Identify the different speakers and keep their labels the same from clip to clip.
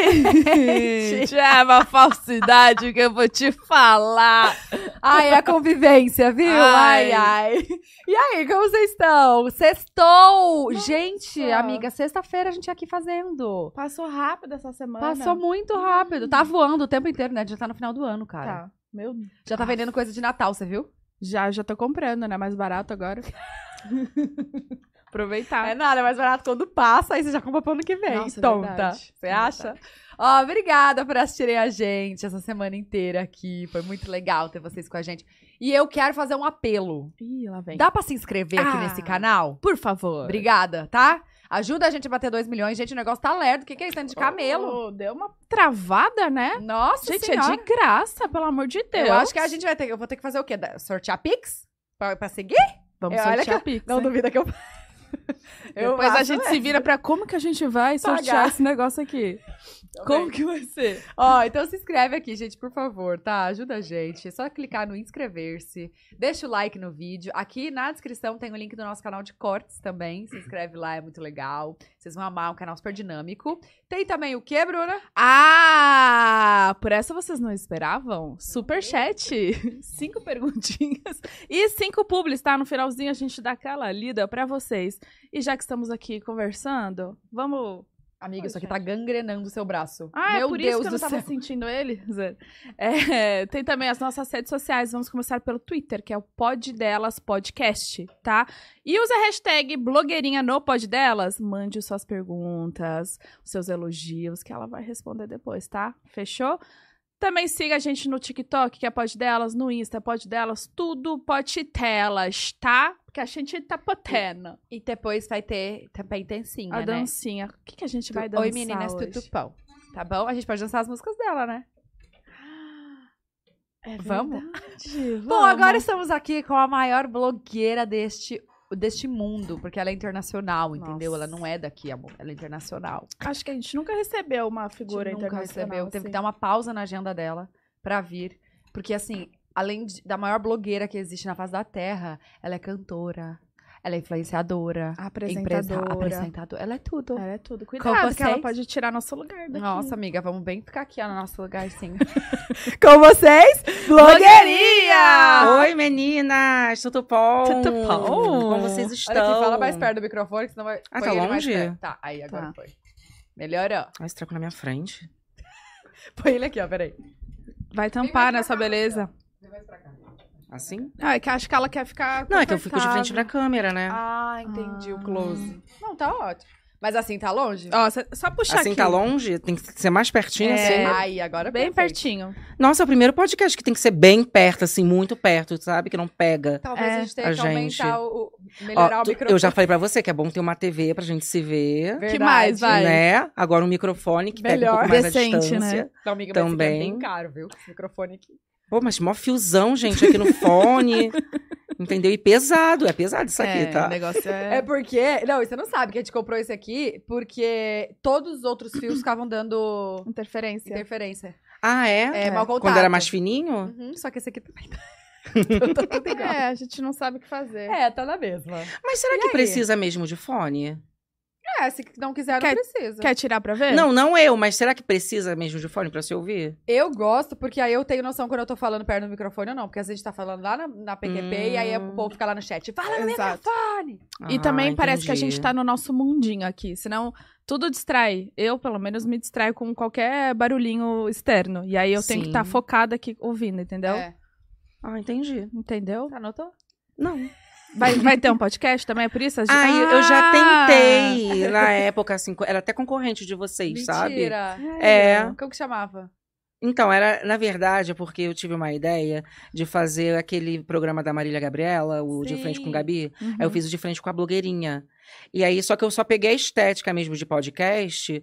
Speaker 1: Gente, é uma falsidade que eu vou te falar.
Speaker 2: Ai, a convivência, viu?
Speaker 1: Ai.
Speaker 2: Ai, ai. E aí, como vocês estão? Sextou! Gente, amiga, sexta-feira a gente aqui fazendo.
Speaker 3: Passou rápido essa semana.
Speaker 2: Passou muito rápido. Tá voando o tempo inteiro, né? Já tá no final do ano, cara.
Speaker 3: Tá. Meu
Speaker 2: Já tá vendendo coisa de Natal, você viu?
Speaker 3: Já, já tô comprando, né? Mais barato agora. Aproveitar.
Speaker 2: É nada, é mais barato quando passa, aí você já compra pro ano que vem.
Speaker 3: Nossa,
Speaker 2: tonta.
Speaker 3: verdade.
Speaker 2: Você acha? É Ó, obrigada por assistirem a gente essa semana inteira aqui. Foi muito legal ter vocês com a gente. E eu quero fazer um apelo.
Speaker 3: Ih, lá vem.
Speaker 2: Dá pra se inscrever aqui
Speaker 3: Ah.
Speaker 2: nesse canal?
Speaker 3: Por favor.
Speaker 2: Obrigada, tá? Ajuda a gente a bater 2 milhões. Gente, o negócio tá lerdo. O que, que é isso? Tanto de camelo?
Speaker 3: Oh, deu uma travada,
Speaker 2: Oh.
Speaker 3: né?
Speaker 2: Nossa
Speaker 3: gente,
Speaker 2: senhora.
Speaker 3: é de graça, pelo amor de Deus.
Speaker 2: Eu acho que a gente vai ter... Eu vou ter que fazer o quê? Da- Sortear Pix? Pra, pra seguir?
Speaker 3: Vamos
Speaker 2: É, olha
Speaker 3: sortear
Speaker 2: que-
Speaker 3: Pix.
Speaker 2: Não
Speaker 3: hein?
Speaker 2: duvida que eu... eu
Speaker 3: Depois a
Speaker 2: faço
Speaker 3: gente
Speaker 2: mesmo.
Speaker 3: se vira pra como que a gente vai sortear
Speaker 2: Pagar.
Speaker 3: esse negócio aqui. como que vai ser?
Speaker 2: Ó, então se inscreve aqui, gente, por favor, tá? Ajuda a gente. É só clicar no inscrever-se. Deixa o like no vídeo. Aqui na descrição tem o link do nosso canal de cortes também. Se inscreve lá, é muito legal. Vocês vão amar, é um canal super dinâmico. Tem também o quê, Bruna?
Speaker 3: Ah, por essa vocês não esperavam? Superchat. Cinco perguntinhas e cinco publis, tá? No finalzinho a gente dá aquela lida pra vocês. E já que estamos aqui conversando, vamos...
Speaker 2: Amiga,
Speaker 3: Oi,
Speaker 2: isso aqui tá
Speaker 3: gente.
Speaker 2: gangrenando o seu braço.
Speaker 3: Ah,
Speaker 2: Meu
Speaker 3: é por
Speaker 2: Deus
Speaker 3: isso que eu
Speaker 2: do
Speaker 3: não tava
Speaker 2: céu.
Speaker 3: sentindo ele? Zé. É, tem também as nossas redes sociais. Vamos começar pelo Twitter, que é o Pod Delas Podcast, tá? E usa a hashtag blogueirinha no Pod Delas. Mande suas perguntas, seus elogios, que ela vai responder depois, tá? Fechou? Também siga a gente no TikTok, que é Pod Delas, no Insta, Pod Delas, tudo Pod Telas, tá? Porque a gente tá potendo.
Speaker 2: E depois vai ter também dancinha,
Speaker 3: A
Speaker 2: né?
Speaker 3: dancinha. O que, que a gente vai
Speaker 2: Tu-
Speaker 3: dançar
Speaker 2: Oi, meninas,
Speaker 3: hoje?
Speaker 2: tudo pão. Tá bom? A gente pode dançar as músicas dela, né?
Speaker 3: É
Speaker 2: Vamos?
Speaker 3: verdade,
Speaker 2: Bom,
Speaker 3: vamos.
Speaker 2: agora estamos aqui com a maior blogueira deste, deste mundo, porque ela é internacional, entendeu?
Speaker 3: Nossa.
Speaker 2: Ela não é daqui, amor. Ela é internacional.
Speaker 3: Acho que a gente nunca recebeu uma
Speaker 2: A gente
Speaker 3: figura
Speaker 2: nunca
Speaker 3: internacional.
Speaker 2: recebeu. Teve que
Speaker 3: assim.
Speaker 2: dar uma pausa na agenda dela pra vir. Porque, assim, além de- da maior blogueira que existe na face da Terra, ela é cantora, ela é influenciadora, empresa,
Speaker 3: apresentadora.
Speaker 2: apresentadora. Ela é tudo.
Speaker 3: Ela é tudo. Cuidado, que ela
Speaker 2: vocês?
Speaker 3: pode tirar nosso lugar daqui.
Speaker 2: Nossa, amiga, vamos bem ficar aqui ó, no nosso lugarzinho.
Speaker 3: com vocês,
Speaker 2: blogueirinha!
Speaker 4: Oi, meninas! Tudo bom?
Speaker 3: Tudo bom?
Speaker 4: Como vocês
Speaker 2: Olha
Speaker 4: estão?
Speaker 2: aqui, fala mais perto do microfone, que senão vai.
Speaker 4: Então. Ah,
Speaker 2: põe
Speaker 4: tá
Speaker 2: ele mais
Speaker 4: longe?
Speaker 2: perto. Tá, aí agora
Speaker 3: Tá.
Speaker 2: foi. Melhorou.
Speaker 4: Olha esse treco na minha frente.
Speaker 2: Põe ele aqui, ó, peraí.
Speaker 3: Vai tampar nessa beleza.
Speaker 4: Assim?
Speaker 3: Ah, é que acho que ela quer ficar
Speaker 4: Não, é que eu fico de frente pra
Speaker 3: confortável.
Speaker 4: câmera, né?
Speaker 2: Ah, entendi o close. Não, tá ótimo. Mas assim, tá longe?
Speaker 3: Ó, cê- só puxar
Speaker 4: assim
Speaker 3: aqui.
Speaker 4: tá longe? Tem que ser mais pertinho,
Speaker 3: É.
Speaker 4: assim?
Speaker 2: Aí, agora
Speaker 3: Bem
Speaker 2: perfeito.
Speaker 3: pertinho.
Speaker 4: Nossa, é o primeiro podcast que tem que ser bem perto, assim, muito perto, sabe? Que não pega.
Speaker 2: Talvez a
Speaker 3: É.
Speaker 2: gente tenha
Speaker 4: A
Speaker 2: que
Speaker 4: gente.
Speaker 2: aumentar o. o-
Speaker 4: Ó,
Speaker 2: Melhorar o
Speaker 4: tu-
Speaker 2: microfone.
Speaker 4: eu já falei pra você que é bom ter uma TV pra gente se ver.
Speaker 2: Verdade.
Speaker 3: Que mais, vai?
Speaker 4: Né? Agora um microfone que pega um
Speaker 3: Melhor.
Speaker 4: pouco mais
Speaker 3: Decente,
Speaker 4: a distância.
Speaker 2: Não, amiga, mas Também.
Speaker 4: Também.
Speaker 2: esse aqui é bem caro, viu? Esse microfone aqui.
Speaker 4: Pô, mas mó fiozão, gente, aqui no fone. Entendeu? E pesado, é pesado isso aqui,
Speaker 3: é,
Speaker 4: tá?
Speaker 3: O negócio é...
Speaker 2: É porque. Não, você não sabe que a gente comprou esse aqui porque todos os outros fios ficavam dando
Speaker 3: Interferência.
Speaker 2: interferência.
Speaker 4: Ah,
Speaker 2: É, mal contato.
Speaker 4: Quando era mais fininho?
Speaker 2: Uhum, só que esse aqui também tá. Então tá tudo igual.
Speaker 3: É, a gente não sabe o que fazer.
Speaker 2: É, tá na mesma.
Speaker 4: Mas será
Speaker 2: E
Speaker 4: que
Speaker 2: aí?
Speaker 4: precisa mesmo de fone?
Speaker 2: É, se não quiser, não
Speaker 3: Quer-
Speaker 2: precisa.
Speaker 3: Quer tirar pra ver?
Speaker 4: Não, não eu, mas será que precisa mesmo de fone pra se ouvir?
Speaker 2: Eu gosto, porque aí eu tenho noção quando eu tô falando perto do microfone ou não. Porque às vezes a gente tá falando lá na, na PQP e aí o
Speaker 4: Hum.
Speaker 2: povo fica lá no chat. Fala no
Speaker 3: Exato.
Speaker 2: microfone!
Speaker 3: E
Speaker 4: Ah,
Speaker 3: também parece que a gente
Speaker 4: entendi.
Speaker 3: tá no nosso mundinho aqui, senão tudo distrai. Eu, pelo menos, me distraio com qualquer barulhinho externo. E aí eu tenho que
Speaker 4: Sim.
Speaker 3: estar focada aqui ouvindo, entendeu?
Speaker 2: É. Ah,
Speaker 4: Ah, entendi.
Speaker 3: Entendeu?
Speaker 2: Anotou?
Speaker 4: Não.
Speaker 3: Vai, vai ter um podcast também, é por isso? A gente-
Speaker 4: Ah, eu- eu
Speaker 3: Ah!
Speaker 4: já tentei na época, assim, co- era até concorrente de vocês, sabe?
Speaker 2: Mentira!
Speaker 4: É.
Speaker 2: Como que chamava?
Speaker 4: Então, era, na verdade, porque eu tive uma ideia de fazer aquele programa da Marília Gabriela, o De Frente
Speaker 2: Sim.
Speaker 4: com Gabi.
Speaker 3: Uhum.
Speaker 4: Aí eu fiz o de frente com a blogueirinha. E aí, só que eu só peguei a estética mesmo de podcast,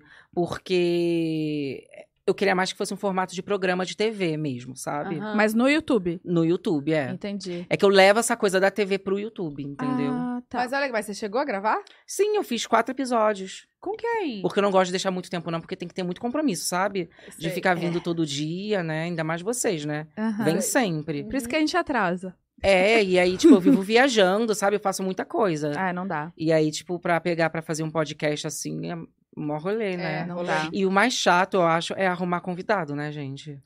Speaker 4: porque eu queria mais que fosse um formato de programa de TV mesmo, sabe?
Speaker 2: Aham.
Speaker 3: Mas no YouTube.
Speaker 4: No YouTube, é.
Speaker 3: Entendi.
Speaker 4: É que eu levo essa coisa da TV pro YouTube, entendeu?
Speaker 3: Ah, tá.
Speaker 2: Mas olha, mas você chegou a gravar?
Speaker 4: Sim, eu fiz quatro episódios.
Speaker 2: Com quem?
Speaker 4: Porque eu não gosto de deixar muito tempo, não, porque tem que ter muito compromisso, sabe? De
Speaker 2: Sei. é.
Speaker 4: ficar vindo todo dia, né? Ainda mais vocês, né?
Speaker 3: Aham.
Speaker 4: Vem sempre.
Speaker 3: Por isso que a gente atrasa.
Speaker 4: É, e aí, tipo, eu vivo viajando, sabe? Eu faço muita coisa.
Speaker 3: Ah, não dá.
Speaker 4: E aí, tipo, pra pegar pra fazer um podcast assim, é mó rolê,
Speaker 2: É,
Speaker 4: né?
Speaker 2: não
Speaker 3: Não
Speaker 2: dá.
Speaker 3: dá.
Speaker 4: E o mais chato, eu acho, é arrumar convidado, né, gente?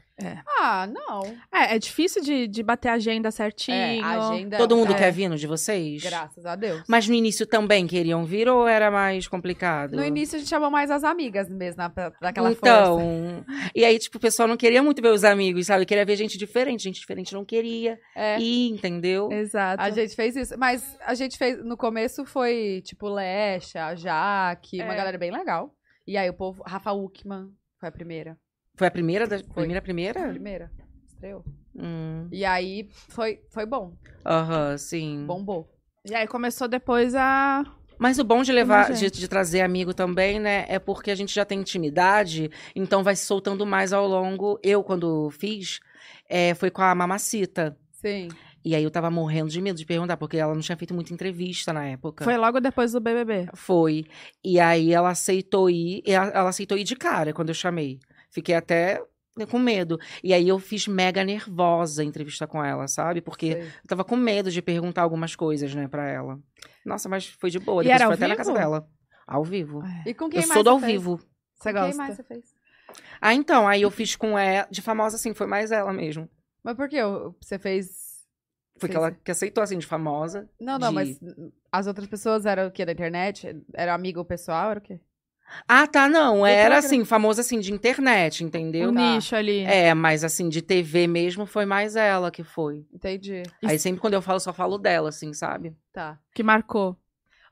Speaker 2: Ah, não.
Speaker 3: É, é difícil de, de bater a agenda certinho.
Speaker 2: É, a agenda.
Speaker 4: Todo mundo
Speaker 2: é,
Speaker 4: quer vindo de vocês?
Speaker 2: Graças a Deus.
Speaker 4: Mas no início também queriam vir ou era mais complicado?
Speaker 2: No início a gente chamou mais as amigas mesmo, na- pra, pra aquela força.
Speaker 4: Então, e aí, tipo, o pessoal não queria muito ver os amigos, sabe? Queria ver gente diferente, gente diferente não queria
Speaker 2: É.
Speaker 4: ir, entendeu?
Speaker 3: Exato.
Speaker 2: A gente fez isso, mas a gente fez. No começo foi tipo Lecha, Jaque, uma
Speaker 3: É.
Speaker 2: galera bem legal. E aí o povo. Rafa Uckman foi a primeira.
Speaker 4: Foi a primeira, da, primeira,
Speaker 3: É.
Speaker 4: primeira?
Speaker 2: Primeira. Estreou.
Speaker 4: Hum,
Speaker 2: E aí foi, foi bom.
Speaker 4: Aham, sim.
Speaker 2: Bombou.
Speaker 3: E aí começou depois a.
Speaker 4: Mas o bom de levar,
Speaker 3: Mas,
Speaker 4: de, de trazer amigo também, né, é porque a gente já tem intimidade, então vai se soltando mais ao longo. Eu, quando fiz, eh, foi com a Mamacita.
Speaker 2: Sim.
Speaker 4: E aí eu tava morrendo de medo de perguntar, porque ela não tinha feito muita entrevista na época.
Speaker 3: Foi logo depois do BBB.
Speaker 4: Foi. E aí ela aceitou ir, e a- ela aceitou ir de cara quando eu chamei. Fiquei até né, com medo. E aí eu fiz mega nervosa a entrevista com ela, sabe? Porque
Speaker 2: Sei.
Speaker 4: eu tava com medo de perguntar algumas coisas, né, pra ela. Nossa, mas foi de boa.
Speaker 3: E
Speaker 4: Depois
Speaker 3: era ao
Speaker 4: foi até na casa
Speaker 3: vivo?
Speaker 4: dela. Ao vivo.
Speaker 3: É.
Speaker 2: E com quem
Speaker 4: Eu
Speaker 2: Ah, mais
Speaker 4: sou do
Speaker 2: você
Speaker 4: ao
Speaker 2: fez?
Speaker 4: vivo.
Speaker 2: Com
Speaker 3: Você
Speaker 2: Quem
Speaker 3: gosta?
Speaker 2: mais você fez?
Speaker 4: Ah, então, aí eu fiz com ela. De famosa, assim, foi mais ela mesmo.
Speaker 2: Mas por que eu- você fez.
Speaker 4: Foi que
Speaker 2: Fez-
Speaker 4: ela que aceitou, assim, de famosa.
Speaker 2: Não, não,
Speaker 4: de-
Speaker 2: mas as outras pessoas eram o quê? Da internet? Era amigo pessoal? Era o quê?
Speaker 4: Ah, tá, não. Era,
Speaker 2: programa.
Speaker 4: assim, famosa, assim, de internet, entendeu?
Speaker 3: o
Speaker 2: tá.
Speaker 3: Um nicho ali.
Speaker 4: É, mas, assim, de TV mesmo, foi mais ela que foi.
Speaker 2: Entendi.
Speaker 4: Aí sempre quando eu falo, só falo dela, assim, sabe?
Speaker 2: Tá.
Speaker 3: Que marcou.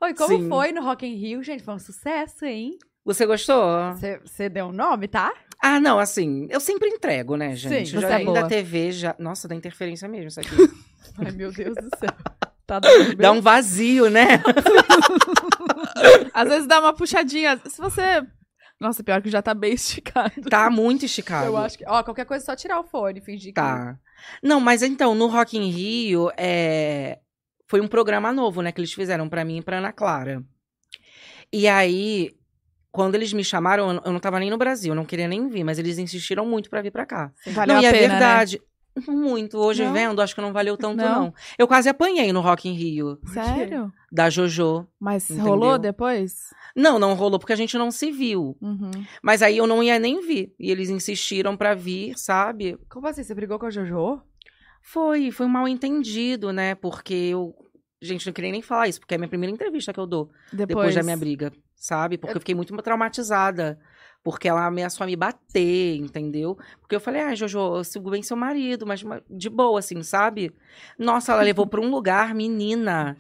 Speaker 2: Oi, como
Speaker 4: Sim.
Speaker 2: foi no Rock in Rio, gente? Foi um sucesso, hein?
Speaker 4: Você gostou?
Speaker 2: Você deu um nome, tá?
Speaker 4: Ah, não, assim, eu sempre entrego, né, gente?
Speaker 2: Sim,
Speaker 4: Eu
Speaker 2: você é
Speaker 4: já vim
Speaker 2: boa.
Speaker 4: da TV, já. Nossa, dá interferência mesmo isso aqui.
Speaker 2: Ai, meu Deus do céu. Tá dando
Speaker 4: dá um vazio, né?
Speaker 3: Às vezes dá uma puxadinha. Se você. Nossa, pior que já tá bem esticado.
Speaker 4: Tá muito esticado.
Speaker 2: Eu acho que. Ó, qualquer coisa é só tirar o fone, fingir que.
Speaker 4: Tá. Não, mas então, no Rock in Rio, é, foi um programa novo, né, que eles fizeram pra mim e pra Ana Clara. E aí, quando eles me chamaram, eu- eu não tava nem no Brasil, eu não queria nem vir, mas eles insistiram muito pra vir pra cá.
Speaker 3: Valeu
Speaker 4: não,
Speaker 3: a
Speaker 4: e
Speaker 3: pena,
Speaker 4: é
Speaker 3: né?
Speaker 4: verdade. Muito. Hoje
Speaker 3: Não?
Speaker 4: vendo, acho que não valeu tanto,
Speaker 3: Não?
Speaker 4: não. Eu quase apanhei no Rock in Rio,
Speaker 3: Sério?
Speaker 4: da JoJo.
Speaker 3: Mas
Speaker 4: Entendeu?
Speaker 3: rolou depois?
Speaker 4: Não, não rolou, porque a gente não se viu.
Speaker 3: Uhum.
Speaker 4: Mas aí eu não ia nem vir. E eles insistiram pra vir, sabe?
Speaker 2: Como assim? Você brigou com a JoJo?
Speaker 4: Foi, foi um mal entendido, né? Porque eu. Gente, não queria nem falar isso, porque é a minha primeira entrevista que eu dou
Speaker 3: Depois.
Speaker 4: depois, da minha briga, sabe? Porque eu fiquei muito traumatizada. Porque ela ameaçou a me bater, entendeu? Porque eu falei, ah, Jojo, eu sigo bem seu marido, mas ma- de boa, assim, sabe? Nossa, ela levou pra um lugar, menina.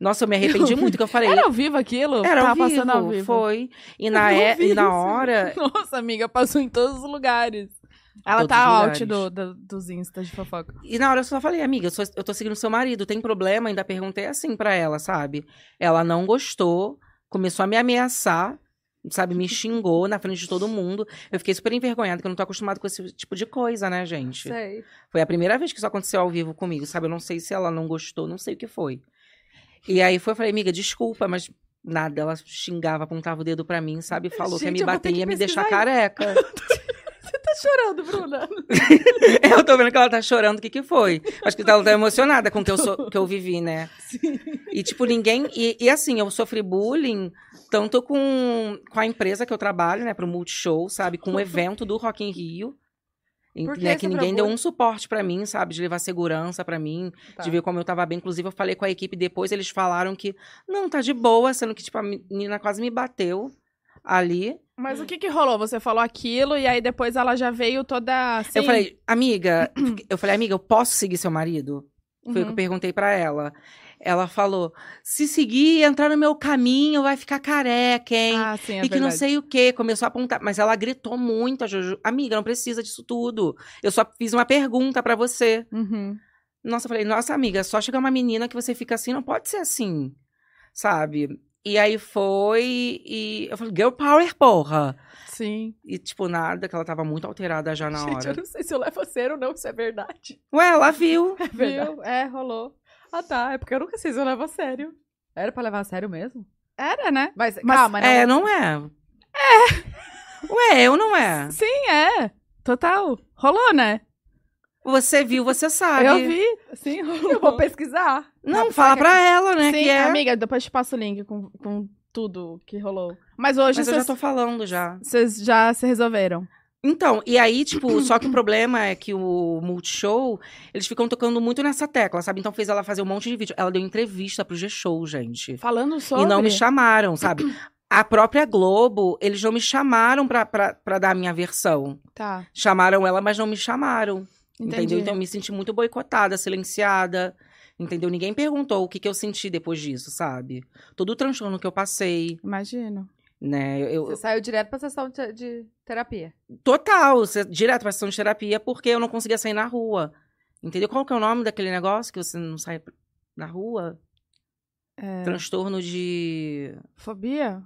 Speaker 4: Nossa, eu me arrependi muito que eu falei.
Speaker 3: Era ao vivo aquilo?
Speaker 4: Era
Speaker 3: Tava
Speaker 4: ao vivo,
Speaker 3: passando ao vivo.
Speaker 4: foi. E na,
Speaker 3: não
Speaker 4: é-
Speaker 3: vi
Speaker 4: e na
Speaker 3: isso.
Speaker 4: hora,
Speaker 3: Nossa, amiga, passou em todos os lugares. Ela
Speaker 4: Todos
Speaker 3: tá
Speaker 4: os
Speaker 3: out
Speaker 4: lugares.
Speaker 3: do, do- dos instas de fofoca.
Speaker 4: E na hora eu só falei, amiga, eu, sou, eu tô seguindo seu marido, tem problema? Ainda perguntei assim pra ela, sabe? Ela não gostou, começou a me ameaçar, sabe? Me xingou na frente de todo mundo. Eu fiquei super envergonhada, que eu não tô acostumada com esse tipo de coisa, né, gente?
Speaker 2: Sei.
Speaker 4: Foi a primeira vez que isso aconteceu ao vivo comigo, sabe? Eu não sei se ela não gostou, não sei o que foi. E aí foi, eu falei, amiga, desculpa, mas nada. Ela xingava, apontava o dedo pra mim, sabe?
Speaker 2: Gente,
Speaker 4: Falou que ia
Speaker 2: eu
Speaker 4: me
Speaker 2: vou
Speaker 4: bater
Speaker 2: ter que
Speaker 4: e ia me deixar
Speaker 2: pesquisar
Speaker 4: careca.
Speaker 2: Tá chorando, Bruna.
Speaker 4: Eu tô vendo que ela tá chorando, o que que foi? Acho que ela tá emocionada com o que eu, sou, que eu vivi, né? E, tipo, ninguém... E, e, assim, eu sofri bullying tanto com, com a empresa que eu trabalho, né? Pro Multishow, sabe? Com o evento do Rock in Rio. em-
Speaker 2: Por que
Speaker 4: né, que
Speaker 2: sofreu
Speaker 4: ninguém deu
Speaker 2: bullying?
Speaker 4: um suporte pra mim, sabe? De levar segurança pra mim,
Speaker 2: Tá.
Speaker 4: de ver como eu tava bem. Inclusive, eu falei com a equipe depois, eles falaram que... Não, tá de boa, sendo que, tipo, a menina quase me bateu ali.
Speaker 3: Mas o que que rolou? Você falou aquilo e aí depois ela já veio toda assim...
Speaker 4: Eu falei, amiga... Eu falei, amiga, eu posso seguir seu marido? Foi o que eu
Speaker 3: Uhum.
Speaker 4: perguntei pra ela. Ela falou: se seguir, entrar no meu caminho, vai ficar careca, hein?
Speaker 3: Ah, sim, é
Speaker 4: e que não
Speaker 3: verdade.
Speaker 4: sei o quê. Começou a apontar. Mas ela gritou muito a Jojo. Amiga, não precisa disso tudo. Eu só fiz uma pergunta pra você.
Speaker 3: Uhum.
Speaker 4: Nossa, eu falei, nossa, amiga, só chegar uma menina que você fica assim, não pode ser assim. Sabe? E aí foi. E eu falei, Girl Power, porra!
Speaker 3: Sim.
Speaker 4: E, tipo, nada, que ela tava muito alterada já na
Speaker 2: Gente, eu
Speaker 4: hora.
Speaker 2: não sei se eu levo a sério ou não, que isso é verdade.
Speaker 4: Ué, ela viu.
Speaker 2: É
Speaker 3: Viu? É, rolou.
Speaker 2: Ah, tá. É porque eu nunca sei se eu levo a sério. Era pra levar a sério mesmo?
Speaker 3: Era, né?
Speaker 2: Mas,
Speaker 3: Mas-
Speaker 2: calma, né?
Speaker 4: É, não é. É. Ué, eu não é.
Speaker 3: Sim, é. Total. Rolou, né?
Speaker 4: Você viu, você sabe.
Speaker 3: Eu vi. Sim, rolou.
Speaker 2: Eu vou pesquisar.
Speaker 4: Não, fala pra ela, né?
Speaker 3: Sim,
Speaker 4: que é.
Speaker 3: amiga, depois te passo o link com, com tudo que rolou. Mas hoje
Speaker 4: Mas eu já
Speaker 3: vocês
Speaker 4: tô falando já.
Speaker 3: vocês já se resolveram.
Speaker 4: Então, e aí, tipo, só que o problema é que o Multishow, eles ficam tocando muito nessa tecla, sabe? Então fez ela fazer um monte de vídeo. Ela deu entrevista pro G-Show, gente.
Speaker 3: Falando sobre...
Speaker 4: E não me chamaram, sabe? A própria Globo, eles não me chamaram pra, pra, pra dar a minha versão.
Speaker 3: Tá,
Speaker 4: Chamaram ela, mas não me chamaram.
Speaker 3: entendi.
Speaker 4: Entendeu? Então eu me senti muito boicotada, silenciada. Entendeu? Ninguém perguntou o que, que eu senti depois disso, sabe? Todo o transtorno que eu passei,
Speaker 3: Imagino.
Speaker 4: né? Eu,
Speaker 2: Você saiu direto pra sessão de, de terapia.
Speaker 4: total, cê- direto pra sessão de terapia, porque eu não conseguia sair na rua. Entendeu? Qual que é o nome daquele negócio que você não sai na rua?
Speaker 3: É.
Speaker 4: Transtorno de.
Speaker 3: Fobia?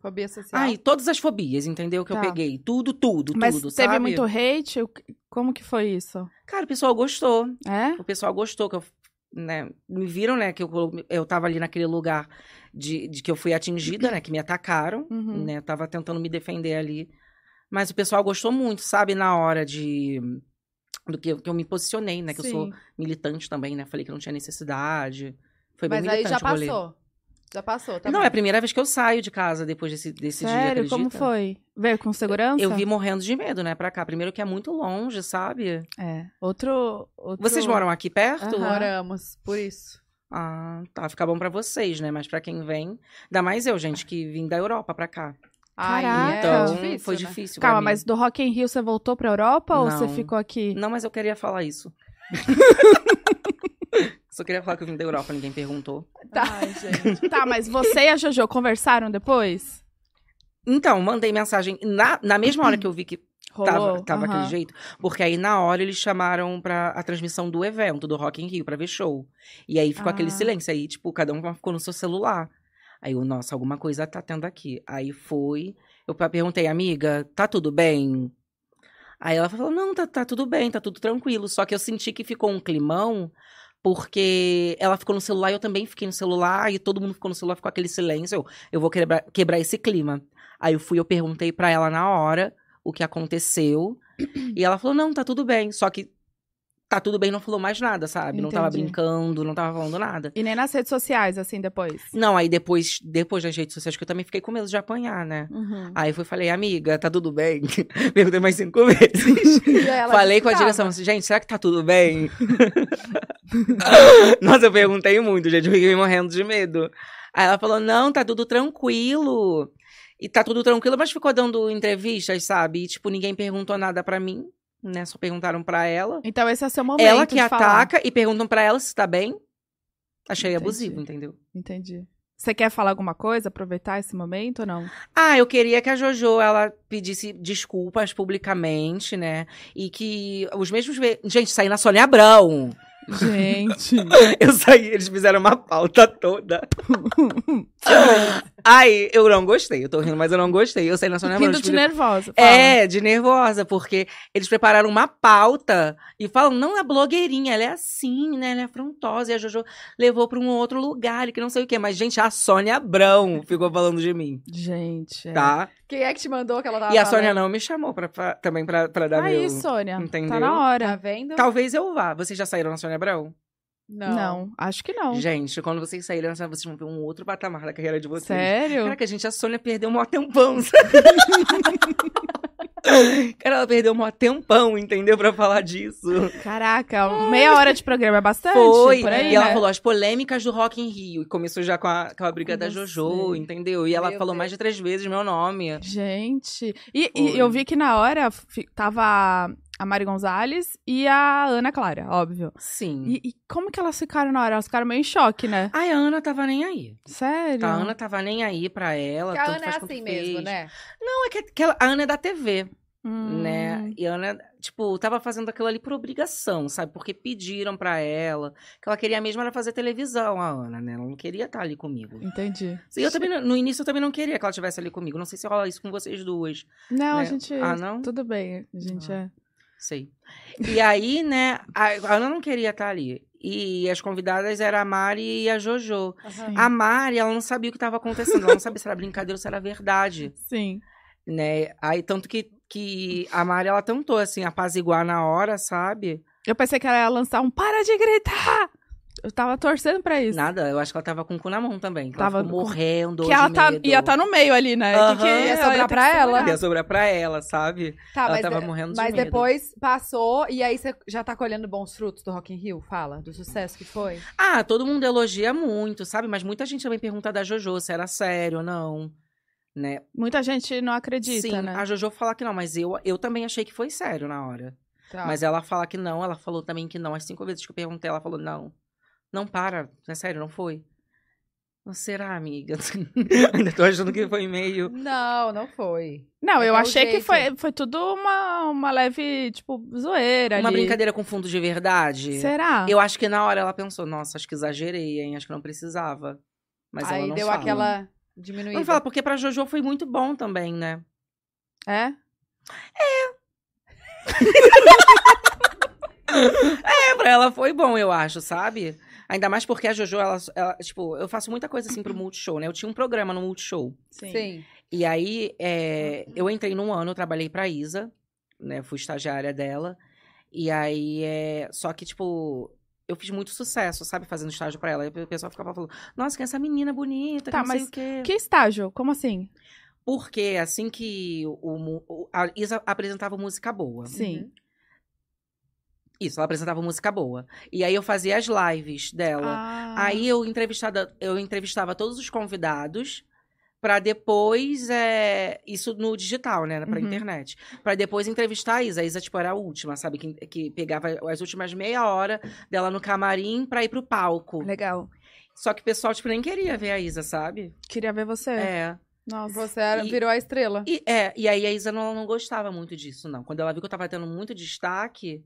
Speaker 2: Fobia social.
Speaker 4: Ai, todas as fobias, entendeu? Que
Speaker 3: Tá.
Speaker 4: eu peguei. Tudo, tudo,
Speaker 3: Mas
Speaker 4: tudo.
Speaker 3: teve
Speaker 4: sabe?
Speaker 3: muito hate? O que- Como que foi isso?
Speaker 4: Cara, o pessoal gostou.
Speaker 3: É?
Speaker 4: O pessoal gostou que eu. Né, me viram, né? Que eu, colo- eu tava ali naquele lugar de, de que eu fui atingida, né? Que me atacaram.
Speaker 3: Uhum.
Speaker 4: Né, tava tentando me defender ali. Mas o pessoal gostou muito, sabe? Na hora de. Do que, eu- que eu me posicionei, né? Que eu sou
Speaker 3: Sim.
Speaker 4: militante também, né? Falei que não tinha necessidade. Foi bem
Speaker 2: Mas aí
Speaker 4: militante
Speaker 2: já
Speaker 4: o rolê.
Speaker 2: passou. Já passou, tá
Speaker 4: Não,
Speaker 2: bom.
Speaker 4: é a primeira vez que eu saio de casa depois desse, desse dia,
Speaker 3: Sério? Como
Speaker 4: acredita?
Speaker 3: foi? Veio com segurança?
Speaker 4: Eu vi morrendo de medo, né, pra cá. Primeiro que é muito longe, sabe?
Speaker 3: É. Outro... outro...
Speaker 4: Vocês moram aqui perto?
Speaker 3: Aham.
Speaker 2: Moramos, por isso.
Speaker 4: Ah, tá. Fica bom pra vocês, né? Mas pra quem vem... Ainda mais eu, gente, que vim da Europa pra cá.
Speaker 2: Ai, é
Speaker 3: Caraca.
Speaker 4: Então,
Speaker 2: difícil,
Speaker 4: foi
Speaker 2: né?
Speaker 4: difícil pra
Speaker 3: Calma,
Speaker 4: mim.
Speaker 3: mas do Rock in Rio você voltou pra Europa ou você
Speaker 4: Não.
Speaker 3: ficou aqui?
Speaker 4: Não, mas eu queria falar isso. Só queria falar que eu vim da Europa, ninguém perguntou.
Speaker 2: Tá.
Speaker 3: Ai, gente. tá, mas você e a Jojo conversaram depois?
Speaker 4: Então, mandei mensagem na, na mesma hora que eu vi que
Speaker 3: Rolou?
Speaker 4: tava, tava
Speaker 3: Aham.
Speaker 4: aquele jeito, porque aí na hora eles chamaram pra a transmissão do evento, do Rock in Rio, pra ver show. E aí ficou
Speaker 3: Ah.
Speaker 4: aquele silêncio, aí tipo, cada um ficou no seu celular. Aí eu, nossa, alguma coisa tá tendo aqui. Aí foi, eu pa- perguntei, amiga, tá tudo bem? Aí ela falou, não, tá, tá tudo bem, tá tudo tranquilo. Só que eu senti que ficou um climão, porque ela ficou no celular e eu também fiquei no celular, e todo mundo ficou no celular, ficou aquele silêncio. Eu, eu vou quebrar, quebrar esse clima. Aí eu fui, eu perguntei pra ela na hora o que aconteceu. e ela falou, não, tá tudo bem. Só que tá tudo bem, não falou mais nada, sabe? Não tava
Speaker 3: Entendi.
Speaker 4: brincando, não tava falando nada.
Speaker 3: E nem nas redes sociais, assim, depois?
Speaker 4: Não, aí depois, depois das redes sociais, que eu também fiquei com medo de apanhar, né?
Speaker 3: Uhum.
Speaker 4: Aí eu fui, falei, amiga, tá tudo bem? Perguntei mais cinco vezes.
Speaker 2: E ela
Speaker 4: Falei com a
Speaker 2: tava.
Speaker 4: direção, assim, gente, será que tá tudo bem? Nossa, eu perguntei muito, gente, eu fiquei morrendo de medo. Aí ela falou, não, tá tudo tranquilo. E tá tudo tranquilo, mas ficou dando entrevistas, sabe? E, tipo, ninguém perguntou nada pra mim, né? Só perguntaram pra ela.
Speaker 3: Então esse é o seu momento
Speaker 4: ela que
Speaker 3: de
Speaker 4: ataca
Speaker 3: falar.
Speaker 4: e perguntam pra ela se tá bem. Achei
Speaker 3: Entendi.
Speaker 4: abusivo, entendeu?
Speaker 3: Entendi. Você quer falar alguma coisa, aproveitar esse momento ou não?
Speaker 4: Ah, eu queria que a JoJo ela pedisse desculpas publicamente, né? E que os mesmos. ve- Gente, saí na Sônia Abrão.
Speaker 3: Gente.
Speaker 4: Eu saí, eles fizeram uma pauta toda. Ai, eu não gostei. Eu tô rindo, mas eu não gostei. Eu saí na Sônia Abrão.
Speaker 3: Rindo
Speaker 4: eles
Speaker 3: de
Speaker 4: pediram-
Speaker 3: nervosa. fala.
Speaker 4: né, Tipo, É, de nervosa, porque eles prepararam uma pauta e falam, não é blogueirinha, ela é assim, né? Ela é afrontosa. E a Jojo levou pra um outro lugar, e que não sei o quê. Mas, gente, a Sônia Abrão ficou falando de mim,
Speaker 3: Gente. é. Tá
Speaker 4: tá?
Speaker 2: Quem é que te mandou que ela tava
Speaker 4: E a
Speaker 2: falando?
Speaker 4: Sônia não me chamou pra, pra- também pra, pra dar
Speaker 3: Aí,
Speaker 4: meu...
Speaker 3: Sônia. Tá
Speaker 4: Entendeu?
Speaker 3: na hora.
Speaker 2: Tá vendo?
Speaker 4: Talvez eu vá. Vocês já saíram na Sônia Abrão?
Speaker 2: Não.
Speaker 3: Não, acho que não.
Speaker 4: Gente, quando vocês saíram, na Sônia, vocês vão ver um outro patamar da carreira de vocês.
Speaker 3: Sério?
Speaker 4: Caraca, gente, a Sônia perdeu um maior tempão. Cara, ela perdeu um maior tempão, entendeu? Pra falar disso.
Speaker 3: Caraca, meia hora de programa é bastante.
Speaker 4: Foi.
Speaker 3: Por aí,
Speaker 4: e ela
Speaker 3: né?
Speaker 4: falou as polêmicas do Rock in Rio. E começou já com a, com a briga
Speaker 3: Com
Speaker 4: da
Speaker 3: você.
Speaker 4: Jojo, entendeu? E ela
Speaker 2: Meu
Speaker 4: falou
Speaker 2: Deus.
Speaker 4: mais de três vezes meu nome.
Speaker 3: Gente. E, e
Speaker 4: Foi.
Speaker 3: eu vi que na hora fi- tava a Mari Gonzalez e a Ana Clara, óbvio.
Speaker 4: Sim.
Speaker 3: E, e como que elas ficaram na hora? Elas ficaram meio em choque, né?
Speaker 4: Ai, a Ana tava nem aí.
Speaker 3: Sério?
Speaker 4: A Ana tava nem aí pra ela.
Speaker 2: Porque a
Speaker 4: tanto
Speaker 2: Ana é
Speaker 4: faz quanto
Speaker 2: assim mesmo,
Speaker 4: fez.
Speaker 2: né?
Speaker 4: Não, é que, que ela- a Ana é da TV,
Speaker 3: Hum.
Speaker 4: né? E a Ana, tipo, tava fazendo aquilo ali por obrigação, sabe? Porque pediram pra ela. Que ela queria mesmo era fazer televisão, a Ana, né? Ela não queria estar ali comigo.
Speaker 3: Entendi.
Speaker 4: E eu também, não- no início, eu também não queria que ela estivesse ali comigo. Não sei se rola isso com vocês duas.
Speaker 3: Não,
Speaker 4: né?
Speaker 3: a gente.
Speaker 4: Ah, não?
Speaker 3: Tudo bem, a gente é.
Speaker 4: Sei. E aí, né, a a Ana não queria estar ali. E as convidadas eram a Mari e a Jojo.
Speaker 3: Sim.
Speaker 4: A Mari, ela não sabia o que estava acontecendo. Ela não sabia se era brincadeira ou se era verdade,
Speaker 3: Sim.
Speaker 4: né? Aí, tanto que, que a Mari, ela tentou, assim, apaziguar na hora, sabe?
Speaker 3: Eu pensei que ela ia lançar um para de gritar! Eu tava torcendo pra isso.
Speaker 4: Nada, eu acho que ela tava com o cu na mão também. Que
Speaker 3: Tava
Speaker 4: ela ficou
Speaker 3: com-
Speaker 4: morrendo.
Speaker 3: que ela
Speaker 4: de
Speaker 3: tá,
Speaker 4: medo.
Speaker 3: ia tá no meio ali, né?
Speaker 4: Aham.
Speaker 3: Que que
Speaker 4: Ia
Speaker 3: ela
Speaker 2: sobrar
Speaker 3: ter que
Speaker 2: pra ela.
Speaker 3: segurar.
Speaker 4: Ia sobrar pra ela, sabe?
Speaker 2: Tá,
Speaker 3: Ah,
Speaker 4: ela
Speaker 2: mas,
Speaker 4: tava
Speaker 3: é,
Speaker 2: de-
Speaker 4: morrendo de
Speaker 2: mas
Speaker 4: medo.
Speaker 2: depois passou e aí você já tá colhendo bons frutos do Rock in Rio? Fala, do sucesso que foi.
Speaker 4: Ah, todo mundo elogia muito, sabe? Mas muita gente também pergunta da JoJo se era sério ou não. Né?
Speaker 3: Muita gente não acredita,
Speaker 4: Sim,
Speaker 3: né?
Speaker 4: a JoJo fala que não, mas eu, eu também achei que foi sério na hora.
Speaker 2: Tá.
Speaker 4: Mas ela fala que não, ela falou também que não. As cinco vezes que eu perguntei, ela falou: não, não para, é sério, não foi. Não será, amiga? Ainda tô achando que foi meio.
Speaker 2: Não, não foi.
Speaker 3: Não,
Speaker 2: É que
Speaker 3: eu
Speaker 2: é o
Speaker 3: achei que
Speaker 2: jeito.
Speaker 3: foi, foi tudo uma, uma leve, tipo, zoeira
Speaker 4: Uma
Speaker 3: ali.
Speaker 4: brincadeira com fundo de verdade.
Speaker 3: Será?
Speaker 4: Eu acho que na hora ela pensou, nossa, acho que exagerei, hein? Acho que não precisava. Mas
Speaker 2: aí
Speaker 4: ela não
Speaker 2: deu
Speaker 4: fala.
Speaker 2: aquela diminuída.
Speaker 4: Não fala, porque pra Jojo foi muito bom também, né?
Speaker 3: É?
Speaker 4: É, pra ela foi bom, eu acho, sabe? Ainda mais porque a Jojo, ela, ela- tipo, eu faço muita coisa assim
Speaker 3: Uhum.
Speaker 4: pro Multishow, né? Eu tinha um programa no Multishow.
Speaker 2: Sim.
Speaker 4: E aí,
Speaker 3: Uhum.
Speaker 4: é, eu entrei num ano, eu trabalhei pra Isa, né? Fui estagiária dela. E aí, é, só que, tipo, eu fiz muito sucesso, sabe? Fazendo estágio pra ela. E o pessoal ficava falando, nossa, que essa menina bonita,
Speaker 3: Tá,
Speaker 4: que não sei
Speaker 3: mas
Speaker 4: o quê.
Speaker 3: Que estágio? Como assim?
Speaker 4: Porque assim que o, mu- o- a Isa apresentava música boa.
Speaker 3: Sim.
Speaker 4: Isso, ela apresentava música boa. E aí eu fazia as lives dela.
Speaker 3: Ah,
Speaker 4: Aí eu entrevistada, eu entrevistava todos os convidados pra depois é, isso no digital, né, pra
Speaker 3: Uhum.
Speaker 4: internet. Pra depois entrevistar a Isa. A Isa tipo era a última, sabe, que, que pegava as últimas meia hora dela no camarim pra ir pro palco.
Speaker 3: Legal.
Speaker 4: Só que o pessoal tipo nem queria ver a Isa, sabe?
Speaker 3: Queria ver você.
Speaker 4: é.
Speaker 3: Nossa.
Speaker 2: Você era-
Speaker 4: E-
Speaker 2: virou a estrela.
Speaker 4: E, é, e aí a Isa não, ela não gostava muito disso, não. Quando ela viu que eu tava tendo muito destaque,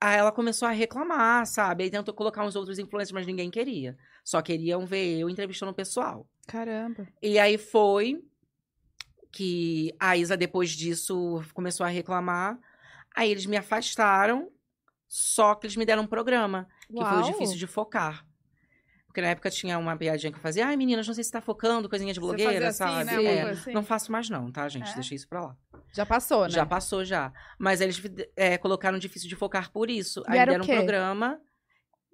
Speaker 4: aí ela começou a reclamar, sabe? Aí tentou colocar uns outros influencers, mas ninguém queria. Só queriam ver eu entrevistando o pessoal.
Speaker 3: Caramba.
Speaker 4: E aí foi que a Isa, depois disso, começou a reclamar. Aí eles me afastaram, só que eles me deram um programa, que foi o difícil de focar. Porque na época tinha uma piadinha que eu fazia, ai meninas, não sei se tá focando, coisinha de blogueira,
Speaker 3: Você fazia assim, né,
Speaker 4: sabe?
Speaker 3: uma
Speaker 4: É.
Speaker 3: coisa assim.
Speaker 4: Não faço mais, não, tá, gente?
Speaker 3: É?
Speaker 4: Deixei isso pra lá.
Speaker 2: Já passou, né?
Speaker 4: Já passou, já. Mas eles é, colocaram difícil de focar por isso.
Speaker 3: E
Speaker 4: Aí
Speaker 3: era o
Speaker 4: deram um
Speaker 3: quê?
Speaker 4: programa.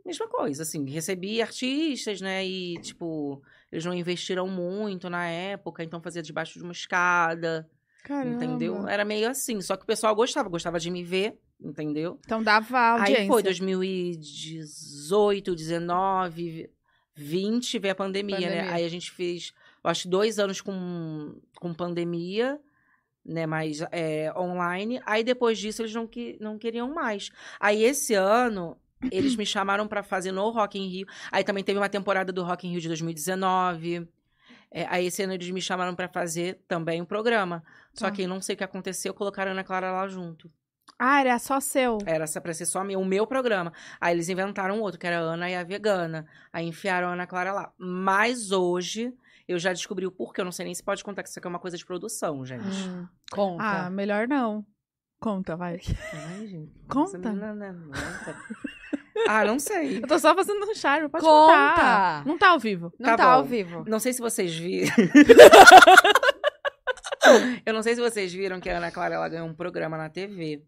Speaker 4: Mesma coisa, assim, recebi artistas, né? E, tipo, eles não investiram muito na época, então fazia debaixo de uma escada,
Speaker 3: Caramba.
Speaker 4: entendeu? Era meio assim, só que o pessoal gostava, gostava de me ver, entendeu?
Speaker 3: Então dava audiência.
Speaker 4: Aí foi 2018, 19, 20, veio a pandemia, né?
Speaker 2: Pandemia.
Speaker 4: Aí a gente fez, eu acho, dois anos com, com pandemia, né? Mas é, online. Aí depois disso eles não, que, não queriam mais. Aí esse ano. Eles me chamaram pra fazer no Rock in Rio. Aí também teve uma temporada do Rock in Rio de 2019. É, aí esse ano eles me chamaram pra fazer também um programa. Só
Speaker 3: Tá.
Speaker 4: que não sei o que aconteceu, colocaram a Ana Clara lá junto.
Speaker 3: Ah, era só seu.
Speaker 4: Era só- pra ser só meu- o meu programa. Aí eles inventaram um outro, que era a Ana e a Vegana. Aí enfiaram a Ana Clara lá. Mas hoje eu já descobri o porquê. Eu não sei nem se pode contar que isso aqui é uma coisa de produção, gente.
Speaker 2: Hum, Conta.
Speaker 3: Ah, melhor não. Conta, vai.
Speaker 4: Ai, gente.
Speaker 3: Conta.
Speaker 4: essa menina, né? Não conta. ah, não sei.
Speaker 3: Eu tô só fazendo um charme, pode
Speaker 2: Conta!
Speaker 3: contar. Não tá ao vivo.
Speaker 2: não
Speaker 4: tá
Speaker 2: tá,
Speaker 4: bom.
Speaker 2: ao vivo.
Speaker 4: Não sei se vocês viram. eu não sei se vocês viram que a Ana Clara ela ganhou um programa na TV.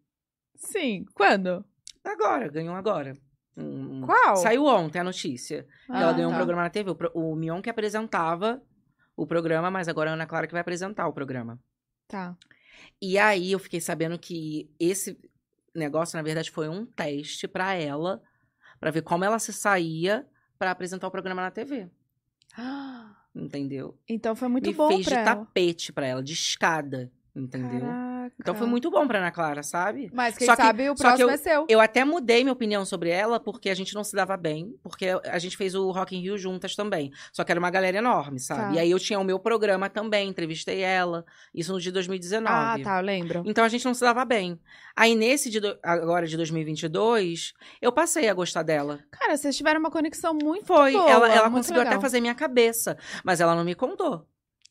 Speaker 3: Sim. Quando?
Speaker 4: Agora, ganhou agora. Um-
Speaker 2: Qual?
Speaker 4: Saiu ontem a notícia.
Speaker 2: Ah,
Speaker 4: ela ganhou
Speaker 2: tá.
Speaker 4: um programa na TV. O, pro- o Mion que apresentava o programa, mas agora é a Ana Clara que vai apresentar o programa.
Speaker 3: Tá.
Speaker 4: E aí eu fiquei sabendo que esse negócio, na verdade, foi um teste pra ela, pra ver como ela se saía pra apresentar o programa na TV. Entendeu?
Speaker 3: Então foi muito
Speaker 4: Me
Speaker 3: bom
Speaker 4: fez
Speaker 3: pra
Speaker 4: de
Speaker 3: ela.
Speaker 4: tapete pra ela, de escada. Entendeu?
Speaker 3: Caraca.
Speaker 4: Então foi muito bom pra Ana Clara, sabe?
Speaker 2: Mas quem
Speaker 4: Só que-
Speaker 2: sabe o
Speaker 4: só que
Speaker 2: próximo
Speaker 4: eu-
Speaker 2: é seu.
Speaker 4: Eu até mudei minha opinião sobre ela, porque a gente não se dava bem, porque a gente fez o Rock in Rio juntas também. Só que era uma galera enorme, sabe?
Speaker 3: Tá.
Speaker 4: E aí eu tinha o meu programa também, entrevistei ela, isso no dia de 2019.
Speaker 3: Ah, tá, eu lembro.
Speaker 4: Então a gente não se dava bem. Aí nesse de do- agora de 2022, eu passei a gostar dela.
Speaker 3: Cara, vocês tiveram uma conexão muito
Speaker 4: Foi,
Speaker 3: boa,
Speaker 4: ela, ela
Speaker 3: muito
Speaker 4: conseguiu
Speaker 3: legal.
Speaker 4: até fazer minha cabeça, mas ela não me contou.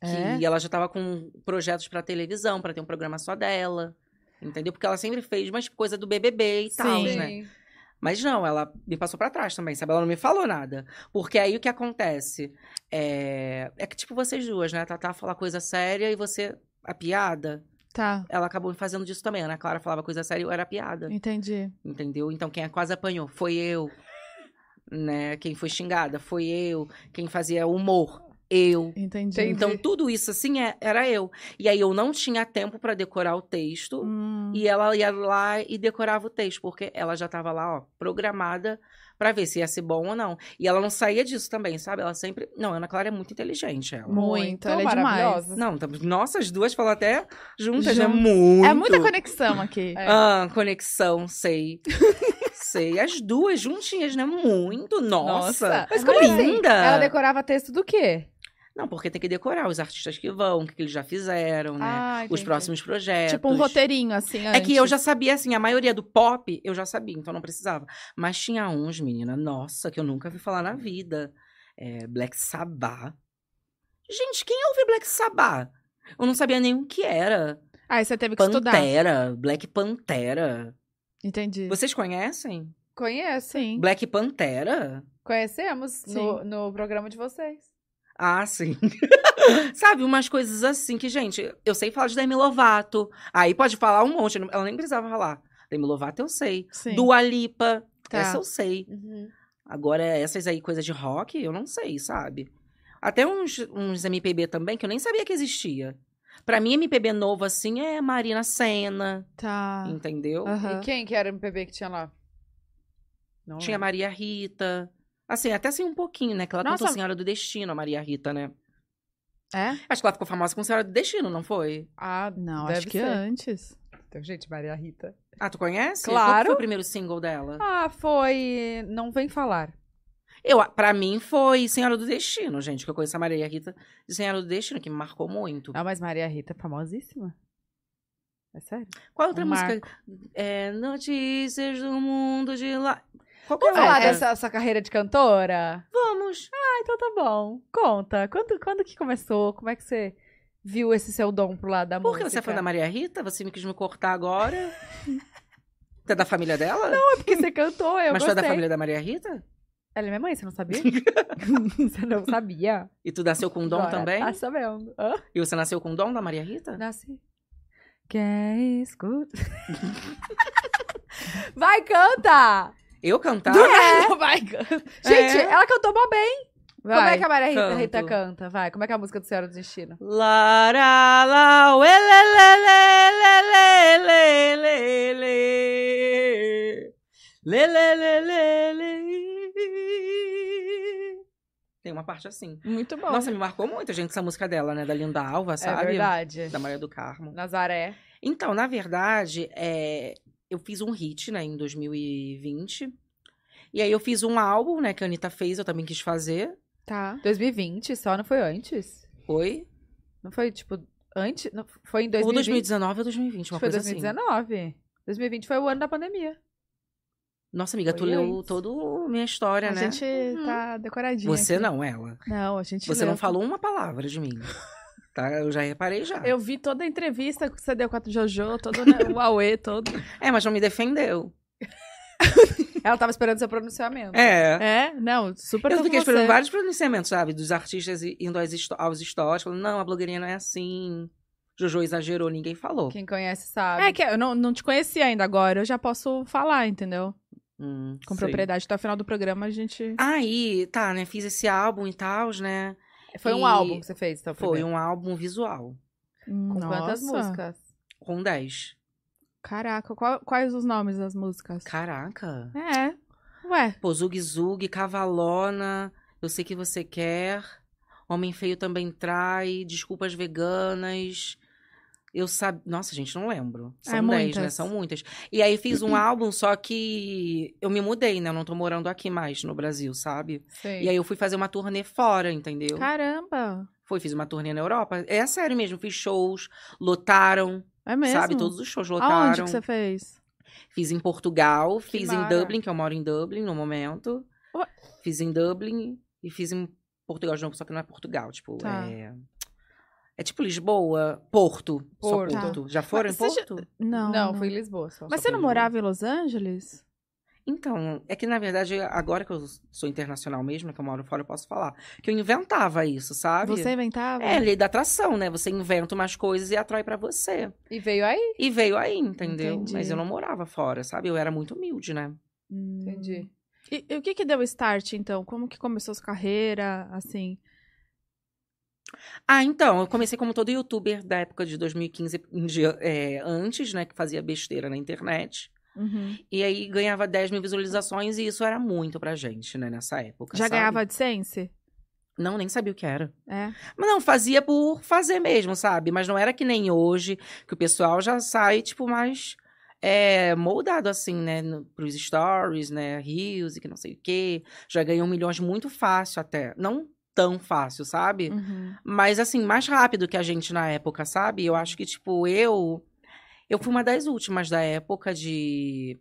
Speaker 3: É?
Speaker 4: Que ela já tava com projetos pra televisão, pra ter um programa só dela. Entendeu? Porque ela sempre fez umas coisa do BBB e tal,
Speaker 3: Sim.
Speaker 4: né? Mas não, ela me passou pra trás também, sabe? Ela não me falou nada. Porque aí o que acontece? É, é que, tipo, vocês duas, né? A Tatá fala coisa séria e você. A piada,
Speaker 3: Tá,
Speaker 4: ela acabou me fazendo disso também. A Ana Clara falava coisa séria e eu era piada.
Speaker 3: entendi.
Speaker 4: Entendeu? Então quem quase apanhou foi eu. né? Quem foi xingada foi eu, quem fazia humor, eu.
Speaker 3: Entendi.
Speaker 2: Tem-
Speaker 4: Então tudo isso assim é- era eu. E aí eu não tinha tempo pra decorar o texto
Speaker 3: Hum,
Speaker 4: e ela ia lá e decorava o texto, porque ela já tava lá, ó, programada pra ver se ia ser bom ou não. E ela não saía disso também, sabe? Ela sempre, não, a Ana Clara é muito inteligente ela.
Speaker 3: muito, ela é demais.
Speaker 2: maravilhosa.
Speaker 4: Não, tamo- nossa, as duas falam até juntas, né?
Speaker 3: Juntas.
Speaker 4: Muito.
Speaker 3: É muita conexão aqui.
Speaker 2: É.
Speaker 4: Ah, conexão, sei. sei. As duas juntinhas, né? Muito. Nossa.
Speaker 2: Mas
Speaker 4: que
Speaker 2: como assim?
Speaker 4: linda.
Speaker 2: Ela decorava texto do quê?
Speaker 4: Não, porque tem que decorar os artistas que vão, o que que eles já fizeram, né?
Speaker 2: Ah,
Speaker 4: os
Speaker 2: entendi.
Speaker 4: próximos projetos.
Speaker 3: Tipo um roteirinho, assim.
Speaker 4: É que eu já sabia, assim, a maioria do pop eu já sabia, então não precisava. Mas tinha uns, menina, nossa, que eu nunca vi falar na vida. É, Black Sabbath. Gente, quem ouve Black Sabbath? Eu não sabia nem o que era.
Speaker 3: Aí Ah, você teve que estudar.
Speaker 4: Pantera, Black Pantera.
Speaker 3: Entendi.
Speaker 4: Vocês conhecem?
Speaker 2: Conheço.
Speaker 3: Sim.
Speaker 4: Black Pantera?
Speaker 2: Conhecemos
Speaker 3: Sim.
Speaker 2: no, no programa de vocês.
Speaker 4: Ah, sim. Sabe, umas coisas assim que, gente, eu sei falar de Demi Lovato. Aí pode falar um monte, ela nem precisava falar. Demi Lovato eu sei.
Speaker 3: Sim.
Speaker 4: Dua Lipa,
Speaker 3: Tá.
Speaker 4: essa eu sei.
Speaker 3: Uhum.
Speaker 4: Agora, essas aí, coisas de rock, eu não sei, sabe? Até uns, uns MPB também, que eu nem sabia que existia. Pra mim, MPB novo, assim, é Marina Senna,
Speaker 3: Tá.
Speaker 4: entendeu?
Speaker 3: Aham.
Speaker 2: E quem que era o MPB que tinha lá? Não
Speaker 4: Tinha
Speaker 2: lembro.
Speaker 4: Maria Rita. Assim, até assim um pouquinho, né? Que ela
Speaker 3: Nossa.
Speaker 4: cantou Senhora do Destino, a Maria Rita, né?
Speaker 3: É?
Speaker 4: Acho que ela ficou famosa com Senhora do Destino, não foi?
Speaker 2: Ah,
Speaker 3: Não,
Speaker 2: Deve
Speaker 3: acho que
Speaker 2: ser.
Speaker 4: é.
Speaker 3: antes.
Speaker 2: então, gente, Maria Rita.
Speaker 4: Ah, tu conhece?
Speaker 2: Claro.
Speaker 4: Qual que foi o primeiro single dela?
Speaker 2: Ah, foi. Não vem falar.
Speaker 4: Eu, pra mim foi Senhora do Destino, gente, que eu conheço a Maria Rita de Senhora do Destino, que me marcou muito.
Speaker 2: Ah, mas Maria Rita é famosíssima. É sério?
Speaker 4: Qual outra
Speaker 2: um
Speaker 4: música? É, Notícias do Mundo de lá. Qual que é
Speaker 2: Vamos falar
Speaker 4: outra?
Speaker 2: dessa sua carreira de cantora?
Speaker 4: Vamos.
Speaker 2: Ah, então tá bom. Conta. Quando, quando que começou? Como é que você viu esse seu dom pro lado da
Speaker 4: Por que
Speaker 2: música?
Speaker 4: você é fã da Maria Rita? Você me quis me cortar agora? Você é da família dela?
Speaker 2: Porque você cantou, eu
Speaker 4: Mas tu é
Speaker 2: gostei.
Speaker 4: da família da Maria Rita?
Speaker 2: Ela é minha mãe, você não sabia? você não sabia?
Speaker 4: E tu nasceu com o dom
Speaker 2: Agora
Speaker 4: também?
Speaker 2: Tá sabendo. Hã?
Speaker 4: E você nasceu com o dom da Maria Rita?
Speaker 2: Nasci. Quer escutar? Vai, canta!
Speaker 4: Eu cantar?
Speaker 3: nada vai.
Speaker 2: Gente,
Speaker 4: É.
Speaker 2: ela cantou mó bem. Como é que a Maria Rita,
Speaker 4: canto.
Speaker 2: Rita canta? Vai, como é que é a música do Senhora do Destino?
Speaker 4: Lara la ué, lê, lê, lê, lê, lê, lê, lê. Lê, lê, lê, lê, lê. Tem uma parte assim.
Speaker 3: Muito bom.
Speaker 4: Nossa, me marcou muito, gente, essa música dela, né? Da Linda Alva,
Speaker 2: É
Speaker 4: sabe?
Speaker 2: verdade.
Speaker 4: da Maria do Carmo.
Speaker 2: Nazaré.
Speaker 4: Então, na verdade, é, eu fiz um hit, né, em 2020. E aí eu fiz um álbum, né, que a Anitta fez, eu também quis fazer.
Speaker 3: Tá.
Speaker 2: 2020 só, não foi antes?
Speaker 4: Foi?
Speaker 2: Não foi, tipo, antes? Não, foi em
Speaker 4: Ou
Speaker 2: 2020?
Speaker 4: 2019 ou 2020, uma
Speaker 2: foi
Speaker 4: coisa assim.
Speaker 2: 2019. 2020 foi o ano da pandemia.
Speaker 4: Nossa, amiga, tu
Speaker 2: Foi
Speaker 4: leu
Speaker 2: antes.
Speaker 4: toda a minha história,
Speaker 3: A
Speaker 4: né?
Speaker 3: gente tá decoradinho.
Speaker 4: Você
Speaker 3: aqui.
Speaker 4: não, ela.
Speaker 3: Não, a gente.
Speaker 4: Você
Speaker 3: leu.
Speaker 4: não falou uma palavra de mim. Tá? Eu já reparei já.
Speaker 3: Eu vi toda a entrevista que você deu com a Jojo, todo né, o Aue, todo.
Speaker 4: É, mas não me defendeu.
Speaker 2: Ela tava esperando seu pronunciamento.
Speaker 4: É.
Speaker 3: É, não, super
Speaker 4: Eu
Speaker 3: tô com
Speaker 4: fiquei esperando
Speaker 3: você.
Speaker 4: vários pronunciamentos, sabe? Dos artistas i- indo às histó- aos stories, falando, não, a blogueirinha não é assim. Jojo exagerou, ninguém falou.
Speaker 2: Quem conhece sabe.
Speaker 3: É que eu não, não te conheci ainda agora, eu já posso falar, entendeu?
Speaker 4: Hum,
Speaker 3: Com
Speaker 4: sei.
Speaker 3: propriedade. Até o final do programa a gente.
Speaker 4: Aí, tá, né? Fiz esse álbum e tal, né?
Speaker 2: Foi um
Speaker 4: E-
Speaker 2: álbum que você fez, então.
Speaker 4: Foi um álbum visual,
Speaker 2: Com quantas
Speaker 3: um- Nossa.
Speaker 2: músicas?
Speaker 4: com 10.
Speaker 3: Caraca, qual- quais os nomes das músicas?
Speaker 4: Caraca.
Speaker 3: É. Ué,
Speaker 4: Pô, Zug Zug, Cavalona, Eu Sei Que Você Quer, Homem Feio Também Trai, Desculpas Veganas. Eu sabe. Nossa, gente, não lembro.
Speaker 3: É,
Speaker 4: São dez, né?
Speaker 3: muitas.
Speaker 4: São muitas. E aí fiz um álbum, só que eu me mudei, né? Eu não tô morando aqui mais no Brasil, sabe?
Speaker 2: Sim.
Speaker 4: E aí eu fui fazer uma turnê fora, entendeu?
Speaker 3: caramba.
Speaker 4: Foi, fiz uma turnê na Europa. É sério mesmo, fiz shows, lotaram,
Speaker 3: É mesmo?
Speaker 4: sabe? Todos os shows lotaram.
Speaker 3: Aonde que você fez?
Speaker 4: Fiz em Portugal,
Speaker 3: Que
Speaker 4: fiz
Speaker 3: mara.
Speaker 4: em Dublin, que eu moro em Dublin no momento.
Speaker 3: Ué.
Speaker 4: Fiz em Dublin e fiz em Portugal de novo, só que não é Portugal, tipo,
Speaker 3: Tá.
Speaker 4: é... É tipo Lisboa, Porto,
Speaker 2: Porto.
Speaker 4: só Porto. Já foram em
Speaker 3: Tá. Mas você já-
Speaker 4: Porto?
Speaker 3: Não.
Speaker 2: Não, foi em Lisboa só.
Speaker 3: Mas você não morava em Los Angeles?
Speaker 4: Então, é que na verdade, agora que eu sou internacional mesmo, né, que eu moro fora, eu posso falar. Que eu inventava isso, sabe?
Speaker 3: Você inventava?
Speaker 4: É, lei da atração, né? Você inventa umas coisas e atrai pra você.
Speaker 2: E veio aí?
Speaker 4: E veio aí, entendeu?
Speaker 3: Entendi.
Speaker 4: Mas eu não morava fora, sabe? Eu era muito humilde, né?
Speaker 3: Hum.
Speaker 2: Entendi.
Speaker 3: E, e o que que deu start, então? Como que começou sua carreira, assim?
Speaker 4: Ah, então, eu comecei como todo youtuber da época de 2015 em dia- é, antes, né? Que fazia besteira na internet.
Speaker 3: Uhum.
Speaker 4: E aí ganhava 10 mil visualizações e isso era muito pra gente, né? Nessa época.
Speaker 3: Já
Speaker 4: sabe?
Speaker 3: ganhava AdSense?
Speaker 4: Não, nem sabia o que era.
Speaker 3: É.
Speaker 4: Mas não, fazia por fazer mesmo, sabe? Mas não era que nem hoje, que o pessoal já sai, tipo, mais é, moldado, assim, né? no- Pros stories, né? Reels e que não sei o quê. Já ganhou milhões muito fácil até. Não tão fácil, sabe?
Speaker 3: Uhum.
Speaker 4: Mas, assim, mais rápido que a gente na época, sabe? Eu acho que, tipo, eu... Eu fui uma das últimas da época de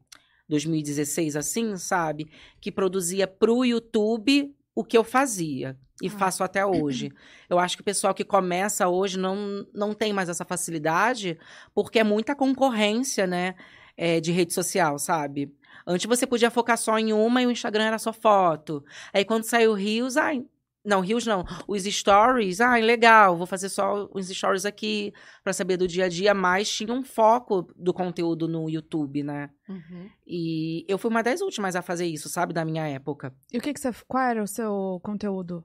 Speaker 4: 2016, assim, sabe? Que produzia pro YouTube o que eu fazia. E
Speaker 3: Ah.
Speaker 4: faço até hoje. Eu acho que o pessoal que começa hoje não, não tem mais essa facilidade, porque é muita concorrência, né? é, de rede social, sabe? Antes você podia focar só em uma e o Instagram era só foto. Aí quando saiu o Rios, ai. Não, Rios não. Os stories, ai, legal, vou fazer só os stories aqui pra saber do dia a dia, mas tinha um foco do conteúdo no YouTube, né? E eu fui uma das últimas a fazer isso, sabe, da minha época.
Speaker 3: E o que que você... Qual era o seu conteúdo?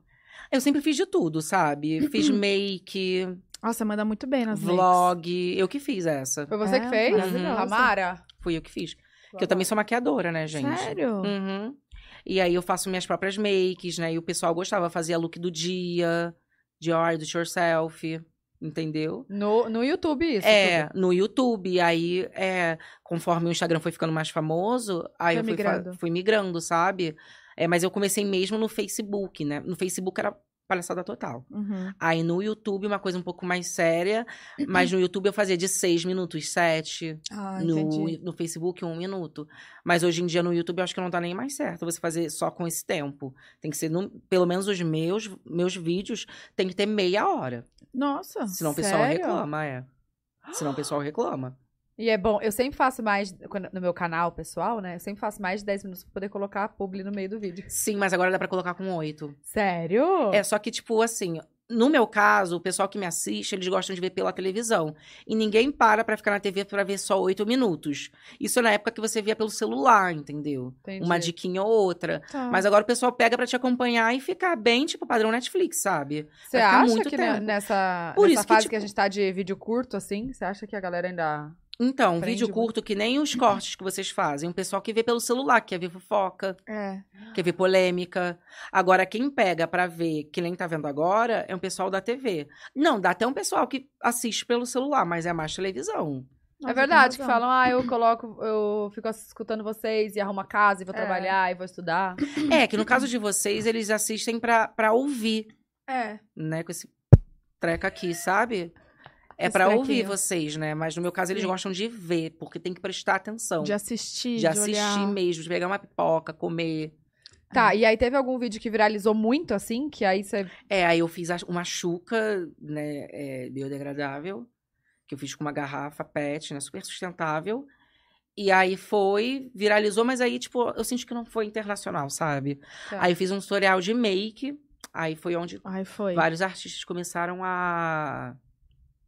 Speaker 4: Eu sempre fiz de tudo, sabe? Fiz make,
Speaker 3: Nossa, manda muito bem nas Uhum. makes.
Speaker 4: vlog, eu que fiz essa.
Speaker 2: Foi você
Speaker 3: É,
Speaker 2: que fez?
Speaker 4: maravilhosa.
Speaker 2: Tamara?
Speaker 4: Fui eu que fiz. Que eu também sou maquiadora, né, gente?
Speaker 3: Sério?
Speaker 4: Uhum. E aí eu faço minhas próprias makes, né? E o pessoal gostava, fazia look do dia, de do it yourself, entendeu?
Speaker 2: No, no YouTube, isso.
Speaker 4: é,
Speaker 2: tudo.
Speaker 4: no YouTube. E aí, é, conforme o Instagram foi ficando mais famoso, aí
Speaker 3: Foi
Speaker 4: eu fui, fa-
Speaker 3: migrando.
Speaker 4: fui migrando, sabe? É, mas eu comecei mesmo no Facebook, né? No Facebook era palhaçada total.
Speaker 3: Uhum.
Speaker 4: Aí no YouTube, uma coisa um pouco mais séria, mas no YouTube eu fazia de seis minutos, sete
Speaker 3: Ah,
Speaker 4: no,
Speaker 3: entendi.
Speaker 4: no Facebook um minuto. Mas hoje em dia no YouTube eu acho que não tá nem mais certo você fazer só com esse tempo. Tem que ser, no- pelo menos os meus, meus vídeos, tem que ter meia hora.
Speaker 3: Nossa.
Speaker 4: Senão o pessoal
Speaker 2: Sério?
Speaker 4: reclama, é. Senão o pessoal reclama.
Speaker 2: E é bom, eu sempre faço mais, quando- no meu canal pessoal, né? Eu sempre faço mais de 10 minutos pra poder colocar a publi no meio do vídeo.
Speaker 4: Sim, mas agora dá pra colocar com oito.
Speaker 2: Sério?
Speaker 4: É, só que, tipo, assim, no meu caso, o pessoal que me assiste, eles gostam de ver pela televisão. E ninguém para pra ficar na TV pra ver só oito minutos. Isso na época que você via pelo celular, entendeu?
Speaker 2: Entendi. Ah.
Speaker 4: Uma diquinha ou outra.
Speaker 3: Tá.
Speaker 4: Mas agora o pessoal pega pra te acompanhar e ficar bem, tipo, padrão Netflix, sabe?
Speaker 2: Você
Speaker 4: vai ficar
Speaker 2: acha
Speaker 4: muito
Speaker 2: que ne-
Speaker 4: tempo.
Speaker 2: nessa,
Speaker 4: Por
Speaker 2: nessa
Speaker 4: isso que,
Speaker 2: fase que,
Speaker 4: tipo-
Speaker 2: a gente tá de vídeo curto, assim, você acha que a galera ainda...
Speaker 4: Então, um
Speaker 2: Prende
Speaker 4: vídeo
Speaker 2: muito.
Speaker 4: curto que nem os cortes que vocês fazem. O pessoal que vê pelo celular, que quer ver fofoca,
Speaker 3: É.
Speaker 4: quer ver polêmica. Agora, quem pega pra ver, que nem tá vendo agora, é um pessoal da TV. Não, dá até um pessoal que assiste pelo celular, mas é mais televisão.
Speaker 3: Nossa,
Speaker 2: é verdade,
Speaker 3: tem
Speaker 2: que
Speaker 3: razão.
Speaker 2: falam, ah, eu coloco, eu fico escutando vocês e arrumo a casa e vou
Speaker 3: É.
Speaker 2: trabalhar e vou estudar.
Speaker 3: Hum.
Speaker 4: É, que no caso de vocês, eles assistem pra, pra ouvir,
Speaker 3: É.
Speaker 4: né? Com esse treca aqui, sabe? É
Speaker 3: Esse
Speaker 4: pra ouvir
Speaker 3: trequinho.
Speaker 4: vocês, né? Mas no meu caso, eles
Speaker 3: Sim.
Speaker 4: gostam de ver, porque tem que prestar atenção.
Speaker 3: De assistir,
Speaker 4: Então, de,
Speaker 3: de
Speaker 4: assistir
Speaker 3: olhar.
Speaker 4: mesmo, de pegar uma pipoca, comer.
Speaker 2: Tá, e aí teve algum vídeo que viralizou muito, assim, que aí você...
Speaker 4: É, aí eu fiz a- uma chuca, né, é, biodegradável, que eu fiz com uma garrafa PET, né, super sustentável. E aí foi, viralizou, mas aí, tipo, eu senti que não foi internacional, sabe?
Speaker 2: Tá.
Speaker 4: Aí eu fiz um tutorial de make, aí foi onde
Speaker 3: Ai, foi.
Speaker 4: vários artistas começaram a, a, Ah, me,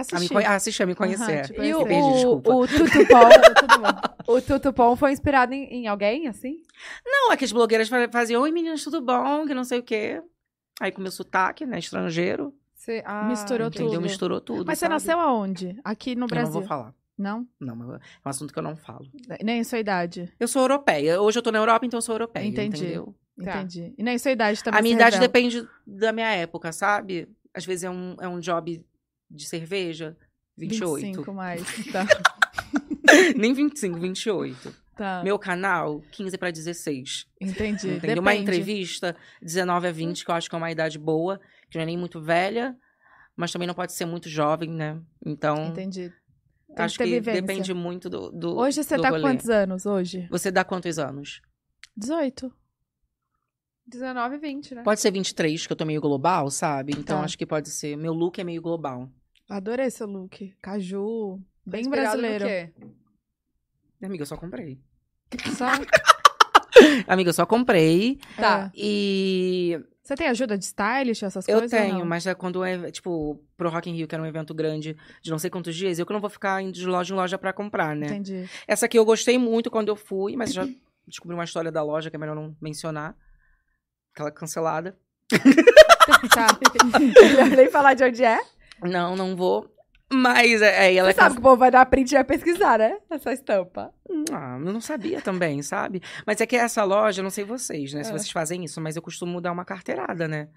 Speaker 3: Assistir. tipo
Speaker 4: conhe- a assistir, a me conhecer.
Speaker 3: te
Speaker 2: E o,
Speaker 3: Conheci.
Speaker 4: Pedi
Speaker 2: o,
Speaker 4: desculpa.
Speaker 2: o Tutupom, o Tutupom foi inspirado em, em alguém, assim?
Speaker 4: Não, aquelas blogueiras fa- faziam, oi meninas, tudo bom, que não sei o quê. Aí com o meu sotaque, né, estrangeiro,
Speaker 2: Você- ah,
Speaker 3: Misturou
Speaker 2: entendi.
Speaker 4: entendeu?
Speaker 3: tudo.
Speaker 4: Misturou tudo,
Speaker 3: Mas você
Speaker 4: sabe?
Speaker 3: nasceu aonde? Aqui no
Speaker 4: Eu
Speaker 3: Brasil?
Speaker 4: não vou falar.
Speaker 3: Não?
Speaker 4: Não, mas é um assunto que eu não falo.
Speaker 3: Nem sua idade.
Speaker 4: Eu sou europeia. Hoje eu tô na Europa, então eu sou europeia.
Speaker 3: Entendi.
Speaker 4: Entendeu?
Speaker 2: Tá.
Speaker 3: Entendi. E nem sua idade também. é
Speaker 4: a minha
Speaker 3: se
Speaker 4: idade
Speaker 3: revela.
Speaker 4: depende da minha época, sabe? Às vezes é um, é um job de cerveja. 28.
Speaker 3: 25 mais. Tá.
Speaker 4: Nem 25, 28.
Speaker 3: tá.
Speaker 4: Meu canal, 15 pra 16.
Speaker 3: Entendi.
Speaker 4: Entendeu?
Speaker 3: Hum, Depende.
Speaker 4: Uma entrevista, 19 a 20, que eu acho que é uma idade boa, que não é nem muito velha, mas também não pode ser muito jovem, né? Então,
Speaker 3: Entendi. que
Speaker 4: acho
Speaker 3: ter
Speaker 4: que,
Speaker 3: vivência.
Speaker 4: depende muito do. do
Speaker 3: Hoje você
Speaker 4: do
Speaker 3: tá com
Speaker 4: rolê.
Speaker 3: quantos anos hoje?
Speaker 4: Você dá quantos anos?
Speaker 3: 18.
Speaker 2: 19 e 20, né?
Speaker 4: Pode ser 23, que eu tô meio global, sabe? Então
Speaker 3: Tá.
Speaker 4: acho que pode ser. Meu look é meio global.
Speaker 3: Adorei seu look. Caju. Bem
Speaker 2: Inspirado no
Speaker 3: brasileiro.
Speaker 2: quê?
Speaker 4: Amiga, eu só comprei.
Speaker 2: Só...
Speaker 4: Amiga, eu só comprei.
Speaker 2: Tá.
Speaker 4: E
Speaker 1: é.
Speaker 3: Você tem ajuda de stylist, essas
Speaker 4: eu
Speaker 3: coisas? ou
Speaker 4: tenho,
Speaker 3: não?
Speaker 4: mas é quando é, tipo, pro Rock in Rio, que era um evento grande de não sei quantos dias, eu que não vou ficar indo de loja em loja pra comprar, né?
Speaker 3: Entendi.
Speaker 4: Essa aqui eu gostei muito quando eu fui, mas já descobri uma história da loja que é melhor não mencionar. Aquela cancelada.
Speaker 2: Tá. Melhor nem falar de onde é.
Speaker 4: Não, não vou. Mas é, é, ela
Speaker 2: Você
Speaker 4: é
Speaker 2: sabe que o povo vai dar print e vai pesquisar, né? Essa estampa.
Speaker 4: Ah, eu não sabia também, sabe? Mas é que essa loja, eu não sei vocês, né? Se
Speaker 2: Ah.
Speaker 4: vocês fazem isso, mas eu costumo dar uma carteirada, né?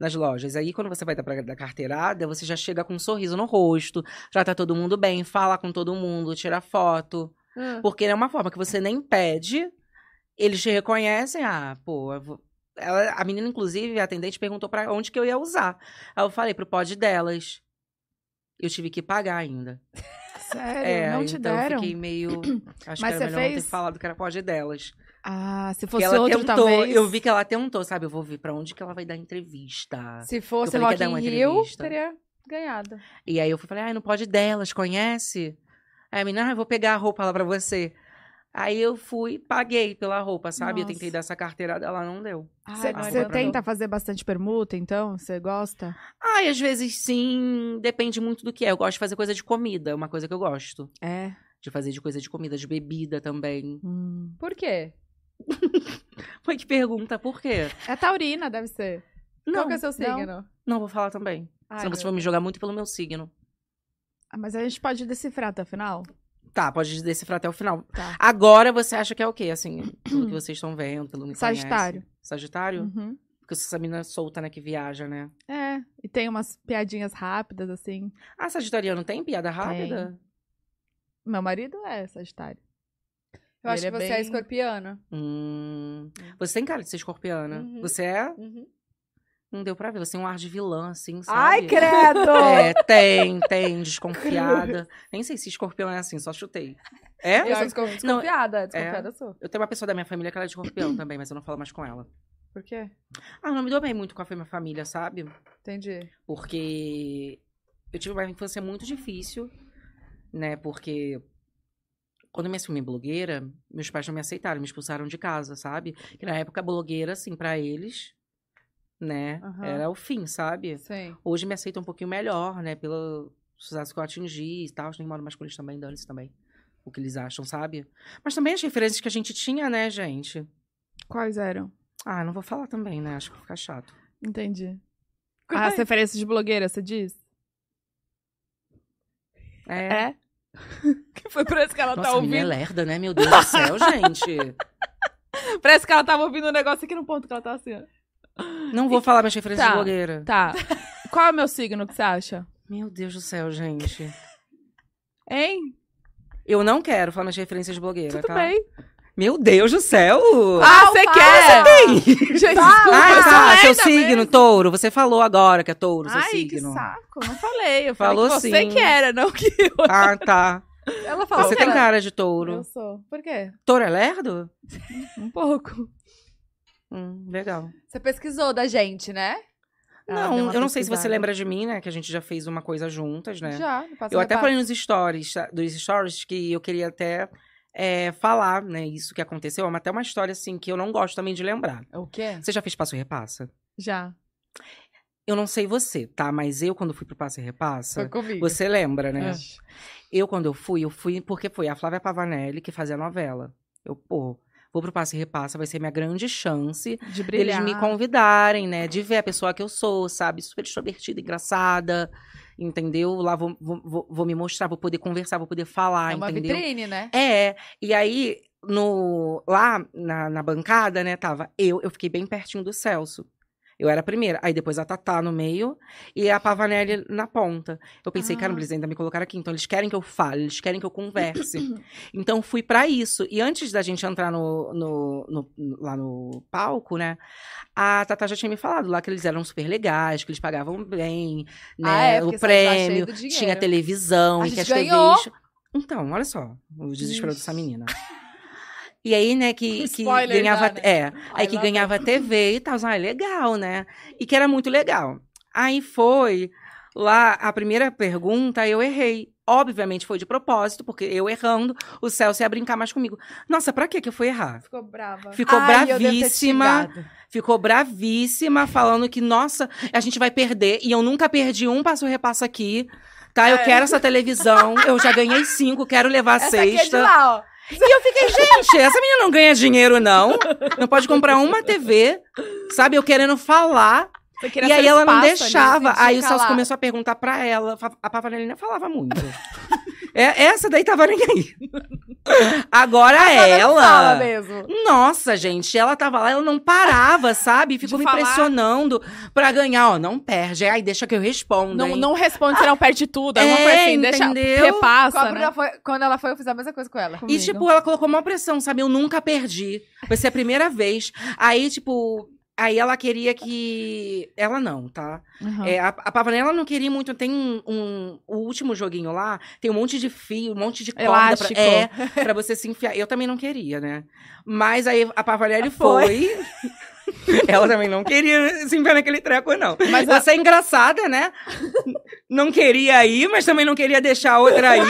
Speaker 4: Nas lojas. Aí, quando você vai dar, pra, dar carteirada, você já chega com um sorriso no rosto, já tá todo mundo bem, fala com todo mundo, tira foto. Porque é uma forma que você nem pede, eles te reconhecem. Ah, pô, eu vou- Ela- a menina, inclusive, a atendente perguntou pra onde que eu ia usar. Aí eu falei, pro pod delas. Eu tive que pagar ainda.
Speaker 1: Sério,
Speaker 4: É,
Speaker 1: não te
Speaker 4: então
Speaker 1: deram.
Speaker 4: Eu fiquei meio. Acho
Speaker 1: Mas
Speaker 4: que
Speaker 1: você
Speaker 4: era melhor não
Speaker 1: fez?
Speaker 4: ter falado que era pod delas.
Speaker 1: Ah, se
Speaker 4: Porque
Speaker 1: fosse
Speaker 4: ela
Speaker 1: outro,
Speaker 4: tentou,
Speaker 1: talvez.
Speaker 4: eu vi que ela tentou, sabe? Eu vou ver pra onde que ela vai dar entrevista.
Speaker 2: Se fosse
Speaker 4: Eu falei
Speaker 2: Rock
Speaker 4: que ia dar
Speaker 2: in
Speaker 4: é uma
Speaker 2: Rio,
Speaker 4: entrevista.
Speaker 2: teria ganhado.
Speaker 4: E aí eu fui falei, ai, não pode delas, conhece? Aí a menina, ah, eu vou pegar a roupa lá pra você. Aí eu fui, paguei pela roupa, sabe? Eu tentei
Speaker 1: Nossa.
Speaker 4: dar essa carteirada, ela não deu.
Speaker 1: Você
Speaker 4: não,
Speaker 1: você
Speaker 4: não.
Speaker 1: tenta fazer bastante permuta, então? Você gosta?
Speaker 4: Ai, às vezes sim, depende muito do que é. Eu gosto de fazer coisa de comida, é uma coisa que eu gosto.
Speaker 1: É.
Speaker 4: De fazer de coisa de comida, de bebida também.
Speaker 1: Hum.
Speaker 2: Por quê?
Speaker 4: Foi que pergunta, por quê?
Speaker 1: É taurina, deve ser.
Speaker 2: Qual
Speaker 4: Não,
Speaker 2: que é o seu
Speaker 1: não.
Speaker 2: signo?
Speaker 4: não vou falar também.
Speaker 2: Ai,
Speaker 4: Senão
Speaker 2: meu
Speaker 4: você vai me jogar muito pelo meu signo.
Speaker 1: Ah, mas a gente pode decifrar até o final?
Speaker 4: Tá, pode decifrar até o final.
Speaker 1: Tá.
Speaker 4: Agora você acha que é o quê, assim? Pelo que vocês estão vendo, pelo que me
Speaker 1: Sagitário.
Speaker 4: conhecem. Sagitário?
Speaker 1: Uhum.
Speaker 4: Porque essa mina é solta, né, que viaja, né?
Speaker 1: É. E tem umas piadinhas rápidas, assim.
Speaker 4: Ah, Sagitariano tem piada rápida?
Speaker 1: Meu marido é Sagitário.
Speaker 2: Eu acho
Speaker 1: Ele
Speaker 2: que
Speaker 1: é
Speaker 2: você é
Speaker 1: bem-
Speaker 2: escorpiano.
Speaker 4: Hum. Você tem cara de ser escorpiana.
Speaker 2: Uhum.
Speaker 4: Você é?
Speaker 2: Uhum.
Speaker 4: Não deu pra ver. Você tem um ar de vilã, assim, sabe?
Speaker 2: Ai, credo!
Speaker 4: É, tem, tem, desconfiada. Nem sei se escorpião é assim, só chutei. É?
Speaker 2: Eu sou desco- desconfiada. Desconfiada sou.
Speaker 4: Eu tenho uma pessoa da minha família que ela é de escorpião também, mas eu não falo mais com ela.
Speaker 2: Por quê?
Speaker 4: Ah, eu não me dou bem muito com a minha família, sabe?
Speaker 2: Entendi.
Speaker 4: porque eu tive uma infância muito difícil, né? Porque quando eu me assumi blogueira, meus pais não me aceitaram, me expulsaram de casa, sabe? Que na época blogueira, assim, pra eles, né?
Speaker 2: Aham.
Speaker 4: Era o fim, sabe?
Speaker 2: Sim.
Speaker 4: Hoje me aceitam um pouquinho melhor, né? Pelo sucesso que eu atingi e tal. Acho que nem moro mais com eles também, dane-se também. O que eles acham, sabe? Mas também as referências que a gente tinha, né, gente?
Speaker 1: Quais eram?
Speaker 4: Ah, não vou falar também, né? Acho que fica chato.
Speaker 1: Entendi. Ah, as referências de blogueira, você diz?
Speaker 4: É.
Speaker 1: É. Que foi por isso que ela
Speaker 4: Nossa,
Speaker 1: tá
Speaker 4: a menina é
Speaker 1: ouvindo.
Speaker 4: lerda, né? Meu Deus do céu, gente.
Speaker 1: Parece que ela tava ouvindo um negócio aqui no ponto que ela tá assim. ó.
Speaker 4: Não vou falar minhas referências
Speaker 1: Tá.
Speaker 4: de blogueira.
Speaker 1: Tá. Qual é o meu signo que você acha?
Speaker 4: Meu Deus do céu, gente.
Speaker 1: Hein?
Speaker 4: Eu não quero falar minhas referências de blogueira,
Speaker 1: Tudo
Speaker 4: tá?
Speaker 1: bem.
Speaker 4: Meu Deus do céu!
Speaker 1: Ah, você quer? Gente, desculpa.
Speaker 4: Ai, tá, seu
Speaker 1: merda
Speaker 4: signo,
Speaker 1: mesmo.
Speaker 4: touro. Você falou agora que é touro, seu
Speaker 1: Ai, que
Speaker 4: signo.
Speaker 1: saco. Não falei. Eu falei
Speaker 4: Falou
Speaker 1: que é. você
Speaker 4: sim.
Speaker 1: que era, não que eu.
Speaker 4: Ah, tá.
Speaker 2: Ela falou.
Speaker 4: Você
Speaker 2: que
Speaker 4: tem
Speaker 2: ela-
Speaker 4: cara de touro.
Speaker 1: Eu sou.
Speaker 2: Por quê?
Speaker 4: Touro é lerdo?
Speaker 1: Um pouco.
Speaker 4: Hum, legal.
Speaker 2: Você pesquisou da gente, né?
Speaker 1: Ela deu
Speaker 4: não,
Speaker 1: uma
Speaker 4: eu não sei se você
Speaker 1: pesquisada.
Speaker 4: lembra de mim, né? Que a gente já fez uma coisa juntas, né?
Speaker 2: Já. no passado
Speaker 4: Eu até
Speaker 2: repasso.
Speaker 4: falei nos stories, tá? dos stories, que eu queria até é, falar, né, isso que aconteceu. É uma- até uma história, assim, que eu não gosto também de lembrar.
Speaker 2: O quê?
Speaker 4: Você já fez passo e repassa?
Speaker 1: Já.
Speaker 4: Eu não sei você, tá? Mas eu, quando fui pro passo e repassa,
Speaker 2: Foi comigo.
Speaker 4: Tá você lembra,
Speaker 1: Ah.
Speaker 4: né?
Speaker 2: Ixi.
Speaker 4: Eu, quando eu fui, eu fui porque foi a Flávia Pavanelli que fazia a novela. Eu, pô, vou pro passo e repassa, vai ser minha grande chance
Speaker 1: De
Speaker 4: deles
Speaker 1: brilhar.
Speaker 4: me convidarem, né? De ver a pessoa que eu sou, sabe? Super extrovertida, engraçada, entendeu? Lá vou, vou- vou, vou me mostrar, vou poder conversar, vou poder falar,
Speaker 2: É uma
Speaker 4: Ah, entendeu?
Speaker 2: vitrine, né?
Speaker 4: É, e aí, no, lá na, na bancada, né, tava eu, eu fiquei bem pertinho do Celso. Eu era a primeira, aí depois a Tatá no meio e a Pavanelli na ponta. Eu pensei,
Speaker 1: Ah.
Speaker 4: caramba, eles ainda me colocaram aqui, então eles querem que eu fale, eles querem que eu converse. então fui pra isso. E antes da gente entrar no, no- no- lá no palco, né, a Tatá já tinha me falado lá que eles eram super legais, que eles pagavam bem, né,
Speaker 2: Ah, é, porque
Speaker 4: o
Speaker 2: você já cheio
Speaker 4: prêmio,
Speaker 2: do dinheiro.
Speaker 4: tinha televisão,
Speaker 2: A
Speaker 4: e
Speaker 2: gente
Speaker 4: que as
Speaker 2: ganhou!
Speaker 4: TVs então, olha só, o desespero dessa menina. E aí, né, que, que
Speaker 2: Spoiler
Speaker 4: ganhava.
Speaker 2: já, né?
Speaker 4: É,
Speaker 2: Ai,
Speaker 4: aí que
Speaker 2: lá
Speaker 4: ganhava TV e tal. Ah, legal, né? E que era muito legal. Aí foi lá, a primeira pergunta eu errei. Obviamente foi de propósito, porque eu errando, o Celso ia brincar mais comigo. Nossa, pra que que eu fui errar?
Speaker 1: Ficou brava.
Speaker 4: Ficou
Speaker 2: Ai, eu devo ter
Speaker 4: bravíssima,
Speaker 2: te xingado.
Speaker 4: ficou bravíssima, falando que, nossa, a gente vai perder. E eu nunca perdi um passo repassa aqui. Tá, eu
Speaker 1: É.
Speaker 4: quero essa televisão. Eu já ganhei cinco, quero levar a
Speaker 2: Essa aqui é de
Speaker 4: sexta.
Speaker 2: lá, ó.
Speaker 4: E eu fiquei, gente, essa menina não ganha dinheiro, não. Não pode comprar uma TV, sabe? Eu querendo falar.
Speaker 3: Você queria
Speaker 4: E aí
Speaker 3: seu
Speaker 4: ela não
Speaker 3: espaço
Speaker 2: né?
Speaker 3: ali.
Speaker 4: deixava.
Speaker 2: sentia
Speaker 4: Aí o Celso
Speaker 2: calado.
Speaker 4: começou a perguntar pra ela. Fa- A Pavarelina falava muito. É, essa daí tava nem aí. Agora ela.
Speaker 2: Fala mesmo.
Speaker 4: Nossa, gente, ela tava lá, ela não parava, sabe? Ficou
Speaker 3: De
Speaker 4: me
Speaker 3: falar.
Speaker 4: pressionando pra ganhar, ó, não perde. Aí deixa que eu respondo.
Speaker 3: Não,
Speaker 4: hein?
Speaker 3: não responde, você não perde tudo. É uma
Speaker 4: É,
Speaker 3: coisa assim, deixa,
Speaker 4: entendeu?
Speaker 2: Quando a
Speaker 3: repassa, né?
Speaker 2: Bruna foi- quando ela foi, eu fiz a mesma coisa com ela.
Speaker 4: E,
Speaker 3: comigo.
Speaker 4: tipo, ela colocou uma pressão, sabe? Eu nunca perdi. Vai ser a primeira vez. Aí, tipo. Aí ela queria que. Ela não, tá?
Speaker 3: Uhum.
Speaker 4: É, a, a Pavanella não queria muito. Tem um, um- O último joguinho lá tem um monte de fio, um monte de corda. Pra,
Speaker 3: Elástico.
Speaker 4: é, pra você se enfiar. Eu também não queria, né? Mas aí a
Speaker 3: Ah,
Speaker 4: Pavanelli foi. Ela também não queria se enfiar naquele treco, não. Mas você é engraçada, né? Não queria ir, mas também não queria deixar a outra ir.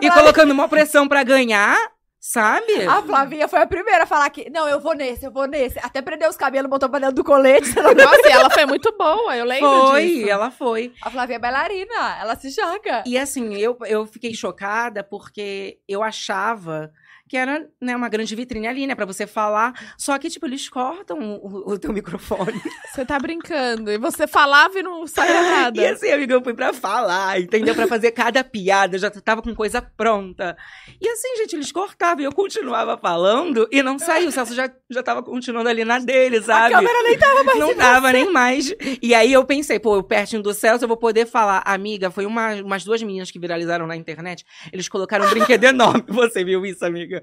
Speaker 4: e colocando uma pressão pra ganhar, sabe?
Speaker 3: Ah,
Speaker 2: A Flavinha foi a primeira a falar que, não, eu vou nesse, eu vou nesse. Até prendeu os cabelos, botou pra dentro do colete. sei lá.
Speaker 3: Nossa, e ela foi muito boa, eu lembro
Speaker 4: foi,
Speaker 3: disso.
Speaker 4: ela foi.
Speaker 2: A Flavinha é bailarina, ela se joga.
Speaker 4: E assim, eu, eu fiquei chocada porque eu achava que era né, uma grande vitrine ali, né? Pra você falar. Só que, tipo, eles cortam o, o teu microfone.
Speaker 3: Você tá brincando. E você falava e não saía nada.
Speaker 4: E assim, amiga, eu fui pra falar, entendeu? Pra fazer cada piada. Eu já tava com coisa pronta. E assim, gente, eles cortavam e eu continuava falando e não saiu. O Celso já, já tava continuando ali na dele, sabe?
Speaker 2: A câmera nem tá.
Speaker 4: Não dava nem mais. E aí eu pensei, pô, eu pertinho do Celso, eu vou poder falar. Amiga, foi uma, umas duas meninas que viralizaram na internet. Eles colocaram um brinquedo enorme. Você viu isso, amiga?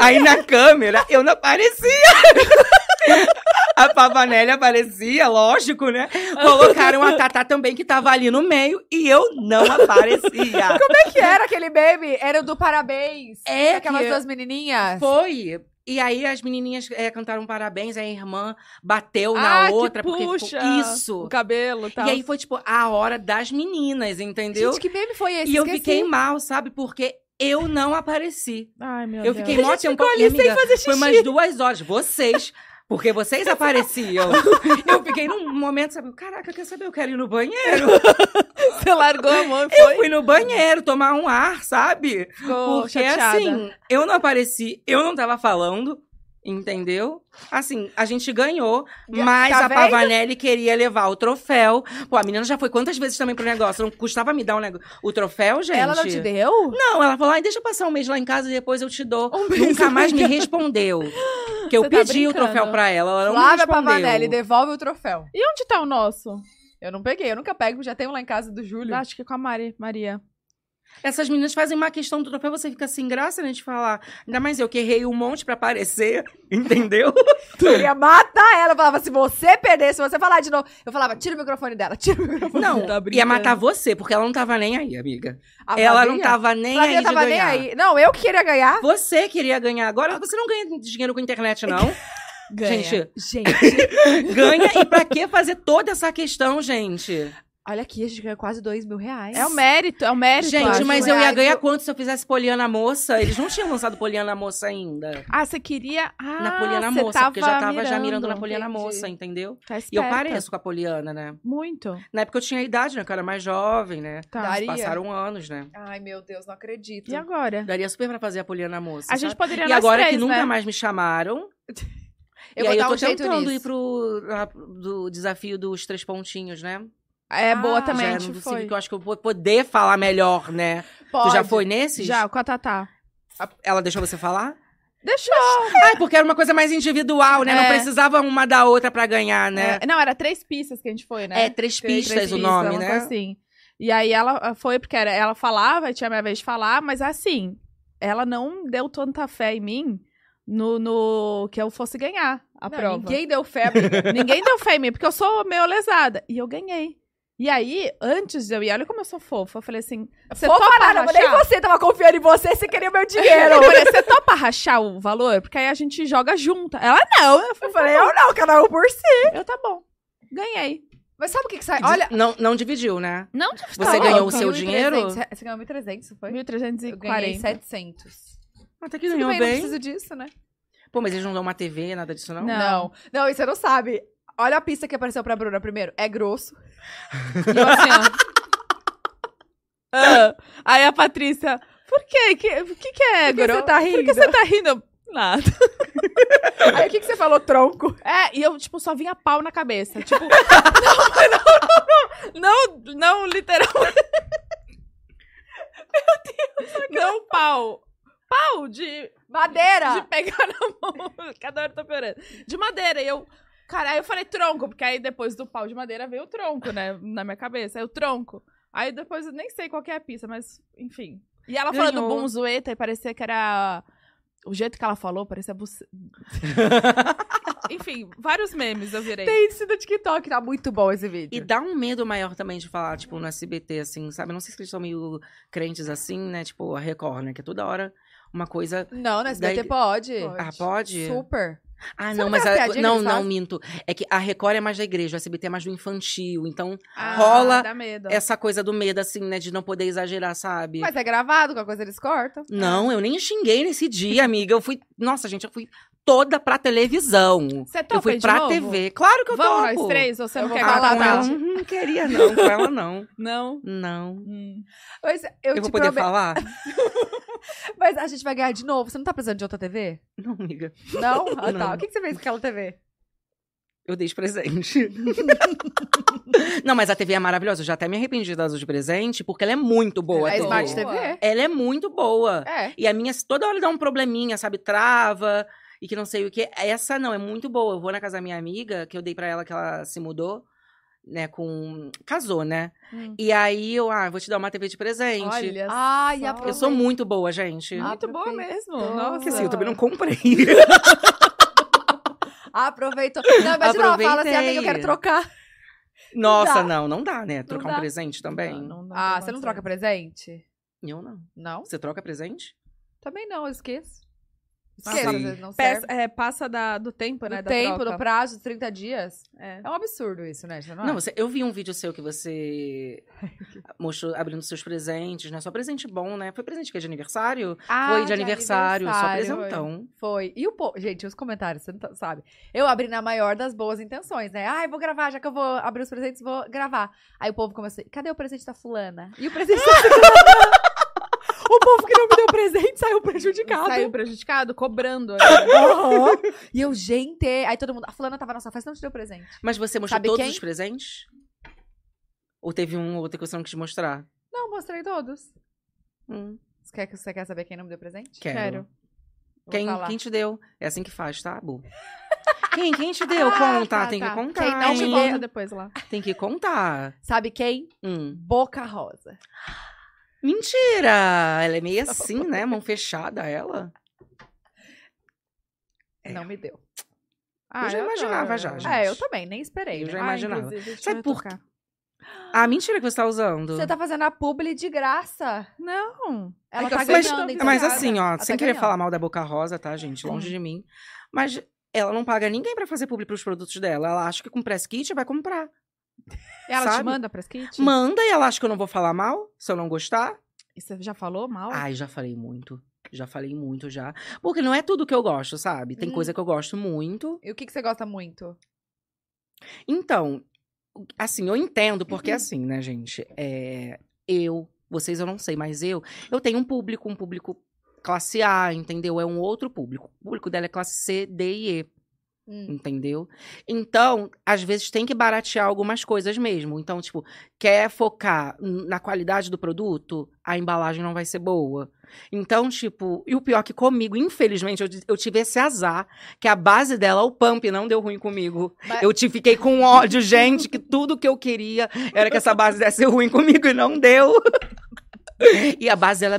Speaker 4: Aí na câmera, eu não aparecia. A Pavanelli aparecia, lógico, né? Colocaram a Tatá também, que tava ali no meio, e eu não aparecia.
Speaker 2: que era aquele baby? Era o do parabéns.
Speaker 4: É,
Speaker 2: Aquelas
Speaker 4: que-
Speaker 2: duas menininhas.
Speaker 4: Foi. E aí as menininhas eh, cantaram parabéns, a irmã bateu
Speaker 3: Ah,
Speaker 4: na
Speaker 3: que
Speaker 4: outra. porque ficou-
Speaker 3: puxa
Speaker 4: Isso.
Speaker 3: o cabelo e tal.
Speaker 4: E aí foi, tipo, a hora das meninas, entendeu?
Speaker 2: Gente, que meme foi
Speaker 3: é
Speaker 2: esse?
Speaker 4: e eu
Speaker 2: Esqueci.
Speaker 4: fiquei mal, sabe? Porque eu não apareci.
Speaker 3: Ai, meu
Speaker 4: eu
Speaker 3: Deus.
Speaker 4: fiquei mó tempo ali amiga, Foi umas duas horas. Vocês. Porque vocês apareciam. eu fiquei num momento, sabe? Caraca, quer saber? Eu quero ir no banheiro.
Speaker 3: Você largou a mão e
Speaker 4: Eu
Speaker 3: foi.
Speaker 4: fui no banheiro tomar um ar, sabe?
Speaker 3: Ficou
Speaker 4: Porque
Speaker 3: chateada.
Speaker 4: assim, eu não apareci, eu não tava falando, entendeu? Assim, a gente ganhou, mas
Speaker 2: tá
Speaker 4: a
Speaker 2: vendo?
Speaker 4: Pavanelli queria levar o troféu. Pô, a menina já foi quantas vezes também pro negócio? Não custava me dar um negócio. O troféu, gente.
Speaker 2: Ela não te deu?
Speaker 4: Não, ela falou: ai, deixa eu passar um mês lá em casa e depois eu te dou.
Speaker 3: Um beijo.
Speaker 4: Nunca mais me respondeu. Que eu
Speaker 3: Você tá
Speaker 4: pedi o
Speaker 3: brincando.
Speaker 4: troféu pra ela, ela não me
Speaker 2: Flávia
Speaker 4: respondeu.
Speaker 2: Pavanelli, devolve o troféu.
Speaker 3: E onde tá o nosso?
Speaker 2: Eu não peguei, eu nunca pego, já tenho lá em casa do Júlio.
Speaker 3: Acho que é com a Mari, Maria.
Speaker 4: Essas meninas fazem uma questão do troféu, você fica sem graça, né, de falar. Ainda mais eu que errei um monte pra aparecer, entendeu?
Speaker 2: Eu ia matar ela. Eu falava, se você perder, se você falar de novo. Eu falava, tira o microfone dela, tira o microfone
Speaker 4: Não,
Speaker 2: dela.
Speaker 4: ia matar você, porque ela não tava nem aí, amiga.
Speaker 2: A
Speaker 4: ela
Speaker 2: Flavinha-
Speaker 4: não tava nem
Speaker 2: Flavinha
Speaker 4: aí de
Speaker 2: tava nem
Speaker 4: ganhar.
Speaker 2: aí. Não, eu que queria ganhar.
Speaker 4: Você queria ganhar agora, você não ganha dinheiro com internet, não. Gente,
Speaker 2: Gente,
Speaker 4: ganha. E pra que fazer toda essa questão, gente?
Speaker 2: olha aqui, a gente ganhou quase dois mil reais.
Speaker 3: É o mérito, é o mérito. eu
Speaker 4: Gente,
Speaker 3: acho.
Speaker 4: mas eu ia
Speaker 2: reais,
Speaker 4: ganhar
Speaker 2: eu-
Speaker 4: quanto se eu fizesse Poliana Moça? Eles não tinham lançado Poliana Moça ainda.
Speaker 3: Ah, você queria... Ah,
Speaker 4: na Poliana
Speaker 3: você
Speaker 4: Moça, porque eu já tava já mirando na Poliana
Speaker 3: entendi.
Speaker 4: Moça, entendeu?
Speaker 3: Tá
Speaker 4: E eu
Speaker 3: esperta.
Speaker 4: pareço com a Poliana, né?
Speaker 3: Muito.
Speaker 4: Na época eu tinha idade, né? Que eu era mais jovem, né?
Speaker 3: Tá.
Speaker 2: Daria.
Speaker 4: Passaram anos, né?
Speaker 2: Ai, meu Deus, não acredito.
Speaker 3: E agora?
Speaker 4: Daria super pra fazer a Poliana
Speaker 3: A
Speaker 4: Moça. sabe?
Speaker 3: gente poderia
Speaker 4: E
Speaker 3: nós
Speaker 4: agora
Speaker 3: três,
Speaker 4: que nunca
Speaker 3: né?
Speaker 4: mais me chamaram.
Speaker 2: Eu
Speaker 4: e
Speaker 2: vou
Speaker 4: aí
Speaker 2: dar
Speaker 4: eu tô
Speaker 2: um jeito
Speaker 4: tentando
Speaker 2: nisso.
Speaker 4: ir pro lá, do desafio dos três pontinhos, né?
Speaker 2: É
Speaker 3: boa também,
Speaker 4: já
Speaker 3: a
Speaker 4: é
Speaker 3: gente
Speaker 4: no
Speaker 3: foi.
Speaker 4: possível que eu acho que eu vou poder falar melhor, né?
Speaker 2: Pode.
Speaker 4: Tu já foi nesses?
Speaker 3: Já, com a Tatá.
Speaker 4: Ela deixou você falar?
Speaker 3: Deixou.
Speaker 4: Ah, porque era uma coisa mais individual, né?
Speaker 3: É.
Speaker 4: Não precisava uma da outra pra ganhar, né?
Speaker 3: É, Não, era três pistas que a gente foi, né?
Speaker 4: É, três
Speaker 3: Três
Speaker 4: pistas o nome,
Speaker 3: uma
Speaker 4: né?
Speaker 3: coisa Assim. E aí ela ah, foi, porque era, ela falava, tinha a minha vez de falar, mas assim, ela não deu tanta fé em mim no, no que eu fosse ganhar a
Speaker 2: Não,
Speaker 3: prova.
Speaker 2: Ninguém deu febre.
Speaker 3: Ninguém deu fé em mim, porque eu sou meio lesada. E eu ganhei. E aí, antes de eu ir, olha como eu sou fofa. Eu falei assim: você
Speaker 2: Vou
Speaker 3: topa
Speaker 2: parar,
Speaker 3: rachar?
Speaker 2: nem você tava confiando em você, você queria meu dinheiro.
Speaker 3: Eu falei, você topa rachar o valor? Porque aí a gente joga junta. Ela não. Eu
Speaker 2: Eu
Speaker 3: falei,
Speaker 2: falei, eu não, cada um por si.
Speaker 3: eu tá bom. Ganhei.
Speaker 2: Mas sabe o que que sai?
Speaker 4: Diz-
Speaker 2: Olha,
Speaker 4: Não, não dividiu, né?
Speaker 3: Não,
Speaker 4: Você ganhou o seu
Speaker 2: 1.300,
Speaker 4: dinheiro?
Speaker 2: Você ganhou 1.300, foi? Eu ganhei
Speaker 3: 1.340.
Speaker 2: 700.
Speaker 4: Até que
Speaker 2: Tudo
Speaker 4: ganhou
Speaker 2: bem,
Speaker 4: bem.
Speaker 2: não preciso disso, né?
Speaker 4: Pô, mas eles não dão uma TV, nada disso, não?
Speaker 3: Não.
Speaker 2: Não. Não, e você não sabe. Olha a pista que apareceu pra Bruna primeiro. É grosso.
Speaker 3: E eu assim, ó. Ah, aí a Patrícia,
Speaker 1: Por quê? O que, que, que é,
Speaker 2: Por que
Speaker 1: Goro?
Speaker 2: você tá
Speaker 1: Por que
Speaker 2: rindo?
Speaker 1: você tá rindo? Nada.
Speaker 2: Aí o que, que você falou, tronco?
Speaker 3: É, e eu, tipo, só vinha pau na cabeça. Tipo,
Speaker 1: Não, não, literalmente.
Speaker 3: não pau. Pau de, de
Speaker 2: Madeira!
Speaker 3: pegar na mão. Cada hora eu tô piorando. De madeira. E eu. Cara, aí eu falei tronco, porque aí depois do pau de madeira veio o tronco, né? Na minha cabeça. Aí o tronco. Aí depois eu nem sei qual que é a pista, mas enfim. E ela falando
Speaker 1: Ganhou.
Speaker 3: bonzoeta e parecia que era. O jeito que ela falou parecia. buce- enfim, vários memes eu virei.
Speaker 2: Tem isso do TikTok, tá muito bom esse
Speaker 4: E
Speaker 2: vídeo.
Speaker 4: dá um medo maior também de falar, tipo, no SBT, assim, sabe? Não sei se eles são meio crentes assim, né? Tipo, a Record, né? Que é toda hora uma coisa.
Speaker 2: Não, no SBT
Speaker 4: Daí-
Speaker 2: pode.
Speaker 4: Ah, pode?
Speaker 2: Super.
Speaker 4: Ah,
Speaker 2: Sabe
Speaker 4: não, mas.
Speaker 2: aquela
Speaker 4: a-
Speaker 2: piadinha que
Speaker 4: Não,
Speaker 2: eles
Speaker 4: não,
Speaker 2: fazem?
Speaker 4: minto. É que a Record é mais da igreja, o SBT é mais do infantil. Então,
Speaker 3: Ah,
Speaker 4: rola
Speaker 3: Dá medo.
Speaker 4: essa coisa do medo, assim, né? De não poder exagerar, sabe?
Speaker 2: Mas é gravado, qualquer coisa eles cortam.
Speaker 4: Não, eu nem xinguei nesse dia, amiga. Eu fui. Nossa, gente, eu fui toda pra televisão.
Speaker 3: Você topa
Speaker 4: Eu fui
Speaker 3: de
Speaker 4: pra
Speaker 3: novo?
Speaker 4: TV. Claro que eu
Speaker 3: Vamos
Speaker 4: topo.
Speaker 3: nós três? Você
Speaker 2: Eu
Speaker 3: não
Speaker 2: vou
Speaker 3: quer
Speaker 2: falar
Speaker 3: falar
Speaker 4: Com ela,
Speaker 2: Tati.
Speaker 4: hum, não queria, não. Com ela, não.
Speaker 3: Não.
Speaker 4: Não.
Speaker 2: Mas eu,
Speaker 4: Eu,
Speaker 2: te
Speaker 4: vou poder
Speaker 2: prometo-
Speaker 4: falar?
Speaker 2: Mas a gente vai ganhar de novo. Você não tá precisando de outra TV?
Speaker 4: Não, amiga.
Speaker 2: Não? Ah, tá.
Speaker 4: Não.
Speaker 2: O que, que você fez com aquela TV?
Speaker 4: Eu dei de presente. não, mas a TV é maravilhosa. Eu já até me arrependi de dar de presente, porque ela é muito boa.
Speaker 2: a
Speaker 4: Tô.
Speaker 2: Smart TV?
Speaker 4: Ela é muito boa.
Speaker 2: É.
Speaker 4: E a minha toda hora dá um probleminha, sabe? Trava e que não sei o quê. Essa não, é muito boa. Eu vou na casa da minha amiga, que eu dei pra ela que ela se mudou, né? Com. Casou, né?
Speaker 3: Hum.
Speaker 4: E aí eu, ah, vou te dar uma TV de presente.
Speaker 3: Olha
Speaker 2: Ai,
Speaker 3: só.
Speaker 4: eu sou muito boa, gente.
Speaker 2: Ah,
Speaker 3: Muito boa
Speaker 2: Aproveitou.
Speaker 3: mesmo. Nossa.
Speaker 4: Porque assim, eu também não comprei.
Speaker 2: Aproveitou. Não, imagina ela fala assim,
Speaker 4: Aproveitei.
Speaker 2: amiga, eu quero trocar.
Speaker 4: Nossa,
Speaker 2: dá.
Speaker 4: não, não dá, né? Trocar
Speaker 3: dá.
Speaker 4: um presente também.
Speaker 2: Ah, você não troca presente?
Speaker 4: Eu não.
Speaker 2: Não?
Speaker 4: Você troca presente?
Speaker 2: Também não, eu esqueço.
Speaker 4: Ah,
Speaker 2: Esqueço,
Speaker 4: sim.
Speaker 2: não serve.
Speaker 3: Peça- é, passa da- do tempo,
Speaker 2: Do
Speaker 3: né? da
Speaker 2: tempo,
Speaker 3: troca.
Speaker 2: do prazo de 30 dias.
Speaker 3: É.
Speaker 2: É um absurdo isso, né? Você não,
Speaker 4: Não,
Speaker 2: acha?
Speaker 4: você, eu vi um vídeo seu que você mostrou abrindo seus presentes, né? Só presente bom, né? Foi presente que é de aniversário?
Speaker 2: Ah, é.
Speaker 4: foi de, aniversário, só
Speaker 2: foi.
Speaker 4: presentão.
Speaker 2: Foi. E o povo. Gente, os comentários, você não tá- sabe. Eu abri na maior das boas intenções, né? Ai, vou gravar, já que eu vou abrir os presentes, vou gravar. Aí o povo começou. Cadê o presente da fulana? E o presente da fulana? o povo que não me deu presente saiu prejudicado.
Speaker 3: Saiu prejudicado, cobrando. ainda.
Speaker 2: Aham. E eu, gente. Aí todo mundo. A fulana tava na sua festa, não te deu presente.
Speaker 4: Mas você mostrou
Speaker 2: Sabe
Speaker 4: todos
Speaker 2: quem?
Speaker 4: os presentes? Ou teve um ou outro que você não quis mostrar?
Speaker 2: Não, mostrei todos.
Speaker 4: Hum,
Speaker 2: Você quer, você quer saber quem não me deu presente?
Speaker 4: quero.
Speaker 3: Quero.
Speaker 2: Vou
Speaker 4: Quem,
Speaker 2: falar.
Speaker 4: quem te deu? É assim que faz, tá, Bu? Quem, quem te deu?
Speaker 3: Ah,
Speaker 4: Conta,
Speaker 3: tá,
Speaker 4: tem
Speaker 3: tá.
Speaker 4: que contar.
Speaker 2: Quem não
Speaker 3: A gente
Speaker 4: hein?
Speaker 3: volta depois lá.
Speaker 4: Tem que contar.
Speaker 2: Sabe quem?
Speaker 4: Hum.
Speaker 2: Boca Rosa.
Speaker 4: Mentira! Ela é meio assim, né? Mão fechada, ela. É.
Speaker 2: Não me deu.
Speaker 4: já
Speaker 3: adoro
Speaker 4: imaginava
Speaker 3: ela.
Speaker 4: já, gente.
Speaker 2: É, eu também, nem esperei.
Speaker 4: Eu
Speaker 2: né?
Speaker 4: já
Speaker 3: Ah,
Speaker 4: imaginava.
Speaker 3: inclusive, deixa
Speaker 4: Sabe
Speaker 3: eu
Speaker 4: por
Speaker 3: tocar.
Speaker 4: Ah, mentira que você tá usando.
Speaker 2: Você tá fazendo a publi de graça.
Speaker 3: Não.
Speaker 2: Ela
Speaker 3: É que
Speaker 2: tá
Speaker 3: eu sei que
Speaker 2: ganhando,
Speaker 3: eu tô-
Speaker 2: então.
Speaker 4: Mas
Speaker 2: Obrigada.
Speaker 4: assim, ó,
Speaker 2: Ela
Speaker 4: sem
Speaker 2: tá
Speaker 4: querer
Speaker 2: ganhando.
Speaker 4: falar mal da Boca Rosa, tá, gente? Longe de mim. Mas ela não paga ninguém pra fazer publi pros produtos dela. Ela acha que com press kit vai comprar.
Speaker 3: Ela te
Speaker 4: Sabe?
Speaker 3: manda pra skate?
Speaker 4: Manda e ela acha que eu não vou falar mal se eu não gostar.
Speaker 3: E você já falou mal?
Speaker 4: Ai, já falei muito. Já falei muito já. Porque não é tudo que eu gosto, sabe? Tem
Speaker 2: Hum.
Speaker 4: coisa que eu gosto muito.
Speaker 2: E o que, que você gosta muito?
Speaker 4: Então, assim, eu entendo, porque assim, né, gente? É, eu, vocês eu não sei, mas eu, eu tenho um público, um público classe A, entendeu? É um outro público. O público dela é classe C, D e E,
Speaker 2: Hum.
Speaker 4: entendeu? Então, às vezes tem que baratear algumas coisas mesmo. Então, tipo, quer focar n- na qualidade do produto, a embalagem não vai ser boa. Então, tipo, e o pior é que comigo, infelizmente, eu, di- eu tive esse azar que a base dela, o pump, não deu ruim comigo.
Speaker 2: Mas-
Speaker 4: Eu te fiquei com ódio, gente, que tudo que eu queria era que essa base desse ruim comigo e não deu. E a base dela é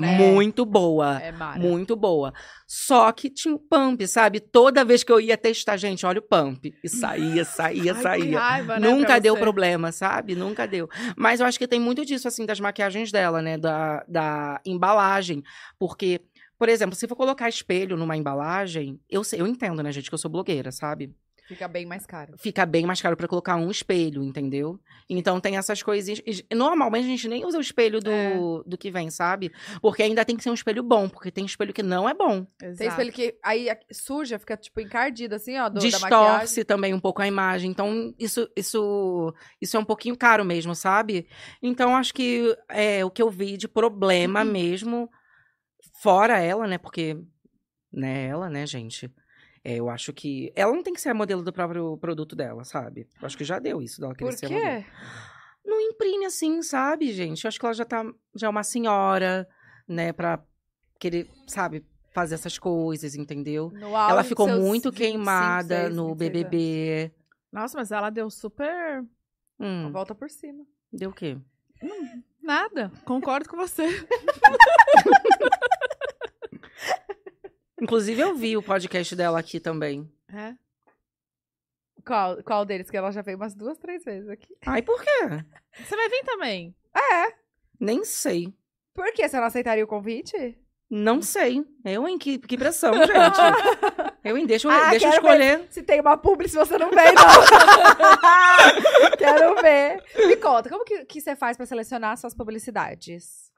Speaker 2: Boa, né?
Speaker 4: muito boa.
Speaker 2: É Mara.
Speaker 4: Muito boa. Só que tinha o pump, sabe? Toda vez que eu ia testar, gente, olha o pump. E saía, saía,
Speaker 3: Ai, que
Speaker 4: saía.
Speaker 3: raiva, né,
Speaker 4: Nunca
Speaker 3: pra
Speaker 4: deu
Speaker 3: você.
Speaker 4: problema, sabe? Nunca deu. Mas eu acho que tem muito disso, assim, das maquiagens dela, né? Da, da embalagem. Porque, por exemplo, se for colocar espelho numa embalagem, eu, sei- eu entendo, né, gente, que eu sou blogueira, sabe?
Speaker 2: Fica bem mais caro.
Speaker 4: fica bem mais caro pra colocar um espelho, entendeu? Então tem essas coisinhas. E Normalmente a gente nem usa o espelho do,
Speaker 2: É.
Speaker 4: do que vem, sabe? Porque ainda tem que ser um espelho bom, porque tem espelho que não é bom.
Speaker 2: Tem espelho que aí a- suja, fica tipo encardido assim, ó, do, da maquiagem.
Speaker 4: Distorce também um pouco a imagem. Então isso isso isso é um pouquinho caro mesmo, sabe? Então acho que é o que eu vi de problema
Speaker 2: Uhum.
Speaker 4: mesmo fora ela, né? Porque né, ela, né, gente? É, eu acho que ela não tem que ser a modelo do próprio produto dela, sabe? Eu acho que já deu isso dela querer
Speaker 2: Por
Speaker 4: ser
Speaker 2: quê?
Speaker 4: modelo. não imprime assim, sabe, gente? Eu acho que ela já tá, já é uma senhora, né, pra querer, sabe, fazer essas coisas, entendeu?
Speaker 2: No auge
Speaker 4: ela
Speaker 2: de
Speaker 4: ficou
Speaker 2: seus
Speaker 4: muito
Speaker 2: 25,
Speaker 4: queimada
Speaker 2: 26,
Speaker 4: no
Speaker 2: 26 anos. Tá
Speaker 4: BBB.
Speaker 3: Nossa, mas ela deu super.
Speaker 4: Hum,
Speaker 2: Volta por cima.
Speaker 4: deu o quê?
Speaker 3: Nada. Concordo com você.
Speaker 4: Inclusive, eu vi o podcast dela aqui também.
Speaker 3: É.
Speaker 2: Qual, qual deles? Que ela já veio umas duas, três vezes aqui.
Speaker 4: Ai, por quê?
Speaker 3: Você vai vir também.
Speaker 4: Nem sei.
Speaker 2: Por quê? Você não aceitaria o convite? Hum.
Speaker 4: Não sei. Eu, hein? Que, que pressão, gente. Eu, hein? Deixa eu,
Speaker 2: Ah,
Speaker 4: deixa eu
Speaker 2: quero
Speaker 4: escolher.
Speaker 2: Se tem uma publi, se você não vem, não. Quero ver. Me conta, como que, que você faz pra selecionar suas publicidades?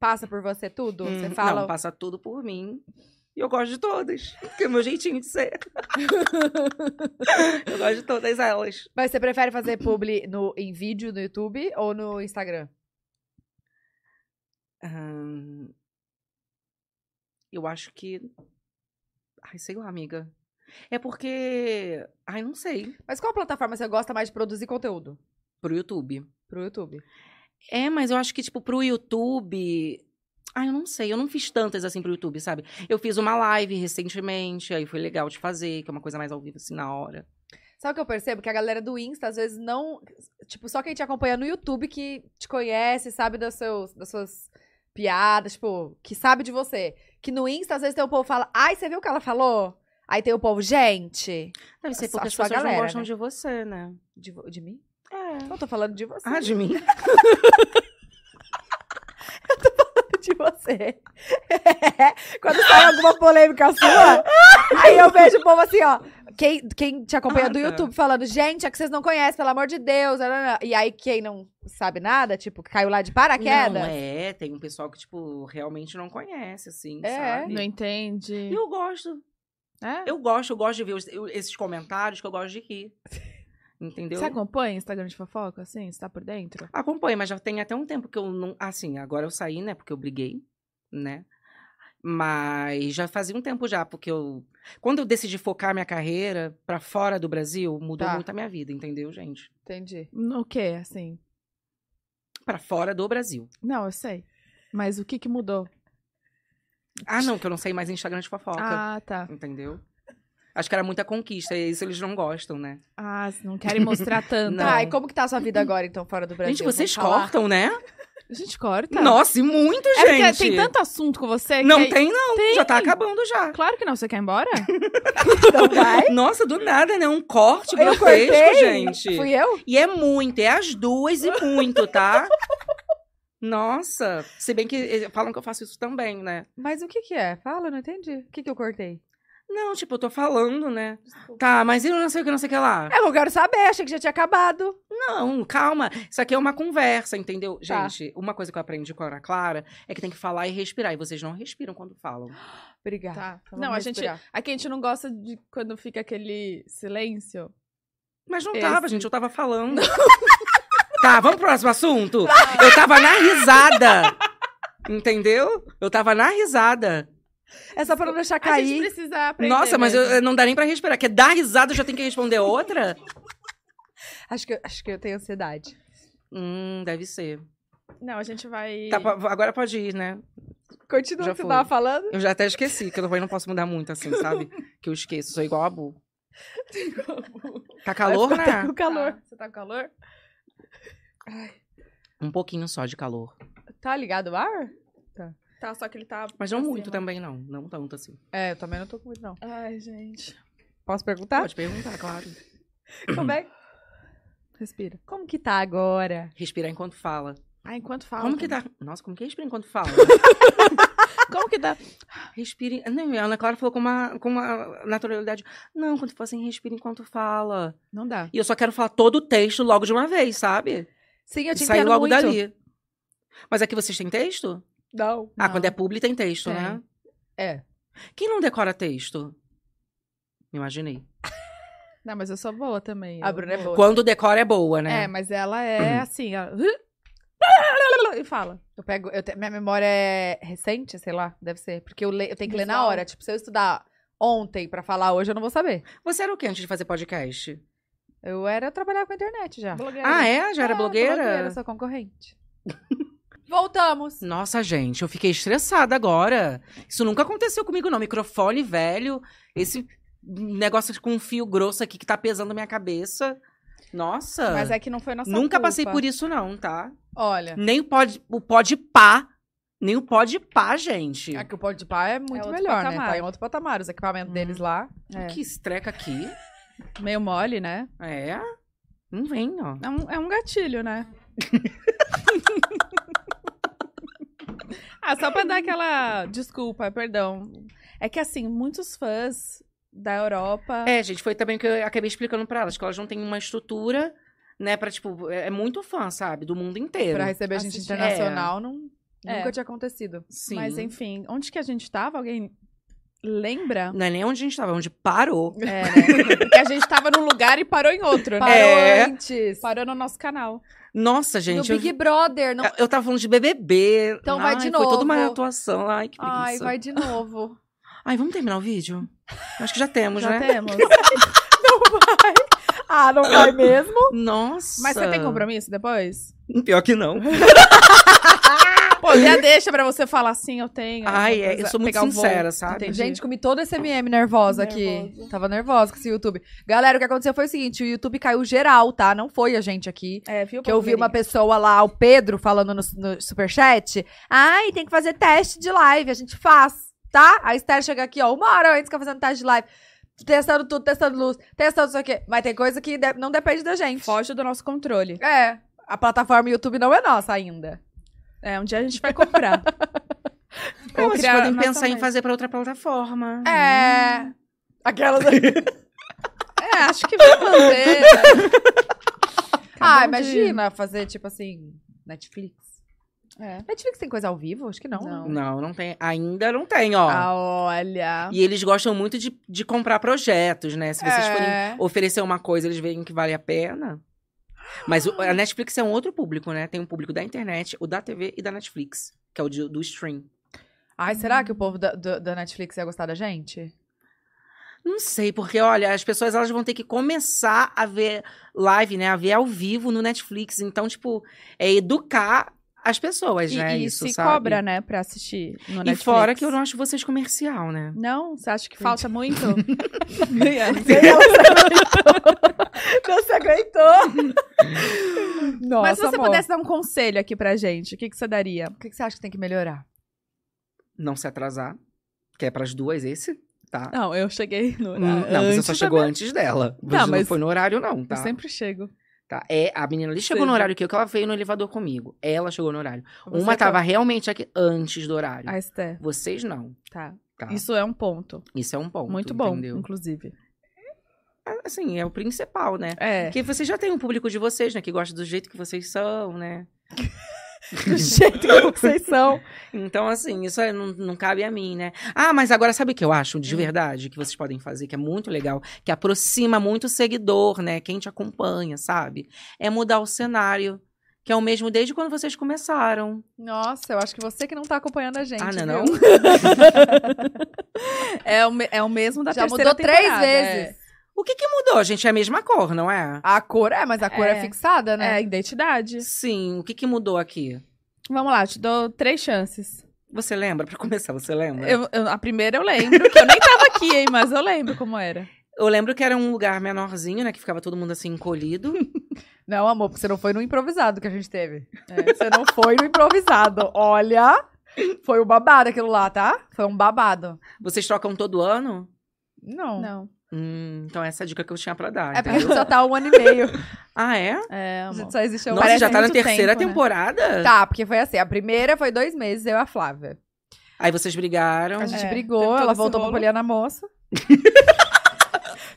Speaker 2: Passa por você tudo?
Speaker 4: Hum,
Speaker 2: você fala.
Speaker 4: Não, passa tudo por mim. E eu gosto de todas. Porque é o meu jeitinho de ser. eu gosto de todas elas.
Speaker 2: Mas você prefere fazer publi no, em vídeo no YouTube ou no Instagram?
Speaker 4: Ahn, eu acho que. Ai, sei lá, amiga. É porque. Ai, não sei.
Speaker 2: Mas qual plataforma você gosta mais de produzir conteúdo?
Speaker 4: Pro YouTube.
Speaker 2: Pro YouTube.
Speaker 4: É, mas eu acho que, tipo, pro YouTube. Ai, eu não sei. Eu não fiz tantas assim pro YouTube, sabe? Eu fiz uma live recentemente, aí foi legal de fazer, que é uma coisa mais ao vivo, assim, na hora.
Speaker 2: Sabe o que eu percebo? Que a galera do Insta, às vezes, não. Tipo, só quem te acompanha no YouTube que te conhece, sabe dos seus, das suas piadas, tipo, que sabe de você. Que no Insta, às vezes, tem o povo que fala, ai, você viu o que ela falou? Aí tem o povo, gente.
Speaker 4: Deve ser
Speaker 2: Só a
Speaker 4: porque as
Speaker 2: sua
Speaker 4: pessoas não
Speaker 2: galera,
Speaker 4: gostam
Speaker 2: né?
Speaker 4: de você, né?
Speaker 2: De, vo- de mim?
Speaker 4: É.
Speaker 2: Não tô falando de você.
Speaker 4: Ah, de mim?
Speaker 2: de você. Quando sai alguma polêmica sua, aí eu vejo o povo assim, ó. Quem, quem te acompanha
Speaker 4: Ah,
Speaker 2: do
Speaker 4: tá.
Speaker 2: YouTube falando, gente, é que vocês não conhecem, pelo amor de Deus. nananã." E aí, quem não sabe nada, tipo, que caiu lá de paraquedas.
Speaker 4: Não, é. Tem um pessoal que, tipo, realmente não conhece, assim,
Speaker 2: É.
Speaker 4: sabe?
Speaker 3: Não
Speaker 4: E
Speaker 3: entende.
Speaker 4: eu gosto.
Speaker 3: É?
Speaker 4: Eu gosto, eu gosto de ver os- eu- esses comentários que eu gosto de rir.
Speaker 2: é
Speaker 4: Entendeu?
Speaker 3: Você acompanha Instagram de fofoca, assim? Você tá por dentro?
Speaker 4: Acompanho, mas já tem até um tempo que eu não. Assim, agora eu saí, né? Porque eu briguei, né? Mas já fazia um tempo já, porque eu. Quando eu decidi focar minha carreira pra fora do Brasil, mudou
Speaker 2: Tá.
Speaker 4: muito a minha vida, entendeu, gente?
Speaker 2: Entendi.
Speaker 3: O quê, assim?
Speaker 4: Pra fora do Brasil.
Speaker 3: Não, eu sei. Mas o que que mudou?
Speaker 4: Ah, não, que eu não sei mais Instagram de fofoca.
Speaker 3: Ah, tá.
Speaker 4: Entendeu? Acho que era muita conquista, e isso eles não gostam, né?
Speaker 3: Ah, não querem mostrar tanto.
Speaker 4: Não.
Speaker 2: Tá, e como que tá a sua vida agora, então, fora do Brasil?
Speaker 4: gente, vocês
Speaker 2: Vamos falar?
Speaker 4: cortam, né?
Speaker 3: A gente corta.
Speaker 4: Nossa, e muito,
Speaker 3: É porque
Speaker 4: gente.
Speaker 3: tem tanto assunto com você
Speaker 4: Não
Speaker 3: que...
Speaker 4: tem, não.
Speaker 3: Tem.
Speaker 4: Já tá acabando já.
Speaker 3: Claro que não, você quer ir embora?
Speaker 2: Então vai.
Speaker 4: Nossa, do nada, né? Um corte
Speaker 2: Eu
Speaker 4: grotesco,
Speaker 2: cortei?
Speaker 4: gente.
Speaker 2: Fui eu?
Speaker 4: E é muito, é as duas e muito, tá? Nossa, se bem que eh, falam que eu faço isso também, né?
Speaker 2: Mas o que que é? Fala, não entendi. O que que eu cortei?
Speaker 4: Não, tipo, eu tô falando, né? Tá, mas eu não sei o que, não sei o que lá.
Speaker 2: É, eu quero saber, achei que já tinha acabado.
Speaker 4: Não, calma. Isso aqui é uma conversa, entendeu?
Speaker 2: Tá.
Speaker 4: Gente, uma coisa que eu aprendi com a Ana Clara é que tem que falar e respirar. E vocês não respiram quando falam.
Speaker 2: Obrigada.
Speaker 3: Tá.
Speaker 2: Então
Speaker 3: Não,
Speaker 2: vamos
Speaker 3: a gente...
Speaker 2: respirar.
Speaker 3: Aqui a gente não gosta de quando fica aquele silêncio.
Speaker 4: Mas não
Speaker 3: Esse.
Speaker 4: tava, gente, eu tava falando. tá, vamos pro próximo assunto? Eu tava na risada. Entendeu? Eu tava na risada.
Speaker 2: É só pra não deixar
Speaker 3: A
Speaker 2: cair.
Speaker 3: gente precisa aprender.
Speaker 4: Nossa, mas eu,
Speaker 3: mesmo.
Speaker 4: eu não dá nem pra respirar. Quer dar risada, eu já tenho que responder outra?
Speaker 2: Acho que, eu- acho que eu tenho ansiedade.
Speaker 4: Hum, deve ser.
Speaker 3: Não, a gente vai...
Speaker 4: Tá, po- agora pode ir, né?
Speaker 2: Continua
Speaker 4: Já
Speaker 2: o que você
Speaker 4: foi.
Speaker 2: tava falando.
Speaker 4: Eu já até esqueci, que eu também não posso mudar muito assim, sabe? Que eu esqueço, sou igual a Bu. Tá calor,
Speaker 2: Vai ficar até
Speaker 4: né?
Speaker 2: com calor.
Speaker 3: Tá. Você tá com calor?
Speaker 4: Um pouquinho só de calor.
Speaker 2: Tá ligado o ar?
Speaker 3: Tá, só que ele tá...
Speaker 4: Mas não
Speaker 3: pra
Speaker 4: muito
Speaker 3: cima.
Speaker 4: também, não. Não tanto assim.
Speaker 2: É, eu também não tô com muito, não.
Speaker 3: Ai, gente.
Speaker 2: Posso perguntar?
Speaker 4: Pode perguntar, claro.
Speaker 2: Como, é,
Speaker 3: Respira.
Speaker 2: como que tá agora?
Speaker 4: Respirar enquanto fala.
Speaker 3: Ah, enquanto fala.
Speaker 4: Como que
Speaker 3: também.
Speaker 4: tá? Nossa, como que respira enquanto fala?
Speaker 3: Como que dá?
Speaker 4: Respire. Não, a Ana Clara falou com uma, com uma naturalidade. Não, quando for assim, respira enquanto fala.
Speaker 2: Não dá.
Speaker 4: E eu só quero falar todo o texto logo de uma vez, sabe?
Speaker 2: Sim, eu
Speaker 4: e
Speaker 2: te
Speaker 4: sair
Speaker 2: entendo
Speaker 4: logo
Speaker 2: muito.
Speaker 4: dali. Mas aqui vocês têm texto?
Speaker 3: Não.
Speaker 4: Ah,
Speaker 2: Não.
Speaker 4: quando é publi tem texto,
Speaker 2: Tem.
Speaker 4: né?
Speaker 2: É.
Speaker 4: Quem não decora texto? Me imaginei.
Speaker 3: Não, mas eu sou boa também.
Speaker 2: A
Speaker 3: eu-
Speaker 2: Bruna é boa.
Speaker 4: Quando decora é boa,
Speaker 3: É,
Speaker 4: né?
Speaker 3: mas ela é assim, ó. E fala.
Speaker 2: Eu pego, eu te- minha memória é recente, sei lá, deve ser. Porque eu, le- eu tenho que ler na
Speaker 3: Visual.
Speaker 2: hora. Tipo, se eu estudar ontem pra falar hoje, eu não vou saber.
Speaker 4: Você era o quê antes de fazer podcast?
Speaker 2: Eu era trabalhar com a internet já.
Speaker 3: Blogueira.
Speaker 4: Ah, é? Já era
Speaker 2: É,
Speaker 4: blogueira?
Speaker 2: blogueira, sou concorrente. Voltamos.
Speaker 4: Nossa, gente, eu fiquei estressada agora. Isso nunca aconteceu comigo, não. Microfone velho, esse negócio com um fio grosso aqui que tá pesando minha cabeça. Nossa.
Speaker 3: Mas é que não foi nossa
Speaker 4: Nunca passei
Speaker 3: culpa.
Speaker 4: por isso, não, tá?
Speaker 2: Olha,
Speaker 4: Nem o pode, o pode pá. Nem o pode pá, gente.
Speaker 2: aqui o Pode Pá é muito
Speaker 3: outro
Speaker 2: melhor, né?
Speaker 3: patamar.
Speaker 2: Tá em outro patamar. Os equipamentos
Speaker 4: Hum.
Speaker 2: deles lá.
Speaker 3: É.
Speaker 4: Que estreca aqui.
Speaker 3: Meio mole, né?
Speaker 4: É? Não vem, ó.
Speaker 3: É um, é um gatilho, né? ah, só pra dar aquela desculpa, perdão. É que assim, muitos fãs da Europa.
Speaker 4: É, gente, foi também o que eu acabei explicando pra elas, que elas não têm uma estrutura, né, pra, tipo, é, é muito fã, sabe, do mundo inteiro.
Speaker 2: Pra receber a gente
Speaker 3: Assistir.
Speaker 2: internacional, não,
Speaker 3: É.
Speaker 2: nunca tinha acontecido.
Speaker 4: Sim.
Speaker 3: Mas enfim, onde que a gente tava? Alguém lembra?
Speaker 4: Não é nem onde a gente tava, é onde parou.
Speaker 3: É, né? Porque a gente tava num lugar e parou em outro, né?
Speaker 2: Parou
Speaker 4: É.
Speaker 2: antes.
Speaker 3: Parou no nosso canal.
Speaker 4: Nossa,
Speaker 2: No
Speaker 4: gente, eu, É
Speaker 2: Big Brother. Não...
Speaker 4: eu- eu tava falando de BBB.
Speaker 2: Então
Speaker 4: Ai,
Speaker 2: vai de
Speaker 4: Foi toda uma
Speaker 2: novo.
Speaker 4: atuação, ai, que preguiça.
Speaker 2: Ai, vai de novo.
Speaker 4: Ai, vamos terminar o vídeo? Acho que já temos,
Speaker 3: Já
Speaker 4: né?
Speaker 3: temos.
Speaker 2: ah, não vai mesmo?
Speaker 4: Nossa.
Speaker 3: Mas você tem compromisso depois?
Speaker 4: Pior que não.
Speaker 3: Pô, já deixa pra você falar assim, eu tenho.
Speaker 4: Ai,
Speaker 3: alguma
Speaker 4: é,
Speaker 3: coisa,
Speaker 4: eu sou muito
Speaker 3: pegar o voo.
Speaker 4: sincera, sabe?
Speaker 3: Entendi.
Speaker 2: Gente, comi todo esse MM nervosa aqui.
Speaker 3: Nervosa.
Speaker 2: Tava nervosa com esse YouTube. Galera, o que aconteceu foi o seguinte: o YouTube caiu geral, tá? Não foi a gente aqui.
Speaker 3: É, viu?
Speaker 2: Que eu vi uma pessoa lá, o Pedro, falando no, no superchat. Ai, tem que fazer teste de live. A gente faz, tá? A Esther chega aqui, ó, uma hora antes que eu fazendo teste de live. Testando tudo, testando luz, testando isso aqui. Mas tem coisa que de- não depende da gente.
Speaker 3: Foge do nosso controle.
Speaker 2: É. A plataforma YouTube não é nossa ainda.
Speaker 3: É, um dia a gente vai comprar.
Speaker 4: Não,
Speaker 3: Vou
Speaker 4: mas vocês
Speaker 3: criar
Speaker 4: podem
Speaker 3: nossa
Speaker 4: pensar em
Speaker 3: mãe.
Speaker 4: fazer pra outra plataforma.
Speaker 2: É. Aquelas.
Speaker 3: É, acho que vai manter. né?
Speaker 2: ah,
Speaker 3: Acabam de-
Speaker 2: imagina fazer, tipo assim, Netflix.
Speaker 3: É.
Speaker 2: Netflix tem coisa ao vivo? Acho que não.
Speaker 3: Não.
Speaker 4: Não, não tem. Ainda não tem, ó.
Speaker 3: Ah, olha.
Speaker 4: E eles gostam muito de, de comprar projetos, né? Se
Speaker 3: É.
Speaker 4: vocês forem oferecer uma coisa, eles veem que vale a pena. Mas o- a Netflix é um outro público, né? Tem um público da internet, o da TV e da Netflix, que é o de- do stream.
Speaker 2: Ai, será que o povo da, do- da Netflix ia gostar da gente?
Speaker 4: Não sei, porque olha, as pessoas elas vão ter que começar a ver live, né? A ver ao vivo no Netflix. Então, tipo, é educar as pessoas,
Speaker 3: E,
Speaker 4: né?
Speaker 3: e
Speaker 4: isso,
Speaker 3: se
Speaker 4: sabe?
Speaker 3: cobra, né, pra assistir no
Speaker 4: E
Speaker 3: Netflix.
Speaker 4: fora que eu não acho vocês comercial, né?
Speaker 3: Não? Você acha que falta muito?
Speaker 2: Não se aguentou! Nossa,
Speaker 3: Mas se você
Speaker 2: amor.
Speaker 3: pudesse dar um conselho aqui pra gente, o que, que você daria?
Speaker 2: O que que você acha que tem que melhorar?
Speaker 4: Não se atrasar, que é pras duas esse, tá?
Speaker 3: Não, eu cheguei no
Speaker 4: Hum, Não, você só
Speaker 3: antes
Speaker 4: chegou antes dela. Você
Speaker 3: Tá,
Speaker 4: não
Speaker 3: mas-
Speaker 4: foi no horário, não, tá?
Speaker 3: Eu sempre chego.
Speaker 4: Tá, É, a menina ali chegou
Speaker 3: Seja.
Speaker 4: no horário que eu, que ela veio no elevador comigo. Ela chegou no horário.
Speaker 3: Você
Speaker 4: Uma
Speaker 3: tá-
Speaker 4: tava realmente aqui antes do horário.
Speaker 3: A Esther,
Speaker 4: Vocês não,
Speaker 3: tá.
Speaker 4: tá? Isso,
Speaker 3: Isso é um ponto.
Speaker 4: é um ponto,
Speaker 3: Muito bom,
Speaker 4: entendeu?
Speaker 3: inclusive.
Speaker 4: Assim, é o principal, né?
Speaker 3: É.
Speaker 4: Porque vocês já têm um público de vocês, né? Que gosta do jeito que vocês são, né?
Speaker 3: Do jeito que vocês são.
Speaker 4: Então, assim, isso aí não, não cabe a mim, né? Ah, mas agora sabe o que eu acho
Speaker 2: Hum.
Speaker 4: de verdade que vocês podem fazer, que é muito legal, que aproxima muito o seguidor, né? Quem te acompanha, sabe? É mudar o cenário. Que é o mesmo desde quando vocês começaram.
Speaker 2: Nossa, eu acho que você que não tá acompanhando a gente.
Speaker 4: ah, não, é
Speaker 2: viu?
Speaker 4: não?
Speaker 3: É o, me- é o mesmo da
Speaker 2: Já
Speaker 3: terceira
Speaker 2: mudou três
Speaker 3: temporada, é.
Speaker 2: vezes.
Speaker 4: O que que mudou, gente? É a mesma cor, não é?
Speaker 2: A cor é, mas a cor é,
Speaker 3: É.
Speaker 2: fixada,
Speaker 3: É, é
Speaker 2: né?
Speaker 3: a identidade.
Speaker 4: Sim, o que que mudou aqui?
Speaker 3: Vamos lá, te dou três chances.
Speaker 4: Você lembra? Pra começar, você lembra? Eu...
Speaker 3: Eu- eu- a primeira eu lembro, que eu nem tava aqui, hein, mas eu lembro como era.
Speaker 4: lembro que era um lugar menorzinho, né? Que ficava todo mundo assim, encolhido.
Speaker 2: Não, amor, porque você não foi no improvisado que a gente teve. É, você não foi no improvisado. Olha, foi um babado aquilo lá, tá? Foi um babado.
Speaker 4: Vocês trocam todo ano?
Speaker 2: Não.
Speaker 3: Não.
Speaker 4: Hum, então essa é a dica que eu tinha pra dar.
Speaker 2: É porque a
Speaker 4: entendeu?
Speaker 2: gente só tá um ano e meio.
Speaker 4: Ah, é?
Speaker 3: É,
Speaker 2: A
Speaker 3: amor.
Speaker 2: gente só existe há um
Speaker 4: Nossa,
Speaker 3: parece
Speaker 4: já tá na
Speaker 3: muito
Speaker 4: terceira
Speaker 3: tempo, né?
Speaker 4: temporada?
Speaker 2: Tá, porque foi assim. A primeira foi dois meses, eu e a Flávia.
Speaker 4: Aí vocês brigaram.
Speaker 2: A gente
Speaker 3: É, teve
Speaker 2: brigou,
Speaker 3: todo
Speaker 2: ela
Speaker 3: esse
Speaker 2: voltou pra
Speaker 3: rolo.
Speaker 2: Poliana Moça.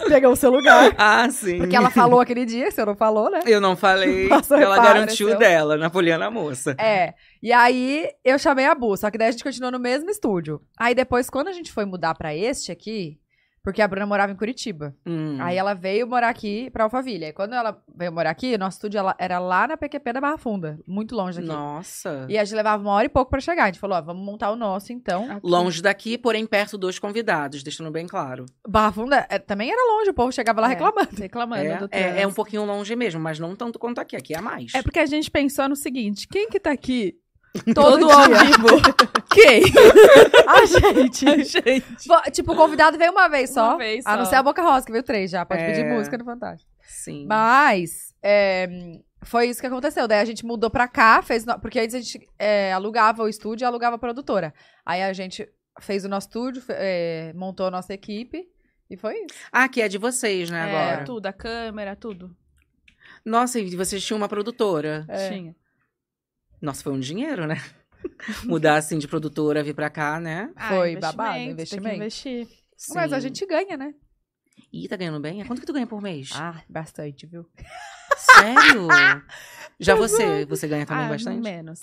Speaker 2: Pegou o seu lugar.
Speaker 4: Ah, sim.
Speaker 2: Porque ela falou aquele dia, que você não falou, né?
Speaker 4: Eu não falei,
Speaker 2: Passou
Speaker 4: ela
Speaker 2: reparo,
Speaker 4: garantiu
Speaker 2: seu.
Speaker 4: dela, Napoleana Moça.
Speaker 2: É. E aí eu chamei a Bu, só que daí a gente continuou no mesmo estúdio. Aí depois, quando a gente foi mudar pra este aqui, porque a Bruna morava em Curitiba.
Speaker 4: Hum.
Speaker 2: Aí ela veio morar aqui pra Alphaville. Aí quando ela veio morar aqui, nosso estúdio ela- era lá na PQP da Barra Funda, muito longe daqui.
Speaker 4: Nossa.
Speaker 2: E a gente levava uma hora e pouco pra chegar. A gente falou, ó, vamos montar o nosso, então.
Speaker 4: Longe daqui, porém perto dos convidados, deixando bem claro.
Speaker 2: Barra Funda é, também era longe, o povo chegava lá
Speaker 3: É.
Speaker 2: reclamando.
Speaker 3: Reclamando
Speaker 4: É,
Speaker 3: do trânsito.
Speaker 4: é, é um pouquinho longe mesmo, mas não tanto quanto aqui. Aqui é a mais.
Speaker 3: É porque a gente pensou no seguinte: quem que tá aqui?
Speaker 2: Todo
Speaker 3: Todo ao
Speaker 2: dia.
Speaker 3: vivo. Quem?
Speaker 2: A gente...
Speaker 3: A gente.
Speaker 2: Fo- Tipo, o convidado veio uma vez só.
Speaker 3: Uma vez
Speaker 2: A não
Speaker 3: só.
Speaker 2: ser a Boca Rosa, que veio três já. Pode
Speaker 4: É.
Speaker 2: pedir música no Fantástico.
Speaker 4: Sim.
Speaker 2: Mas é, foi isso que aconteceu. Daí a gente mudou pra cá, fez. no- Porque antes a gente é, alugava o estúdio e alugava a produtora. Aí a gente fez o nosso estúdio, fe- é, montou a nossa equipe. E foi isso.
Speaker 4: Ah, aqui é de vocês, né,
Speaker 3: É,
Speaker 4: agora.
Speaker 3: tudo, a câmera, tudo.
Speaker 4: Nossa, e vocês tinham uma produtora.
Speaker 3: Tinha.
Speaker 4: Nossa, foi um dinheiro, né? Mudar assim de produtora, vir pra cá, né?
Speaker 2: Foi
Speaker 3: investimento,
Speaker 2: babado, investimento.
Speaker 3: Tem que investir.
Speaker 2: Mas a
Speaker 4: Sim.
Speaker 2: gente ganha, né?
Speaker 4: Ih, tá ganhando bem? Quanto que tu ganha por mês?
Speaker 2: Ah, bastante, viu?
Speaker 4: Sério? Já você, você ganha também
Speaker 3: ah,
Speaker 4: bastante?
Speaker 3: menos.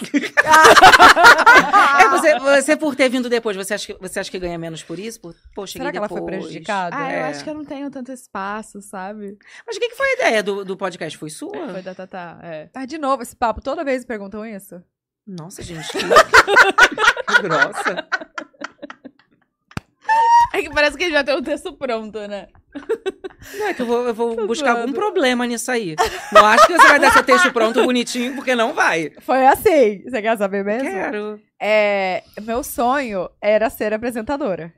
Speaker 4: É, você, você por ter vindo depois, você acha que, você acha que ganha menos por isso? Por, pô, cheguei
Speaker 2: Será que ela foi
Speaker 4: depois.
Speaker 2: prejudicada?
Speaker 3: Ah, eu
Speaker 4: É.
Speaker 3: acho que eu não tenho tanto espaço, sabe?
Speaker 4: Mas o que, que foi a ideia do, do podcast? Foi sua?
Speaker 3: Foi da Tatá, é.
Speaker 2: Ah, de novo esse papo. Toda vez me perguntam isso.
Speaker 4: Nossa, gente. Que, que grossa.
Speaker 3: É que parece que ele já tem o texto pronto, né?
Speaker 4: Não, é que eu vou, eu vou
Speaker 3: Tô
Speaker 4: buscar algum
Speaker 3: zoando.
Speaker 4: problema nisso aí. Não acho que você vai dar seu texto pronto, bonitinho, porque não vai.
Speaker 2: Foi assim. Você quer saber mesmo?
Speaker 4: Quero.
Speaker 2: É, meu sonho era ser apresentadora.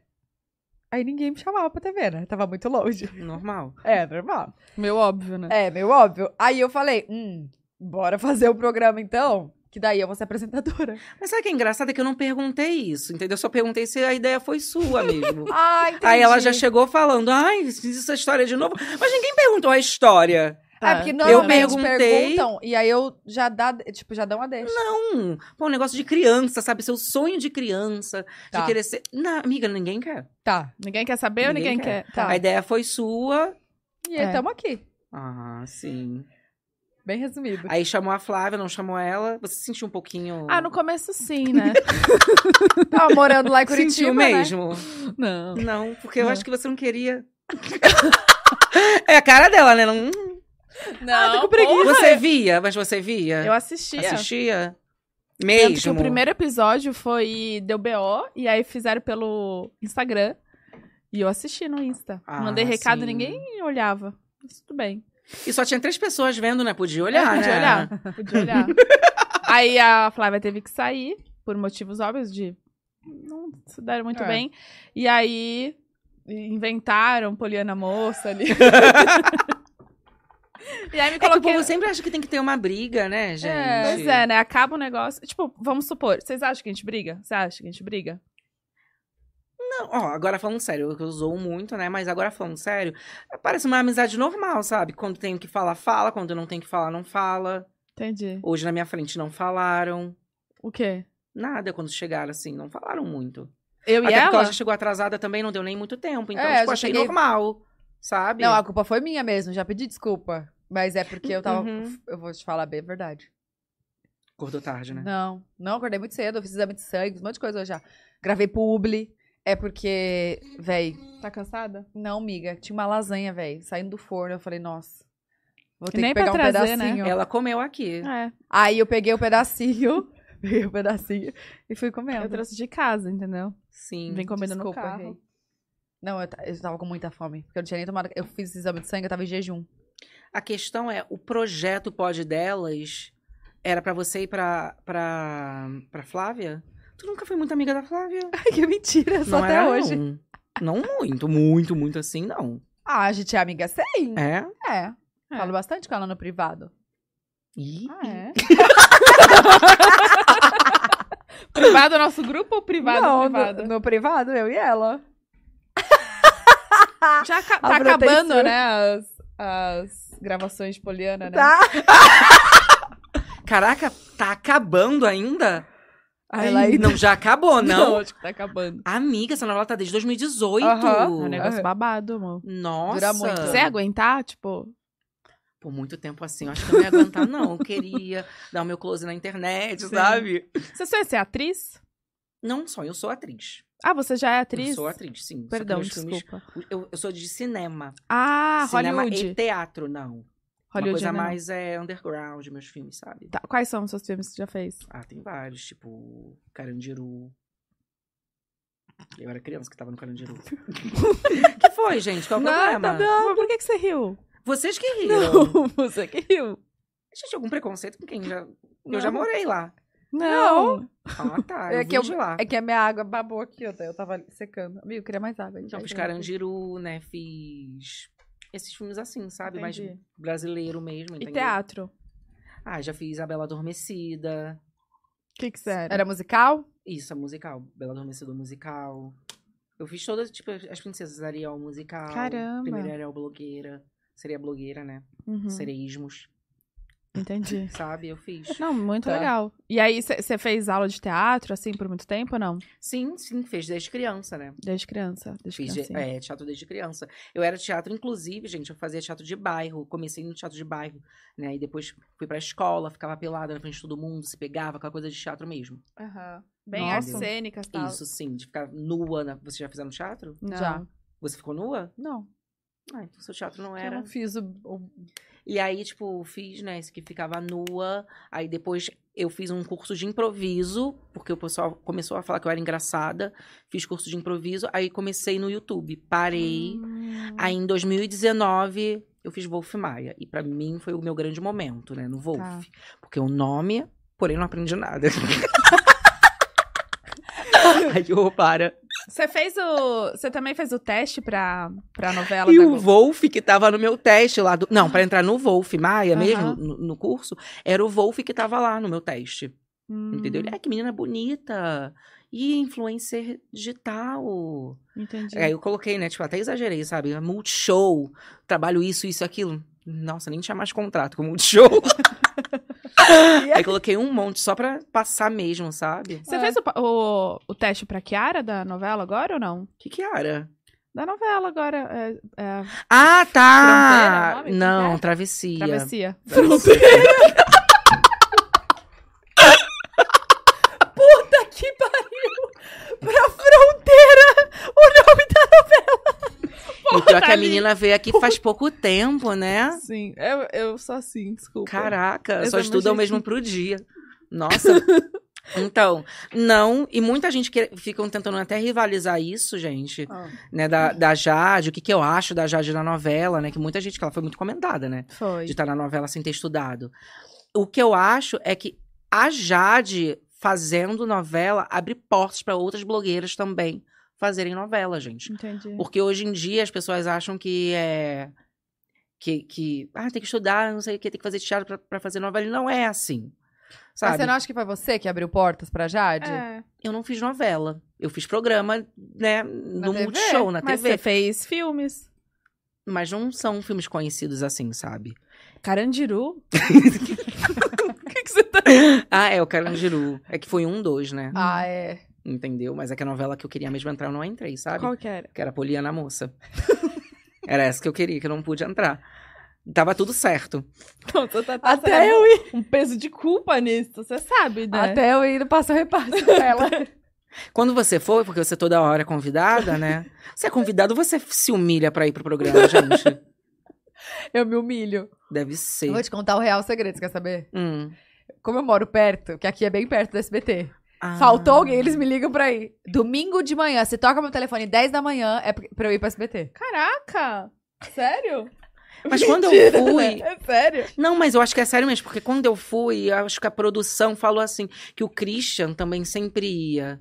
Speaker 2: Aí ninguém me chamava pra TV, né? Tava muito longe.
Speaker 4: Normal.
Speaker 2: É, normal.
Speaker 3: Meu óbvio, né?
Speaker 2: É, meio óbvio. Aí eu falei, hum, bora fazer o programa então, que daí eu vou ser apresentadora.
Speaker 4: Mas sabe o que é engraçado? É que eu não perguntei isso, entendeu? Eu só perguntei se a ideia foi sua mesmo.
Speaker 2: Ah, entendi.
Speaker 4: Aí ela já chegou falando, ai, fiz essa história de novo. Mas ninguém perguntou a história.
Speaker 2: É, porque
Speaker 3: Tá.
Speaker 2: normalmente
Speaker 4: perguntei.
Speaker 2: perguntam, e aí eu já dá, tipo, já dão uma deixa.
Speaker 4: Não, pô, um negócio de criança, sabe? Seu sonho de criança,
Speaker 2: Tá.
Speaker 4: de querer ser. Não, amiga, ninguém quer.
Speaker 2: Tá.
Speaker 3: Ninguém quer saber ou
Speaker 4: Ninguém
Speaker 3: ninguém quer?
Speaker 2: Tá.
Speaker 4: A ideia foi sua.
Speaker 2: E aí
Speaker 3: É.
Speaker 2: tamo aqui.
Speaker 4: Ah, sim.
Speaker 2: Bem resumido.
Speaker 4: Aí chamou a Flávia, não chamou ela. Você se sentiu um pouquinho.
Speaker 3: Ah, no começo sim, né?
Speaker 2: Tava morando lá em Curitiba,
Speaker 4: Sentiu
Speaker 2: né?
Speaker 4: mesmo?
Speaker 3: não.
Speaker 4: Não, porque eu
Speaker 3: Não.
Speaker 4: acho que você não queria. é a cara dela, né? Não...
Speaker 3: Não,
Speaker 2: Ah, tô com
Speaker 3: pô.
Speaker 4: Você via, mas você via?
Speaker 3: Eu assistia.
Speaker 4: assistia.
Speaker 3: Tanto
Speaker 4: Mesmo.
Speaker 3: que o primeiro episódio foi Deu BO, e aí fizeram pelo Instagram. E eu assisti no Insta.
Speaker 4: Ah,
Speaker 3: Mandei recado,
Speaker 4: sim.
Speaker 3: ninguém olhava. Mas tudo bem.
Speaker 4: E só tinha três pessoas vendo, né? Podia olhar,
Speaker 3: É, podia
Speaker 4: né?
Speaker 3: olhar. Podia olhar. aí a Flávia teve que sair, por motivos óbvios de. Não se deram muito
Speaker 2: É.
Speaker 3: bem. E aí inventaram Poliana Moça ali. e aí me
Speaker 4: É que o
Speaker 3: coloquei.
Speaker 4: povo sempre acha que tem que ter uma briga, né, gente?
Speaker 3: Pois é, né? Acaba o negócio. Tipo, vamos supor, vocês acham que a gente briga? Você acha que a gente briga?
Speaker 4: Não, ó, agora falando sério, eu que eu zoo muito, né? Mas agora falando sério, parece uma amizade normal, sabe? Quando tem o que falar, fala. Quando não tem o que falar, não fala.
Speaker 3: Entendi.
Speaker 4: Hoje na minha frente não falaram.
Speaker 3: O quê?
Speaker 4: Nada quando chegaram, assim, não falaram muito.
Speaker 3: Eu Oh, e
Speaker 4: Até porque
Speaker 3: ela?
Speaker 4: ela já chegou atrasada também, não deu nem muito tempo. Então,
Speaker 2: É, eu
Speaker 4: tipo,
Speaker 2: já
Speaker 4: achei
Speaker 2: cheguei-
Speaker 4: normal, sabe?
Speaker 2: Não, a culpa foi minha mesmo, já pedi desculpa. Mas é porque eu tava.
Speaker 4: Uhum.
Speaker 2: Eu vou te falar bem a verdade.
Speaker 4: Acordou tarde, né?
Speaker 2: Não, não, acordei muito cedo, eu fiz exame de sangue, um monte de coisa hoje já. Gravei publi, é porque, véi,
Speaker 3: Tá cansada?
Speaker 2: não, miga, tinha uma lasanha, véi, saindo do forno, eu falei, nossa, vou ter
Speaker 3: Nem
Speaker 2: que
Speaker 3: pra
Speaker 2: pegar um
Speaker 3: trazer, né?
Speaker 2: pedacinho.
Speaker 4: Ela comeu aqui.
Speaker 3: É.
Speaker 2: Aí eu peguei o pedacinho, peguei o pedacinho e fui comendo.
Speaker 3: Eu trouxe de casa, entendeu?
Speaker 4: Sim.
Speaker 3: Vem comendo no
Speaker 2: Desculpa,
Speaker 3: carro.
Speaker 2: errei. Não, eu, ta- eu tava com muita fome, porque eu não tinha nem tomado, eu fiz exame de sangue, eu tava em jejum.
Speaker 4: A questão é, o projeto Pode Delas era pra você e pra, pra, pra Flávia? Tu nunca foi muito amiga da Flávia?
Speaker 2: Ai, que mentira, só
Speaker 4: não
Speaker 2: até
Speaker 4: era,
Speaker 2: hoje.
Speaker 4: Não. Não muito, muito, muito assim, não.
Speaker 2: Ah, a gente é amiga sim,
Speaker 4: É?
Speaker 2: é. Falo bastante com ela no privado.
Speaker 4: Ih.
Speaker 3: Ah, é? privado é nosso grupo ou privado? é
Speaker 2: não,
Speaker 3: privado?
Speaker 2: No, no privado, eu e ela.
Speaker 3: Já aca-
Speaker 2: A
Speaker 3: tá
Speaker 2: Bruna tem
Speaker 3: acabando,
Speaker 2: ciúme.
Speaker 3: né? As, as gravações de Poliana, né?
Speaker 2: Tá.
Speaker 4: Caraca, tá acabando ainda?
Speaker 3: Ai,
Speaker 2: Ela aí- tipo,
Speaker 4: Não, já acabou, não.
Speaker 1: acho que tá acabando.
Speaker 4: Amiga, essa novela tá desde 2018.
Speaker 2: Aham,
Speaker 3: É um negócio babado, amor.
Speaker 4: Nossa.
Speaker 2: Dura muito.
Speaker 3: Você ia aguentar, tipo...
Speaker 4: Por muito tempo assim, eu acho que eu não ia aguentar, não. Eu queria dar o meu close na internet, sabe?
Speaker 3: Você sonha em ser atriz?
Speaker 4: Não só, eu sou atriz.
Speaker 3: Ah, você já é atriz?
Speaker 4: Eu sou atriz, sim. Só que
Speaker 3: Perdão,
Speaker 4: meus filmes-
Speaker 3: desculpa.
Speaker 4: eu, eu sou de cinema.
Speaker 3: Ah,
Speaker 4: cinema
Speaker 3: Hollywood.
Speaker 4: e teatro, não.
Speaker 3: Hollywood
Speaker 4: Uma coisa
Speaker 3: ainda não.
Speaker 4: mais é underground, meus filmes, sabe?
Speaker 3: Tá, quais são os seus filmes que você já fez?
Speaker 4: Ah, tem vários, tipo Carandiru. Eu era criança que tava no Carandiru. que foi, gente? Qual é o problema?
Speaker 3: Mas por que, que você riu?
Speaker 4: Vocês que riram.
Speaker 3: Não, você que riu.
Speaker 4: Gente, algum preconceito com quem já... Eu
Speaker 3: Não.
Speaker 4: já morei lá.
Speaker 3: Não.
Speaker 4: Ah, tá.
Speaker 2: É
Speaker 4: Eu
Speaker 2: que
Speaker 4: vim
Speaker 2: eu-
Speaker 4: de lá.
Speaker 2: É que a minha água babou aqui, ó. Eu tava secando. Amigo, eu queria mais água.
Speaker 4: Então, fiz
Speaker 2: caranjo.
Speaker 4: Carandiru, né? Fiz esses filmes assim, sabe? Mais
Speaker 3: Entendi.
Speaker 4: brasileiro mesmo,
Speaker 3: E
Speaker 4: entendeu?
Speaker 3: teatro? O
Speaker 4: Ah, já fiz A Bela Adormecida.
Speaker 3: que que você era?
Speaker 2: Era musical?
Speaker 4: Isso, a musical. Bela Adormecida o musical. Eu fiz todas, tipo, as princesas Ariel musical.
Speaker 3: Caramba.
Speaker 4: Primeira Ariel blogueira. Seria blogueira, né?
Speaker 3: Uhum,
Speaker 4: Sereísmos,
Speaker 3: Entendi.
Speaker 4: sabe? Eu fiz.
Speaker 3: Não, muito
Speaker 2: Tá.
Speaker 3: legal. E aí, você fez aula de teatro, assim, por muito tempo ou não?
Speaker 4: Sim, sim, fez desde criança, né?
Speaker 3: Desde criança. Desde
Speaker 4: Fiz
Speaker 3: criança.
Speaker 4: é, teatro desde criança. Eu era teatro, inclusive, gente, eu fazia teatro de bairro. Comecei no teatro de bairro, né? E depois fui pra escola, ficava pelada na frente de todo mundo, se pegava, aquela coisa de teatro mesmo.
Speaker 3: Bem
Speaker 4: Nossa.
Speaker 3: artes cênicas e tal.
Speaker 4: é. Isso, sim, de ficar nua. Na... Você já fizeram teatro?
Speaker 3: Não.
Speaker 2: Já.
Speaker 4: Você ficou nua?
Speaker 2: Não.
Speaker 4: Ah, então seu teatro não
Speaker 2: Eu
Speaker 4: era.
Speaker 2: não fiz o. o-
Speaker 4: E aí, tipo, fiz, né, esse que ficava nua. Aí depois eu fiz um curso de improviso, porque o pessoal começou a falar que eu era engraçada. Fiz curso de improviso, aí comecei no YouTube. Parei.
Speaker 3: Hum.
Speaker 4: Aí em 2019 eu fiz Wolf Maia. E pra mim foi o meu grande momento, né? No Wolf.
Speaker 3: Tá.
Speaker 4: Porque o nome, porém não aprendi nada. Aí eu para.
Speaker 3: Você fez o. Você também fez o teste pra, pra novela
Speaker 4: E
Speaker 3: da
Speaker 4: o
Speaker 3: Globo?
Speaker 4: Wolf que tava no meu teste lá do. Não, pra entrar no Wolf Maia mesmo,
Speaker 3: Aham.
Speaker 4: no, no curso, era o Wolf que tava lá no meu teste.
Speaker 3: Hum,
Speaker 4: Entendeu? Ele, ah, que menina bonita. E influencer digital.
Speaker 3: Hum, Entendi.
Speaker 4: Aí eu coloquei, né? Tipo, até exagerei, sabe? Multishow, trabalho isso, isso, aquilo. Nossa, nem tinha mais contrato com o Multishow. Aí coloquei um monte só pra passar mesmo, sabe?
Speaker 3: Você
Speaker 2: É.
Speaker 3: fez o, pa- o, o teste pra Kiara da novela agora ou não?
Speaker 4: Que que era?
Speaker 3: Da novela agora. É, é,
Speaker 4: Ah,
Speaker 3: Fronteira,
Speaker 4: tá!
Speaker 3: nome? Que que
Speaker 4: Não,
Speaker 3: é?
Speaker 4: travessia.
Speaker 3: travessia.
Speaker 2: Que pariu! Pra fronteira! O nome da.
Speaker 4: E pior que
Speaker 3: tá
Speaker 4: a
Speaker 3: ali.
Speaker 4: menina veio aqui faz pouco tempo, né?
Speaker 1: Sim, eu, eu sou assim, desculpa.
Speaker 4: Caraca,
Speaker 1: Eu
Speaker 4: só
Speaker 1: também
Speaker 4: estuda o
Speaker 1: achei
Speaker 4: mesmo pro dia. Nossa. Então, não, e muita gente que ficam tentando até rivalizar isso, gente,
Speaker 2: Ah.
Speaker 4: né, da, da Jade, o que que eu acho da Jade na novela, né, que muita gente, que ela foi muito comentada, né,
Speaker 3: Foi.
Speaker 4: de estar na novela sem ter estudado. O que eu acho é que a Jade fazendo novela abre portas para outras blogueiras também fazerem novela, gente.
Speaker 3: Entendi.
Speaker 4: Porque hoje em dia as pessoas acham que é. Que, que ah, tem que estudar, não sei o que, tem que fazer teatro pra, pra fazer novela. E não é assim.
Speaker 2: Mas
Speaker 4: Sabe?
Speaker 2: você não acha que foi você que abriu portas pra Jade?
Speaker 3: É,
Speaker 4: Eu não fiz novela. Eu fiz programa, né, no
Speaker 2: TV?
Speaker 4: Multishow, na
Speaker 3: mas
Speaker 4: TV.
Speaker 3: você fez filmes.
Speaker 4: Mas não são filmes conhecidos assim, sabe?
Speaker 3: Carandiru.
Speaker 4: Ah, é, o Carandiru. É que foi um, dois, né?
Speaker 2: Ah, é.
Speaker 4: Entendeu? Mas é que a novela que eu queria mesmo entrar, eu não entrei, sabe?
Speaker 3: Qual que era?
Speaker 4: Que era Poliana Moça. era essa que eu queria, que eu não pude entrar. Tava tudo certo.
Speaker 3: Então, tô, tá, tá,
Speaker 1: Até
Speaker 3: sabe?
Speaker 1: eu ir. Um peso de culpa nisso, você sabe, né?
Speaker 2: Até eu ir passar o repasse pra ela.
Speaker 4: Quando você for, porque você toda hora é convidada, né? Você é convidado, você se humilha pra ir pro programa, gente.
Speaker 2: Eu me humilho.
Speaker 4: Deve
Speaker 2: Eu vou
Speaker 4: ser.
Speaker 2: te contar o real segredo, você quer saber?
Speaker 4: Hum.
Speaker 2: Como eu moro perto, que aqui é bem perto do SBT.
Speaker 4: Ah.
Speaker 2: Faltou alguém, eles me ligam pra ir. Domingo de manhã, se toca meu telefone 10 da manhã, é pra eu ir pra SBT.
Speaker 3: Caraca! Sério?
Speaker 4: Mas quando
Speaker 3: Mentira,
Speaker 4: eu fui.
Speaker 3: né? É sério?
Speaker 4: Não, mas eu acho que é sério mesmo, porque quando eu fui, eu acho que a produção falou assim: que o Christian também sempre ia.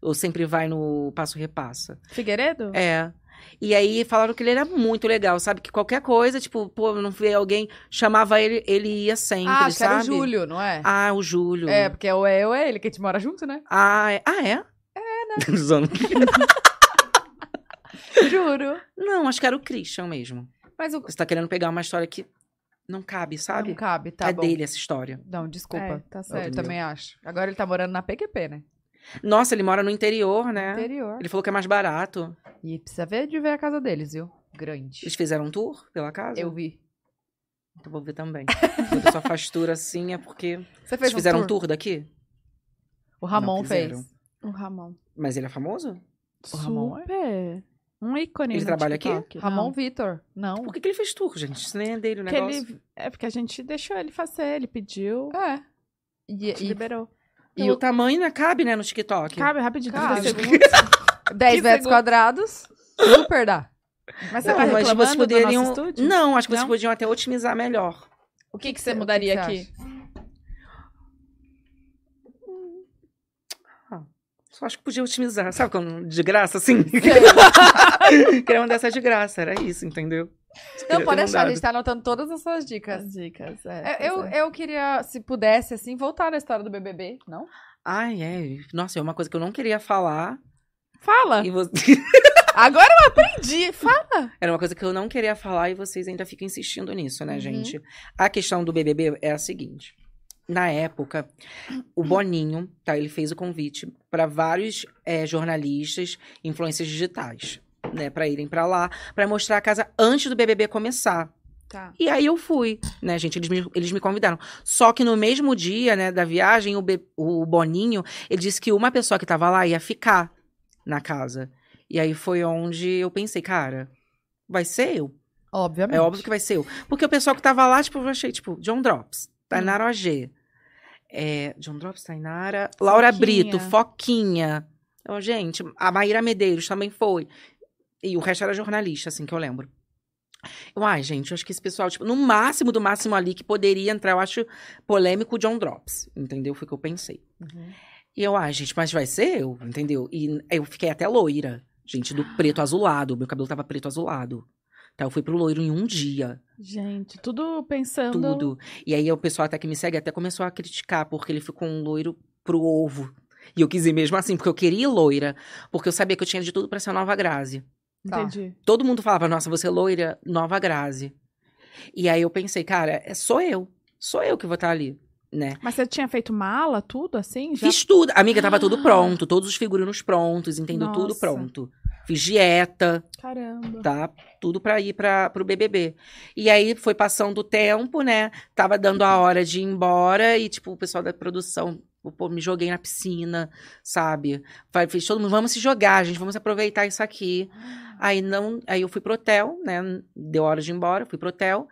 Speaker 4: Ou sempre vai no Passo Repassa.
Speaker 3: Figueiredo?
Speaker 4: É. E aí falaram que ele era muito legal, sabe? Que qualquer coisa, tipo, pô, não vê alguém, chamava ele, ele ia sempre,
Speaker 2: ah, acho que era o
Speaker 4: sabe?
Speaker 2: Júlio, não é?
Speaker 4: Ah, o Júlio.
Speaker 2: É, porque ou é eu é ele, que a gente mora junto, né?
Speaker 4: Ah, é? Ah, é? É, né? Zona.
Speaker 2: Juro.
Speaker 4: Não, acho que era o Christian mesmo.
Speaker 2: Mas o.
Speaker 4: Você tá querendo pegar uma história que não cabe, sabe?
Speaker 2: Não cabe, tá
Speaker 4: é
Speaker 2: bom.
Speaker 4: dele essa história.
Speaker 2: Não, desculpa.
Speaker 3: É, tá
Speaker 2: Eu
Speaker 3: certo.
Speaker 2: também acho. Agora ele tá morando na PQP, né?
Speaker 4: Nossa, ele mora no interior, né?
Speaker 2: Interior.
Speaker 4: Ele falou que é mais barato.
Speaker 2: E precisa ver de ver a casa deles, viu? Grande.
Speaker 4: Eles fizeram um tour pela casa?
Speaker 2: Eu vi.
Speaker 4: Então vou ver também. Quando só faz tour assim é porque.
Speaker 2: Você fez
Speaker 4: Eles
Speaker 2: um
Speaker 4: fizeram
Speaker 2: tour?
Speaker 4: um tour daqui?
Speaker 2: O Ramon
Speaker 4: Não fizeram.
Speaker 2: fez.
Speaker 3: O Ramon.
Speaker 4: Mas ele é famoso?
Speaker 2: O Ramon é-
Speaker 3: Super. Um ícone.
Speaker 4: Ele
Speaker 3: no
Speaker 4: trabalha aqui?
Speaker 3: TikTok.
Speaker 2: Ramon um
Speaker 3: Não.
Speaker 2: Vitor. Não.
Speaker 4: Por que, que ele fez tour, gente? Isso nem é dele o
Speaker 3: Que
Speaker 4: negócio.
Speaker 3: ele, é porque a gente deixou ele fazer, ele pediu,
Speaker 2: É. E,
Speaker 3: te liberou.
Speaker 4: E o tamanho né, cabe, né, no TikTok.
Speaker 3: Cabe rapidinho, 30
Speaker 2: Cabe.
Speaker 3: segundos.
Speaker 2: 10
Speaker 3: é
Speaker 2: metros
Speaker 3: Que segundo.
Speaker 2: quadrados, super dá.
Speaker 3: Mas você
Speaker 4: Não,
Speaker 3: tá
Speaker 4: mas vocês
Speaker 3: reclamando
Speaker 4: poderiam-
Speaker 3: do nosso estúdio?
Speaker 4: Não, acho que vocês
Speaker 3: Não?
Speaker 4: podiam até otimizar melhor.
Speaker 3: O que, que você mudaria
Speaker 2: O que que
Speaker 3: aqui?
Speaker 4: Só acho que podia otimizar. Sabe quando de graça, assim? Queria mandar essa de graça, era isso, entendeu?
Speaker 2: Não,
Speaker 4: Queria
Speaker 2: pode
Speaker 4: ter
Speaker 2: deixar, a gente
Speaker 4: mandado.
Speaker 2: tá anotando todas as suas dicas.
Speaker 3: As dicas, é,
Speaker 2: Eu, eu,
Speaker 3: pois é.
Speaker 2: eu queria, se pudesse, assim, voltar na história do BBB, não?
Speaker 4: Ai, é. Nossa, é uma coisa que eu não queria falar.
Speaker 3: Fala!
Speaker 2: Ah.
Speaker 4: E você-
Speaker 3: Agora eu aprendi! Fala!
Speaker 4: Era uma coisa que eu não queria falar e vocês ainda ficam insistindo nisso, né,
Speaker 2: Uhum.
Speaker 4: gente? A questão do BBB é a seguinte. Na época, o Boninho, tá? Ele fez o convite para vários eh, jornalistas, influências digitais, né? Pra irem pra lá, pra mostrar a casa antes do BBB começar.
Speaker 3: Tá.
Speaker 4: E aí eu fui, né, gente? Eles me, eles me convidaram. Só que no mesmo dia, né, da viagem, o, Be- o Boninho, ele disse que uma pessoa que tava lá ia ficar na casa. E aí foi onde eu pensei, cara, vai ser eu?
Speaker 2: Obviamente.
Speaker 4: É óbvio que vai ser eu. Porque o pessoal que tava lá, tipo, eu achei, tipo, John Drops, Tainara OG. É, John Drops, Tainara. Laura
Speaker 3: Foquinha.
Speaker 4: Brito, Foquinha. Eu, gente, a Maíra Medeiros também foi. E o resto era jornalista, assim, que eu lembro. Eu, ai, gente, eu acho que esse pessoal, tipo, no máximo do máximo ali que poderia entrar, eu acho polêmico o John Drops. Entendeu? Foi o que eu pensei. E eu, ai, gente, mas vai ser eu, entendeu? E eu fiquei até loira, gente, do preto azulado. Meu cabelo tava preto azulado. Então eu fui pro loiro em um dia
Speaker 3: Gente, tudo pensando.
Speaker 4: tudo. E aí o pessoal até que me segue até começou a criticar, porque ele ficou um loiro pro ovo. E eu quis ir mesmo assim, porque eu queria ir loira. Porque eu sabia que eu tinha de tudo pra ser a nova Grazi.
Speaker 2: Tá.
Speaker 3: Entendi.
Speaker 4: Todo mundo falava, nossa, você é loira, nova Grazi. E aí eu pensei, cara, é- sou eu. Sou eu que vou estar ali, né?
Speaker 3: Mas você tinha feito mala, tudo assim? Já? Ah!
Speaker 4: Fiz tudo. Amiga, tava tudo pronto. Todos os figurinos prontos, entendeu? Tudo
Speaker 3: Nossa.
Speaker 4: pronto. Fiz dieta.
Speaker 3: Caramba.
Speaker 4: tá? Tudo pra ir para pro BBB. E aí foi passando o tempo, né? Tava dando a hora de ir embora e tipo o pessoal da produção Pô, me joguei na piscina, sabe? Vai- Fez todo mundo, vamos se jogar, gente, vamos aproveitar isso aqui. Aí não, aí eu fui pro hotel, né? Deu hora de ir embora, fui pro hotel.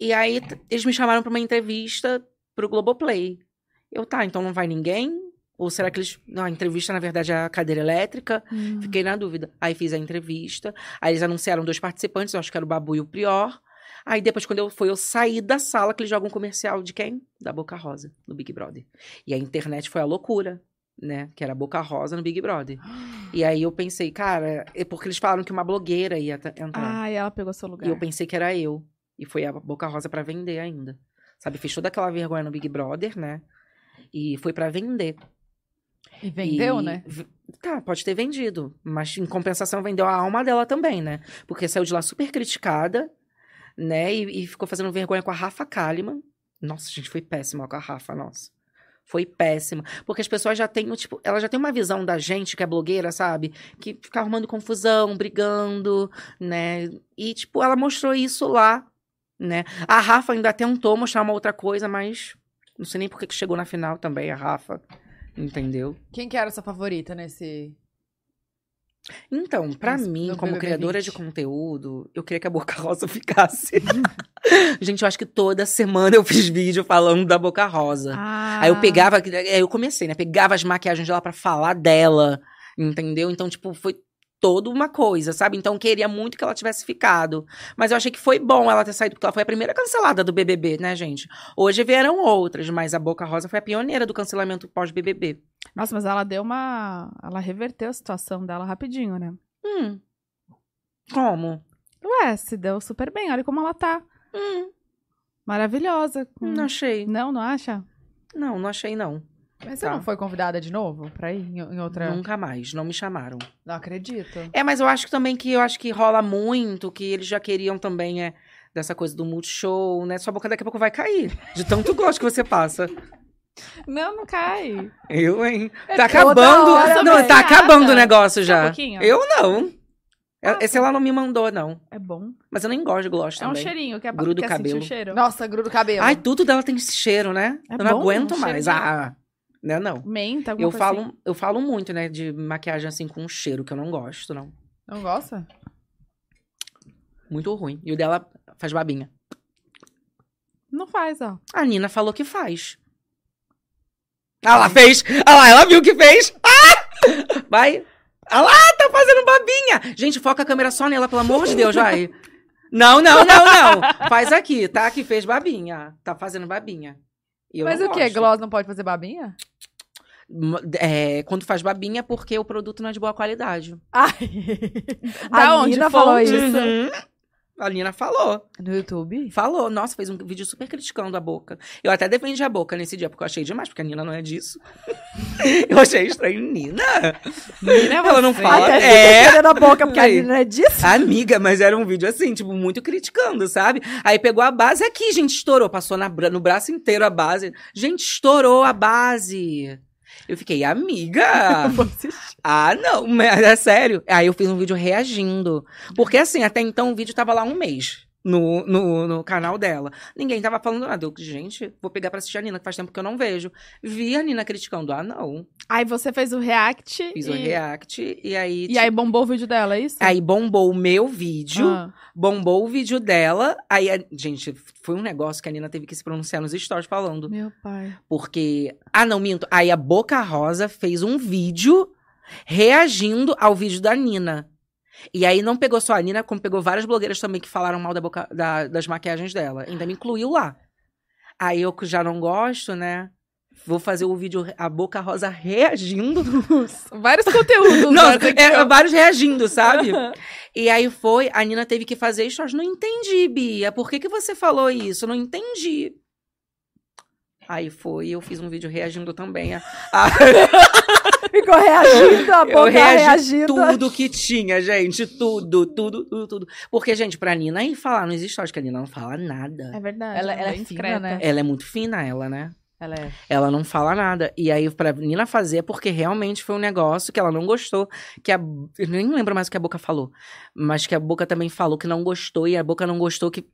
Speaker 4: E aí t- eles me chamaram pra uma entrevista pro Globoplay. Eu, tá, então não vai ninguém? Ou será que eles. Não, a entrevista, na verdade, é a cadeira elétrica.
Speaker 3: Hum.
Speaker 4: Fiquei na dúvida. Aí fiz a entrevista. Aí eles anunciaram dois participantes, eu acho que era o Babu e o Prior. Aí depois, quando eu fui, eu saí da sala que eles jogam um comercial de quem? Da Boca Rosa, do Big Brother. E a internet foi a loucura, né? Que era Boca Rosa no Big Brother. E aí eu pensei, cara, é porque eles falaram que uma blogueira ia ta- entrar.
Speaker 3: Ah, e ela pegou seu lugar.
Speaker 4: E eu pensei que era eu. E foi a Boca Rosa pra vender ainda. Sabe, fez toda aquela vergonha no Big Brother, né? E foi pra vender.
Speaker 2: E vendeu,
Speaker 4: E-
Speaker 2: né?
Speaker 4: v- Tá, pode ter vendido. Mas em compensação vendeu a alma dela também, né? Porque saiu de lá super criticada, né? E, e ficou fazendo vergonha com a Rafa Kalimann. Nossa, gente, foi péssima com a Rafa, nossa. Foi péssima. Porque as pessoas já têm, o tipo, ela já tem uma visão da gente que é blogueira, sabe? Que fica arrumando confusão, brigando, né? E, tipo, ela mostrou isso lá, né? A Rafa ainda tentou mostrar uma outra coisa, mas não sei nem por que que chegou na final também, a Rafa. Entendeu?
Speaker 2: Quem que era sua favorita nesse...
Speaker 4: Então, pra
Speaker 2: Isso,
Speaker 4: mim,
Speaker 2: no
Speaker 4: como
Speaker 2: BBB
Speaker 4: criadora
Speaker 2: 20.
Speaker 4: de conteúdo, eu queria que a Boca Rosa ficasse. Gente, eu acho que toda semana eu fiz vídeo falando da Boca Rosa.
Speaker 3: Ah.
Speaker 4: Aí eu pegava, aí eu comecei, né? Pegava as maquiagens dela pra falar dela, entendeu? Então, tipo, foi toda uma coisa, sabe? Então, eu queria muito que ela tivesse ficado. Mas eu achei que foi bom ela ter saído, porque ela foi a primeira cancelada do BBB, né, gente? Hoje vieram outras, mas a Boca Rosa foi a pioneira do cancelamento pós-BBB.
Speaker 3: Nossa, mas ela deu uma. Ela reverteu a situação dela rapidinho, né?
Speaker 4: Hum. Como?
Speaker 3: Ué, se deu super bem, olha como ela tá. Maravilhosa. com-
Speaker 4: Não achei.
Speaker 3: Não, não acha?
Speaker 4: Não, não achei, não.
Speaker 2: Mas você
Speaker 4: Tá.
Speaker 2: não foi convidada de novo pra ir em, em outra...
Speaker 4: Nunca mais, não me chamaram.
Speaker 2: Não acredito.
Speaker 4: É, mas eu acho que também que eu acho que rola muito, que eles já queriam também é, dessa coisa do multishow, né? Sua boca daqui a pouco vai cair, de tanto gosto que você passa.
Speaker 3: Não, não cai.
Speaker 4: Eu, hein?
Speaker 3: É
Speaker 4: Tá acabando.
Speaker 3: hora,
Speaker 4: não,
Speaker 3: velho.
Speaker 4: tá acabando o negócio
Speaker 3: Só um
Speaker 4: já.
Speaker 3: pouquinho.
Speaker 4: eu não.
Speaker 3: Ah,
Speaker 4: Esse ela não me mandou, não.
Speaker 3: É bom.
Speaker 4: Mas eu nem gosto de gloss
Speaker 3: É um
Speaker 4: também.
Speaker 3: cheirinho. Quer,
Speaker 4: Tá Gruda o
Speaker 3: quer sentir o
Speaker 4: cabelo.
Speaker 3: cheiro?
Speaker 2: Nossa, gruda o cabelo.
Speaker 4: Ai, tudo dela tem esse cheiro, né?
Speaker 3: É
Speaker 4: eu não
Speaker 3: bom,
Speaker 4: aguento
Speaker 3: um
Speaker 4: mais.
Speaker 3: cheiro de-
Speaker 4: Ah, né? Não.
Speaker 3: Menta, alguma
Speaker 4: Eu
Speaker 3: coisa
Speaker 4: falo,
Speaker 3: assim.
Speaker 4: eu falo muito, né, de maquiagem assim com cheiro, que eu não gosto, não.
Speaker 2: Não gosta?
Speaker 4: Muito ruim. E o dela faz babinha.
Speaker 3: Não faz, ó.
Speaker 4: A Nina falou que faz. Ah lá, fez! Ah lá, ela viu que fez! Ah! Vai! Ah lá, tá fazendo babinha! Gente, foca a câmera só nela, pelo amor de Deus, vai! Não, não, não, não! Faz aqui, tá? Que fez babinha. Tá fazendo babinha. E eu
Speaker 2: Mas
Speaker 4: não
Speaker 2: o que?
Speaker 4: gosto.
Speaker 2: Gloss não pode fazer babinha?
Speaker 4: É, quando faz babinha é porque o produto não é de boa qualidade.
Speaker 2: Ai.
Speaker 3: Da
Speaker 2: a
Speaker 3: onde?
Speaker 2: Nina falou
Speaker 3: Fontes?
Speaker 2: isso.
Speaker 4: Uhum. A Nina falou.
Speaker 2: No YouTube?
Speaker 4: Falou. Nossa, fez um vídeo super criticando a boca. Eu até defendi a boca nesse dia, porque eu achei demais, porque a Nina não é disso. eu achei estranho. Nina! Nina, ela não fala.
Speaker 2: Até
Speaker 4: É,
Speaker 2: fica na boca, porque a
Speaker 4: Aí.
Speaker 2: Nina é disso.
Speaker 4: Amiga, mas era um vídeo assim, tipo, muito criticando, sabe? Aí pegou a base aqui, gente, estourou. Passou na bra- no braço inteiro a base. Gente, estourou a base. Eu fiquei, amiga! ah, não, mas é sério. Aí eu fiz um vídeo reagindo. Porque assim, até então o vídeo tava lá um mês. No, no, no canal dela. Ninguém tava falando nada. Eu, gente, vou pegar pra assistir a Nina, que faz tempo que eu não vejo. Vi a Nina criticando. Ah, não.
Speaker 3: Aí você fez o react.
Speaker 4: Fiz
Speaker 3: e...
Speaker 4: um react. E aí.
Speaker 3: É. E aí bombou o vídeo dela, é isso?
Speaker 4: Aí bombou o meu vídeo.
Speaker 3: Ah.
Speaker 4: bombou o vídeo dela. Aí, a- gente, foi um negócio que a Nina teve que se pronunciar nos stories falando.
Speaker 3: Meu pai.
Speaker 4: Porque. Ah, não, minto. Aí a Boca Rosa fez um vídeo reagindo ao vídeo da Nina. E aí não pegou só a Nina, como pegou várias blogueiras também que falaram mal da boca, da- das maquiagens dela. Ainda me incluiu lá. Aí eu que já não gosto, né? Vou fazer o vídeo a Boca Rosa reagindo.
Speaker 3: Vários conteúdos.
Speaker 4: Não,
Speaker 3: né? Tem que-
Speaker 4: é, vários reagindo, sabe? E aí foi, a Nina teve que fazer stories. Não entendi, Bia. Por que, que você falou isso? Não entendi. Aí foi, eu fiz um vídeo reagindo também a, a
Speaker 2: Ficou reagindo, a
Speaker 4: Eu
Speaker 2: boca
Speaker 4: reagi
Speaker 2: reagindo.
Speaker 4: tudo que tinha, gente. Tudo, tudo, tudo, tudo. Porque, gente, pra Nina ir falar nos stories, que a Nina não fala nada.
Speaker 3: É verdade.
Speaker 2: Ela- ela é
Speaker 3: bem
Speaker 2: fina,
Speaker 3: discreta.
Speaker 2: né?
Speaker 4: Ela é muito fina, ela, né?
Speaker 2: Ela é.
Speaker 4: Ela não fala nada. E aí, pra Nina fazer, é porque realmente foi um negócio que ela não gostou. Que a. Eu nem lembro mais o que a boca falou. Mas que a boca também falou que não gostou. E a boca não gostou que.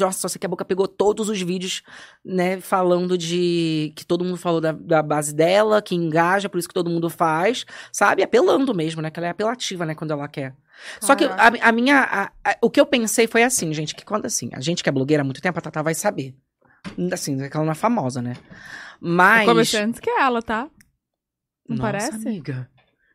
Speaker 4: Nossa, só sei que a boca pegou todos os vídeos, né? Falando de. Que todo mundo falou da, da base dela, que engaja, por isso que todo mundo faz. Sabe? Apelando mesmo, né? Que ela é apelativa, né? Quando ela quer. Só que a, a minha. a- a- o que eu pensei foi assim, gente, que quando assim, a gente que é blogueira há muito tempo, a Tatá vai saber. Assim, é que ela não é famosa, né? Mas.
Speaker 3: Eu comecei antes que ela, tá? Não
Speaker 4: Nossa,
Speaker 3: parece?
Speaker 4: Amiga.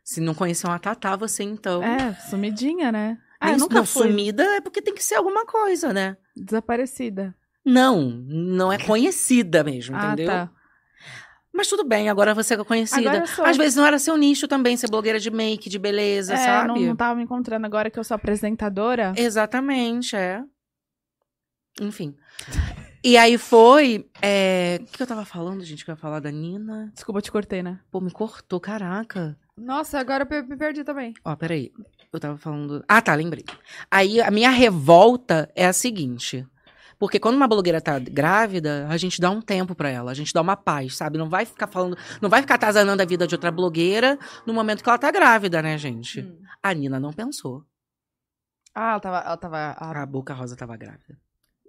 Speaker 4: Se não conheceu a Tatá, você então.
Speaker 3: É, sumidinha, né? Ah,
Speaker 4: Nem-
Speaker 3: eu nunca
Speaker 4: não,
Speaker 3: fui.
Speaker 4: sumida é porque tem que ser alguma coisa, né?
Speaker 3: Desaparecida.
Speaker 4: Não, não é conhecida mesmo, entendeu?
Speaker 3: Ah, tá.
Speaker 4: Mas tudo bem, agora você é conhecida.
Speaker 3: Agora eu sou.
Speaker 4: Às vezes não era seu nicho também, ser blogueira de make, de beleza,
Speaker 3: É,
Speaker 4: sabe?
Speaker 3: não, não tava me encontrando agora que eu sou apresentadora.
Speaker 4: Exatamente, é. Enfim. E aí foi. é, O que eu tava falando, gente? Que eu ia falar da Nina.
Speaker 3: Desculpa, eu te cortei, né?
Speaker 4: Pô, me cortou, caraca.
Speaker 2: Nossa, agora eu pe- me perdi também.
Speaker 4: Ó, peraí. Eu tava falando. Ah, tá, lembrei. Aí a minha revolta é a seguinte. Porque quando uma blogueira tá grávida, a gente dá um tempo pra ela, a gente dá uma paz, sabe? Não vai ficar falando, não vai ficar atazanando a vida de outra blogueira no momento que ela tá grávida, né, gente?
Speaker 2: Hum.
Speaker 4: A Nina não pensou.
Speaker 2: Ah, ela tava. Ela tava ah,
Speaker 4: A Boca Rosa tava grávida.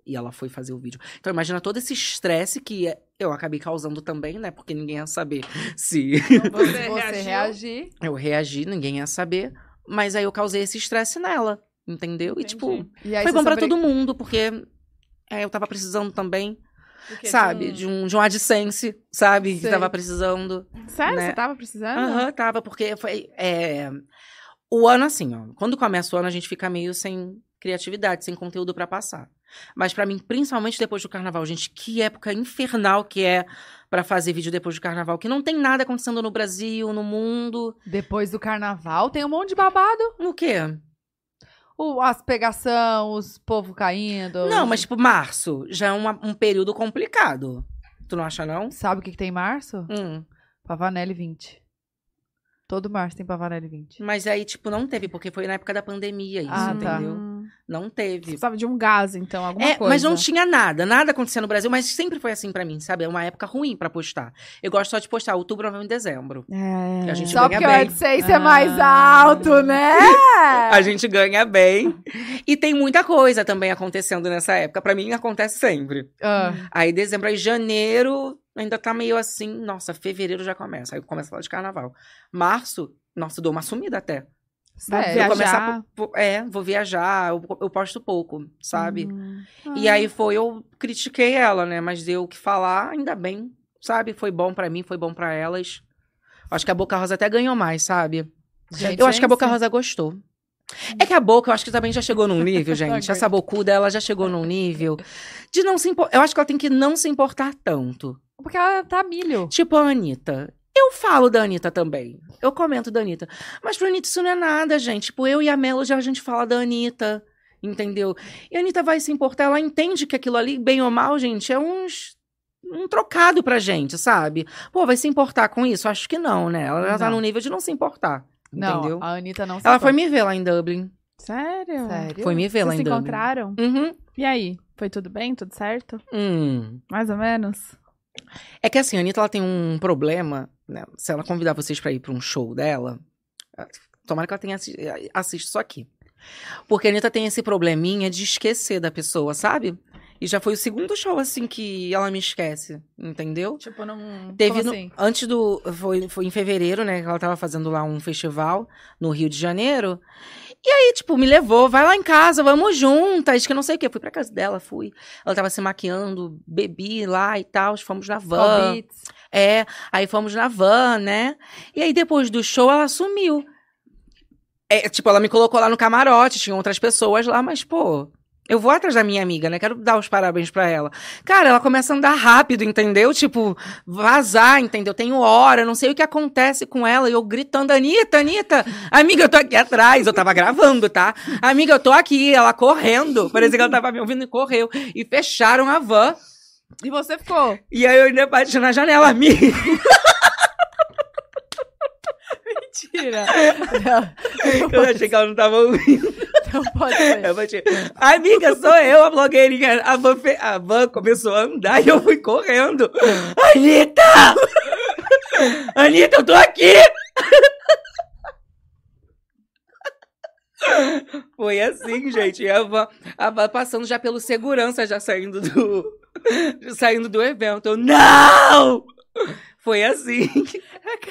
Speaker 4: E ela foi fazer o vídeo. Então imagina todo esse estresse que eu acabei causando também, né? Porque ninguém ia saber se
Speaker 2: se você reagir.
Speaker 4: eu reagi, ninguém ia saber. Mas aí eu causei esse estresse nela, entendeu? E tipo,
Speaker 3: Entendi.
Speaker 2: E aí
Speaker 4: foi
Speaker 2: você
Speaker 4: bom pra
Speaker 2: sobre-
Speaker 4: todo mundo, porque é, eu tava precisando também,
Speaker 3: Do quê?
Speaker 4: sabe? De um, de um AdSense, sabe? Que
Speaker 2: é Sei.
Speaker 4: tava precisando.
Speaker 3: Sério?
Speaker 4: né?
Speaker 3: Você tava precisando?
Speaker 4: Aham, tava, porque foi. é, O ano, assim, ó. Quando começa o ano, a gente fica meio sem criatividade, sem conteúdo pra passar. Mas pra mim, principalmente depois do carnaval, gente, que época infernal que é pra fazer vídeo depois do carnaval, que não tem nada acontecendo no Brasil, no mundo.
Speaker 2: Depois do carnaval tem um monte de babado.
Speaker 4: No quê?
Speaker 2: O, as pegação, os povo caindo.
Speaker 4: Não, mas tipo, março já é uma- um período complicado. Tu não acha, não?
Speaker 2: Sabe o que, que tem em março?
Speaker 4: Hum.
Speaker 2: Pavanelli 20. Todo março tem Pavanelli 20.
Speaker 4: Mas aí, tipo, não teve, porque foi na época da pandemia isso,
Speaker 2: Ah, tá.
Speaker 4: entendeu?
Speaker 3: Hum.
Speaker 4: Não
Speaker 3: Você
Speaker 4: teve.
Speaker 3: precisava de um gás, então, alguma
Speaker 4: É,
Speaker 3: coisa.
Speaker 4: mas não tinha nada, nada acontecia no Brasil, mas sempre foi assim pra mim, sabe? É uma época ruim pra postar. Eu gosto só de postar outubro, novembro e dezembro.
Speaker 3: É.
Speaker 4: A gente
Speaker 2: Só
Speaker 4: ganha
Speaker 2: porque o
Speaker 4: bem.
Speaker 2: AdSense é
Speaker 3: Ah.
Speaker 2: mais alto, né?
Speaker 3: É.
Speaker 4: A gente ganha bem. E tem muita coisa também acontecendo nessa época. Pra mim acontece sempre.
Speaker 2: Ah,
Speaker 4: Aí dezembro, aí janeiro ainda tá meio assim, nossa, fevereiro já começa. Aí começa a falar de carnaval. Março, nossa, eu dou uma sumida até.
Speaker 3: Vai
Speaker 2: sério.
Speaker 4: Eu
Speaker 3: viajar.
Speaker 4: começar po- po- é, vou viajar, eu, eu posto pouco, sabe?
Speaker 3: Hum.
Speaker 4: E
Speaker 3: Ah.
Speaker 4: aí foi, eu critiquei ela, né? Mas deu o que falar, ainda bem, sabe? Foi bom pra mim, foi bom pra elas. Acho que a Boca Rosa até ganhou mais, sabe?
Speaker 2: Gente,
Speaker 4: Eu acho que a Boca
Speaker 2: sim.
Speaker 4: Rosa gostou. É que a Boca, eu acho que também já chegou num
Speaker 2: Tá
Speaker 4: nível, gente. Essa bocuda, ela já chegou num nível de não se importar. Eu acho que ela tem que não se importar tanto.
Speaker 2: Porque ela tá milho.
Speaker 4: Tipo a Anitta. Eu falo da Anitta também. Eu comento da Anitta. Mas pra Anitta isso não é nada, gente. Tipo, eu e a Melo já a gente fala da Anitta. Entendeu? E a Anitta vai se importar, ela entende que aquilo ali, bem ou mal, gente, é uns. Um trocado pra gente, sabe? Pô, vai se importar com isso? Acho que não, né? Ela já tá
Speaker 2: Não.
Speaker 4: num nível de não se importar.
Speaker 2: Não,
Speaker 4: Entendeu?
Speaker 2: a Anitta não se
Speaker 4: Ela foi
Speaker 2: importa.
Speaker 4: me ver lá em Dublin.
Speaker 3: Sério?
Speaker 2: Sério?
Speaker 4: Foi me ver lá
Speaker 3: Vocês se
Speaker 4: em Dublin.
Speaker 3: encontraram?
Speaker 4: Uhum.
Speaker 3: E aí? Foi tudo bem? Tudo certo?
Speaker 4: Hum.
Speaker 3: Mais ou menos?
Speaker 4: É que assim, a Anitta ela tem um problema, né? Se ela convidar vocês pra ir pra um show dela, eh, tomara que ela tenha assi- eh, assiste só aqui. Porque a Anitta tem esse probleminha de esquecer da pessoa, sabe? E já foi o segundo show assim que ela me esquece,
Speaker 2: é
Speaker 4: entendeu?
Speaker 3: Tipo, não.
Speaker 4: Teve
Speaker 3: Como
Speaker 4: no-
Speaker 3: assim?
Speaker 4: antes do foi, foi em fevereiro, né, que ela tava fazendo lá um festival no Rio de Janeiro. E aí, tipo, me levou, vai lá em casa, vamos juntas, que não sei o quê. Fui pra casa dela, fui. Ela tava se maquiando, bebi lá e tal, fomos na van.
Speaker 2: All beats.
Speaker 4: É, aí fomos na van, né? E aí depois do show ela sumiu. É, tipo, ela me colocou lá no camarote, tinha outras pessoas lá, mas pô, eu vou atrás da minha amiga, né? Quero dar os parabéns pra ela. Cara, ela começa a andar rápido, entendeu? Tipo, vazar, entendeu? Tenho hora, não sei o que acontece com ela. E eu gritando, Anitta, Anitta, amiga, eu tô aqui atrás. Eu tava gravando, tá? Amiga, eu tô aqui. Ela correndo. Parecia que ela tava me ouvindo e correu. E fecharam a van.
Speaker 3: E você ficou?
Speaker 4: E aí eu ainda bati na janela, amiga.
Speaker 2: Mentira. não,
Speaker 4: Eu achei que ela não tava ouvindo.
Speaker 2: não,
Speaker 3: Então,
Speaker 2: não pode ser.
Speaker 4: Eu bati, Amiga, sou eu, a blogueirinha. A van, fe- a van começou a andar e eu fui correndo. Anitta! Anitta, eu tô aqui! Foi assim, gente. E a van, a van passando já pelo segurança, já saindo do. Saindo do evento. Eu, não! Foi assim.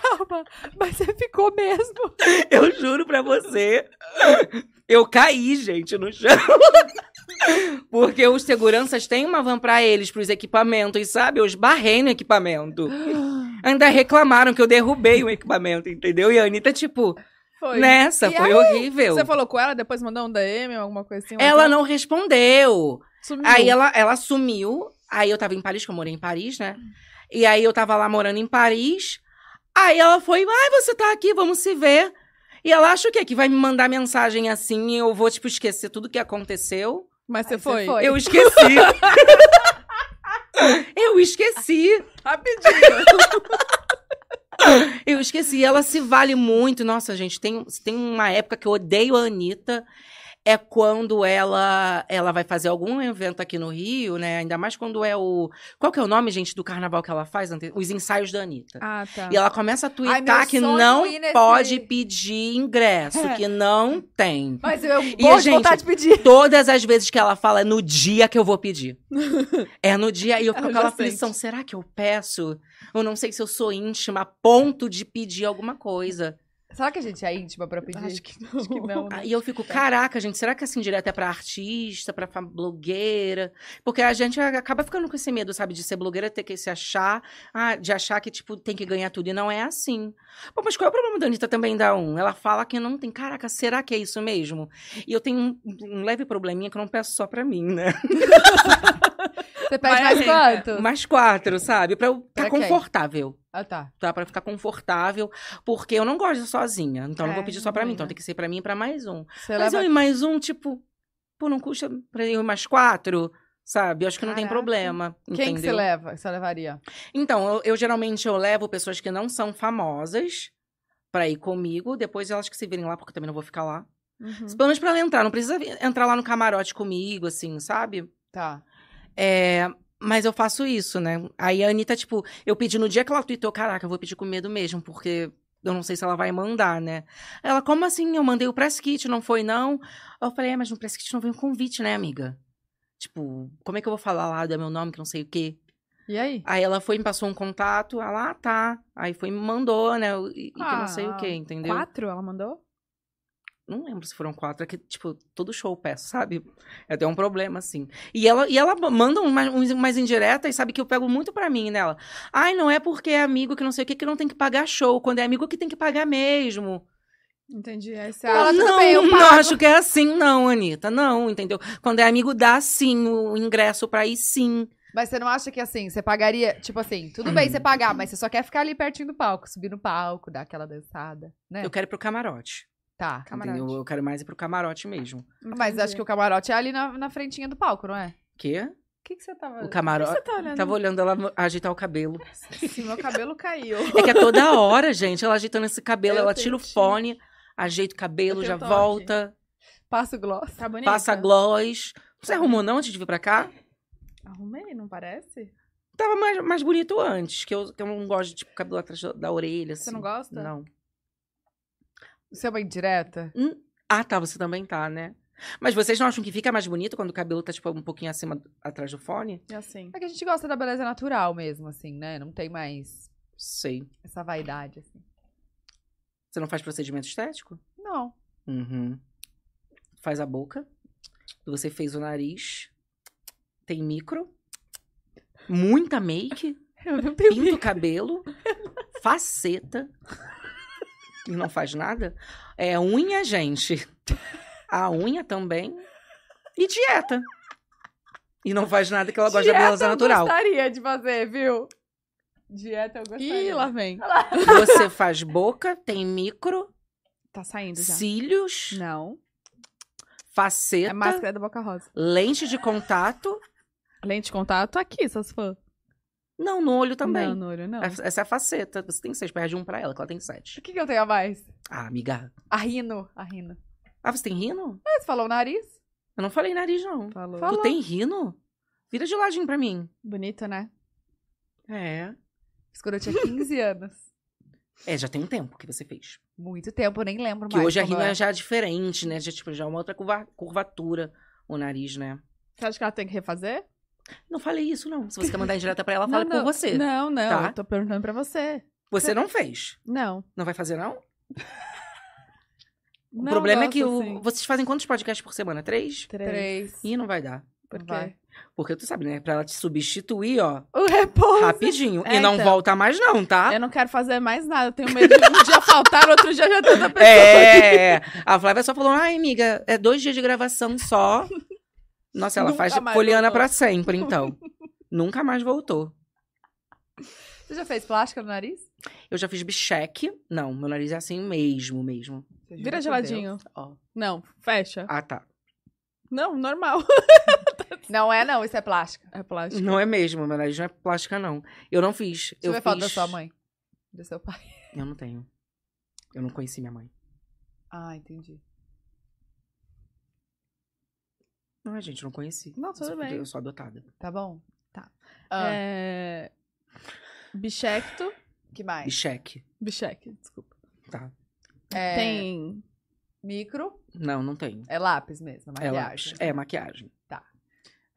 Speaker 2: Calma. Mas você ficou mesmo.
Speaker 4: Eu juro pra você. Eu caí, gente, no chão. Porque os seguranças têm uma van pra eles, pros equipamentos, sabe? Eu esbarrei no equipamento. Ainda reclamaram que eu derrubei o equipamento, entendeu? E a Anitta, tipo,
Speaker 3: Foi.
Speaker 4: nessa,
Speaker 3: E
Speaker 4: foi
Speaker 3: aí?
Speaker 4: horrível.
Speaker 3: Você falou com ela, depois mandou um DM, alguma coisa assim?
Speaker 4: Ela não respondeu.
Speaker 3: Sumiu.
Speaker 4: Aí ela, ela sumiu. Aí eu tava em Paris, que eu morei em Paris, né? E aí eu tava lá morando em Paris. Aí ela foi, ai, você tá aqui, vamos se ver. E ela acha o quê? Que vai me mandar mensagem assim e eu vou, tipo, esquecer tudo que aconteceu?
Speaker 3: Mas
Speaker 2: Aí
Speaker 3: você
Speaker 2: você
Speaker 3: foi.
Speaker 2: foi.
Speaker 4: Eu esqueci. eu esqueci.
Speaker 3: Rapidinho.
Speaker 4: Eu esqueci, ela se vale muito. Nossa, gente, tem, se tem uma época que eu odeio a Anitta. É quando ela ela vai fazer algum evento aqui no Rio, né? Ainda mais quando é o. Qual que é o nome, gente, do carnaval que ela faz? ante- Os ensaios da Anitta.
Speaker 3: ah, tá.
Speaker 4: E ela começa a tweetar
Speaker 2: meu
Speaker 4: que
Speaker 2: sonho
Speaker 4: não
Speaker 2: é ir nesse-
Speaker 4: pode pedir ingresso,
Speaker 2: É.
Speaker 4: que não tem.
Speaker 2: Mas eu morro
Speaker 4: a
Speaker 2: de
Speaker 4: gente-
Speaker 2: vontade de pedir.
Speaker 4: Todas as vezes que ela fala, é no dia que eu vou pedir. É no dia. E eu fico
Speaker 3: Ela
Speaker 4: com
Speaker 3: já
Speaker 4: aquela aflição: será que eu peço? Eu não sei se eu sou íntima a ponto de pedir alguma coisa.
Speaker 2: Será que a gente é íntima pra pedir?
Speaker 3: Acho que não.
Speaker 2: Acho que não, né?
Speaker 4: Ah, E eu fico, caraca, gente, será que assim direto é pra artista, pra fa- blogueira? Porque a gente a- acaba ficando com esse medo, sabe, de ser blogueira, ter que se achar, ah, de achar que, tipo, tem que ganhar tudo. E não é assim. Pô, mas qual é o problema da Anitta também da um? Ela fala que não tem, caraca, será que é isso mesmo? E eu tenho um, um leve probleminha que eu não peço só pra mim, né?
Speaker 2: Você pede
Speaker 3: Mas,
Speaker 2: mais
Speaker 3: assim,
Speaker 2: quanto?
Speaker 4: Mais quatro, sabe? Pra eu
Speaker 2: Pra
Speaker 4: ficar
Speaker 2: quem?
Speaker 4: confortável.
Speaker 2: Ah, tá.
Speaker 4: Tá? Pra eu ficar confortável. Porque eu não gosto de sozinha. Então eu não
Speaker 3: É,
Speaker 4: vou pedir só pra
Speaker 3: não é,
Speaker 4: mim. Então
Speaker 3: né?
Speaker 4: tem que ser pra mim e pra mais um.
Speaker 2: Você
Speaker 4: Mas
Speaker 2: leva...
Speaker 4: eu e mais um, tipo, pô, não custa pra eu e mais quatro, sabe? Eu acho que não tem
Speaker 3: Caraca.
Speaker 4: problema.
Speaker 2: Quem que você
Speaker 4: entendeu?
Speaker 2: leva? Que você levaria?
Speaker 4: Então, eu, eu geralmente eu levo pessoas que não são famosas pra ir comigo, depois elas que se virem lá, porque eu também não vou ficar lá.
Speaker 3: Uhum.
Speaker 4: Pelo menos pra ela entrar. Não precisa vir- entrar lá no camarote comigo, assim, sabe?
Speaker 2: Tá.
Speaker 4: É, mas eu faço isso, né? Aí a Anitta, tipo, eu pedi no dia que ela tweetou, caraca, eu vou pedir com medo mesmo, porque eu não sei se ela vai mandar, né? Ela, como assim? Eu mandei o press kit, não foi não? Aí Eu falei, é, mas no press kit não veio um convite, né, amiga? Tipo, como é que eu vou falar lá do meu nome, que não sei o quê?
Speaker 2: E aí?
Speaker 4: Aí ela foi, me passou um contato, ela, ah, tá. Aí foi, e me mandou, né? E, e que
Speaker 2: Ah,
Speaker 4: não sei o quê, entendeu?
Speaker 3: Quatro ela mandou?
Speaker 4: Não lembro se foram quatro. É que, tipo, todo show eu peço, sabe? É até um problema, assim. E ela, e ela manda umas, uns- umas indiretas, sabe? Que eu pego muito pra mim nela. Ai, não é porque é amigo que não sei o que, que não tem que pagar show. Quando é amigo que tem que pagar mesmo.
Speaker 3: Entendi. Aí você
Speaker 2: Fala, tudo
Speaker 4: não,
Speaker 2: bem, eu
Speaker 4: não
Speaker 2: pago.
Speaker 4: acho que é assim, não, Anitta. Não, entendeu? Quando é amigo, dá sim o ingresso pra ir sim.
Speaker 2: Mas você não acha que assim, você pagaria, tipo assim, tudo bem você pagar, mas você só quer ficar ali pertinho do palco, subir no palco, dar aquela dançada, né?
Speaker 4: Eu quero ir pro camarote.
Speaker 2: Tá.
Speaker 3: Camarote.
Speaker 4: Entendeu? Eu quero mais ir pro camarote mesmo.
Speaker 2: Mas acho que o camarote é ali na, na frentinha do palco, não é?
Speaker 4: Quê?
Speaker 2: O que, que você tava.
Speaker 4: O camarote.
Speaker 3: Você tá olhando?
Speaker 4: Tava olhando ela agitar o cabelo.
Speaker 3: Se meu cabelo caiu.
Speaker 4: É que é toda hora, gente. Ela ajeitando esse cabelo,
Speaker 3: Eu
Speaker 4: ela
Speaker 3: tenho
Speaker 4: tira o
Speaker 3: tique.
Speaker 4: fone, ajeita o cabelo,
Speaker 3: Eu
Speaker 4: já
Speaker 3: tenho toque.
Speaker 4: volta,
Speaker 2: Passa o gloss.
Speaker 3: Tá bonita?
Speaker 4: passa gloss. Você arrumou não antes de vir pra cá?
Speaker 3: Arrumei, não parece?
Speaker 4: Tava mais, mais bonito antes, que eu, que eu não gosto de tipo, cabelo atrás da, da orelha, assim.
Speaker 3: Você não gosta?
Speaker 4: Não.
Speaker 2: Isso é uma indireta?
Speaker 4: Ah, tá, você também tá, né? Mas vocês não acham que fica mais bonito quando o cabelo tá, tipo, um pouquinho acima, do- atrás do fone?
Speaker 3: É assim.
Speaker 2: É que a gente gosta da beleza natural mesmo, assim, né? Não tem mais
Speaker 4: Sei.
Speaker 2: essa vaidade, assim.
Speaker 4: Você não faz procedimento estético?
Speaker 2: Não.
Speaker 4: Uhum. Faz a boca. Você fez o nariz. Tem micro. Muita make.
Speaker 2: Eu não tenho.
Speaker 4: pinta o cabelo, faceta. E não faz nada? É unha, gente. A unha também. E dieta. E não faz nada que ela gosta de beleza natural.
Speaker 2: Eu gostaria de fazer, viu? Dieta eu gostaria.
Speaker 3: Ih, lá vem.
Speaker 4: Você faz boca, tem micro,
Speaker 3: Tá saindo já.
Speaker 4: cílios,
Speaker 3: Não.
Speaker 4: faceta,
Speaker 3: É máscara da Boca Rosa.
Speaker 4: lente de contato.
Speaker 3: Lente de contato aqui, seus fãs.
Speaker 4: Não, no olho também.
Speaker 3: Não, no olho, não.
Speaker 4: Essa é a faceta. Você tem seis, perde um pra ela, que ela tem sete.
Speaker 2: O que, que eu tenho a mais?
Speaker 4: Ah, amiga.
Speaker 2: A rino. A rino.
Speaker 4: Ah, você tem rino?
Speaker 2: Ah, você falou o nariz?
Speaker 4: Eu não falei nariz, não.
Speaker 3: Falou.
Speaker 4: Tu tem rino? Vira de ladinho pra mim.
Speaker 3: Bonito, né?
Speaker 4: É.
Speaker 2: Isso quando eu tinha 15 anos.
Speaker 4: É, já tem um tempo que você fez.
Speaker 2: Muito tempo, eu nem lembro
Speaker 4: Que
Speaker 2: mais.
Speaker 4: hoje a
Speaker 2: como
Speaker 4: rina
Speaker 2: eu
Speaker 4: é
Speaker 2: era.
Speaker 4: já diferente, né? Já, tipo, já é uma outra curva- curvatura o nariz, né?
Speaker 3: Você acha que ela tem que refazer?
Speaker 4: Não falei isso, não. Se você quer mandar em direta pra ela, fala
Speaker 3: não, Né?
Speaker 4: por você.
Speaker 3: Não, não.
Speaker 4: Tá.
Speaker 3: Eu tô perguntando pra você.
Speaker 4: Você não fez.
Speaker 3: Não.
Speaker 4: Não vai fazer, não? O
Speaker 3: Não
Speaker 4: problema é
Speaker 3: gosto
Speaker 4: que o-
Speaker 3: assim.
Speaker 4: vocês fazem quantos podcasts por semana? é Três?
Speaker 3: Três.
Speaker 2: Três.
Speaker 4: Ih, não vai dar.
Speaker 3: Por
Speaker 2: Não
Speaker 3: quê?
Speaker 2: vai.
Speaker 4: Porque tu sabe, né? Pra ela te substituir, ó,
Speaker 3: O repouso.
Speaker 4: rapidinho.
Speaker 3: É,
Speaker 4: e não
Speaker 3: então.
Speaker 4: volta mais, não, tá?
Speaker 3: Eu não quero fazer mais nada. Eu tenho medo de um dia faltar, outro dia já tanta pessoa.
Speaker 4: É, a Flávia só falou, ai, amiga, é dois dias de gravação só. Nossa, ela
Speaker 3: Nunca
Speaker 4: faz
Speaker 3: mais
Speaker 4: poliana
Speaker 3: voltou.
Speaker 4: pra sempre, então. Nunca mais voltou.
Speaker 2: Você já fez plástica no nariz?
Speaker 4: Eu já fiz bicheque. Não, meu nariz é assim mesmo, mesmo.
Speaker 3: Vira geladinho.
Speaker 4: Ó.
Speaker 3: Não, fecha.
Speaker 4: Ah, tá.
Speaker 3: Não, normal.
Speaker 2: Não é, não, isso é plástica.
Speaker 3: É plástico.
Speaker 4: Não é mesmo, meu nariz não é plástica, não. Eu não fiz.
Speaker 2: Deixa eu
Speaker 4: eu
Speaker 2: ver
Speaker 4: fiz...
Speaker 2: foto da sua mãe. Do seu pai.
Speaker 4: Eu não tenho. Eu não conheci minha mãe.
Speaker 2: Ah, entendi.
Speaker 4: Não, gente, eu não conheci.
Speaker 3: Não, tudo
Speaker 4: Eu sou-
Speaker 3: bem.
Speaker 4: Eu sou adotada.
Speaker 2: Tá bom?
Speaker 3: Tá.
Speaker 2: Ah,
Speaker 3: É... Bichecto.
Speaker 2: que mais?
Speaker 4: Bicheque.
Speaker 3: Bicheque, desculpa.
Speaker 4: Tá.
Speaker 2: É,
Speaker 3: Tem.
Speaker 2: micro,
Speaker 4: Não, não tenho.
Speaker 2: é lápis mesmo,
Speaker 4: É
Speaker 2: maquiagem.
Speaker 4: lápis. É maquiagem.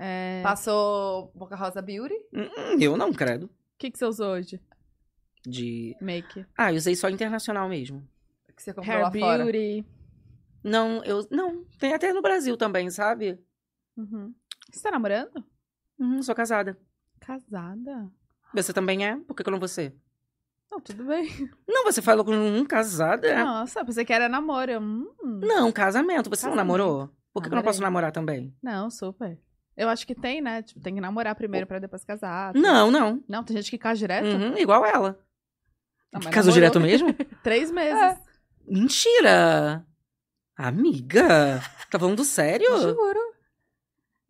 Speaker 3: é,
Speaker 2: Passou Boca Rosa Beauty.
Speaker 4: Hum, Eu não credo.
Speaker 3: O que, que você usou hoje?
Speaker 4: De.
Speaker 3: Make.
Speaker 4: Ah, eu usei só internacional mesmo.
Speaker 2: Que você comprou lá
Speaker 3: Hair
Speaker 2: fora.
Speaker 3: beauty.
Speaker 4: Não, eu. Não, tem até no Brasil também, sabe?
Speaker 3: Uhum. Você tá namorando?
Speaker 4: Uhum, sou casada.
Speaker 3: Casada?
Speaker 4: Você também é? Por que, que eu não vou ser?
Speaker 3: Não, tudo bem.
Speaker 4: Não, você falou com um casada? é?
Speaker 3: Nossa, pensei que era namoro. Eu, hum,
Speaker 4: Não, casamento. Você não
Speaker 3: Casamento.
Speaker 4: namorou? Por que, que eu não
Speaker 3: Namorei.
Speaker 4: posso namorar também?
Speaker 3: Não, super. Eu acho que tem, né? Tipo, tem que namorar primeiro pra depois casar.
Speaker 4: Não, não.
Speaker 3: Não, tem gente que casa
Speaker 2: É
Speaker 3: direto.
Speaker 4: Uhum, igual ela.
Speaker 3: Não, mas namorou
Speaker 4: Casou direto mesmo?
Speaker 3: Três meses.
Speaker 4: Mentira! Amiga! Tá falando sério?
Speaker 2: Juro.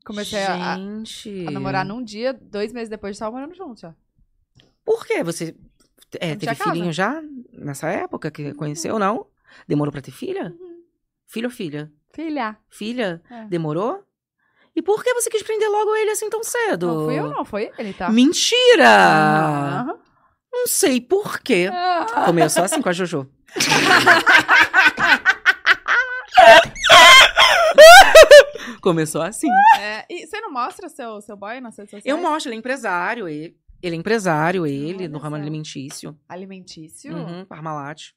Speaker 2: Comecei a, a-
Speaker 4: Gente.
Speaker 2: a namorar num dia, dois meses depois de estar morando junto já.
Speaker 4: Por quê? Você é,
Speaker 2: Não
Speaker 4: teve
Speaker 2: tinha casa. Uhum.
Speaker 4: filhinho já? Nessa época que conheceu, não? Demorou pra ter filha? Filho ou filha?
Speaker 2: Filha.
Speaker 4: Filha?
Speaker 2: Uhum. É.
Speaker 4: Demorou? E por que você quis prender logo ele assim tão cedo?
Speaker 2: Não fui eu, não. Ah. Foi ele, tá?
Speaker 4: Mentira!
Speaker 2: Aham.
Speaker 4: Não sei por quê.
Speaker 2: Ah.
Speaker 4: Começou assim com a Jojo. Começou assim.
Speaker 3: É, e você não mostra seu, seu boy nas redes sociais?
Speaker 4: Eu mostro, ele é empresário. Ele, ele é empresário, ele,
Speaker 3: Olha
Speaker 4: no ramo
Speaker 3: só.
Speaker 4: alimentício.
Speaker 2: Alimentício?
Speaker 4: Uhum, Parmalat.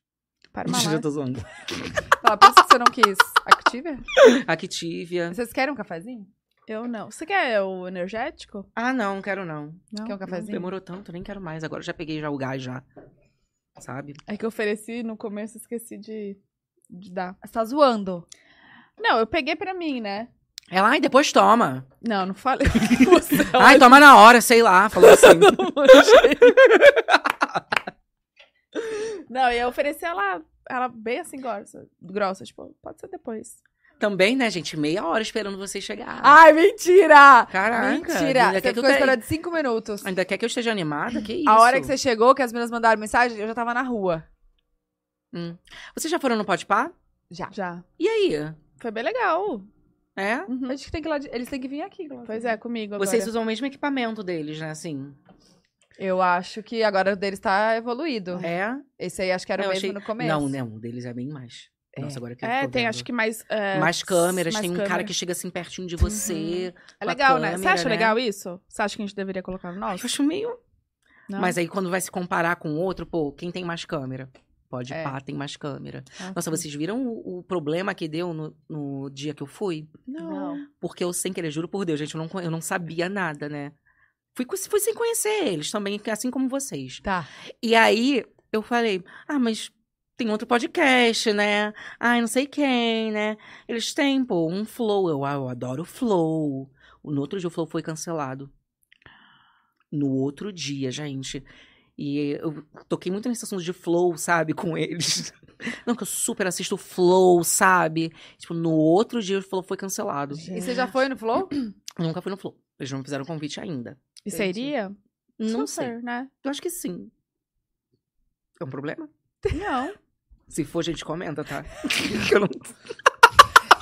Speaker 2: Para uma
Speaker 4: Mentira, eu tô zoando.
Speaker 2: Fala, por isso que você não quis. Activa?
Speaker 4: Activia.
Speaker 2: Vocês querem um cafezinho?
Speaker 3: Eu não. Você quer o energético?
Speaker 4: Ah, não, quero não.
Speaker 3: Não.
Speaker 2: Quer um cafezinho?
Speaker 4: Demorou tanto, nem quero mais. Agora já peguei já o gás já. Sabe?
Speaker 3: É que eu ofereci no começo e esqueci de, de dar.
Speaker 2: Você tá zoando.
Speaker 3: Não, eu peguei pra mim, né?
Speaker 4: Ela, ai, É depois toma.
Speaker 3: Não, não falei. Você é
Speaker 4: ai, toma na hora, sei lá. Falou assim.
Speaker 3: Não, e eu ofereci ela, ela bem assim, grossa, grossa, tipo, pode ser depois.
Speaker 4: Também, né, gente? Meia hora esperando você chegar.
Speaker 2: Ai, mentira!
Speaker 4: Caraca.
Speaker 2: mentira!
Speaker 4: Ainda
Speaker 2: Você
Speaker 4: quer, que é eu
Speaker 2: ficou
Speaker 4: te-
Speaker 2: esperando cinco minutos.
Speaker 4: ainda quer que eu esteja animada? Que isso?
Speaker 2: A hora que você chegou, que as meninas mandaram mensagem, eu já tava na rua.
Speaker 4: Hum. Vocês já foram no Podpah?
Speaker 2: Já.
Speaker 3: Já.
Speaker 4: E aí?
Speaker 3: Foi bem legal.
Speaker 4: É?
Speaker 2: A gente tem que ir lá de- Eles têm que vir aqui. Glaucia.
Speaker 3: Uhum. Pois é, comigo agora.
Speaker 4: Vocês usam o mesmo equipamento deles, né? Assim.
Speaker 2: Eu acho que agora o deles tá evoluído.
Speaker 4: É?
Speaker 2: Esse aí acho que era
Speaker 4: Não,
Speaker 2: o mesmo
Speaker 4: achei-
Speaker 2: no começo.
Speaker 4: Não, né? Um deles é bem mais.
Speaker 2: É.
Speaker 4: Nossa, agora que eu
Speaker 3: É,
Speaker 4: tô
Speaker 3: tem
Speaker 4: vendo.
Speaker 3: acho que mais... é,
Speaker 4: Mais câmeras,
Speaker 3: mais
Speaker 4: tem um cara
Speaker 3: câmera.
Speaker 4: que chega assim pertinho de você.
Speaker 3: É
Speaker 4: com a
Speaker 3: legal, né? Você
Speaker 4: câmera,
Speaker 3: acha
Speaker 4: né?
Speaker 3: legal isso? Você acha que a gente deveria colocar no nosso?
Speaker 4: Eu acho meio.
Speaker 3: Não?
Speaker 4: Mas aí quando vai se comparar com o outro, pô, quem tem mais câmera? Pode
Speaker 2: É.
Speaker 4: pá, tem mais câmera.
Speaker 3: Ah,
Speaker 4: Nossa,
Speaker 3: sim.
Speaker 4: vocês viram o, o problema que deu no, no dia que eu fui?
Speaker 3: Não.
Speaker 4: Porque eu, sem querer, juro por Deus, gente, eu não, con- eu não sabia nada, né? Fui, co- fui sem conhecer eles também, assim como vocês.
Speaker 2: Tá.
Speaker 4: E aí eu falei, ah, mas tem outro podcast, né? Ai, não sei quem, né? Eles têm, pô, um flow. Eu, ah, eu adoro o flow. No outro dia o flow foi cancelado. No outro dia, gente. E eu toquei muito nesse assunto de flow, sabe, com eles. Não, que eu super assisto flow, sabe? Tipo, no outro dia o flow foi cancelado.
Speaker 2: E você já foi no Flow?
Speaker 4: Eu nunca fui no flow. Eles não me fizeram convite ainda.
Speaker 3: E seria?
Speaker 4: Não sei.
Speaker 3: Super, né?
Speaker 4: Eu acho que sim. É um
Speaker 3: Hum.
Speaker 4: problema?
Speaker 3: Não.
Speaker 4: Se for, a gente comenta, tá? Eu não...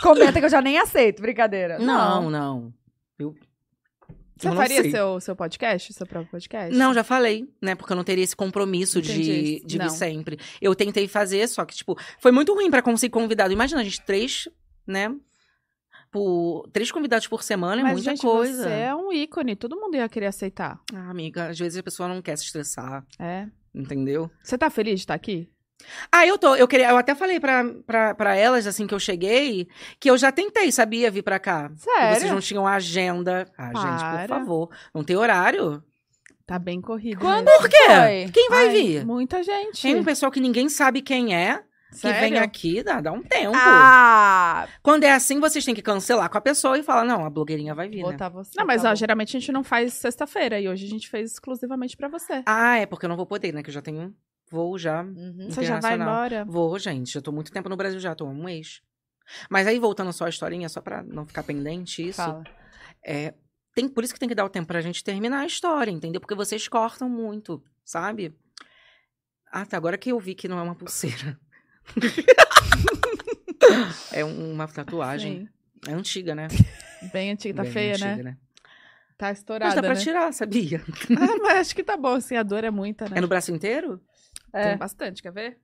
Speaker 2: Comenta que eu já nem aceito, brincadeira.
Speaker 4: não, não. Eu...
Speaker 3: Você
Speaker 4: eu não
Speaker 3: faria
Speaker 4: sei.
Speaker 3: seu, seu podcast? Seu próprio podcast?
Speaker 4: Não, já falei, né? Porque eu não teria esse compromisso de,
Speaker 3: Entendi.
Speaker 4: de vir
Speaker 3: Não.
Speaker 4: sempre. Eu tentei fazer, só que, tipo, foi muito ruim pra conseguir convidado. Imagina, a gente, três, né? Por... Três convidados por semana é
Speaker 3: Mas,
Speaker 4: muita
Speaker 3: gente,
Speaker 4: coisa.
Speaker 3: você é um ícone. Todo mundo ia querer aceitar.
Speaker 4: Ah, amiga, às vezes a pessoa não quer se estressar,
Speaker 3: É.
Speaker 4: entendeu?
Speaker 3: Você tá feliz de estar aqui?
Speaker 4: Ah, eu tô. Eu, queria, eu até falei pra, pra, pra elas, assim, que eu cheguei, que eu já tentei, sabia, vir pra cá.
Speaker 2: Sério?
Speaker 4: E Vocês não tinham agenda. Ah, gente,
Speaker 3: Para.
Speaker 4: por favor. Não tem horário?
Speaker 3: Tá bem corrido.
Speaker 2: Quando
Speaker 3: né?
Speaker 4: Por quê?
Speaker 2: Foi.
Speaker 4: Quem é vai
Speaker 3: Ai,
Speaker 4: vir?
Speaker 3: Muita gente.
Speaker 4: Tem um pessoal que ninguém sabe quem é, que vem
Speaker 3: Sério?
Speaker 4: aqui, dá, dá um tempo.
Speaker 2: Ah!
Speaker 4: Quando é assim, vocês têm que cancelar com a pessoa e falar, não, a blogueirinha vai vir, né?
Speaker 2: Botar você.
Speaker 3: Não, mas
Speaker 2: tá
Speaker 3: ó,
Speaker 2: bom.
Speaker 3: geralmente a gente não faz sexta-feira e hoje a gente fez exclusivamente pra você.
Speaker 4: Ah, é porque eu não vou poder, né? Que eu já tenho voo já.
Speaker 2: Uhum.
Speaker 3: Você já vai
Speaker 4: internacional.
Speaker 3: embora?
Speaker 4: Vou, gente. Eu tô muito tempo no Brasil já, tô há um mês. Mas aí, voltando só a historinha, só pra não ficar pendente isso.
Speaker 2: Fala.
Speaker 4: É, tem, por isso que tem que dar o tempo pra gente terminar a história, entendeu? Porque vocês cortam muito, sabe? Ah, tá. Agora que eu vi que não é uma pulseira. é um- uma tatuagem. É antiga, né?
Speaker 3: Sim. Bem antiga, tá
Speaker 4: Bem
Speaker 3: feia,
Speaker 4: antiga,
Speaker 3: né?
Speaker 4: né?
Speaker 3: Tá
Speaker 4: Mas
Speaker 3: estourada,
Speaker 4: dá pra
Speaker 3: né?
Speaker 4: tirar, sabia?
Speaker 3: Ah, mas acho que tá bom, assim, a dor é muita, né?
Speaker 4: É no braço inteiro?
Speaker 3: Tem
Speaker 2: É.
Speaker 3: bastante, quer ver?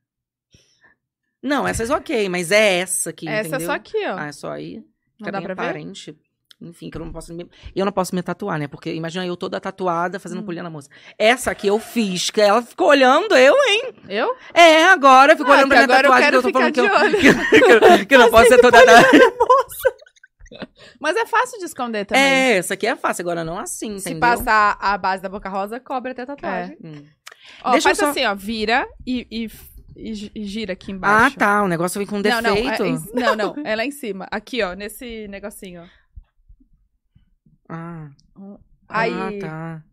Speaker 4: Não, essas ok, mas é essa aqui,
Speaker 3: Essa
Speaker 4: entendeu?
Speaker 3: é só aqui, ó.
Speaker 4: Ah, é só aí?
Speaker 3: não dá pra ver?
Speaker 4: aparente. Enfim, que eu não posso me... Eu não posso me tatuar, né? Porque imagina eu toda tatuada fazendo
Speaker 3: Hum.
Speaker 4: polha na moça. Essa aqui eu fiz, que ela ficou olhando eu, hein?
Speaker 3: Eu?
Speaker 4: É, agora ficou
Speaker 3: Ah,
Speaker 4: olhando pra
Speaker 3: que
Speaker 4: minha
Speaker 3: agora eu
Speaker 4: tatuagem que
Speaker 3: quero
Speaker 4: eu tô falando que eu,
Speaker 3: ficar
Speaker 4: que eu- que eu não posso ser toda tatuada.
Speaker 3: Mas é fácil de esconder também.
Speaker 4: É, essa aqui é fácil, agora não assim, entendeu?
Speaker 2: Se passar a base da boca rosa, cobre até a tatuagem.
Speaker 4: Hum.
Speaker 3: Ó,
Speaker 4: Deixa eu
Speaker 3: faz
Speaker 4: só-
Speaker 3: assim, ó, vira e, e, e gi- e gira aqui
Speaker 4: Ah,
Speaker 3: embaixo.
Speaker 4: tá, o negócio vem com defeito.
Speaker 3: Não, não, é, em- não, não, é lá em cima. Aqui, ó, nesse negocinho, ó.
Speaker 4: Ah,
Speaker 2: Aí.
Speaker 4: ah, tá.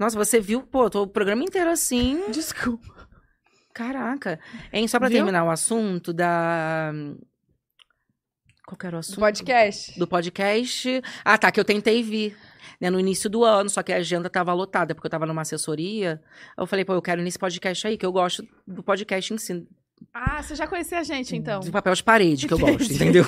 Speaker 4: Nossa, você viu, pô, tô o programa inteiro assim.
Speaker 3: Desculpa.
Speaker 4: Caraca. Hein, só pra
Speaker 3: Viu?
Speaker 4: terminar o assunto da... Qual que era o
Speaker 2: Do
Speaker 4: assunto?
Speaker 2: podcast.
Speaker 4: do podcast. Ah, tá, que eu tentei vir. Né, no início do ano, só que a agenda tava lotada, porque eu tava numa assessoria. Eu falei, pô, eu quero ir nesse podcast aí, que eu gosto do podcast em si.
Speaker 3: Ah, você já conhecia a gente, então.
Speaker 4: De papel de parede que eu gosto, entendeu?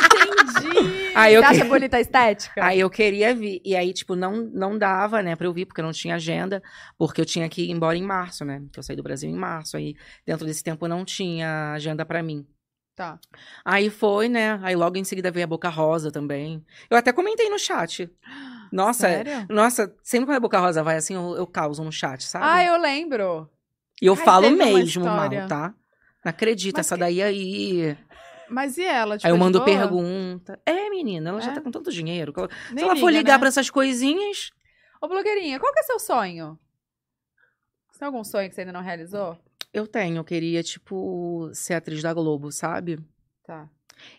Speaker 3: Entendi.
Speaker 4: aí, eu
Speaker 2: Você acha
Speaker 4: que-
Speaker 2: bonita a estética?
Speaker 4: aí eu queria vir. E aí, tipo, não, não dava, né, pra eu vir, porque eu não tinha agenda, porque eu tinha que ir embora em março, né? Porque eu saí do Brasil em março. Aí, dentro desse tempo, não tinha agenda pra mim.
Speaker 2: Tá.
Speaker 4: Aí foi, né? Aí logo em seguida veio a Boca Rosa também. Eu até comentei no chat. Nossa, é.
Speaker 3: Sério?
Speaker 4: nossa, sempre quando a Boca Rosa vai assim, eu, eu causo no chat, sabe?
Speaker 2: Ah, eu lembro.
Speaker 4: E eu
Speaker 3: Ai,
Speaker 4: falo
Speaker 3: teve uma
Speaker 4: mesmo mal,
Speaker 3: história.
Speaker 4: tá? Não acredita,
Speaker 3: Mas
Speaker 4: essa
Speaker 3: que-
Speaker 4: daí aí.
Speaker 3: Mas e ela? Tipo,
Speaker 4: aí eu
Speaker 3: de
Speaker 4: mando
Speaker 3: boa?
Speaker 4: pergunta. É, menina, ela
Speaker 3: É?
Speaker 4: já tá com tanto dinheiro. que ela- Se
Speaker 3: Nem
Speaker 4: ela for
Speaker 3: liga,
Speaker 4: "Ah, ligar
Speaker 3: né?
Speaker 4: pra essas coisinhas.
Speaker 2: Ô, blogueirinha, qual que é seu sonho? Você tem algum sonho que você ainda não realizou?
Speaker 4: Eu tenho, eu queria, tipo, ser atriz da Globo, sabe?
Speaker 2: Tá.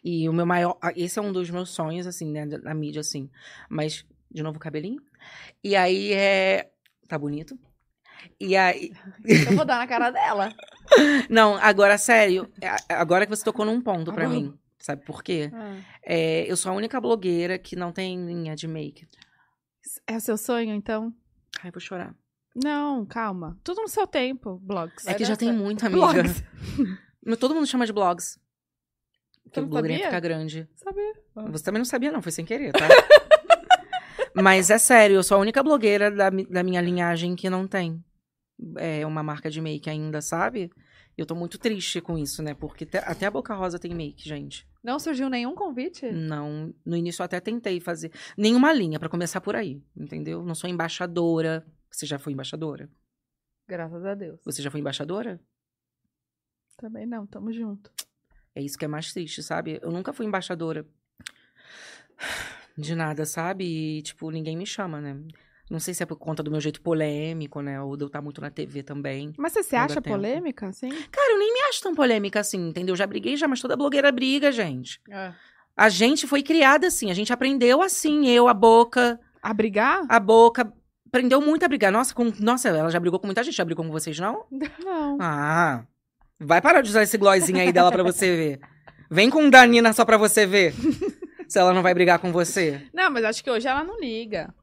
Speaker 4: E o meu maior. ah, Esse é um dos meus sonhos, assim, né? Na mídia, assim. Mas, de novo, cabelinho. E aí é. Tá bonito. E aí.
Speaker 2: Eu vou dar na cara dela.
Speaker 4: Não, agora, sério. é, Agora que você tocou num
Speaker 3: Tá
Speaker 4: ponto pra
Speaker 2: Agora-
Speaker 4: mim. Sabe por quê?
Speaker 3: Ah.
Speaker 4: É, eu sou a única blogueira que não tem linha de make.
Speaker 3: É o seu sonho, então?
Speaker 4: Ai, vou chorar.
Speaker 3: Não, calma. Tudo no seu tempo, blogs.
Speaker 4: É
Speaker 2: Vai
Speaker 4: que já
Speaker 2: dançar.
Speaker 4: tem muito, amiga.
Speaker 3: blogs.
Speaker 4: Mas Todo mundo chama de blogs. Porque
Speaker 3: Tu
Speaker 4: o
Speaker 3: não
Speaker 4: blogueirinho
Speaker 3: sabia?
Speaker 4: fica grande.
Speaker 3: Sabia.
Speaker 4: Você também não sabia, não, foi sem querer, tá? Mas é sério, eu sou a única blogueira da, mi- da minha linhagem que não tem é, uma marca de make ainda, sabe? Eu tô muito triste com isso, né? Porque te- até a Boca Rosa tem make, gente.
Speaker 2: Não surgiu nenhum convite?
Speaker 4: Não, no início eu até tentei fazer nenhuma linha, pra começar por aí, entendeu? Não sou embaixadora. Você já foi embaixadora?
Speaker 2: Graças a Deus.
Speaker 4: Você já foi embaixadora?
Speaker 3: Também não, tamo junto.
Speaker 4: É isso que é mais triste, sabe? Eu nunca fui embaixadora de nada, sabe? E, tipo, ninguém me chama, né? Não sei se é por conta do meu jeito polêmico, né? Ou de eu estar muito na TV também.
Speaker 3: Mas você se
Speaker 4: Não dá
Speaker 3: acha
Speaker 4: tempo.
Speaker 3: polêmica, assim?
Speaker 4: Cara, eu nem me acho tão polêmica assim, entendeu? Já briguei já, mas toda blogueira briga, gente.
Speaker 2: É.
Speaker 4: A gente foi criada assim, a gente aprendeu assim, eu, a boca,
Speaker 3: A brigar?
Speaker 4: a boca. Aprendeu muito a brigar. Nossa, com- nossa, ela já brigou com muita gente, já brigou com vocês, não?
Speaker 3: Não.
Speaker 4: Ah, vai parar de usar esse glossinho aí dela pra você ver. Vem com Danina só pra você ver. se ela não vai brigar com você.
Speaker 3: Não, mas acho que hoje ela não liga.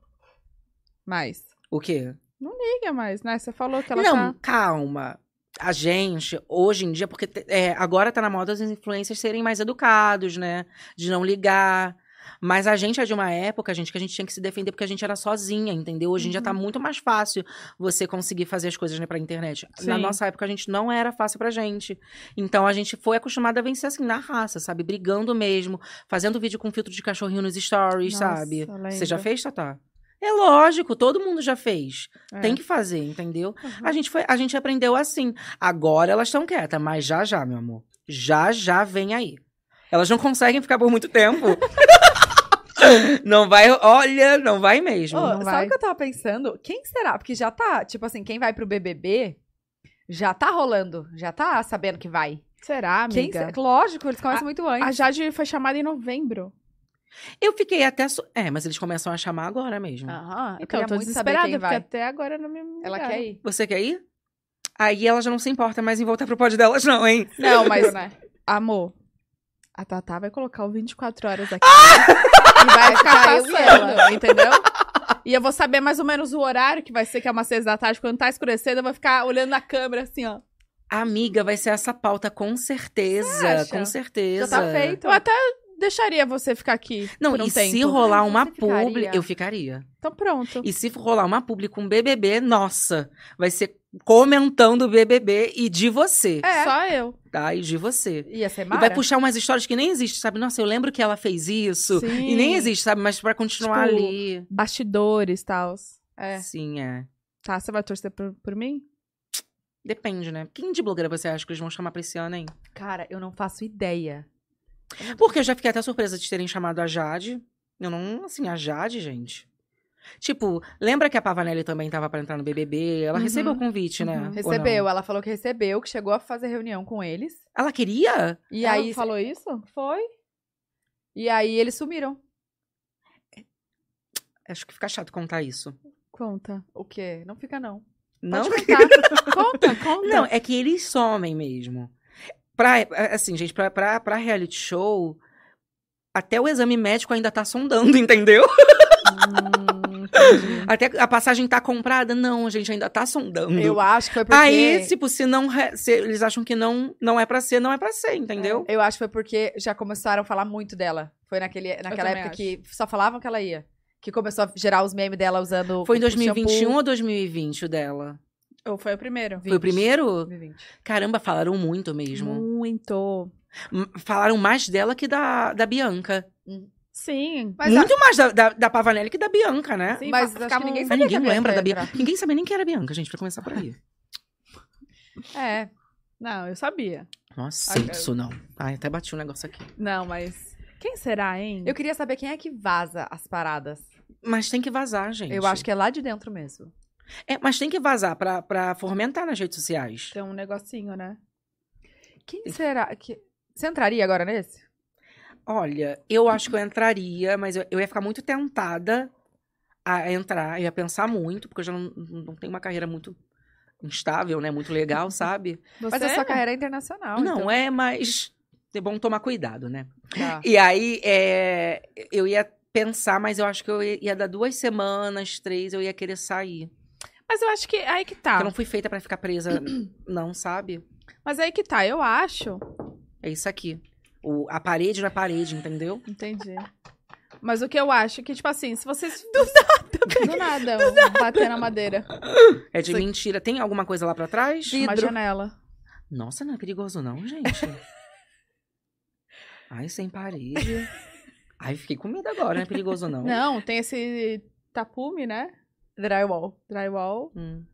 Speaker 3: Mais.
Speaker 4: O quê?
Speaker 3: Liga mais, né? Você falou que ela
Speaker 4: não,
Speaker 3: tá...
Speaker 4: calma. A gente, hoje em dia, porque te- é, agora tá na moda os influencers serem mais educados, né? De não ligar. Mas a gente é de uma época, gente, que a gente tinha que se defender porque a gente era sozinha, entendeu? Hoje em dia tá
Speaker 3: Uhum.
Speaker 4: muito mais fácil você conseguir fazer as coisas né, pra internet. Na
Speaker 3: Sim.
Speaker 4: nossa época, a gente não era fácil pra gente. Então a gente foi acostumada a vencer assim, na raça, sabe? Brigando mesmo, fazendo vídeo com filtro de cachorrinho nos stories,
Speaker 3: Nossa,
Speaker 4: sabe?
Speaker 3: lembro.
Speaker 4: Você já fez, Tatá? É lógico, todo mundo já fez.
Speaker 3: É.
Speaker 4: Tem que fazer, entendeu?
Speaker 3: Uhum.
Speaker 4: A gente, foi, a gente aprendeu assim. Agora elas estão quietas, mas já já, meu amor. Já já vem aí. Elas não conseguem ficar por muito tempo. não vai, olha, não vai mesmo.
Speaker 2: Ô,
Speaker 3: não
Speaker 2: sabe
Speaker 3: vai.
Speaker 2: o que eu tava pensando? Quem será? Porque já tá, tipo assim, quem vai pro BBB já tá rolando, já tá sabendo que vai.
Speaker 3: Será,
Speaker 2: Quem
Speaker 3: amiga?
Speaker 2: se- Lógico, eles começam muito antes.
Speaker 3: A Jade foi chamada em novembro.
Speaker 4: Eu fiquei até. su- É, mas eles começam a chamar agora mesmo.
Speaker 2: Aham, eu
Speaker 3: então,
Speaker 2: queria
Speaker 3: eu tô
Speaker 2: muito saber
Speaker 3: desesperada,
Speaker 2: quem
Speaker 3: porque
Speaker 2: vai.
Speaker 3: até agora não me
Speaker 2: Ela
Speaker 3: ligaram.
Speaker 2: quer ir.
Speaker 4: Você quer ir? Aí ela já não se importa mais em voltar pro pod delas, não, hein?
Speaker 3: Não, mas,
Speaker 2: Né?
Speaker 3: amor, a Tatá vai colocar o 24 horas aqui
Speaker 2: Ah!
Speaker 3: e vai ficar eu e ela, entendeu? E eu vou saber mais ou menos o horário que vai ser, que é umas seis da tarde. Quando tá escurecendo, eu vou ficar olhando na câmera assim, ó.
Speaker 4: Amiga, vai ser essa pauta, com certeza.
Speaker 3: acha?
Speaker 4: Com
Speaker 2: Já
Speaker 4: certeza.
Speaker 2: tá feito.
Speaker 3: Eu até deixaria você ficar aqui
Speaker 4: Não,
Speaker 3: por um
Speaker 4: e
Speaker 3: tempo.
Speaker 4: se rolar uma
Speaker 2: Ah, então Você
Speaker 4: publi,
Speaker 2: ficaria?
Speaker 4: eu ficaria.
Speaker 3: Então pronto.
Speaker 4: E se rolar uma publi com BBB, nossa, vai ser comentando o BBB e de você,
Speaker 3: É. Só eu.
Speaker 4: tá? E de você.
Speaker 2: Ia ser
Speaker 4: E
Speaker 2: mara?
Speaker 4: vai puxar umas histórias que nem existem, sabe? Nossa, eu lembro que ela fez isso.
Speaker 3: Sim.
Speaker 4: E nem existe, sabe? Mas pra continuar
Speaker 3: Tipo,
Speaker 4: ali.
Speaker 3: Bastidores, tal.
Speaker 2: É.
Speaker 4: Sim, é.
Speaker 3: Tá, você vai torcer por, por mim?
Speaker 4: Depende, né? Quem de blogueira você acha que eles vão chamar pra esse ano, hein?
Speaker 2: Cara, eu não faço ideia.
Speaker 4: Porque eu já fiquei até surpresa de terem chamado a Jade. Eu não, assim, a Jade, gente. Tipo, lembra que a Pavanelli também tava pra entrar no BBB? Ela
Speaker 3: Uhum.
Speaker 4: recebeu o convite, né?
Speaker 3: Uhum.
Speaker 4: Ou não?
Speaker 2: Recebeu, ela falou que recebeu, que chegou a fazer reunião com eles.
Speaker 4: Ela queria?
Speaker 2: E
Speaker 3: Ela
Speaker 2: aí
Speaker 3: falou isso?
Speaker 2: foi. E aí eles sumiram.
Speaker 4: Acho que fica chato contar isso.
Speaker 3: Conta.
Speaker 2: O quê? Não fica não.
Speaker 4: Não?
Speaker 2: Pode contar.
Speaker 3: Conta, conta.
Speaker 4: Não, é que eles somem mesmo. Pra, assim, gente, pra, pra, pra reality show, até o exame médico ainda tá sondando, entendeu?
Speaker 3: Hum, entendi.
Speaker 4: Até a passagem tá comprada? Não, a gente ainda tá sondando.
Speaker 2: Eu acho que foi porque.
Speaker 4: Aí, tipo, se não re- se eles acham que não não é pra ser, não é pra ser, entendeu?
Speaker 2: Eu acho que foi porque já começaram a falar muito dela. Foi naquele, naquela
Speaker 3: também
Speaker 2: época que só falavam que ela ia. Que começou a gerar os memes dela usando.
Speaker 4: Foi em
Speaker 2: É. o shampoo.
Speaker 4: 2021 ou 2020 o dela?
Speaker 3: Ou foi o primeiro?
Speaker 4: Foi o primeiro?
Speaker 2: 2020.
Speaker 4: Caramba, falaram muito mesmo.
Speaker 3: Muito.
Speaker 4: M- Falaram mais dela que da, da Bianca.
Speaker 3: Sim.
Speaker 2: Mas,
Speaker 4: muito mais da, da, da Pavanelli que da Bianca, né?
Speaker 3: Sim,
Speaker 2: mas acho
Speaker 3: fa-
Speaker 2: que
Speaker 3: ficavam-
Speaker 2: ninguém
Speaker 4: Mas
Speaker 2: sabia.
Speaker 4: ninguém
Speaker 2: que a
Speaker 4: lembra da
Speaker 2: Bianca ia
Speaker 4: Bianca. Ninguém sabia nem quem era a Bianca, gente, pra começar por aí. um?
Speaker 2: entrar. É.
Speaker 3: Não, eu sabia.
Speaker 4: Não aceito
Speaker 3: aceito
Speaker 4: isso, não. Ai, até bati um negócio aqui.
Speaker 3: Não, mas. Quem será, hein?
Speaker 2: Eu queria saber quem é que vaza as paradas.
Speaker 4: Mas tem que vazar, gente.
Speaker 2: Eu acho que é lá de dentro mesmo.
Speaker 4: É, mas tem que vazar pra, pra fomentar nas redes sociais.
Speaker 3: Tem um negocinho, né?
Speaker 2: Quem será que. Você entraria agora nesse?
Speaker 4: Olha, eu acho que eu entraria, mas eu, eu ia ficar muito tentada a entrar. Eu ia pensar muito, porque eu já não, não tenho uma carreira muito instável, né? Muito legal, sabe?
Speaker 2: Mas a sua carreira é internacional.
Speaker 4: não,
Speaker 2: então,
Speaker 4: é, mas é bom tomar cuidado, né?
Speaker 2: tá.
Speaker 4: E aí, é, eu ia pensar, mas eu acho que eu ia, ia dar duas semanas, três, eu ia querer sair.
Speaker 3: Mas eu acho que aí que tá.
Speaker 4: Porque eu não fui feita pra ficar presa, não, sabe?
Speaker 3: Mas aí que tá, eu acho.
Speaker 4: É isso aqui. O, a parede não é parede, entendeu?
Speaker 3: Entendi. Mas o que eu acho que, tipo assim, se vocês. um
Speaker 5: Do nada, bater na madeira.
Speaker 4: É de
Speaker 3: Isso aqui.
Speaker 4: mentira. Tem alguma coisa lá pra trás?
Speaker 3: Uma janela.
Speaker 4: Nossa, não é perigoso não, gente. Ai, sem parede. Ai, fiquei com medo agora, não é perigoso não.
Speaker 3: Não, tem esse tapume, né?
Speaker 2: Drywall.
Speaker 3: Drywall.
Speaker 4: Hum.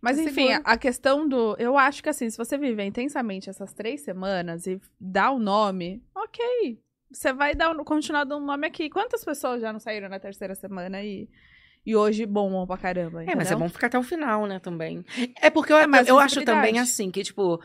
Speaker 3: Mas
Speaker 2: Tá
Speaker 3: enfim,
Speaker 2: seguro.
Speaker 3: a questão do. Eu acho que assim, se você viver intensamente essas três semanas e dá o nome, ok. Você vai dar, um- continuar dando nome aqui. Quantas pessoas já não saíram na terceira semana e, e hoje bombam pra caramba?
Speaker 4: É, mas é
Speaker 3: entendeu?
Speaker 4: bom ficar até o final, né, também. É porque eu,
Speaker 3: mais
Speaker 4: eu acho também
Speaker 3: visibilidade.
Speaker 4: assim, que tipo,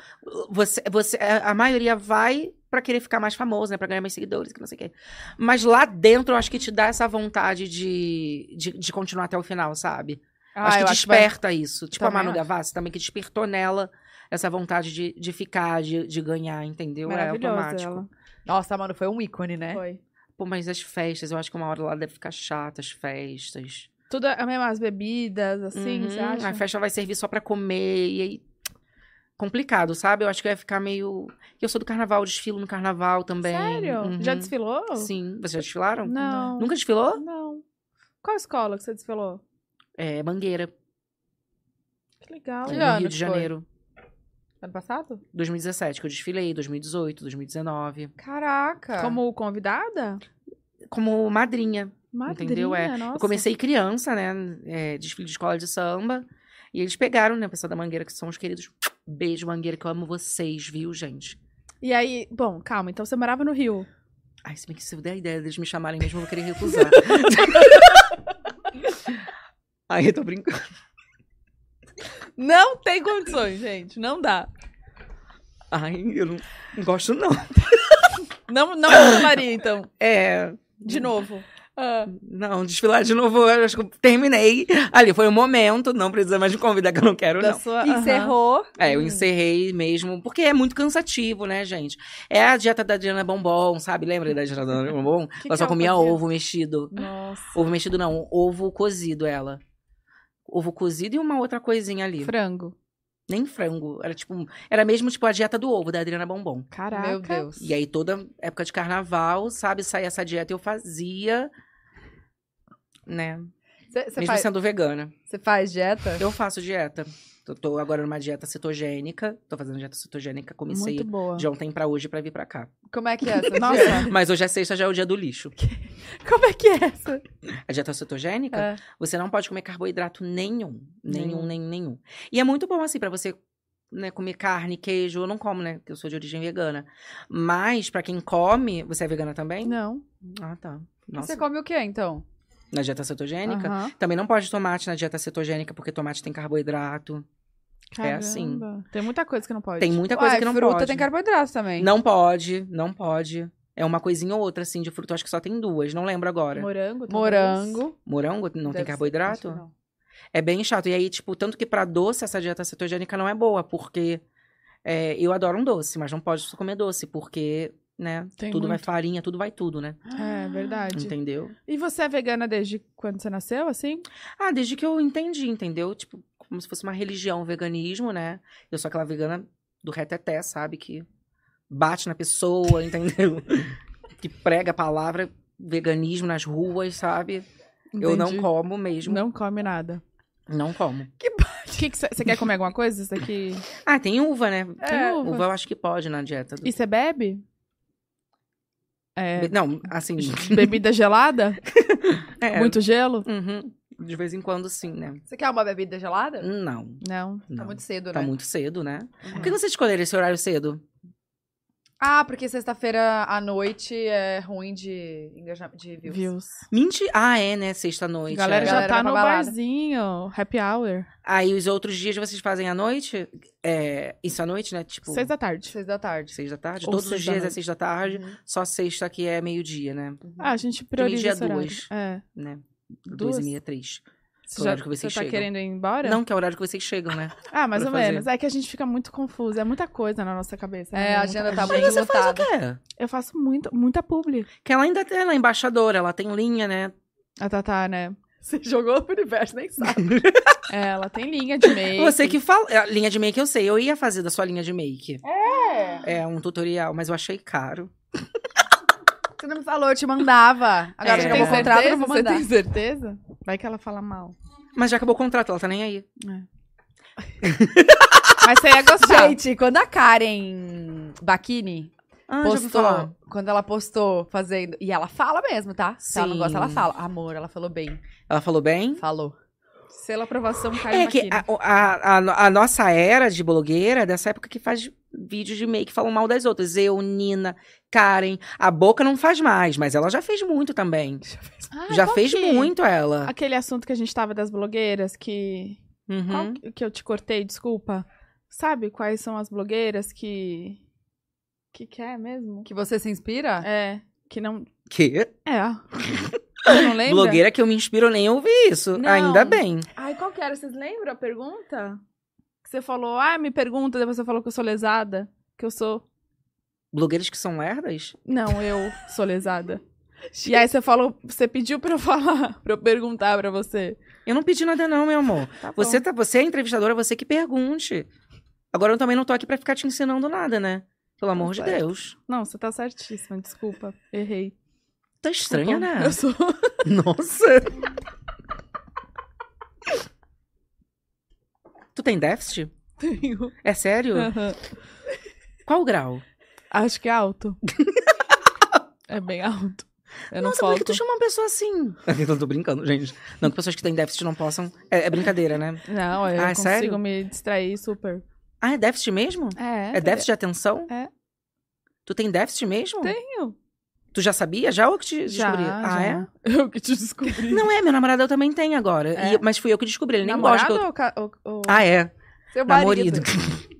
Speaker 4: você, você, é, a maioria vai pra querer ficar mais famoso, né, pra ganhar mais seguidores, que não sei o quê. Mas lá dentro, eu acho que te dá essa vontade de, de, de continuar até o final, sabe?
Speaker 2: Ah,
Speaker 3: é
Speaker 4: acho que
Speaker 2: eu vai-
Speaker 4: desperta isso. Tipo
Speaker 2: Também
Speaker 4: a Manu
Speaker 2: acho.
Speaker 4: Gavassi também, que despertou nela essa vontade de, de ficar, de, de ganhar, entendeu? É
Speaker 3: Maravilhosa
Speaker 4: automático.
Speaker 3: ela.
Speaker 2: Nossa, mano, foi um ícone, né?
Speaker 3: Foi.
Speaker 4: Pô, mas as festas, eu acho que uma hora lá deve ficar chata, as festas.
Speaker 3: Tudo a mesma, as bebidas, assim, você
Speaker 4: Uhum,
Speaker 3: acha?
Speaker 4: A festa vai servir só pra comer, e aí... Complicado, sabe? Eu acho que eu ia ficar meio... Eu sou do carnaval, desfilo no carnaval também.
Speaker 3: Sério?
Speaker 4: Uhum.
Speaker 3: Já desfilou?
Speaker 4: Sim. Vocês já desfilaram?
Speaker 3: Não.
Speaker 4: Nunca desfilou?
Speaker 3: Não. Qual escola que você desfilou?
Speaker 4: É, Mangueira,
Speaker 3: Que legal.
Speaker 2: Que
Speaker 4: no
Speaker 2: ano
Speaker 4: Rio de
Speaker 2: que foi?
Speaker 4: Janeiro.
Speaker 2: Ano passado?
Speaker 4: 2017 que eu desfilei, 2018, 2019.
Speaker 2: Caraca.
Speaker 3: Como convidada?
Speaker 4: Como madrinha.
Speaker 3: Madrinha,
Speaker 4: Entendeu? É.
Speaker 3: nossa.
Speaker 4: Eu comecei criança, né? é, desfile de escola de samba. E eles pegaram, né? O pessoal da Mangueira, que são os queridos. Beijo, Mangueira, que eu amo vocês, viu, gente?
Speaker 3: E aí, bom, calma, então você morava no Rio.
Speaker 4: Ai, se bem que se eu der a ideia deles me chamarem mesmo, eu vou querer recusar. Ai, eu tô brincando.
Speaker 3: Não tem condições, gente. Não dá.
Speaker 4: Ai, eu não, não gosto, não.
Speaker 3: Não, não chamaria, então.
Speaker 4: É.
Speaker 3: De novo. Ah.
Speaker 4: Não, desfilar de novo, eu acho que eu terminei. Ali foi o momento, não precisa mais me convidar, que eu não quero, não.
Speaker 3: sua. Encerrou.
Speaker 2: Encerrou.
Speaker 4: É, eu encerrei mesmo, porque é muito cansativo, né, gente? É a dieta da Diana Bombom, sabe? Lembra da dieta da Diana Bombom?
Speaker 3: Que
Speaker 4: ela
Speaker 3: que
Speaker 4: só
Speaker 3: ela
Speaker 4: comia
Speaker 3: fazia?
Speaker 4: ovo mexido.
Speaker 3: Nossa.
Speaker 4: Ovo mexido não, ovo cozido ela. Ovo cozido e uma outra coisinha ali.
Speaker 3: Frango.
Speaker 4: Nem frango. Era tipo, era mesmo tipo a dieta do ovo da Adriana Bombom.
Speaker 3: Caraca.
Speaker 2: Meu Deus.
Speaker 4: E aí toda época de carnaval, sabe, saía essa dieta e eu fazia, né?
Speaker 2: Você
Speaker 4: mesmo
Speaker 2: faz,
Speaker 4: sendo vegana.
Speaker 2: cê faz dieta?
Speaker 4: Eu faço dieta. Tô, tô agora numa dieta cetogênica. Tô fazendo dieta cetogênica. Comecei
Speaker 3: Muito boa.
Speaker 4: de ontem pra hoje pra vir pra cá.
Speaker 2: Como é que é? essa dieta?
Speaker 3: Nossa,
Speaker 4: Mas hoje é sexta, já é o dia do lixo.
Speaker 3: como é que é essa?
Speaker 4: A dieta cetogênica,
Speaker 2: É.
Speaker 4: você não pode comer carboidrato nenhum. Nenhum,
Speaker 2: Nenhum.
Speaker 4: nenhum, nenhum. E é muito bom, assim, pra você né, comer carne, queijo. Eu não como, né? Porque eu sou de origem vegana. Mas, pra quem come... Você é vegana também?
Speaker 3: Não.
Speaker 4: Ah, tá. Nossa,
Speaker 2: Você come o quê, então?
Speaker 4: na dieta cetogênica?
Speaker 3: Aham.
Speaker 4: Também não pode tomate na dieta cetogênica, porque tomate tem carboidrato. É assim.
Speaker 3: Caramba. Tem muita coisa que não pode.
Speaker 4: Tem muita coisa
Speaker 2: Uai,
Speaker 4: que não
Speaker 2: fruta
Speaker 4: pode.
Speaker 2: tem carboidrato também.
Speaker 4: Não pode, não pode. É uma coisinha ou outra, assim, de fruta. Eu Acho que só tem duas, não lembro agora.
Speaker 3: Morango. talvez.
Speaker 2: Morango.
Speaker 4: Morango
Speaker 2: Deve
Speaker 4: não
Speaker 2: ser-
Speaker 4: tem carboidrato?
Speaker 2: acho que não.
Speaker 4: É bem chato. E aí, tipo, tanto que pra doce essa dieta cetogênica não é boa, porque é, eu adoro um doce, mas não pode comer doce, porque né?
Speaker 3: Tem
Speaker 4: tudo vai
Speaker 3: muito.
Speaker 4: farinha, tudo vai tudo, né?
Speaker 3: É verdade.
Speaker 4: Entendeu?
Speaker 3: E você é vegana desde quando você nasceu, assim?
Speaker 4: Ah, desde que eu entendi, entendeu? Tipo, como se fosse uma religião, o veganismo, né? Eu sou aquela vegana do reteté, sabe? Que bate na pessoa, entendeu? que prega a palavra veganismo nas ruas, sabe? Eu não
Speaker 3: Entendi.
Speaker 4: como mesmo. Não,
Speaker 3: Não come nada.
Speaker 4: como.
Speaker 3: O que que você você quer comer alguma coisa? Isso daqui.
Speaker 4: Ah, tem uva, né?
Speaker 3: Tem É, uva.
Speaker 4: Uva eu acho que pode na dieta. do-
Speaker 3: E você bebe? É.
Speaker 4: Be- Não, assim.
Speaker 3: Bebida gelada?
Speaker 4: é,
Speaker 3: Muito gelo?
Speaker 4: uhum, de vez em quando, sim, né?
Speaker 2: Você quer uma bebida gelada?
Speaker 4: Não.
Speaker 3: Não.
Speaker 4: não.
Speaker 2: Tá muito cedo,
Speaker 4: Tá
Speaker 2: né?
Speaker 4: muito cedo, né? Por
Speaker 3: Uhum.
Speaker 4: que vocês escolheram esse horário cedo?
Speaker 2: Ah, porque sexta-feira à noite é ruim de engajamento de views.
Speaker 3: Views.
Speaker 4: Mente. Ah, é, né? Sexta-noite.
Speaker 3: Galera
Speaker 4: é.
Speaker 3: já
Speaker 2: Galera
Speaker 3: tá
Speaker 2: vai
Speaker 3: no
Speaker 2: pra balada.
Speaker 3: barzinho, happy hour.
Speaker 4: Aí os outros dias vocês fazem à noite? É, isso à noite, né? Tipo,
Speaker 3: Seis da tarde.
Speaker 2: Seis da tarde. Uhum.
Speaker 4: seis da tarde.
Speaker 3: Ou
Speaker 4: Todos
Speaker 3: seis
Speaker 4: os
Speaker 3: da
Speaker 4: dias é
Speaker 3: noite.
Speaker 4: seis da tarde. Só sexta que é meio-dia, né?
Speaker 3: Ah, a gente
Speaker 4: Domingo
Speaker 3: prioriza
Speaker 4: é
Speaker 3: esse horário.
Speaker 4: duas.
Speaker 3: É.
Speaker 4: né?
Speaker 3: Duas?
Speaker 4: Duas e meia, três.
Speaker 3: Você já
Speaker 4: horário que vocês
Speaker 3: você tá
Speaker 4: chegam.
Speaker 3: querendo ir embora?
Speaker 4: Não, que é o horário que vocês chegam, né?
Speaker 3: Ah, mais
Speaker 4: pra
Speaker 3: ou
Speaker 4: fazer.
Speaker 3: menos. É que a gente fica muito confuso. É muita coisa na nossa
Speaker 4: Então,
Speaker 3: cabeça. né?
Speaker 2: É, a
Speaker 3: Muita
Speaker 2: agenda tá
Speaker 3: coisa.
Speaker 2: muito lotada.
Speaker 4: É.
Speaker 3: Eu faço muito, muita publi.
Speaker 4: Que ela ainda ela é embaixadora, ela tem linha, né?
Speaker 3: A Tatá, né?
Speaker 2: Você jogou pro universo, nem sabe.
Speaker 3: É, Ela tem linha de meio.
Speaker 4: Você que fala. é, Linha de make eu sei, eu ia fazer da sua linha de make.
Speaker 2: É.
Speaker 4: É um tutorial, mas eu achei caro.
Speaker 2: Você não me falou, eu te mandava. Agora que
Speaker 4: É. Tem
Speaker 2: acabou o contrato, eu
Speaker 3: certeza?
Speaker 2: não vou
Speaker 3: Você
Speaker 2: mandar.
Speaker 3: tem certeza? Vai que ela fala mal.
Speaker 4: Mas já acabou o contrato, ela tá nem aí.
Speaker 3: Mas você ia gostar.
Speaker 2: Gente, quando a Karen Bakini
Speaker 4: Ah, já ouvi falar.
Speaker 2: postou, quando ela postou fazendo. E ela fala mesmo, tá? Se ela não
Speaker 4: Sim.
Speaker 2: gosta, ela fala. Amor, ela falou bem.
Speaker 4: Ela falou bem?
Speaker 2: Falou.
Speaker 3: Sela aprovação cai
Speaker 4: É que a, a, a- a nossa era de blogueira é dessa época que faz vídeos de make que falam mal das outras. Eu, Nina, Karen. A boca não faz mais, mas ela já fez muito também. já fez muito ela.
Speaker 3: Aquele assunto que a gente tava das blogueiras, que. Qual
Speaker 4: Uhum.
Speaker 3: que- que eu te cortei, desculpa. Sabe quais são as blogueiras que. Que que é mesmo?
Speaker 2: Que você se inspira?
Speaker 3: É. Que não.
Speaker 4: Que?
Speaker 3: É. Você não lembra?
Speaker 4: Blogueira que eu me inspiro nem ouvi isso.
Speaker 3: Não.
Speaker 4: Ainda bem.
Speaker 3: Ai, qual que era? Vocês lembram a pergunta? Que você falou, ah, me pergunta, depois você falou que eu sou lesada. Que eu sou.
Speaker 4: Blogueiras que são lerdas?
Speaker 3: Não, eu sou lesada. e aí você falou, você pediu pra eu falar, pra eu perguntar pra você.
Speaker 4: Eu não pedi nada, não, meu amor.
Speaker 3: Tá bom.
Speaker 4: Você, tá, você é entrevistadora, você que pergunte. Agora eu também não tô aqui pra ficar te ensinando nada, né? Pelo amor de
Speaker 3: Tá certo.
Speaker 4: Deus.
Speaker 3: Não, você tá certíssima, desculpa. Errei.
Speaker 4: Tá estranha, né?
Speaker 3: Eu sou.
Speaker 4: Nossa! tu tem déficit?
Speaker 3: Tenho.
Speaker 4: É sério?
Speaker 3: Aham.
Speaker 4: Qual o grau?
Speaker 3: Acho que é alto. é bem alto. Eu não
Speaker 4: Nossa, por que
Speaker 3: falto.
Speaker 4: tu chama uma pessoa assim? Eu tô brincando, gente. Não que pessoas que têm déficit não possam. É, é brincadeira, né?
Speaker 3: Não, eu
Speaker 4: Ah, é
Speaker 3: consigo
Speaker 4: sério?
Speaker 3: me distrair super.
Speaker 4: Ah, é déficit mesmo?
Speaker 3: É.
Speaker 4: É, déficit de atenção?
Speaker 3: É.
Speaker 4: Tu tem déficit mesmo?
Speaker 3: Tenho.
Speaker 4: Tu já sabia já ou que te
Speaker 3: Já,
Speaker 4: descobri? ah,
Speaker 3: já.
Speaker 4: é?
Speaker 3: Eu que te descobri.
Speaker 4: Não é, meu namorado eu também tem agora.
Speaker 3: É.
Speaker 4: E- mas fui eu que descobri, ele nem
Speaker 3: Namorado
Speaker 4: gosta que eu...
Speaker 3: ou ca- ou- ou-
Speaker 4: Ah, é.
Speaker 2: Seu marido.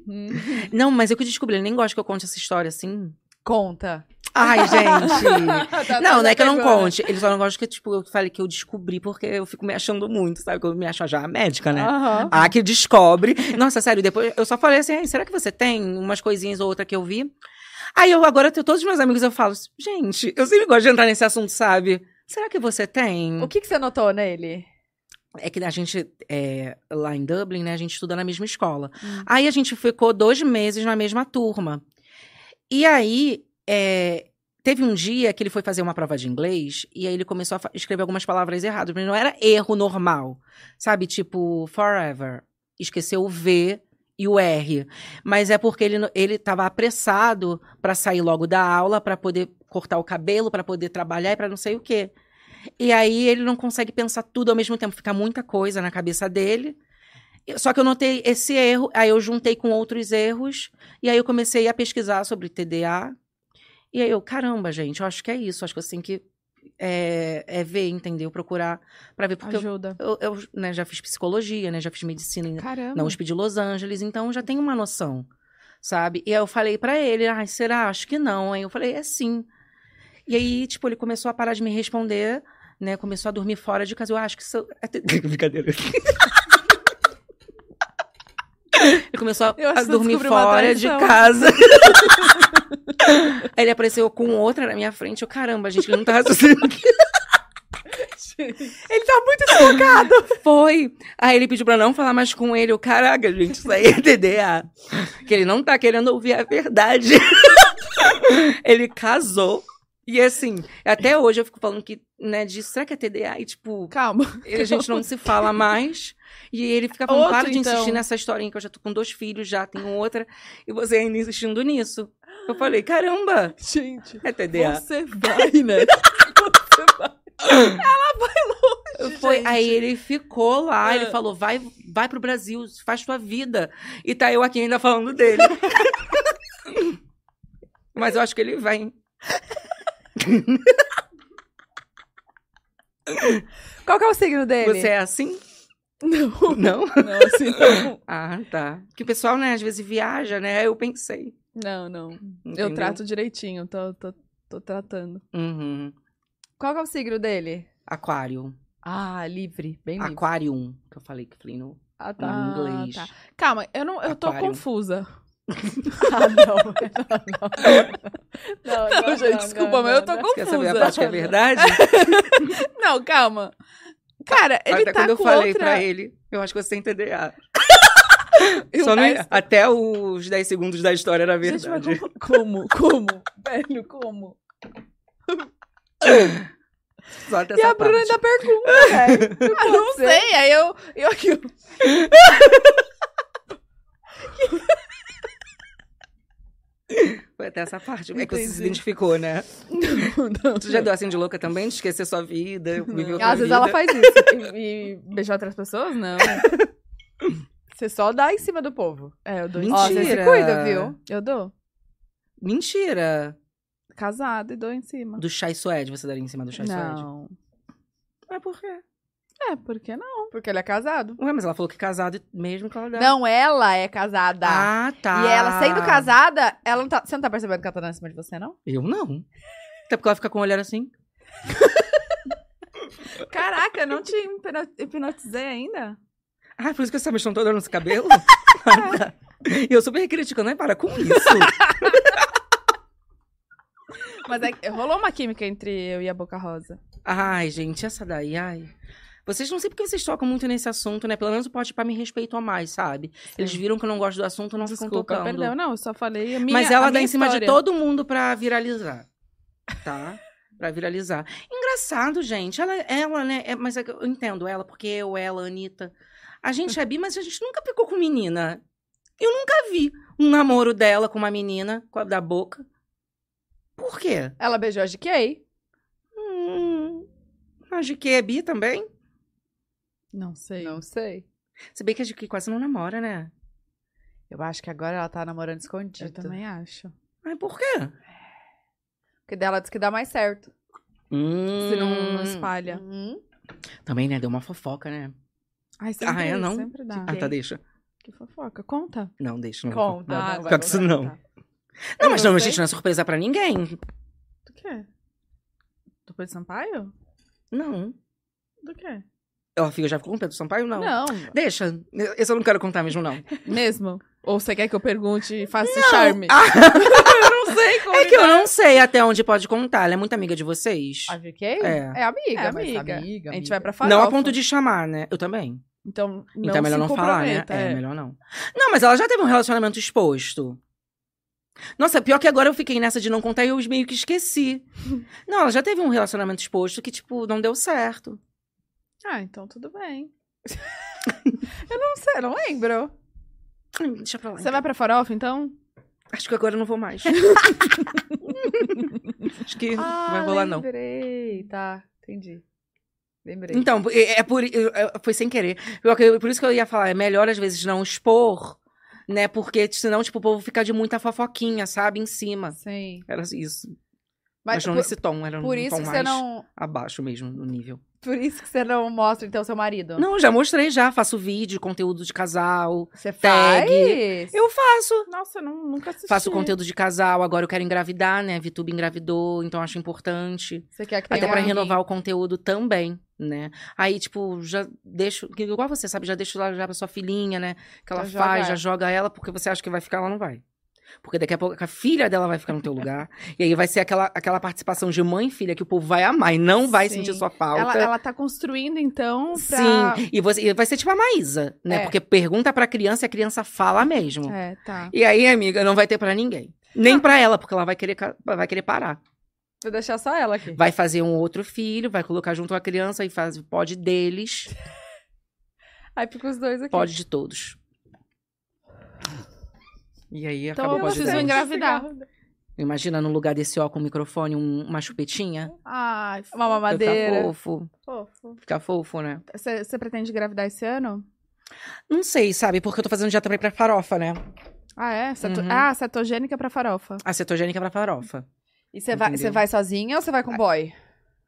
Speaker 4: Namorido. não, mas eu que descobri, ele nem gosta que eu conte essa história assim.
Speaker 2: Conta.
Speaker 4: Ai, gente.
Speaker 2: Tá, tá,
Speaker 4: não, não é que eu não
Speaker 2: pegou, né?
Speaker 4: conte. Ele só não gosta que tipo, eu fale que eu descobri porque eu fico me achando muito, sabe? Que eu me acho já a médica, né?
Speaker 3: Aham.
Speaker 4: Ah, que descobre. Nossa, sério, depois eu só falei assim, "Ai, será que você tem umas coisinhas ou outra que eu vi? Aí eu agora tenho todos os meus amigos, eu falo, gente, eu sempre gosto de entrar nesse assunto, sabe? Será que você tem?
Speaker 2: O que, que você notou nele?
Speaker 4: É que a gente, é, lá em Dublin, né, a gente estuda na mesma escola. Aí a gente ficou dois meses na mesma turma. E aí, é, teve um dia que ele foi fazer uma prova de inglês e aí ele começou a fa- escrever algumas palavras erradas, mas não era erro normal, sabe? Tipo, forever. Esqueceu o V e o R. Mas é porque ele, no- ele tava apressado para sair logo da aula, para poder cortar o cabelo, para poder trabalhar e para não sei o quê. E aí ele não consegue pensar tudo ao mesmo tempo, fica muita coisa na cabeça dele. Eu- Só que eu notei esse erro, aí eu juntei com outros erros, e aí eu comecei a pesquisar sobre TDA. E aí eu, caramba, gente, eu acho que é isso, acho que eu tenho que é, é ver, entendeu? Procurar para ver, porque eu,
Speaker 3: Ajuda.
Speaker 4: eu- eu, né, já fiz psicologia, né, já fiz medicina em-
Speaker 3: Caramba.
Speaker 4: na USP de Los Angeles, então já tem uma noção, sabe? E aí eu falei pra ele, ai, será? Acho que não, hein? Eu falei, é sim. E aí, tipo, ele começou a parar de me responder, né? Começou a dormir fora de casa. Eu acho que isso é te- brincadeira. Ele começou a-
Speaker 3: Eu acho
Speaker 4: a
Speaker 3: que você
Speaker 4: dormir
Speaker 3: descobriu uma
Speaker 4: fora de
Speaker 3: traição.
Speaker 4: casa. Aí ele apareceu com outra na minha frente. Eu, caramba, gente, ele não tá raciocinando.
Speaker 2: Ele tá muito desfocado.
Speaker 4: Foi. Aí ele pediu pra não falar mais com ele. Eu, caraca, gente, isso aí é TDA. Que ele não tá querendo ouvir a verdade. ele casou. E assim, até hoje eu fico falando que, né, de será que é TDA? E tipo,
Speaker 3: Calma.
Speaker 4: a gente não se fala mais. E ele fica falando,
Speaker 3: Outro,
Speaker 4: para de insistir
Speaker 3: então.
Speaker 4: nessa historinha que eu já tô com dois filhos, já tenho outra. E você ainda insistindo nisso. Eu falei, caramba,
Speaker 3: Gente,
Speaker 4: é TDA.
Speaker 3: você vai, né?
Speaker 4: Foi, aí ele ficou lá,
Speaker 3: Ah.
Speaker 4: ele falou, vai, vai pro Brasil, faz tua vida. E tá eu aqui ainda falando dele. Mas eu acho que ele vem.
Speaker 2: Qual que é o signo dele?
Speaker 4: Você é assim?
Speaker 3: né? Não.
Speaker 4: Não?
Speaker 3: Não, assim, não.
Speaker 4: Ah, tá. Que o pessoal, né, às vezes viaja, né? Eu pensei.
Speaker 3: Não, não. Eu
Speaker 4: entendeu?
Speaker 3: trato direitinho, tô, tô, tô tratando.
Speaker 4: Uhum.
Speaker 2: Qual que é o signo dele?
Speaker 4: Aquário.
Speaker 2: Ah, livre. Bem livre.
Speaker 4: Aquarium, que eu falei que falei no,
Speaker 2: Ah,
Speaker 4: no
Speaker 2: tá.
Speaker 3: Ah,
Speaker 4: inglês.
Speaker 3: tá. Calma, eu, não, eu tô
Speaker 4: Aquário.
Speaker 3: confusa.
Speaker 2: Ah, não. não,
Speaker 5: Não,
Speaker 3: Não, gente, desculpa, mas eu tô
Speaker 4: Quer saber a
Speaker 3: confusa.
Speaker 4: parte que é verdade?
Speaker 3: Não, calma. Cara, ele
Speaker 4: Até
Speaker 3: tá
Speaker 4: é quando eu
Speaker 3: com
Speaker 4: falei
Speaker 3: outra...
Speaker 4: pra ele, eu acho que você tem TDA.
Speaker 3: Eu-
Speaker 4: Só não-
Speaker 3: Ai,
Speaker 4: Até os 10 segundos da história era
Speaker 3: Gente, mas
Speaker 4: verdade.
Speaker 3: como, como, como? Velho, como?
Speaker 4: Só até
Speaker 3: E
Speaker 4: essa
Speaker 3: a Bruna
Speaker 4: parte.
Speaker 3: ainda pergunta, velho. Ah, não sei, aí eu... eu aqui, ó.
Speaker 4: Foi até essa parte. É que você se
Speaker 3: Entendi.
Speaker 4: identificou, né?
Speaker 3: não, não.
Speaker 4: Tu já deu assim de louca também? De esquecer sua vida, viver outra
Speaker 2: Às vezes
Speaker 4: vida.
Speaker 2: ela faz isso.
Speaker 3: E, e beijar outras pessoas? Não.
Speaker 2: Você só dá em cima do povo.
Speaker 3: É, eu dou
Speaker 4: Mentira.
Speaker 2: Ó, você se cuida, viu?
Speaker 3: Eu dou.
Speaker 4: Mentira!
Speaker 3: Casado e dou em cima.
Speaker 4: Do chai suede, você daria em cima do chai suede?
Speaker 3: Não.
Speaker 4: É por quê?
Speaker 3: É, por que não?
Speaker 2: Porque ele é casado.
Speaker 4: Ué, mas ela falou que é casado e mesmo que ela dá.
Speaker 2: Não, ela é casada.
Speaker 4: Ah, tá.
Speaker 2: E ela, sendo casada, ela não tá. Você não tá percebendo que ela tá dando em cima de você, não?
Speaker 4: Eu não. Até porque ela fica com o olhar assim.
Speaker 3: Caraca, eu não te hipno- hipnotizei ainda?
Speaker 4: Ah, por isso que essa mexão toda no seu cabelo? Ah, tá. E eu super criticando, né? Para com isso.
Speaker 3: Mas é, que rolou uma química entre eu e a Boca Rosa.
Speaker 4: ai, gente, essa daí, ai. Vocês não sei porque vocês tocam muito nesse assunto, né? Pelo menos o Pode Pá me respeitou mais, sabe? Eles viram que eu não gosto do assunto, não ficam
Speaker 3: Desculpa,
Speaker 4: tocando.
Speaker 3: perdão. Não, eu só falei a minha
Speaker 4: Mas ela
Speaker 3: a
Speaker 4: dá
Speaker 3: minha
Speaker 4: em cima de
Speaker 3: história.
Speaker 4: todo mundo pra viralizar. Tá? Pra viralizar. Engraçado, gente. Ela, ela né? é- mas é que eu entendo ela, porque eu, ela, a Anitta. A gente é bi, mas a gente nunca ficou com menina. Eu nunca vi um namoro dela com uma menina, com a da boca. Por quê?
Speaker 2: Ela beijou a GK.
Speaker 4: Hum. A GQ é bi também?
Speaker 3: Não sei.
Speaker 2: Não sei.
Speaker 4: Se bem que a GQ quase não namora, né?
Speaker 2: Eu acho que agora ela tá namorando
Speaker 3: Eu
Speaker 2: escondido.
Speaker 3: também acho.
Speaker 4: Mas por quê?
Speaker 2: Porque dela diz que dá mais certo.
Speaker 4: Hum.
Speaker 3: Se não, não espalha.
Speaker 2: Uhum.
Speaker 4: Também, né? Deu uma fofoca, né?
Speaker 3: Ai, sempre,
Speaker 4: Ah, é, não?
Speaker 3: sempre dá.
Speaker 4: Ah, tá, deixa.
Speaker 3: Que fofoca. Conta.
Speaker 4: Não, deixa. Não vou falar.
Speaker 2: Conta.
Speaker 3: Ah,
Speaker 2: não
Speaker 3: vai
Speaker 4: Fica com isso
Speaker 2: contar.
Speaker 4: não.
Speaker 2: Tá.
Speaker 4: Não, mas não,
Speaker 3: Eu
Speaker 4: a
Speaker 3: sei.
Speaker 4: gente não é surpresa pra ninguém.
Speaker 3: Do quê? Do Pedro Sampaio?
Speaker 4: Não.
Speaker 3: Do quê?
Speaker 4: Ela fica já ficou com o Pedro Sampaio? Não.
Speaker 3: Não.
Speaker 4: Deixa. Esse eu não quero contar mesmo, não.
Speaker 3: Mesmo? Ou você quer que eu pergunte e faça esse charme?
Speaker 4: Ah,
Speaker 3: eu não sei como.
Speaker 4: é que eu não sei até onde pode contar. Ela é muito amiga de vocês.
Speaker 2: A GK?
Speaker 4: É.
Speaker 2: É amiga,
Speaker 3: Ah, É
Speaker 2: mas
Speaker 3: amiga.
Speaker 2: amiga.
Speaker 3: A gente vai pra farofa.
Speaker 4: Não a ponto de chamar, né? Eu também.
Speaker 3: Então, não
Speaker 4: então é melhor
Speaker 3: se
Speaker 4: não falar, né?
Speaker 3: comprometa,
Speaker 4: É. melhor não. Não, mas ela já teve um relacionamento exposto. Nossa, pior que agora eu fiquei nessa de não contar e eu meio que esqueci. Não, ela já teve um relacionamento exposto que, tipo, não deu certo.
Speaker 3: Ah, então tudo bem.
Speaker 2: Não sei, não lembro.
Speaker 4: Ai, Hum, Deixa pra lá.
Speaker 3: Você vai pra farofa, então?
Speaker 4: Acho que agora eu não vou mais. Acho que não vai rolar, não.
Speaker 2: Ah, lembrei. Tá, entendi. Lembrei.
Speaker 4: Então, é é por, é- é- foi sem querer. Eu- eu- Por isso que eu ia falar, é melhor às vezes não expor, né? Porque senão, tipo, o povo fica de muita fofoquinha, sabe? Em cima.
Speaker 2: Sim.
Speaker 4: Era isso.
Speaker 2: Mas,
Speaker 4: Mas, não
Speaker 2: por,
Speaker 4: nesse tom, era
Speaker 2: por
Speaker 4: num
Speaker 2: isso
Speaker 4: tom
Speaker 2: que
Speaker 4: mais
Speaker 2: você não.
Speaker 4: abaixo mesmo, no nível.
Speaker 2: Por isso que você não mostra, então, seu marido.
Speaker 4: Não, já mostrei já, faço vídeo, conteúdo de casal.
Speaker 2: Você faz.
Speaker 4: Tag. Eu faço.
Speaker 3: Nossa, eu não- nunca assisti.
Speaker 4: Faço conteúdo de casal, agora eu quero engravidar, né? VTube engravidou, então acho importante.
Speaker 2: Você quer que tenha
Speaker 4: Até pra
Speaker 2: um-
Speaker 4: renovar o conteúdo também, né? Aí, tipo, já deixo. que Igual você, sabe? Já deixo lá já pra sua filhinha, né? Que ela
Speaker 2: Já joga
Speaker 4: faz, já
Speaker 2: ela.
Speaker 4: joga ela, porque você acha que vai ficar, ela não vai. Porque daqui a pouco a filha dela vai ficar no teu lugar. E aí vai ser aquela, aquela participação de mãe e filha que o povo vai amar e não vai
Speaker 5: Sim.
Speaker 4: sentir sua falta.
Speaker 3: Ela, ela tá construindo, então, pra...
Speaker 4: Sim, e, você- e vai ser tipo a Maísa, né?
Speaker 3: É.
Speaker 4: Porque pergunta pra criança e a criança fala mesmo.
Speaker 3: É, tá.
Speaker 4: E aí, amiga, não vai ter pra ninguém. Nem pra ela, porque ela vai querer, ca- vai querer parar.
Speaker 2: Vou deixar só ela aqui.
Speaker 4: Vai fazer um outro filho, vai colocar junto com a criança e faz o pod deles,
Speaker 2: Aí fica os dois aqui.
Speaker 4: pod de todos. E aí,
Speaker 3: Então
Speaker 4: acabou
Speaker 3: eu
Speaker 4: o pod
Speaker 3: preciso
Speaker 4: delas.
Speaker 3: engravidar.
Speaker 4: Imagina no lugar desse ó com microfone, um- uma chupetinha.
Speaker 3: Ai,
Speaker 2: Uma
Speaker 4: Vai Ficar
Speaker 2: mamadeira.
Speaker 4: fofo.
Speaker 5: Fofo.
Speaker 4: Ficar fofo, né?
Speaker 3: você pretende engravidar esse ano?
Speaker 4: Não sei, sabe? Porque eu tô fazendo dieta também pra farofa, né?
Speaker 3: Ah, é? Ceto...
Speaker 4: Uhum.
Speaker 3: Ah, cetogênica pra farofa.
Speaker 4: A cetogênica é pra farofa.
Speaker 2: E você vai,
Speaker 4: Entendeu?
Speaker 2: você vai sozinha ou você vai com o boy?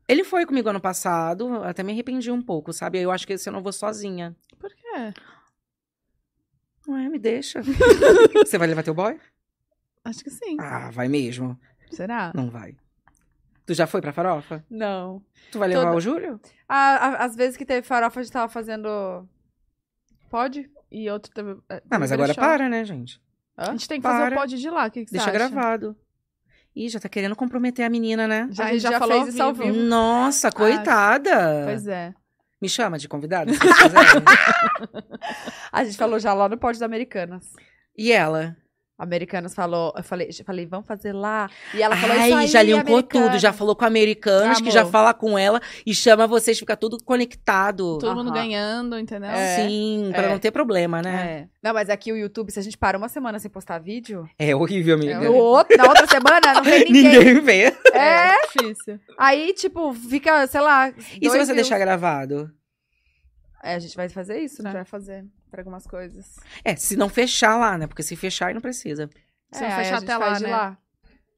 Speaker 4: Ele foi comigo ano passado, até me arrependi um pouco, sabe? Eu acho que esse ano eu vou sozinha.
Speaker 3: Por quê?
Speaker 4: Ué, me deixa. Você vai levar teu boy?
Speaker 3: Acho que sim.
Speaker 4: Ah, vai mesmo.
Speaker 3: Será?
Speaker 4: Não vai. Tu já foi pra farofa?
Speaker 2: Não.
Speaker 4: Tu vai levar
Speaker 2: Toda-
Speaker 4: o Júlio?
Speaker 2: Ah, a- Às vezes que teve farofa, a gente tava fazendo. Pode?
Speaker 3: E outro teve...
Speaker 4: Ah, mas agora para, né, gente?
Speaker 3: A gente tem que fazer
Speaker 4: Para.
Speaker 3: o pod de lá, o que, que
Speaker 4: Deixa
Speaker 3: você acha?
Speaker 4: gravado. Ih, já tá querendo comprometer a menina, né?
Speaker 2: Já,
Speaker 3: Ah,
Speaker 2: a gente
Speaker 3: já
Speaker 2: já,
Speaker 3: falou
Speaker 2: fez isso
Speaker 3: ao
Speaker 2: ao vivo.
Speaker 4: Nossa, coitada!
Speaker 3: Pois é.
Speaker 4: Me chama de convidada, se vocês quiserem.
Speaker 2: A gente falou já lá no pódio da Americanas.
Speaker 4: E ela?
Speaker 2: Americanas falou, eu falei, eu falei, vamos fazer lá. E ela falou
Speaker 4: Ai,
Speaker 2: isso aí,
Speaker 4: já linkou tudo,
Speaker 2: Americanas.
Speaker 4: já falou com americanos, que já
Speaker 3: Amor.
Speaker 4: fala com ela e chama vocês, fica tudo conectado.
Speaker 3: Todo mundo
Speaker 2: Aham.
Speaker 3: ganhando, entendeu?
Speaker 2: É.
Speaker 4: Sim, pra
Speaker 2: é.
Speaker 4: não ter problema, né?
Speaker 2: É. Não, mas aqui o YouTube, se a gente para uma semana sem postar vídeo,
Speaker 4: É, horrível, amiga.
Speaker 2: no outro- na outra semana não tem ninguém.
Speaker 4: Ninguém vê.
Speaker 2: É,
Speaker 3: difícil.
Speaker 2: aí, tipo, fica, sei lá.
Speaker 4: E se você deixar gravado?
Speaker 2: É, a gente vai fazer isso,
Speaker 3: A
Speaker 2: né?
Speaker 3: gente vai fazer pra algumas coisas.
Speaker 4: É, se não fechar lá, né? Porque se fechar, aí não precisa.
Speaker 3: Se
Speaker 2: é,
Speaker 3: não
Speaker 2: aí
Speaker 3: fechar
Speaker 2: a gente
Speaker 3: até lá,
Speaker 2: faz de
Speaker 3: né?
Speaker 2: lá.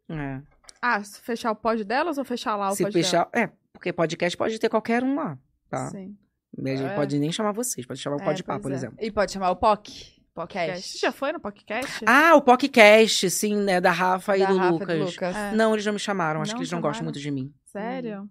Speaker 4: É.
Speaker 3: Ah, se fechar o pod delas ou fechar lá o
Speaker 4: se
Speaker 3: pod
Speaker 4: fechar. É, porque podcast pode ter qualquer um lá. Tá?
Speaker 3: delas? Sim.
Speaker 4: Mas
Speaker 3: É.
Speaker 4: Pode nem chamar vocês, pode chamar o
Speaker 3: É,
Speaker 4: Podpá,
Speaker 3: pois
Speaker 4: por
Speaker 3: é.
Speaker 4: exemplo.
Speaker 2: E pode chamar o POC.
Speaker 3: Podcast.
Speaker 2: POCast.
Speaker 3: Já foi no podcast?
Speaker 4: Ah, o podcast, sim, né? Da Rafa e
Speaker 2: Da
Speaker 4: do
Speaker 2: Rafa e
Speaker 4: Lucas.
Speaker 2: Lucas.
Speaker 3: É.
Speaker 4: Não, eles não me chamaram. Acho
Speaker 3: Não
Speaker 4: que eles não
Speaker 3: chamaram?
Speaker 4: gostam muito de mim.
Speaker 3: Sério?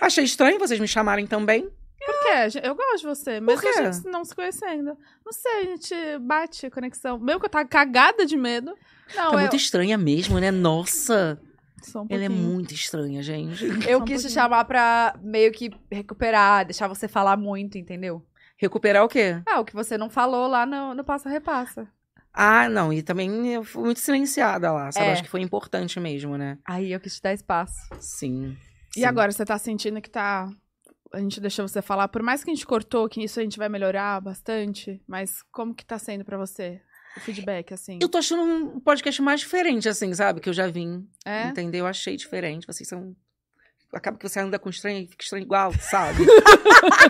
Speaker 4: Achei estranho vocês me chamarem também.
Speaker 3: Por quê? Gente, Eu gosto de você, mas
Speaker 4: quê?
Speaker 3: a gente não se conhece ainda. Não sei, a gente bate a conexão. Mesmo que eu tava cagada de medo. Não,
Speaker 4: tá
Speaker 3: eu
Speaker 4: muito estranha mesmo, né? Nossa,
Speaker 3: sou um
Speaker 4: ela é
Speaker 3: pouquinho.
Speaker 4: muito estranha, gente.
Speaker 2: Eu
Speaker 3: Só um
Speaker 2: quis te
Speaker 3: pouquinho.
Speaker 2: chamar pra meio que recuperar, deixar você falar muito, entendeu?
Speaker 4: Recuperar o quê?
Speaker 2: Ah, o que você não falou lá no, no Passa Repassa.
Speaker 4: Ah, não, e também eu fui muito silenciada lá, sabe?
Speaker 2: É.
Speaker 4: Acho que foi importante mesmo, né?
Speaker 2: Aí eu quis te dar espaço.
Speaker 4: Sim.
Speaker 3: E
Speaker 4: sim.
Speaker 3: agora, você tá sentindo que tá. A gente deixou você falar, por mais que a gente cortou, que isso a gente vai melhorar bastante, mas como que tá sendo pra você o feedback, assim?
Speaker 4: Eu tô achando um podcast mais diferente, assim, sabe? Que eu já vim.
Speaker 3: É?
Speaker 4: Entendeu? Eu achei diferente. Vocês são. Acaba que você anda com estranho e fica estranho igual, sabe?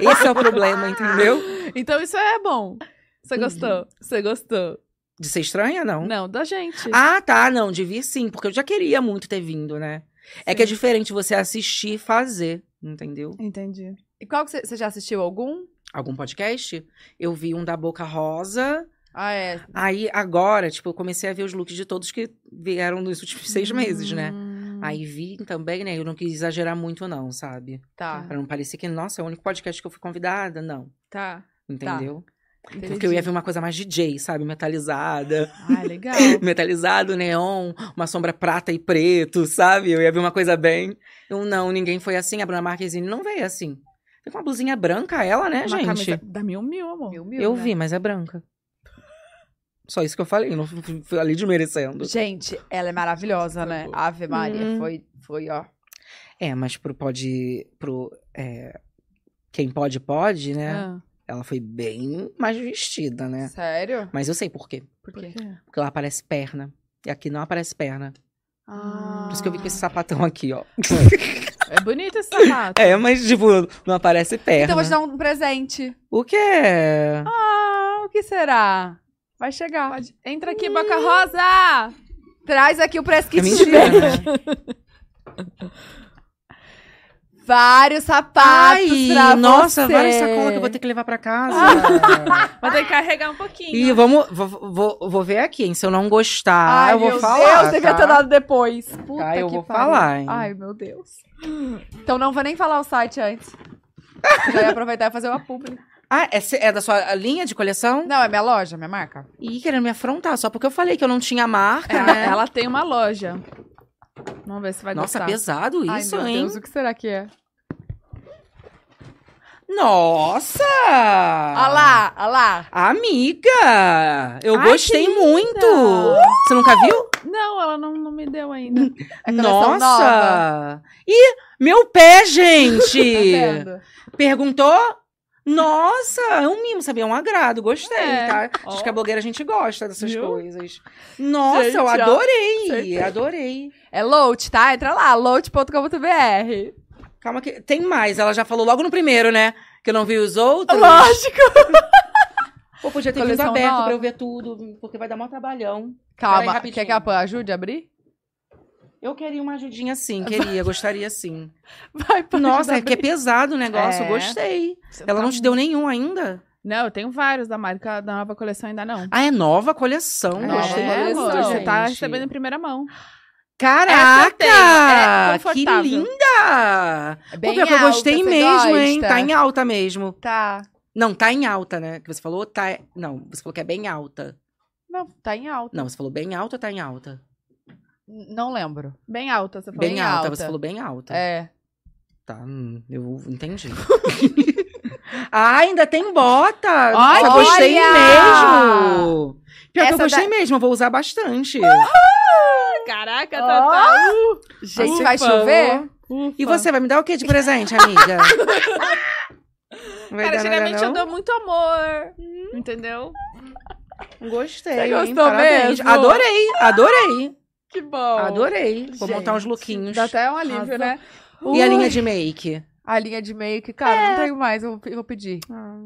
Speaker 4: Esse é o problema, entendeu?
Speaker 3: Então isso é bom. Você gostou? Você gostou?
Speaker 4: De ser estranha, não.
Speaker 3: Não, da gente.
Speaker 4: Ah, tá, não, de vir sim, porque eu já queria muito ter vindo, né? É que é diferente você assistir e fazer, entendeu?
Speaker 3: Entendi.
Speaker 2: E qual que você, você já assistiu algum?
Speaker 4: Algum podcast? Eu vi um da Boca Rosa.
Speaker 2: Ah, é.
Speaker 4: Aí agora, tipo, eu comecei a ver os looks de todos que vieram nos últimos seis meses, né?
Speaker 3: Hum,
Speaker 4: Aí vi também, né? Eu não quis exagerar muito, não, sabe?
Speaker 2: Tá,
Speaker 4: Pra não parecer que, nossa, é o único podcast que eu fui convidada, não.
Speaker 2: tá.
Speaker 4: Entendeu?
Speaker 2: Entendi.
Speaker 4: Porque eu ia ver uma coisa mais DJ, sabe? Metalizada.
Speaker 3: Ah, legal.
Speaker 4: Metalizado, neon, uma sombra prata e preto, sabe? Eu ia ver uma coisa bem. Eu não, ninguém foi assim. A Bruna Marquezine não veio assim. Foi com uma blusinha branca, ela, né,
Speaker 3: Uma
Speaker 4: gente?
Speaker 3: camisa da Mil Mil, amor.
Speaker 2: Mil, mil,
Speaker 4: Eu
Speaker 2: né?
Speaker 4: vi, mas é branca. Só isso que eu falei, não f- f- falei desmerecendo.
Speaker 2: Gente, ela é maravilhosa, né? Ave Maria,
Speaker 4: Hum.
Speaker 2: foi, foi, ó.
Speaker 4: É, mas pro pode. Pro, é, quem pode, pode, né?
Speaker 3: Ah,
Speaker 4: Ela foi bem mais vestida, né?
Speaker 2: Sério?
Speaker 4: Mas eu sei por quê.
Speaker 2: Por
Speaker 3: por
Speaker 2: quê?
Speaker 3: quê?
Speaker 4: Porque lá aparece perna. E aqui não aparece perna.
Speaker 3: Ah.
Speaker 4: Por isso que eu vim com esse sapatão aqui, ó.
Speaker 3: É bonito esse sapato.
Speaker 4: é, mas, tipo, não aparece perna.
Speaker 2: Então eu vou te dar um presente.
Speaker 4: O quê?
Speaker 2: Ah, o que será? Vai chegar.
Speaker 3: Entra aqui, Boca Rosa!
Speaker 2: Traz aqui o press
Speaker 4: é
Speaker 2: kit de
Speaker 4: mentira,
Speaker 2: bebê.
Speaker 4: né?
Speaker 2: Vários sapatos pra
Speaker 4: Ai, nossa,
Speaker 2: você. Ah,
Speaker 4: várias sacolas que eu vou ter que levar pra casa.
Speaker 3: Vou ter que carregar um pouquinho.
Speaker 4: E vamos, vou, vou, vou ver aqui, hein? Se eu não gostar,
Speaker 2: Ai,
Speaker 4: eu vou
Speaker 2: meu
Speaker 4: falar.
Speaker 2: Deus, devia
Speaker 4: tá?
Speaker 2: ter dado depois. Puta
Speaker 4: Tá, eu
Speaker 2: que
Speaker 4: vou
Speaker 2: pariu.
Speaker 4: falar, hein?
Speaker 2: Ai, meu Deus. Então não vou nem falar o site antes. Já ia aproveitar e fazer uma publi.
Speaker 4: Ah, é, se- é da sua linha de coleção?
Speaker 2: Não, é minha loja, minha marca?
Speaker 4: Ih, querendo me afrontar, só porque eu falei que eu não tinha
Speaker 2: É,
Speaker 4: marca,
Speaker 3: Ela,
Speaker 4: né?
Speaker 3: ela tem uma loja. Vamos ver se vai
Speaker 4: Nossa,
Speaker 3: gostar.
Speaker 4: pesado isso,
Speaker 2: Ai, meu
Speaker 4: hein?
Speaker 2: Deus, o que será que é?
Speaker 4: Nossa! Ah.
Speaker 2: Olha lá, olha lá.
Speaker 4: Amiga! Eu
Speaker 3: Ai,
Speaker 4: gostei
Speaker 3: que linda!
Speaker 4: muito! Você nunca viu?
Speaker 3: Não, ela não, não me deu ainda.
Speaker 2: É coleção
Speaker 4: Nossa!
Speaker 2: nova.
Speaker 4: Ih, meu pé, gente!
Speaker 2: Tá vendo?
Speaker 4: Perguntou? Nossa, é um mimo, sabia? É um agrado, gostei,
Speaker 3: É,
Speaker 4: tá?
Speaker 3: ó.
Speaker 4: Acho que a blogueira a gente gosta dessas
Speaker 3: Viu?
Speaker 4: coisas. Nossa,
Speaker 3: Gente,
Speaker 4: eu
Speaker 3: ó,
Speaker 4: adorei!
Speaker 3: acertei.
Speaker 4: Adorei.
Speaker 2: É Loat, tá? Entra lá, loat.com.br.
Speaker 4: Calma que tem mais, ela já falou logo no primeiro, né? Que eu não vi os outros.
Speaker 3: Lógico!
Speaker 4: Pô, podia ter vindo
Speaker 2: Coleção
Speaker 4: aberto
Speaker 2: nova.
Speaker 4: pra eu ver tudo, porque vai dar maior trabalhão. Peraí,
Speaker 2: Calma,
Speaker 4: rapidinho.
Speaker 2: quer que a Pan ajude a abrir?
Speaker 4: Eu queria uma ajudinha sim, queria, gostaria sim.
Speaker 3: Vai pra
Speaker 4: Nossa, é
Speaker 3: ajudar
Speaker 4: que é pesado o negócio,
Speaker 2: É.
Speaker 4: eu gostei.
Speaker 3: bem.
Speaker 4: Ela não te deu nenhum ainda?
Speaker 3: Não, eu tenho vários da marca da nova coleção ainda não.
Speaker 4: Ah, é nova coleção,
Speaker 2: É,
Speaker 4: Ah, gostei da
Speaker 2: amor,
Speaker 4: coleção,
Speaker 3: você tá
Speaker 4: gente.
Speaker 3: recebendo em primeira mão. Essa eu
Speaker 4: Caraca!
Speaker 3: tenho, é confortável.
Speaker 4: que linda!
Speaker 2: É
Speaker 4: Pô,
Speaker 2: bem
Speaker 4: pior que eu
Speaker 2: alta,
Speaker 4: gostei
Speaker 2: você
Speaker 4: mesmo,
Speaker 2: gosta?
Speaker 4: hein? Tá em alta mesmo.
Speaker 2: Tá.
Speaker 4: Não, tá em alta, né? Que você falou, tá. Não, você falou que é bem alta.
Speaker 2: Não, tá em alta.
Speaker 4: Não, você falou bem alta ou tá em alta?
Speaker 2: N- Não lembro.
Speaker 3: Bem alta, você falou.
Speaker 4: Bem,
Speaker 2: Bem
Speaker 4: alta.
Speaker 2: alta.
Speaker 4: você falou bem alta.
Speaker 2: É.
Speaker 4: Tá, hum, eu entendi. ah, ainda tem bota!
Speaker 3: Ai,
Speaker 4: Nossa, gostei
Speaker 2: olha!
Speaker 4: mesmo! Pior que
Speaker 2: Essa
Speaker 4: eu gostei
Speaker 2: da-
Speaker 4: mesmo, eu vou usar bastante.
Speaker 3: Caraca,
Speaker 2: Ó!
Speaker 3: Tatá!
Speaker 2: Gente,
Speaker 4: Ufa,
Speaker 2: vai chover?
Speaker 3: Ufa.
Speaker 4: E você vai me dar o que de presente, amiga? Vai
Speaker 3: Cara,
Speaker 4: dar nada,
Speaker 3: geralmente eu
Speaker 4: não?
Speaker 3: dou muito amor. Entendeu?
Speaker 4: Gostei.
Speaker 2: Você
Speaker 4: hein?
Speaker 2: gostou
Speaker 4: Parabéns.
Speaker 2: mesmo?
Speaker 4: Adorei, adorei,
Speaker 3: Que bom.
Speaker 4: adorei. Vou montar uns lookinhos.
Speaker 2: Dá até um alívio,
Speaker 3: Arrasou.
Speaker 2: né?
Speaker 4: E a
Speaker 2: Ui,
Speaker 4: linha de make?
Speaker 2: a linha de meio que, cara, não tenho mais, eu vou- eu vou pedir.
Speaker 3: Ah,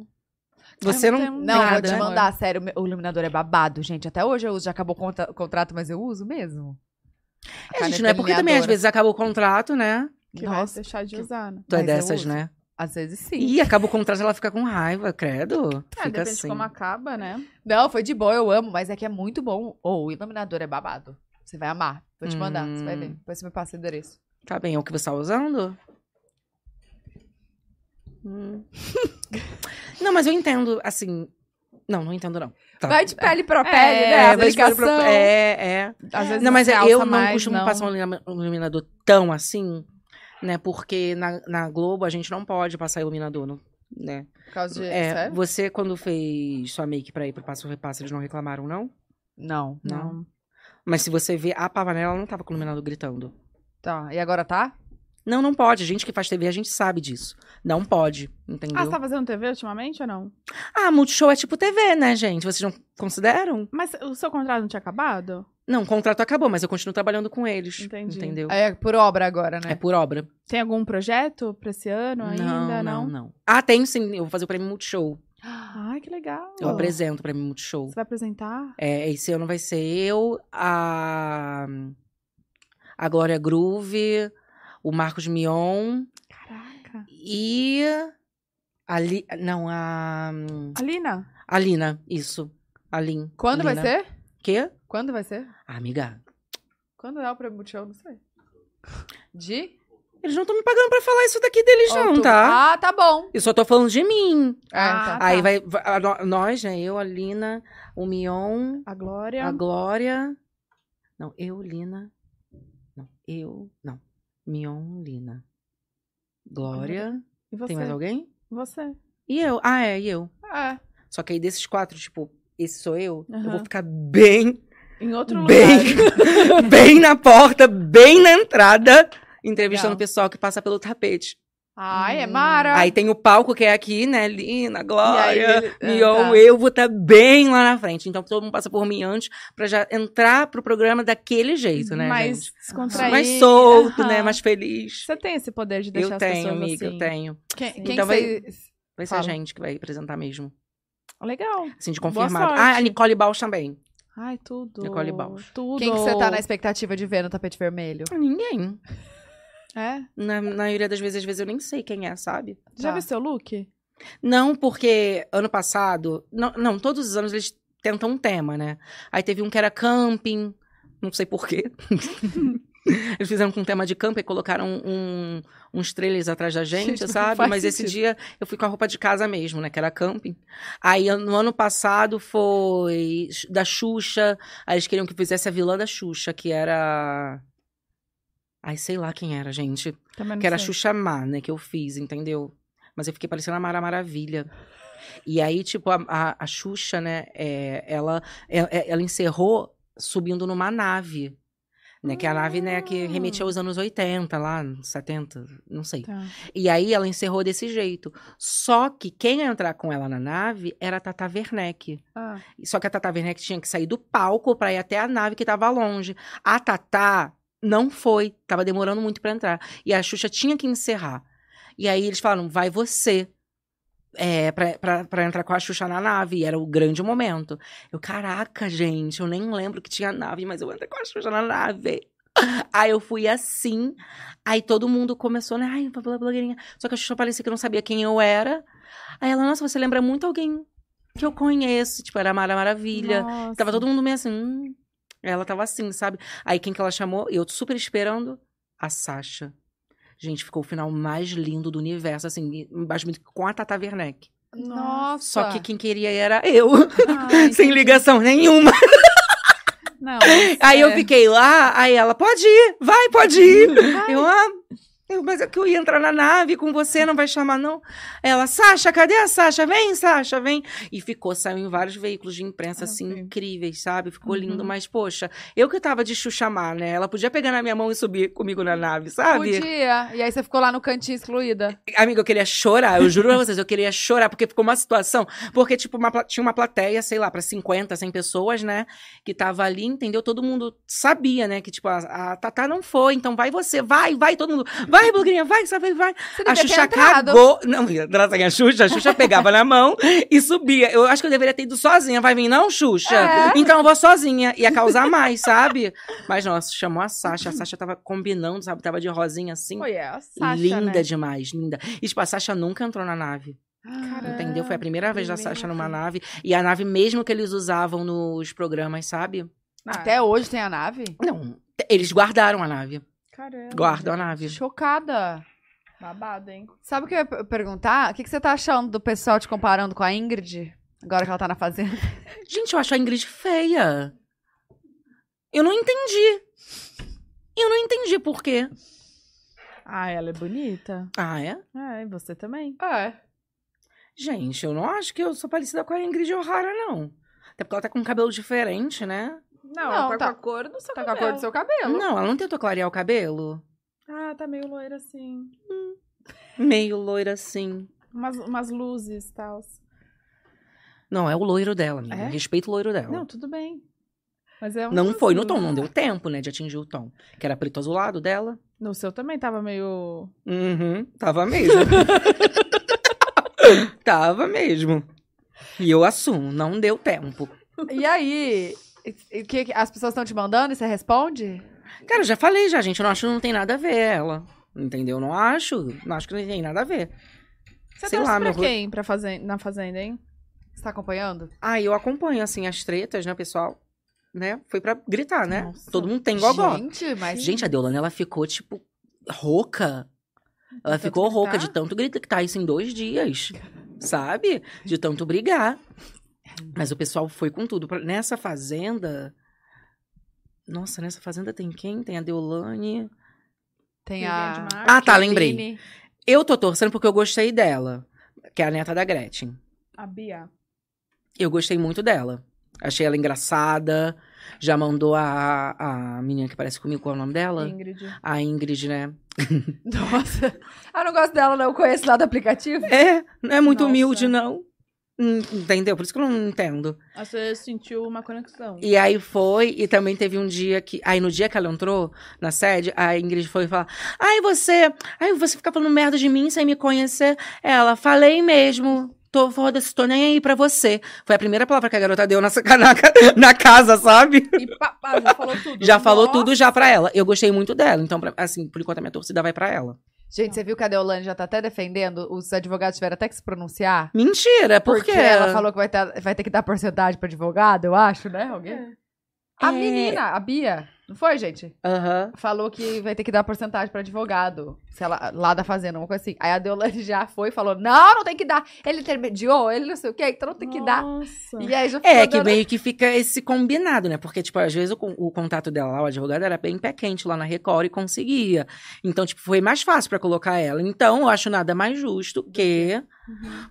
Speaker 4: Você
Speaker 3: não
Speaker 4: não.
Speaker 3: tenho
Speaker 2: Não, eu vou
Speaker 4: nada,
Speaker 2: te
Speaker 4: né?
Speaker 2: mandar, sério, o meu- o iluminador é babado, gente. Até hoje eu uso, já acabou o conta- o contrato, mas eu uso mesmo.
Speaker 4: É, gente, não é porque também às vezes acaba o contrato, né?
Speaker 3: Que
Speaker 2: Nossa,
Speaker 3: vai deixar de usar, né?
Speaker 4: Tu é
Speaker 2: Mas eu
Speaker 4: dessas,
Speaker 2: uso.
Speaker 4: né?
Speaker 2: Às vezes sim.
Speaker 4: Ih, acaba o contrato, ela fica com raiva, credo.
Speaker 3: Ah,
Speaker 4: fica
Speaker 3: depende
Speaker 4: assim.
Speaker 3: de como acaba, né?
Speaker 2: Não, foi de boa, eu amo, mas é que é muito bom. Ou o iluminador é babado. Você vai amar. Vou te mandar, você vai ver.
Speaker 4: Hum.
Speaker 2: Depois você me passa o endereço.
Speaker 4: Tá bem, é o que você tá usando? Hum. não, mas eu entendo, assim. Não, não entendo, não. Tá.
Speaker 2: Vai de pele pra
Speaker 3: É,
Speaker 2: pele, né?
Speaker 4: É,
Speaker 2: As
Speaker 4: vai de pele pra-
Speaker 2: aplicação.
Speaker 4: É, é.
Speaker 3: Às vezes
Speaker 4: Não, mas
Speaker 3: você
Speaker 4: eu
Speaker 3: alça
Speaker 4: não
Speaker 3: mais,
Speaker 4: costumo
Speaker 3: não.
Speaker 4: passar um ilumi- um iluminador tão assim, né? Porque na, na Globo a gente não pode passar iluminador, não- né?
Speaker 2: Por causa de...
Speaker 4: É,
Speaker 2: Sério?
Speaker 4: você, quando fez sua make pra ir pro Passo Repasso, eles não reclamaram, não?
Speaker 2: Não.
Speaker 3: Não.
Speaker 4: Mas se você vê a Pavanela, ela não tava com o iluminador gritando.
Speaker 2: Tá, e agora tá?
Speaker 4: Não, não pode. A gente que faz TV, a gente sabe disso. Não pode,
Speaker 3: Ah, você
Speaker 4: entendeu?
Speaker 3: tá fazendo TV ultimamente ou não?
Speaker 4: Ah, Multishow é tipo TV, né, gente? Vocês não consideram?
Speaker 3: Mas o seu contrato não tinha acabado?
Speaker 4: Não, o contrato acabou, mas eu continuo trabalhando com eles.
Speaker 3: Entendi.
Speaker 4: Entendeu?
Speaker 2: Aí É por obra agora,
Speaker 4: É
Speaker 2: né?
Speaker 4: por obra.
Speaker 3: Tem algum projeto pra esse ano ainda? Não,
Speaker 4: não, Ah, tem sim. Eu vou fazer o prêmio Multishow.
Speaker 3: Ai, que legal.
Speaker 4: Eu apresento o prêmio Multishow.
Speaker 3: Você vai apresentar?
Speaker 4: É, esse ano vai ser eu, a, a Glória Groove, o Marcos Mion
Speaker 3: Caraca.
Speaker 4: e a Li, não, a
Speaker 3: Alina,
Speaker 4: a Lina, isso. A Lin.
Speaker 2: Quando vai
Speaker 4: Lina.
Speaker 2: ser?
Speaker 4: Quê?
Speaker 2: Quando vai ser?
Speaker 4: Ah, amiga,
Speaker 2: Quando é o prêmio Multishow? Não sei. De?
Speaker 4: eles não estão me pagando pra falar isso daqui deles não,
Speaker 2: Outubro.
Speaker 4: tá?
Speaker 2: Ah, tá bom.
Speaker 4: Eu só tô falando de mim.
Speaker 2: Ah,
Speaker 3: Ah,
Speaker 2: tá.
Speaker 4: Aí vai, vai- a no- nós, né, eu, a Lina, o Mion,
Speaker 3: a Glória.
Speaker 4: A Glória. Não, eu, Lina. Não, eu. Não. Mion, Lina. Glória.
Speaker 3: E você?
Speaker 4: Tem mais alguém?
Speaker 3: Você.
Speaker 4: E eu. Ah, é, e eu.
Speaker 3: É.
Speaker 4: Só que aí desses quatro, tipo, esse sou eu, eu
Speaker 3: Aham.
Speaker 4: vou ficar bem,
Speaker 3: Em outro lugar.
Speaker 4: bem, bem na porta, bem na entrada, entrevistando
Speaker 2: Legal.
Speaker 4: o pessoal que passa pelo tapete.
Speaker 2: Ai, é Mara.
Speaker 4: Aí tem o palco que é aqui, né? Lina,
Speaker 2: E
Speaker 4: Glória,
Speaker 2: aí
Speaker 3: é,
Speaker 2: ele-
Speaker 4: Mion,
Speaker 2: Ah, tá.
Speaker 4: eu vou estar bem lá na frente. Então todo mundo passa por mim antes pra já entrar pro programa daquele jeito, né?
Speaker 3: mais
Speaker 4: gente?
Speaker 3: descontraído.
Speaker 4: mais solto,
Speaker 3: Aham.
Speaker 4: né? Mais feliz.
Speaker 3: Você tem esse poder de deixar
Speaker 4: Eu
Speaker 3: as
Speaker 4: tenho,
Speaker 3: pessoas
Speaker 4: amiga,
Speaker 3: assim.
Speaker 4: eu tenho.
Speaker 2: Quem, quem
Speaker 4: Então vai-
Speaker 2: fez-
Speaker 4: Vai ser
Speaker 2: Fala.
Speaker 4: a gente que vai apresentar mesmo.
Speaker 3: Legal.
Speaker 4: Assim, de
Speaker 3: Boa
Speaker 4: confirmado.
Speaker 3: sorte.
Speaker 4: Ah, a Nicole Bausch também.
Speaker 3: Ai, tudo.
Speaker 4: Nicole Bausch.
Speaker 3: Tudo.
Speaker 2: Quem que você tá na expectativa de ver no tapete vermelho?
Speaker 4: Ninguém.
Speaker 3: É?
Speaker 4: Na, na maioria das vezes, às vezes eu nem sei quem é, sabe?
Speaker 3: Já
Speaker 2: Tá.
Speaker 3: viu seu look?
Speaker 4: Não, porque ano passado. Não, não, todos os anos eles tentam um tema, né? Aí teve um que era camping, não sei porquê. Eles fizeram com tema de campo e colocaram um- uns trailers atrás da gente,
Speaker 3: Gente, não
Speaker 4: sabe?
Speaker 3: faz
Speaker 4: Mas esse
Speaker 3: sentido.
Speaker 4: dia eu fui com a roupa de casa mesmo, né? Que era camping. Aí an- no ano passado foi da Xuxa. Aí eles queriam que eu fizesse a vilã da Xuxa, que era. Ai, sei lá quem era, gente.
Speaker 3: Também não
Speaker 4: Que era a
Speaker 3: sei.
Speaker 4: Xuxa Má, né? Que eu fiz, entendeu? Mas eu fiquei parecendo a Mara Maravilha. E aí, tipo, a, a, a Xuxa, né? é, ela, é- é- ela encerrou subindo numa nave. Né, que é a nave, né, que remetia aos anos 80, lá, 70, não sei.
Speaker 3: Tá.
Speaker 4: E aí ela encerrou desse jeito. Só que quem ia entrar com ela na nave era a Tata Werneck.
Speaker 3: Ah.
Speaker 4: Só que a Tata Werneck tinha que sair do palco pra ir até a nave que tava longe. A Tata não foi, tava demorando muito pra entrar. E a Xuxa tinha que encerrar. E aí eles falaram, vai você. É, pra, pra, pra entrar com a Xuxa na nave, e era o grande momento. Eu, caraca, gente, eu nem lembro que tinha nave, mas eu entrei com a Xuxa na nave. Aí eu fui assim, aí todo mundo começou, né? Ai, blá, blá, blogueirinha. Só que a Xuxa parecia que não sabia quem eu era. Aí ela, nossa, você lembra muito alguém que eu conheço. Tipo, era a Mara Maravilha.
Speaker 3: Nossa.
Speaker 4: Tava todo mundo meio assim. hum. Ela tava assim, sabe? Aí quem que ela chamou? Eu super esperando. A Sasha. Gente, ficou o final mais lindo do universo, assim, embaixo com a Tata Werneck.
Speaker 5: Nossa.
Speaker 4: Só que quem queria era eu,
Speaker 3: Ai,
Speaker 4: sem ligação nenhuma.
Speaker 3: Não.
Speaker 4: Aí eu
Speaker 3: é.
Speaker 4: fiquei lá, aí ela, pode ir, vai, pode ir. Eu, ah, eu, mas é que eu ia entrar na nave com você, não vai chamar, não. Ela, Sasha, cadê a Sasha? Vem, Sasha, vem. E ficou, saiu em vários veículos de imprensa, assim, incríveis, sabe? Ficou lindo, mas, poxa, eu que tava de chuchamar, né? Ela podia pegar na minha mão e subir comigo na nave, sabe?
Speaker 2: Podia. E aí você ficou lá no cantinho excluída.
Speaker 4: Amiga, eu queria chorar, eu juro pra vocês, eu queria chorar, porque ficou uma situação. Porque, tipo, uma pla- tinha uma plateia, sei lá, pra 50, 100 pessoas, né? Que tava ali, entendeu? Todo mundo sabia, né? Que, tipo, a, a Tatá não foi, então vai você, vai, vai, todo mundo. Vai, blogueirinha, vai, sabe, vai.
Speaker 2: Você
Speaker 4: A
Speaker 2: devia ter
Speaker 4: Xuxa
Speaker 2: entrado.
Speaker 4: cagou. Não, graças a Xuxa, a Xuxa pegava na mão e subia. Eu acho que eu deveria ter ido sozinha. Vai vir, não, Xuxa?
Speaker 2: É.
Speaker 4: Então eu vou sozinha. Ia causar mais, sabe? Mas não, ela chamou a Sasha. A Sasha tava combinando, sabe? Tava de rosinha assim.
Speaker 5: Foi é a Sasha,
Speaker 4: linda
Speaker 5: né?
Speaker 4: demais, linda. E tipo, a Sasha nunca entrou na nave, entendeu? Foi a Ah, primeira vez da
Speaker 5: primeira
Speaker 4: Sasha numa
Speaker 5: vez.
Speaker 4: nave. E a nave mesmo que eles usavam nos programas, sabe?
Speaker 5: Ah,
Speaker 2: Até hoje tem a nave?
Speaker 4: Não, Ah, eles guardaram a nave.
Speaker 5: Caramba.
Speaker 4: Guardam a nave.
Speaker 2: Chocada.
Speaker 5: Babado, hein?
Speaker 2: Sabe o que eu ia per- perguntar? O que, que você tá achando do pessoal te comparando com a Ingrid? Agora que ela tá na fazenda.
Speaker 4: Gente, eu acho a Ingrid feia. Eu não entendi. Eu não entendi por quê.
Speaker 3: Ah, ela é bonita.
Speaker 4: Ah, é?
Speaker 3: Ah, e você também.
Speaker 2: É.
Speaker 4: Gente, eu não acho que eu sou parecida com a Ingrid O'Hara, não. Até porque ela tá com um cabelo diferente, né?
Speaker 5: Não,
Speaker 2: Não,
Speaker 5: tá,
Speaker 2: tá-
Speaker 5: com a cor do seu
Speaker 2: Tá com a
Speaker 5: cabelo.
Speaker 2: cor do seu cabelo.
Speaker 4: Não, ela não tentou clarear o cabelo?
Speaker 5: Ah, tá meio loira assim.
Speaker 4: Meio loira assim.
Speaker 5: Umas, umas luzes e tal.
Speaker 4: Não, é o loiro dela, amiga.
Speaker 5: É?
Speaker 4: Respeito o loiro dela.
Speaker 5: Não, tudo bem. Mas é um
Speaker 4: Não foi no
Speaker 5: azul.
Speaker 4: tom, não deu tempo, né, de atingir o tom. Que era preto azulado dela.
Speaker 5: No seu também tava meio.
Speaker 4: Uhum, tava mesmo. tava mesmo. E eu assumo, não deu tempo.
Speaker 2: E aí? E- e O que, que- as pessoas estão te mandando e você responde?
Speaker 4: Cara, eu já falei já, gente, eu não acho que não tem nada a ver ela. Entendeu? Não acho, não acho que não tem nada a ver.
Speaker 5: Você
Speaker 4: Sei
Speaker 5: torce
Speaker 4: lá,
Speaker 5: pra
Speaker 4: meu-
Speaker 5: quem pra fazenda, na fazenda, hein?
Speaker 2: Você tá acompanhando?
Speaker 4: Ah, eu acompanho, assim, as tretas, né, pessoal? Né? Foi pra gritar, né?
Speaker 3: Nossa.
Speaker 4: Todo mundo tem gogó.
Speaker 2: Gente, mas.
Speaker 4: Gente, a Deolane, ela ficou, tipo, rouca. Ela
Speaker 5: tanto
Speaker 4: ficou rouca
Speaker 5: gritar?
Speaker 4: de tanto gritar que tá isso em dois dias, sabe? De tanto brigar. Mas o pessoal foi com tudo. Pra- Nessa fazenda... Nossa, nessa fazenda tem quem? Tem a Deolane...
Speaker 2: tem
Speaker 5: Viviane
Speaker 2: a.
Speaker 5: de Mar-
Speaker 4: Ah, tá,
Speaker 5: Aline,
Speaker 4: lembrei. Eu tô torcendo porque eu gostei dela, que é a neta da Gretchen.
Speaker 5: A Bia.
Speaker 4: Eu gostei muito dela. Achei ela engraçada. Já mandou a, a menina que parece comigo, qual é o nome dela?
Speaker 5: Ingrid.
Speaker 4: A Ingrid, né?
Speaker 2: Nossa. Ah, não gosto dela, não. Eu conheço lá do aplicativo.
Speaker 4: É, não é muito
Speaker 5: Nossa.
Speaker 4: humilde, não. Hum, Entendeu? Por isso que eu não entendo.
Speaker 5: Ah, Você sentiu uma conexão.
Speaker 4: E aí foi, e também teve um dia que. Aí no dia que ela entrou na sede, a Ingrid foi falar: Ai, você. Ai, você fica falando merda de mim sem me conhecer. Ela, falei mesmo. Tô foda-se, tô nem aí pra você. Foi a primeira palavra que a garota deu na, na, na casa, sabe?
Speaker 5: E papá, já falou tudo.
Speaker 4: Já falou tudo já pra ela. Eu gostei muito dela. Então, pra- assim, por enquanto a minha torcida vai pra ela.
Speaker 2: Gente, você viu que a Deolane já tá até defendendo? Os advogados tiveram até que se pronunciar?
Speaker 4: Mentira, por
Speaker 2: Porque
Speaker 4: quê?
Speaker 2: ela falou que É. vai ter, vai ter que dar porcentagem pra advogado, eu acho, né? Alguém? A
Speaker 4: É.
Speaker 2: menina, a Bia. Não foi, gente?
Speaker 4: Aham.
Speaker 2: Falou que vai ter que dar porcentagem pra advogado. Sei lá, lá da fazenda, uma coisa assim. Aí a Deolane já foi e falou: não, não tem que dar. Ele intermediou, ele não sei o quê, então não tem que dar.
Speaker 5: Nossa.
Speaker 2: E aí já
Speaker 4: É,
Speaker 2: ficou
Speaker 4: que
Speaker 2: dando-
Speaker 4: meio que fica esse combinado, né? Porque, tipo, às vezes o, con- o contato dela lá, o advogado, era bem pé quente lá na Record e conseguia. Então, tipo, foi mais fácil pra colocar ela. Então, eu acho nada mais justo que.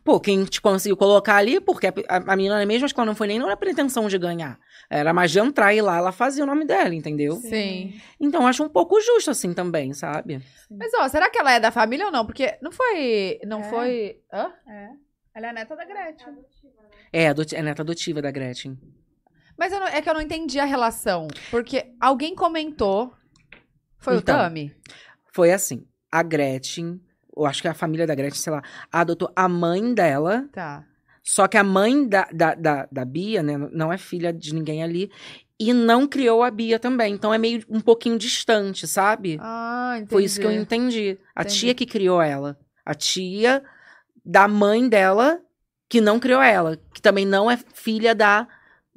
Speaker 4: Pô, quem te conseguiu colocar ali, porque a, a, a menina mesmo, acho que ela não foi nem na pretensão de ganhar. Era mais de entrar e lá ela fazia o nome dela, entendeu?
Speaker 5: assim,
Speaker 2: Sim.
Speaker 4: Então, eu acho um pouco justo assim também, sabe?
Speaker 2: Mas, ó, será que ela é da família ou não? Porque não foi. Não
Speaker 5: É.
Speaker 2: foi. Hã?
Speaker 5: É. Ela é a neta da Gretchen.
Speaker 4: É, adoti- é neta adotiva da Gretchen.
Speaker 2: Mas eu não- é que eu não entendi a relação. Porque alguém comentou. Foi
Speaker 4: Então.
Speaker 2: o Tami?
Speaker 4: Foi assim: a Gretchen, eu acho que a família da Gretchen, sei lá, adotou a mãe dela.
Speaker 2: Tá.
Speaker 4: Só que a mãe da, da, da, da Bia, né, não é filha de ninguém ali, e não criou a Bia também. Então é meio um pouquinho distante, sabe?
Speaker 2: Ah, entendi.
Speaker 4: Foi isso que eu entendi. A
Speaker 2: Entendi.
Speaker 4: tia que criou ela. A tia da mãe dela, que não criou ela, que também não é filha da,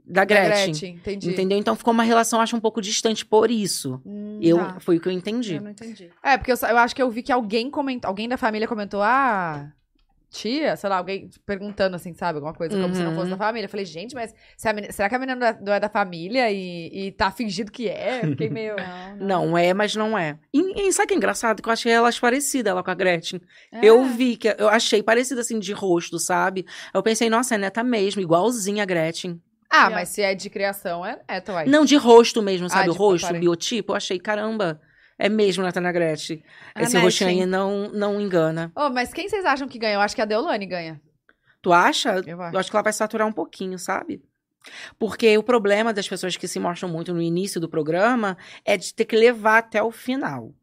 Speaker 4: da,
Speaker 2: Da
Speaker 4: Gretchen,
Speaker 2: entendi.
Speaker 4: Entendeu? Então ficou uma relação, acho, um pouco distante por isso.
Speaker 2: Hum,
Speaker 4: Eu,
Speaker 2: tá.
Speaker 4: Foi o que eu entendi.
Speaker 5: Eu não entendi.
Speaker 2: É, porque eu, sa- eu acho que eu vi que alguém comentou, alguém da família comentou, ah, tia, sei lá, alguém perguntando assim, sabe, alguma coisa, como se não
Speaker 4: Uhum.
Speaker 2: fosse da família. Eu falei, gente, mas se a meni- será que a menina não é- não é da família e, e tá fingindo que é? Fiquei meio.
Speaker 5: Não,
Speaker 4: Não é, mas não é. E, e sabe o que é engraçado? Que eu achei elas parecidas, ela com a Gretchen.
Speaker 3: É.
Speaker 4: Eu vi que eu achei parecida assim de rosto, sabe? Eu pensei, nossa, é neta mesmo, igualzinha a Gretchen.
Speaker 2: Ah,
Speaker 5: E
Speaker 2: mas se é de criação, é, é tu vai.
Speaker 4: Não, de rosto mesmo, sabe?
Speaker 2: Ah,
Speaker 4: o
Speaker 2: de-
Speaker 4: rosto,
Speaker 2: parei.
Speaker 4: o biotipo. Eu achei, caramba, é mesmo neta na Gretchen.
Speaker 3: É
Speaker 5: A
Speaker 4: Esse rostinho aí
Speaker 5: Gretchen.
Speaker 4: não, não engana.
Speaker 2: Ô, mas quem vocês acham que ganha? Eu acho que a Deolane ganha.
Speaker 4: Tu acha?
Speaker 2: Eu
Speaker 4: Eu
Speaker 2: acho.
Speaker 4: acho que ela vai saturar um pouquinho, sabe? Porque o problema das pessoas que se mostram muito no início do programa é de ter que levar até o final.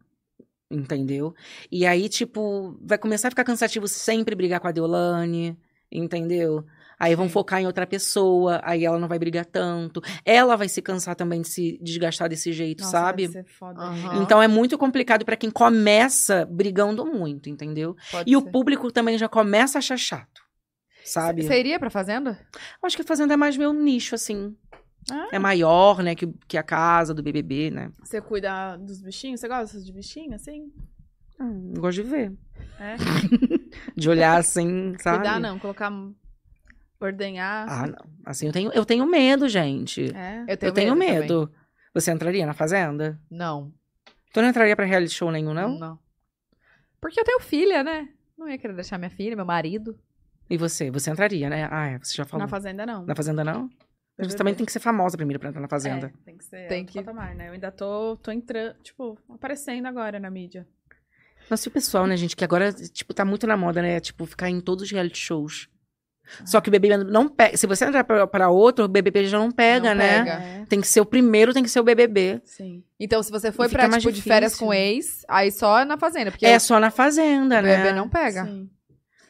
Speaker 4: Entendeu? E aí, tipo, vai começar a ficar cansativo sempre brigar com a Deolane, entendeu? Aí vão focar em outra pessoa, aí ela não vai brigar tanto. Ela vai se cansar também de se desgastar desse jeito,
Speaker 5: Nossa,
Speaker 4: sabe?
Speaker 5: deve ser foda.
Speaker 2: Aham,
Speaker 4: Então é muito complicado pra quem começa brigando muito, entendeu?
Speaker 2: pode
Speaker 4: E o
Speaker 2: ser.
Speaker 4: público também já começa a achar chato, sabe?
Speaker 2: Você iria pra fazenda?
Speaker 4: Eu acho que Fazenda é mais meu nicho, assim.
Speaker 5: Ah.
Speaker 4: É maior, né, que, que a casa do BBB, né?
Speaker 5: Você cuida dos bichinhos? Você gosta de bichinho, assim?
Speaker 4: Hum, gosto de ver.
Speaker 5: É?
Speaker 4: De olhar assim, sabe?
Speaker 5: Cuidar não, colocar... Ordenhar.
Speaker 4: Ah, não. Assim, eu tenho, eu tenho medo, gente.
Speaker 5: É.
Speaker 4: Eu, tenho medo. Você entraria na Fazenda?
Speaker 2: também. Não.
Speaker 4: Tu não entraria pra reality show nenhum, não?
Speaker 2: Não. Porque eu tenho filha, né? Não ia querer deixar minha filha, meu marido.
Speaker 4: E você? Você entraria, né? Ah, é, você já falou.
Speaker 5: Na fazenda, não.
Speaker 4: Na Fazenda, não? Mas
Speaker 5: BBB.
Speaker 4: você também tem que ser famosa primeiro pra entrar na Fazenda.
Speaker 5: É, tem que ser.
Speaker 2: Tem
Speaker 5: Tem que
Speaker 2: que-
Speaker 5: patamar, né? Eu ainda tô, tô entrando, tipo, aparecendo agora na mídia.
Speaker 4: Nossa, e o pessoal, né, gente, que agora, tipo, tá muito na moda, né? Tipo, ficar em todos os reality shows. Só que o BBB não pega. Se você entrar pra, pra outro, o BBB já não pega,
Speaker 2: Não
Speaker 4: né?
Speaker 2: pega.
Speaker 5: É,
Speaker 4: Tem que ser o primeiro, tem que ser o BBB.
Speaker 5: sim.
Speaker 2: Então, se você foi
Speaker 4: fica
Speaker 2: pra, tipo,
Speaker 4: mais
Speaker 2: de férias
Speaker 4: difícil.
Speaker 2: com ex, aí só é na fazenda, porque
Speaker 4: é
Speaker 2: o
Speaker 4: só na Fazenda, né?
Speaker 2: bebê não pega.
Speaker 5: Sim.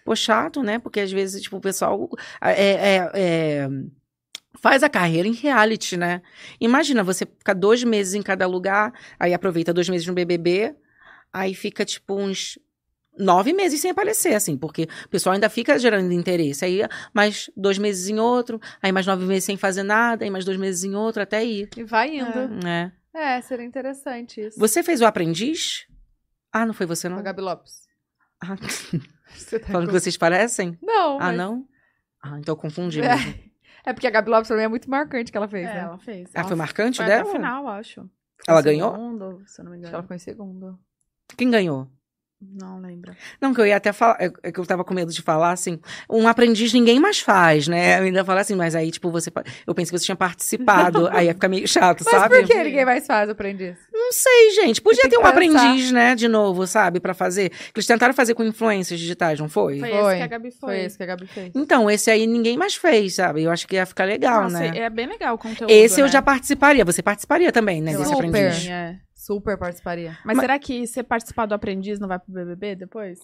Speaker 4: Pô, chato, né? Porque às vezes, tipo, o pessoal é, é- é- faz a carreira em reality, né? Imagina você ficar dois meses em cada lugar, aí aproveita dois meses no BBB, aí fica, tipo, uns nove meses sem aparecer, assim, porque o pessoal ainda fica gerando interesse. Aí mais dois meses em outro, aí mais nove meses sem fazer nada, aí mais dois meses em outro, até ir,
Speaker 2: E vai indo.
Speaker 4: né?
Speaker 2: É, seria interessante isso.
Speaker 4: Você fez o aprendiz? Ah, não foi você,
Speaker 2: Com
Speaker 4: não?
Speaker 2: a Gabi Lopes.
Speaker 4: Ah,
Speaker 2: Você tá
Speaker 4: falando
Speaker 2: com-
Speaker 4: que vocês parecem?
Speaker 2: Não,
Speaker 4: Ah,
Speaker 2: mas-
Speaker 4: não? Ah, então eu confundi.
Speaker 2: É.
Speaker 4: mesmo.
Speaker 2: É porque a Gabi Lopes pra mim é muito marcante que ela fez,
Speaker 5: É,
Speaker 2: né?
Speaker 5: ela fez.
Speaker 4: Ah, foi
Speaker 5: Ela
Speaker 4: marcante
Speaker 5: foi
Speaker 4: dela?
Speaker 5: até o final, acho.
Speaker 4: Ela
Speaker 5: Em
Speaker 4: ganhou?
Speaker 5: Segundo, se eu não me
Speaker 2: Acho que ela
Speaker 5: engano.
Speaker 2: ficou em segundo.
Speaker 4: Quem ganhou?
Speaker 5: Não lembro.
Speaker 4: Não, que eu ia até falar, é é que eu tava com medo de falar assim, um aprendiz ninguém mais faz, né? Eu ainda falar assim, mas aí, tipo, você. pa- Eu pensei que você tinha participado, aí ia ficar meio chato,
Speaker 2: Mas
Speaker 4: sabe?
Speaker 2: por que ninguém mais faz o aprendiz?
Speaker 4: Não sei, gente. Podia
Speaker 2: Tem
Speaker 4: ter um
Speaker 2: que pensar.
Speaker 4: aprendiz, né, de novo, sabe, Pra fazer. Que eles tentaram fazer com influências digitais, não foi?
Speaker 5: Foi,
Speaker 2: Foi.
Speaker 5: esse que a Gabi foi.
Speaker 2: Foi, esse que a Gabi fez.
Speaker 4: Então, esse aí ninguém mais fez, sabe? Eu acho que ia ficar legal,
Speaker 5: Nossa,
Speaker 4: né?
Speaker 5: É bem legal o conteúdo.
Speaker 4: Esse eu
Speaker 5: né?
Speaker 4: já participaria. Você participaria também, né,
Speaker 5: Eu
Speaker 4: desse
Speaker 5: acho que
Speaker 2: Super.
Speaker 4: aprendiz?
Speaker 5: sim, é.
Speaker 2: Super participaria.
Speaker 5: Mas, será que você participar do aprendiz não vai pro BBB depois?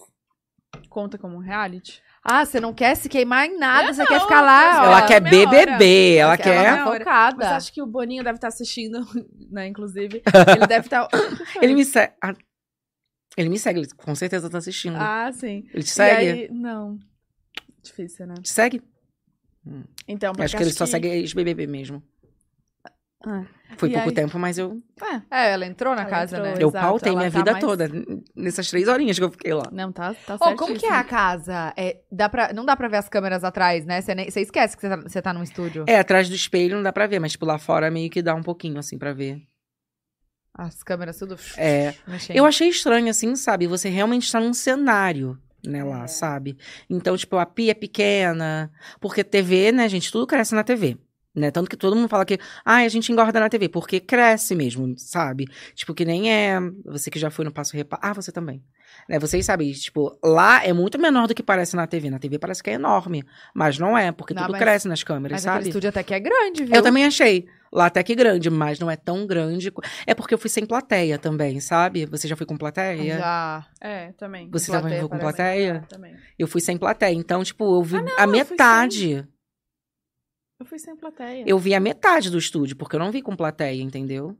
Speaker 5: Conta como um reality?
Speaker 2: Ah, você não quer se queimar em nada,
Speaker 5: Eu
Speaker 2: você
Speaker 5: não,
Speaker 2: quer ficar lá,
Speaker 5: eu
Speaker 2: ó.
Speaker 5: sou-
Speaker 4: Ela quer
Speaker 5: meia hora.
Speaker 4: BBB, ela quer.
Speaker 2: tá
Speaker 5: Meia hora.
Speaker 2: focada.
Speaker 5: Mas acho que o Boninho deve estar assistindo, né? Inclusive, ele deve tá estar.
Speaker 4: Ele me segue. Ele me segue, ele com certeza tá assistindo.
Speaker 5: Ah, sim.
Speaker 4: Ele te
Speaker 5: E
Speaker 4: segue?
Speaker 5: aí- não. Difícil, né?
Speaker 4: Te segue?
Speaker 5: Então, porque
Speaker 4: acho que ele só segue ex-BBB mesmo. Foi
Speaker 3: Ah, E
Speaker 4: pouco
Speaker 3: aí?
Speaker 4: tempo, mas eu,
Speaker 2: É, ela entrou na
Speaker 3: Ela
Speaker 2: casa,
Speaker 3: entrou.
Speaker 2: né?
Speaker 4: eu
Speaker 3: Exato,
Speaker 4: pautei
Speaker 3: ela
Speaker 4: minha
Speaker 3: tá
Speaker 4: vida
Speaker 3: mais-
Speaker 4: toda nessas três horinhas que eu fiquei lá.
Speaker 3: Não, tá, tá
Speaker 2: Ô,
Speaker 3: certo.
Speaker 2: como que é a casa? É, dá pra, não dá pra ver as câmeras atrás, né? Você nem- você esquece que você tá, você tá num estúdio.
Speaker 4: É, atrás do espelho não dá pra ver, mas tipo, lá fora meio que dá um pouquinho, assim, pra ver.
Speaker 2: As câmeras tudo
Speaker 4: É.
Speaker 2: mexendo.
Speaker 4: Eu achei estranho, assim, sabe? Você realmente está num cenário, né, lá,
Speaker 2: É.
Speaker 4: sabe? Então, tipo, a pia é pequena. Porque TV, né, gente, tudo cresce na TV. Né? Tanto que todo mundo fala que ah, a gente engorda na TV, porque cresce mesmo, sabe? Tipo, que nem é. Você que já foi no Passo Reparo. Ah, você também. Né? Vocês sabem, tipo, lá é muito menor do que parece na TV. Na TV parece que é enorme, mas não é, porque
Speaker 2: Não,
Speaker 4: tudo
Speaker 2: mas-
Speaker 4: cresce nas câmeras,
Speaker 2: Mas aquele
Speaker 4: sabe?
Speaker 2: estúdio até que é grande, viu?
Speaker 4: Eu também achei. Lá até que grande, mas não é tão grande. co- É porque eu fui sem plateia também, sabe? Você já foi com plateia?
Speaker 2: Já.
Speaker 5: É, também. Com
Speaker 4: Você já viu com
Speaker 5: parece.
Speaker 4: plateia?
Speaker 5: Também.
Speaker 4: Eu fui sem plateia. Então, tipo, eu vi a
Speaker 5: eu fui
Speaker 4: metade.
Speaker 5: Eu fui sem plateia.
Speaker 4: Eu vi a metade do estúdio, porque eu não vi com plateia, entendeu?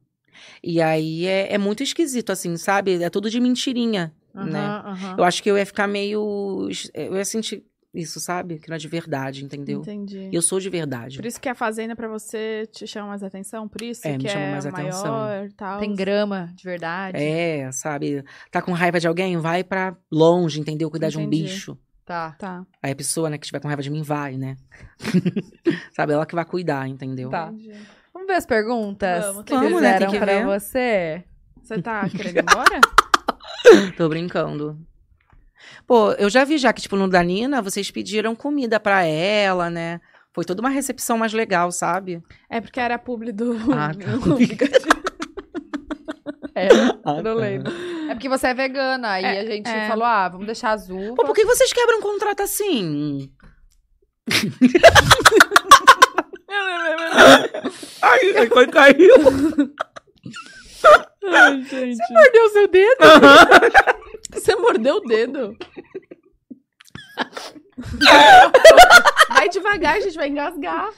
Speaker 4: E aí é, é muito esquisito, assim, sabe? É tudo de mentirinha, né?
Speaker 2: Aham, aham.
Speaker 4: Eu acho que eu ia ficar meio. es- Eu ia sentir isso, sabe? Que não é de verdade, entendeu?
Speaker 5: Entendi.
Speaker 4: E Eu sou de verdade.
Speaker 5: Por isso que a fazenda pra você te chama mais atenção, por isso
Speaker 4: É, me
Speaker 5: que
Speaker 4: chama
Speaker 5: é
Speaker 4: mais atenção.
Speaker 5: maior e tal.
Speaker 2: Tem grama, de verdade.
Speaker 4: É, sabe? Tá com raiva de alguém? Vai pra longe, entendeu? Cuidar de um
Speaker 5: Entendi.
Speaker 4: bicho.
Speaker 2: Tá.
Speaker 5: Tá,
Speaker 4: Aí a pessoa, né, que tiver com raiva de mim, vai, né? Sabe? Ela que vai cuidar, entendeu?
Speaker 2: Tá.
Speaker 5: entendi.
Speaker 2: Vamos ver as perguntas
Speaker 5: Vamos,
Speaker 2: que
Speaker 4: tem
Speaker 2: fizeram
Speaker 4: que- Vamos, né? Tem que
Speaker 2: pra
Speaker 4: ver.
Speaker 2: você.
Speaker 5: Você tá querendo ir embora?
Speaker 4: Tô brincando. Pô, eu já vi já que, tipo, no Danina, vocês pediram comida pra ela, né? Foi toda uma recepção mais legal, sabe?
Speaker 5: É porque era a publi do...
Speaker 4: Ah, tá.
Speaker 2: É,
Speaker 4: tá.
Speaker 2: não lembro. É porque você é vegana, aí
Speaker 5: É,
Speaker 2: a gente
Speaker 5: é.
Speaker 2: falou, ah, vamos deixar azul.
Speaker 4: Pô, por que vocês quebram um contrato assim? Ai, foi, caiu.
Speaker 5: Ai, gente.
Speaker 2: Perdeu seu dedo?
Speaker 5: Você mordeu o dedo? vai devagar, a gente vai engasgar.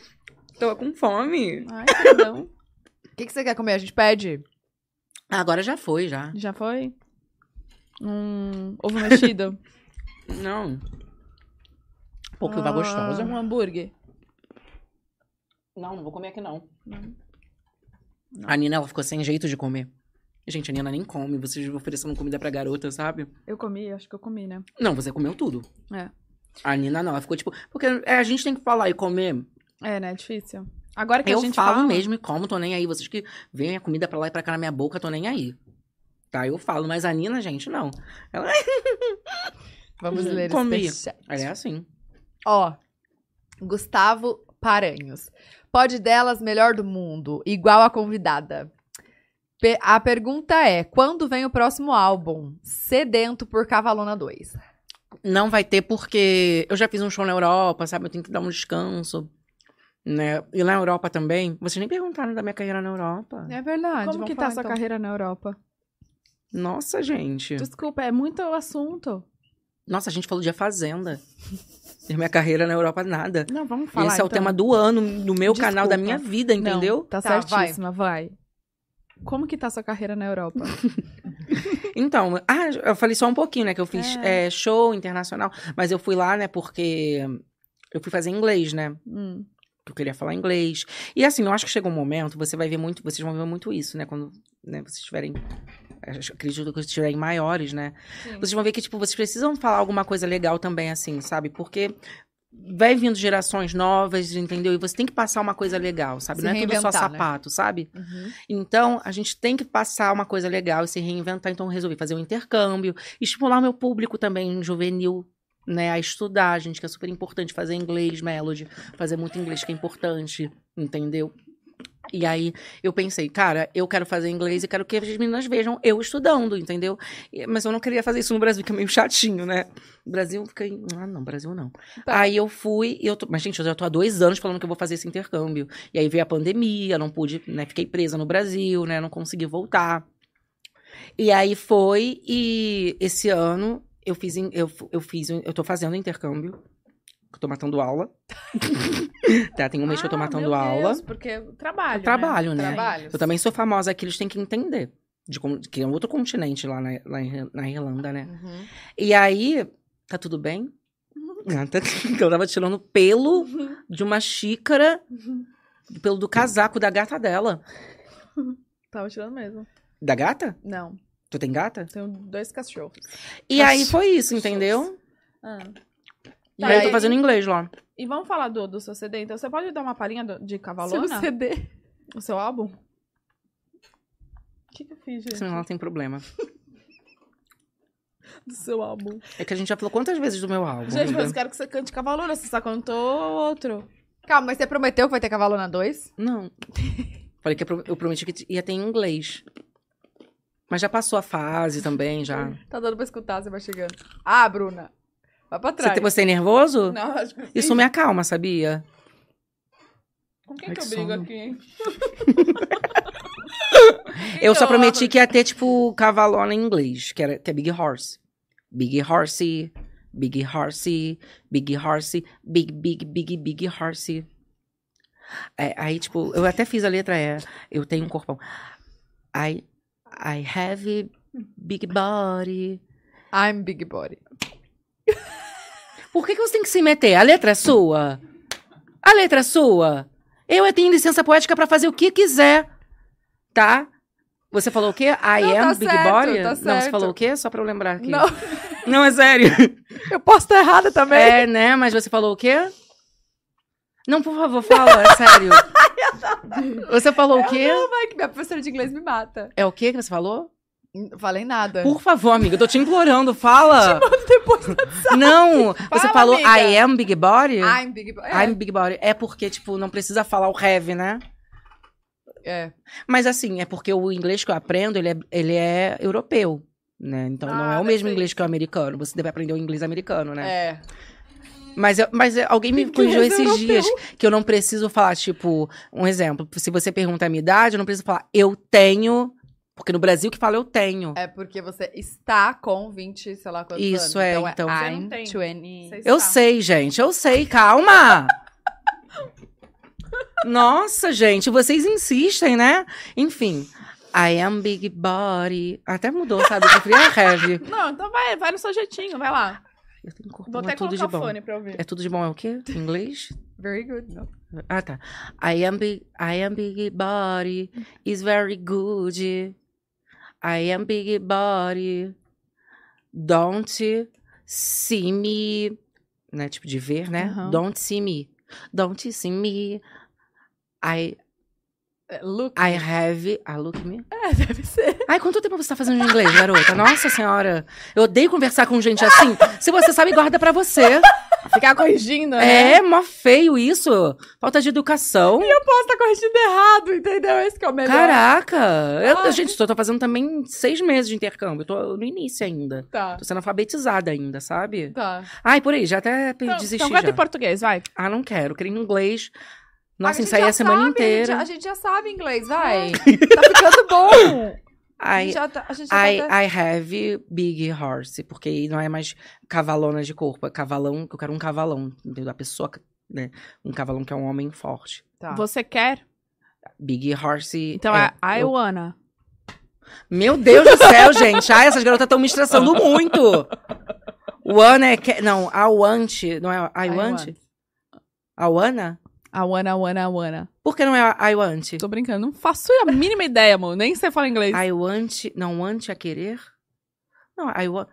Speaker 4: Tô com fome.
Speaker 5: Ai, perdão.
Speaker 2: O que, que você quer comer? A gente pede?
Speaker 4: Ah, Agora já foi, já.
Speaker 5: Já foi? Um ovo mexido.
Speaker 4: Não. Pô, que vai
Speaker 5: Ah,
Speaker 4: gostosa.
Speaker 5: Um hambúrguer.
Speaker 4: Não, não vou comer aqui, não. A Nina, ela ficou sem jeito de comer. Gente, a Nina nem come. Vocês oferecendo comida pra garota, sabe?
Speaker 5: Eu comi, acho que eu comi, né?
Speaker 4: Não, você comeu tudo.
Speaker 5: É.
Speaker 4: A Nina não, ela ficou tipo... Porque é, a gente tem que falar e comer.
Speaker 5: É, né? Difícil. Agora que
Speaker 4: eu
Speaker 5: a gente
Speaker 4: falo
Speaker 5: fala...
Speaker 4: mesmo e como, tô nem aí. Vocês que veem a comida pra lá e pra cá na minha boca, tô nem aí. Tá, eu falo. Mas a Nina, gente, não.
Speaker 2: Vamos
Speaker 4: Hum,
Speaker 2: ler
Speaker 4: comi.
Speaker 2: os superchats.
Speaker 4: Ela é assim.
Speaker 2: Ó, Gustavo Paranhos. Pode delas, melhor do mundo, igual a convidada. Pe- a pergunta é: quando vem o próximo álbum? Sedento por Cavalona 2.
Speaker 4: Não vai ter porque... Eu já fiz um show na Europa, sabe? Eu tenho que dar um descanso. Né? E lá na Europa também... Vocês nem perguntaram da minha carreira na Europa.
Speaker 2: É verdade.
Speaker 5: Como que tá a sua carreira na Europa?
Speaker 4: Nossa, gente.
Speaker 5: Desculpa, é muito assunto.
Speaker 4: Nossa, a gente falou de A Fazenda. E minha carreira na Europa, nada.
Speaker 5: Não, vamos falar
Speaker 4: Esse é o
Speaker 5: então.
Speaker 4: tema do ano, do meu canal, da
Speaker 5: Desculpa.
Speaker 4: minha vida,
Speaker 5: Não,
Speaker 4: entendeu?
Speaker 5: tá,
Speaker 2: Tá,
Speaker 5: certíssima, vai. Como que tá a sua carreira na Europa?
Speaker 4: Então, ah, eu falei só um pouquinho, né? Que eu fiz
Speaker 5: É.
Speaker 4: eh, show internacional. Mas eu fui lá, né? Porque eu fui fazer inglês, né?
Speaker 5: Hum,
Speaker 4: que eu queria falar inglês. E assim, eu acho que chega um momento, você vai ver muito, vocês vão ver muito isso, né? Quando né, vocês estiverem. acho- Acredito que vocês estiverem maiores, né? Vocês vão ver que, tipo, vocês precisam falar alguma coisa legal também, assim, sabe? Porque vai vindo gerações novas, entendeu? E você tem que passar uma coisa legal, sabe?
Speaker 2: Se
Speaker 4: Não é tudo só
Speaker 2: reinventar, né?
Speaker 4: sapato, sabe?
Speaker 2: Uhum.
Speaker 4: Então, a gente tem que passar uma coisa legal e se reinventar. Então, eu resolvi fazer um intercâmbio, estimular o meu público também juvenil, né, a estudar, gente, que é super importante fazer inglês, Melody, fazer muito inglês que é importante, entendeu? E aí, eu pensei, cara, eu quero fazer inglês e quero que as meninas vejam eu estudando, entendeu? E- Mas eu não queria fazer isso no Brasil, que é meio chatinho, né? No Brasil, eu fiquei, ah, não, Brasil não.
Speaker 5: Tá.
Speaker 4: Aí eu fui, e eu tô, mas gente, eu já tô há dois anos falando que eu vou fazer esse intercâmbio. E aí veio a pandemia, não pude, né? Fiquei presa no Brasil, né? Não consegui voltar. E aí foi, e esse ano eu fiz, in- eu, f- eu fiz, um- eu tô fazendo intercâmbio. que Eu tô matando aula. tá, tem um mês que eu tô
Speaker 5: Ah,
Speaker 4: matando
Speaker 5: meu
Speaker 4: aula.
Speaker 5: Deus, porque trabalho,
Speaker 3: É.
Speaker 4: Trabalho, né?
Speaker 2: Trabalho.
Speaker 4: Eu também sou famosa aqui, eles têm que entender. De como- que é outro continente lá na, lá em- na Irlanda, né?
Speaker 2: Uhum.
Speaker 4: E aí, tá tudo bem?
Speaker 5: Uhum.
Speaker 4: Então,
Speaker 5: Uhum.
Speaker 4: Ah, tá- que eu tava tirando pelo de uma xícara pelo do casaco da gata dela.
Speaker 5: Tava tirando mesmo.
Speaker 4: Da gata?
Speaker 5: Não,
Speaker 4: Tu tem gata?
Speaker 5: tenho dois cachorros.
Speaker 4: E
Speaker 5: Tá.
Speaker 4: aí foi isso, entendeu?
Speaker 5: Ah.
Speaker 4: E
Speaker 5: Tá,
Speaker 4: aí eu
Speaker 5: e
Speaker 4: tô
Speaker 5: aí-
Speaker 4: fazendo inglês lá.
Speaker 5: E vamos falar do, do seu CD, então. Você pode dar uma palhinha do- de
Speaker 3: Seu
Speaker 5: Cavalona?
Speaker 3: CD.
Speaker 5: O seu álbum? O que, que eu fiz, gente?
Speaker 4: Senão ela tem problema.
Speaker 5: Do seu álbum.
Speaker 4: É que a gente já falou quantas vezes do meu álbum.
Speaker 5: Gente,
Speaker 4: amiga?
Speaker 5: mas eu quero que você cante Cavalona. Você só cantou outro.
Speaker 2: Calma, mas você prometeu que vai ter Cavalona 2?
Speaker 4: Não. Falei que eu pro- eu prometi que ia ter em inglês. Mas já passou a fase também, já.
Speaker 2: Tá dando pra escutar, você vai chegando. Ah, Bruna. Vai pra
Speaker 4: Você,
Speaker 2: trás.
Speaker 4: tem- você é nervoso?
Speaker 5: Não, acho que
Speaker 4: Isso me acalma, sabia?
Speaker 5: Com quem
Speaker 4: Ai,
Speaker 5: que eu
Speaker 4: que
Speaker 5: brigo
Speaker 4: sono.
Speaker 5: aqui, hein? Quem
Speaker 3: Então,
Speaker 4: Eu só
Speaker 5: que
Speaker 4: prometi que ia ter, tipo, cavalona em inglês, que era ter Big Horse. Big Horse, Big Horse, Big Horse, Big, Big, Big, Big Horse. É, aí, tipo, eu até fiz a letra, é, eu tenho um corpão. I, I have big body.
Speaker 2: I'm Big Body.
Speaker 4: Por que, que você tem que se meter? A letra é sua. A letra é sua. Eu é, tenho licença poética pra fazer o que quiser. Tá? Você falou o quê? I
Speaker 2: Não,
Speaker 4: am
Speaker 2: tá
Speaker 4: Big
Speaker 2: certo,
Speaker 4: Body?
Speaker 2: tá
Speaker 4: Não,
Speaker 2: certo.
Speaker 4: você falou o quê? Só pra eu lembrar aqui.
Speaker 2: Não,
Speaker 4: Não, é sério.
Speaker 2: eu posso estar errada também.
Speaker 4: É, né? Mas você falou o quê? Não, por favor, fala, é sério. Você falou o quê?
Speaker 2: Ai, que minha professora de inglês me mata.
Speaker 4: É o quê que você falou?
Speaker 2: Não Falei nada.
Speaker 4: Por favor, amiga, eu tô te implorando, fala. Te mando depois Não, você
Speaker 5: Fala,
Speaker 4: falou
Speaker 5: amiga.
Speaker 4: I am Big Body?
Speaker 2: I'm Big Body.
Speaker 4: I'm Big Body. É porque, tipo, não precisa falar o have, né?
Speaker 2: É. é.
Speaker 4: Mas assim, é porque o inglês que eu aprendo, ele é, ele é europeu, né? Então não
Speaker 5: Ah,
Speaker 4: é o
Speaker 5: deve
Speaker 4: mesmo
Speaker 5: ser
Speaker 4: inglês que o americano. Você deve aprender o inglês americano, né?
Speaker 2: É.
Speaker 4: Mas, eu- mas eu- alguém me corrigiu esses dias que eu não preciso falar, tipo, um exemplo. Se você pergunta a minha idade, eu não preciso falar eu tenho. Porque no Brasil que fala eu tenho.
Speaker 2: É porque você está com 20, sei lá quantos anos.
Speaker 4: Isso, é, então.
Speaker 2: é
Speaker 5: Você não
Speaker 2: I'm
Speaker 5: tem.
Speaker 2: 20.
Speaker 5: Você
Speaker 4: eu
Speaker 5: está.
Speaker 4: sei, gente, eu sei, calma! Nossa, gente, vocês insistem, né? Enfim. I am big body. Até mudou, sabe? Eu preferia heavy.
Speaker 5: Não, então vai, vai no seu jeitinho, vai lá.
Speaker 4: Eu tenho corpo,
Speaker 5: Vou
Speaker 4: é
Speaker 5: até
Speaker 4: tudo
Speaker 5: colocar
Speaker 4: de
Speaker 5: o
Speaker 4: bom.
Speaker 5: fone pra ouvir.
Speaker 4: É tudo de bom é o quê? Em inglês?
Speaker 2: Very good. não?
Speaker 4: Ah, tá. I am big, I am big body is very good. I am big body. Don't see me. Né? Tipo de ver, né?
Speaker 5: Aham.
Speaker 4: Don't see me. Don't see me. I,
Speaker 2: É, Look.
Speaker 4: I have. Ah, look me.
Speaker 2: É, deve ser.
Speaker 4: Ai, quanto tempo você tá fazendo de inglês, garota? Nossa senhora. Eu odeio conversar com gente assim. Se você sabe, guarda pra você.
Speaker 5: Ficar corrigindo, né?
Speaker 4: É, mó feio isso. Falta de educação.
Speaker 2: Você tá corrigindo errado, entendeu? Esse que é o melhor.
Speaker 4: Caraca! Eu, eu, gente, eu tô fazendo também seis meses de intercâmbio. Eu tô no início ainda.
Speaker 2: Tá,
Speaker 4: Tô sendo alfabetizada ainda, sabe?
Speaker 2: tá.
Speaker 4: Ai, por aí, já até pe-
Speaker 5: Então,
Speaker 4: desisti
Speaker 5: então canta
Speaker 4: já.
Speaker 5: em português, vai.
Speaker 4: Ah, não quero. Queria inglês.
Speaker 2: A
Speaker 4: Nossa,
Speaker 2: gente
Speaker 4: ensaiei
Speaker 2: já
Speaker 4: a semana
Speaker 2: sabe, A gente,
Speaker 4: inteira.
Speaker 2: a gente já sabe inglês, vai. tá ficando bom. a gente
Speaker 4: I,
Speaker 2: já tá... A gente já
Speaker 4: I,
Speaker 2: tá até-
Speaker 4: I have big horse. Porque aí não é mais cavalona de corpo. É cavalão, que eu quero um cavalão. Entendeu? A pessoa, né? Um cavalão que é um homem forte.
Speaker 2: Tá.
Speaker 5: Você quer?
Speaker 4: Big horse...
Speaker 5: Então
Speaker 4: é,
Speaker 5: é, I
Speaker 4: eu-
Speaker 5: wanna.
Speaker 4: Meu Deus do céu, gente. Ai, essas garotas estão me estressando muito. O Ana é. Que... Não, a Want. Não é a I,
Speaker 2: I
Speaker 4: want?
Speaker 2: want.
Speaker 4: A Ana?
Speaker 5: I wanna, wanna, wanna.
Speaker 4: Por que não é a I Want?
Speaker 5: Tô brincando, não faço a mínima ideia, amor. Nem sei falar inglês.
Speaker 4: I Want. Não, Want é querer? Não, I Want.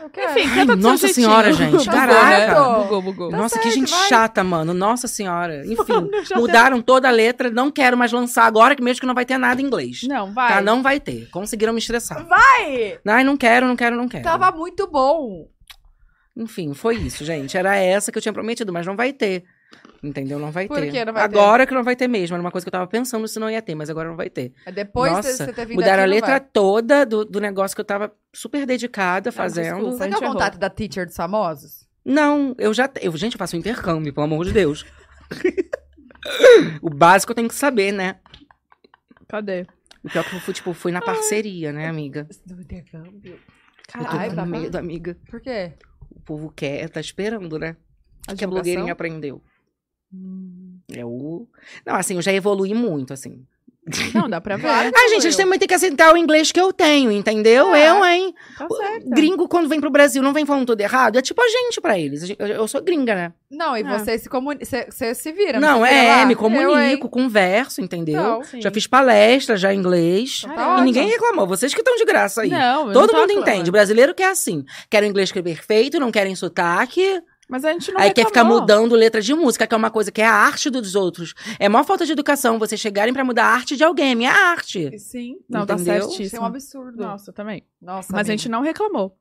Speaker 2: Eu quero.
Speaker 5: Enfim,
Speaker 4: Ai,
Speaker 5: canta do seu
Speaker 4: nossa
Speaker 5: jeitinho.
Speaker 4: senhora, gente,
Speaker 5: Bugou, né?
Speaker 4: caraca.
Speaker 5: Bugou, bugou.
Speaker 2: Tá
Speaker 4: Nossa, que gente
Speaker 2: vai.
Speaker 4: chata, mano. Nossa senhora. Enfim,
Speaker 5: Eu já
Speaker 4: mudaram toda a letra. Não quero mais lançar agora, que mesmo que não vai ter nada em inglês.
Speaker 5: até- Não, vai.
Speaker 4: Tá, não vai ter. Conseguiram me estressar.
Speaker 2: Ai,
Speaker 4: Ai, não quero, não quero, não quero.
Speaker 2: tava muito bom.
Speaker 4: Enfim, foi isso, gente. Era essa que eu tinha prometido, mas não vai ter. Entendeu? Não vai
Speaker 2: Por
Speaker 4: ter.
Speaker 2: que não vai ter?
Speaker 4: agora que não vai ter mesmo. Era uma coisa que eu tava pensando se não ia ter, mas agora não vai ter.
Speaker 2: Depois de
Speaker 4: Nossa,
Speaker 2: você ter vindo
Speaker 4: Mudaram
Speaker 2: aqui,
Speaker 4: a
Speaker 2: não
Speaker 4: letra
Speaker 2: vai.
Speaker 4: toda do, do negócio que eu tava super dedicada fazendo.
Speaker 5: desculpa.
Speaker 2: Você
Speaker 5: A
Speaker 2: quer
Speaker 5: gente
Speaker 2: o contato da teacher dos famosos?
Speaker 4: Não, eu já. te- Eu, gente, eu faço um intercâmbio, pelo amor de Deus. o básico eu tenho que saber, né?
Speaker 5: Cadê?
Speaker 4: O pior que eu fui, tipo, fui na parceria, né, amiga?
Speaker 2: Do intercâmbio.
Speaker 4: Eu tô
Speaker 2: Ai,
Speaker 4: com
Speaker 2: babado.
Speaker 4: medo, amiga.
Speaker 2: Por quê?
Speaker 4: O povo quer, tá esperando, né?
Speaker 5: A
Speaker 4: que a blogueirinha aprendeu. É o. Não, assim, eu já evoluí muito, assim.
Speaker 3: Não, dá pra ver.
Speaker 4: Ah, gente, a gente também tem que aceitar o inglês que eu tenho, entendeu?
Speaker 3: É.
Speaker 4: Eu, hein?
Speaker 3: Tá
Speaker 4: O-
Speaker 3: certo.
Speaker 4: Gringo, quando vem pro Brasil, não vem falando tudo errado? É tipo a gente pra eles. A gente- Eu, eu sou gringa, né?
Speaker 2: Não, e
Speaker 3: Ah.
Speaker 2: você se comunica. Você, você se vira.
Speaker 4: não,
Speaker 2: você vira
Speaker 4: é,
Speaker 2: lá.
Speaker 4: me
Speaker 2: Eu, hein?
Speaker 4: comunico, converso,
Speaker 5: Tá
Speaker 4: entendeu?
Speaker 2: Então,
Speaker 3: Sim.
Speaker 4: Já fiz palestra, já em inglês.
Speaker 2: Então
Speaker 4: E
Speaker 2: tá
Speaker 4: ninguém
Speaker 2: ótimo.
Speaker 4: reclamou. Vocês que estão de graça aí.
Speaker 3: Ah, Não, eu
Speaker 4: Todo
Speaker 3: não tô
Speaker 4: mundo entende. O brasileiro que é assim. Quer o inglês que é perfeito, não querem sotaque.
Speaker 3: Mas a gente não
Speaker 4: aí quer ficar
Speaker 3: reclamou.
Speaker 4: mudando letra de música, que é uma coisa que é a arte dos outros. É maior falta de educação vocês chegarem pra mudar a arte de alguém. É a arte.
Speaker 3: Sim, não,
Speaker 4: Entendeu?
Speaker 3: tá
Speaker 2: Isso é um
Speaker 3: certíssimo.
Speaker 2: absurdo. Tá
Speaker 3: Nossa, também.
Speaker 2: Nossa,
Speaker 3: Mas
Speaker 2: amiga.
Speaker 3: a gente não reclamou.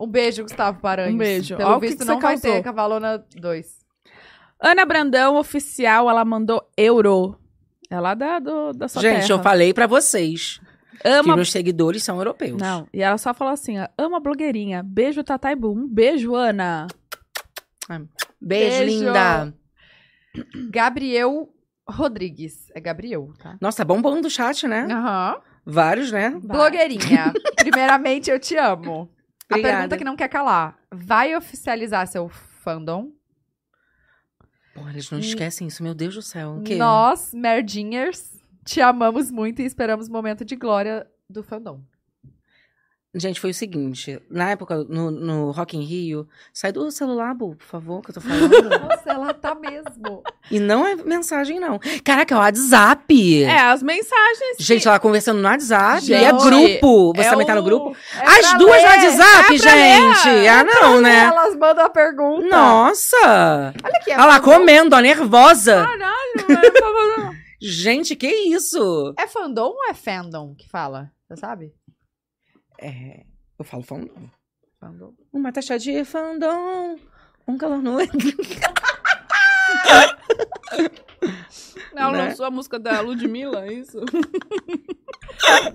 Speaker 2: Um beijo, Gustavo Paranhos.
Speaker 3: Um beijo.
Speaker 2: Pelo
Speaker 3: Ó, o que
Speaker 2: visto,
Speaker 3: que você
Speaker 2: não vai
Speaker 3: causou.
Speaker 2: ter Cavalona 2.
Speaker 3: Ana Brandão, oficial, ela mandou euro. É lá da, do, da sua
Speaker 4: gente,
Speaker 3: terra.
Speaker 4: eu falei pra vocês que
Speaker 3: Ama...
Speaker 4: meus seguidores são europeus.
Speaker 3: Não, e ela só falou assim, ó, ama blogueirinha. Beijo, Tatai Boom. Beijo, Ana.
Speaker 4: Beijo,
Speaker 2: Beijo.
Speaker 4: linda.
Speaker 2: Gabriel Rodrigues. É Gabriel, tá?
Speaker 4: Nossa, bombando o chat, né?
Speaker 2: Aham.
Speaker 4: Vários, né?
Speaker 2: Blogueirinha. Primeiramente, eu te amo. A
Speaker 4: Obrigada.
Speaker 2: pergunta é que não quer calar. Vai oficializar seu fandom?
Speaker 4: Porra, eles não esquecem isso, meu Deus do céu. O quê?
Speaker 2: Nós, merdinhers, te amamos muito e esperamos o momento de glória do fandom.
Speaker 4: Gente, foi o seguinte. Na época, no, no Rock in Rio... Sai do celular, Bu, por favor, que eu tô falando.
Speaker 2: Nossa, ela tá mesmo.
Speaker 4: e não é mensagem, não. Caraca, é o WhatsApp.
Speaker 3: É, as mensagens.
Speaker 4: Gente, ela conversando no WhatsApp.
Speaker 3: Gente,
Speaker 4: e é grupo. Você
Speaker 3: é
Speaker 4: também tá no
Speaker 3: o-
Speaker 4: grupo?
Speaker 2: É
Speaker 4: As
Speaker 2: pra
Speaker 4: duas
Speaker 2: ler.
Speaker 4: no WhatsApp, gente! ah, não, né?
Speaker 2: Elas mandam a pergunta.
Speaker 4: Nossa!
Speaker 2: Olha aqui. é
Speaker 4: Ela comendo, ó, nervosa.
Speaker 3: Caralho, mano.
Speaker 4: Gente, que isso?
Speaker 2: É fandom ou é fandom que fala? Você sabe?
Speaker 4: É, eu falo fandom.
Speaker 2: Fandom.
Speaker 4: Uma taxa de fandom. Um calor no...
Speaker 3: Ela
Speaker 4: Né?
Speaker 3: lançou a música da Ludmilla, é isso?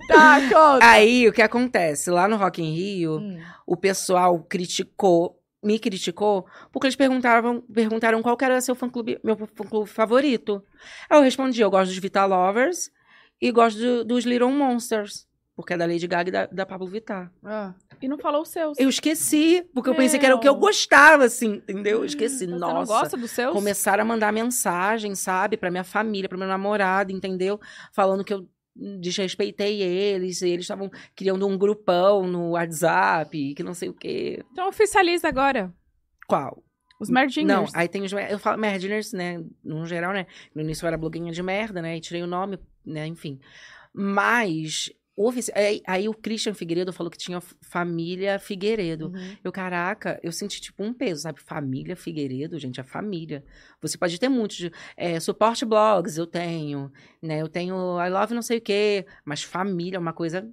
Speaker 2: Tá, conta.
Speaker 4: Aí, o que acontece? Lá no Rock in Rio,
Speaker 2: Hum.
Speaker 4: o pessoal criticou, me criticou, porque eles perguntavam, perguntaram qual que era seu fã clube, meu fã clube favorito. Aí eu respondi, eu gosto dos Vital Lovers e gosto do- dos Little Monsters, porque é da Lady Gaga e da, da Pablo Vittar.
Speaker 2: Ah.
Speaker 3: E não falou os seus.
Speaker 4: Eu esqueci, porque eu pensei que era o que eu
Speaker 3: Meu.
Speaker 4: gostava, assim, entendeu? Eu esqueci,
Speaker 3: Você não
Speaker 4: nossa.
Speaker 3: gosta dos seus?
Speaker 4: Começaram a mandar mensagem, sabe, pra minha família, pra meu namorado, entendeu? Falando que eu desrespeitei eles, e eles estavam criando um grupão no WhatsApp, que não sei o quê.
Speaker 3: Então oficializa agora.
Speaker 4: Qual?
Speaker 3: Os merdinhos.
Speaker 4: Não, aí tem os. mer- Eu falo merdiners, né? No geral, né? No início eu era bloguinha de merda, né? E tirei o nome, né? Enfim. Mas. ofici- Aí, aí o Christian Figueiredo falou que tinha f- família Figueiredo.
Speaker 2: Uhum.
Speaker 4: Eu, caraca, eu senti tipo um peso, sabe? Família Figueiredo, gente, é família. Você pode ter muitos. de- É, suporte blogs eu tenho, né? Eu tenho I love não sei o quê, mas família é uma coisa.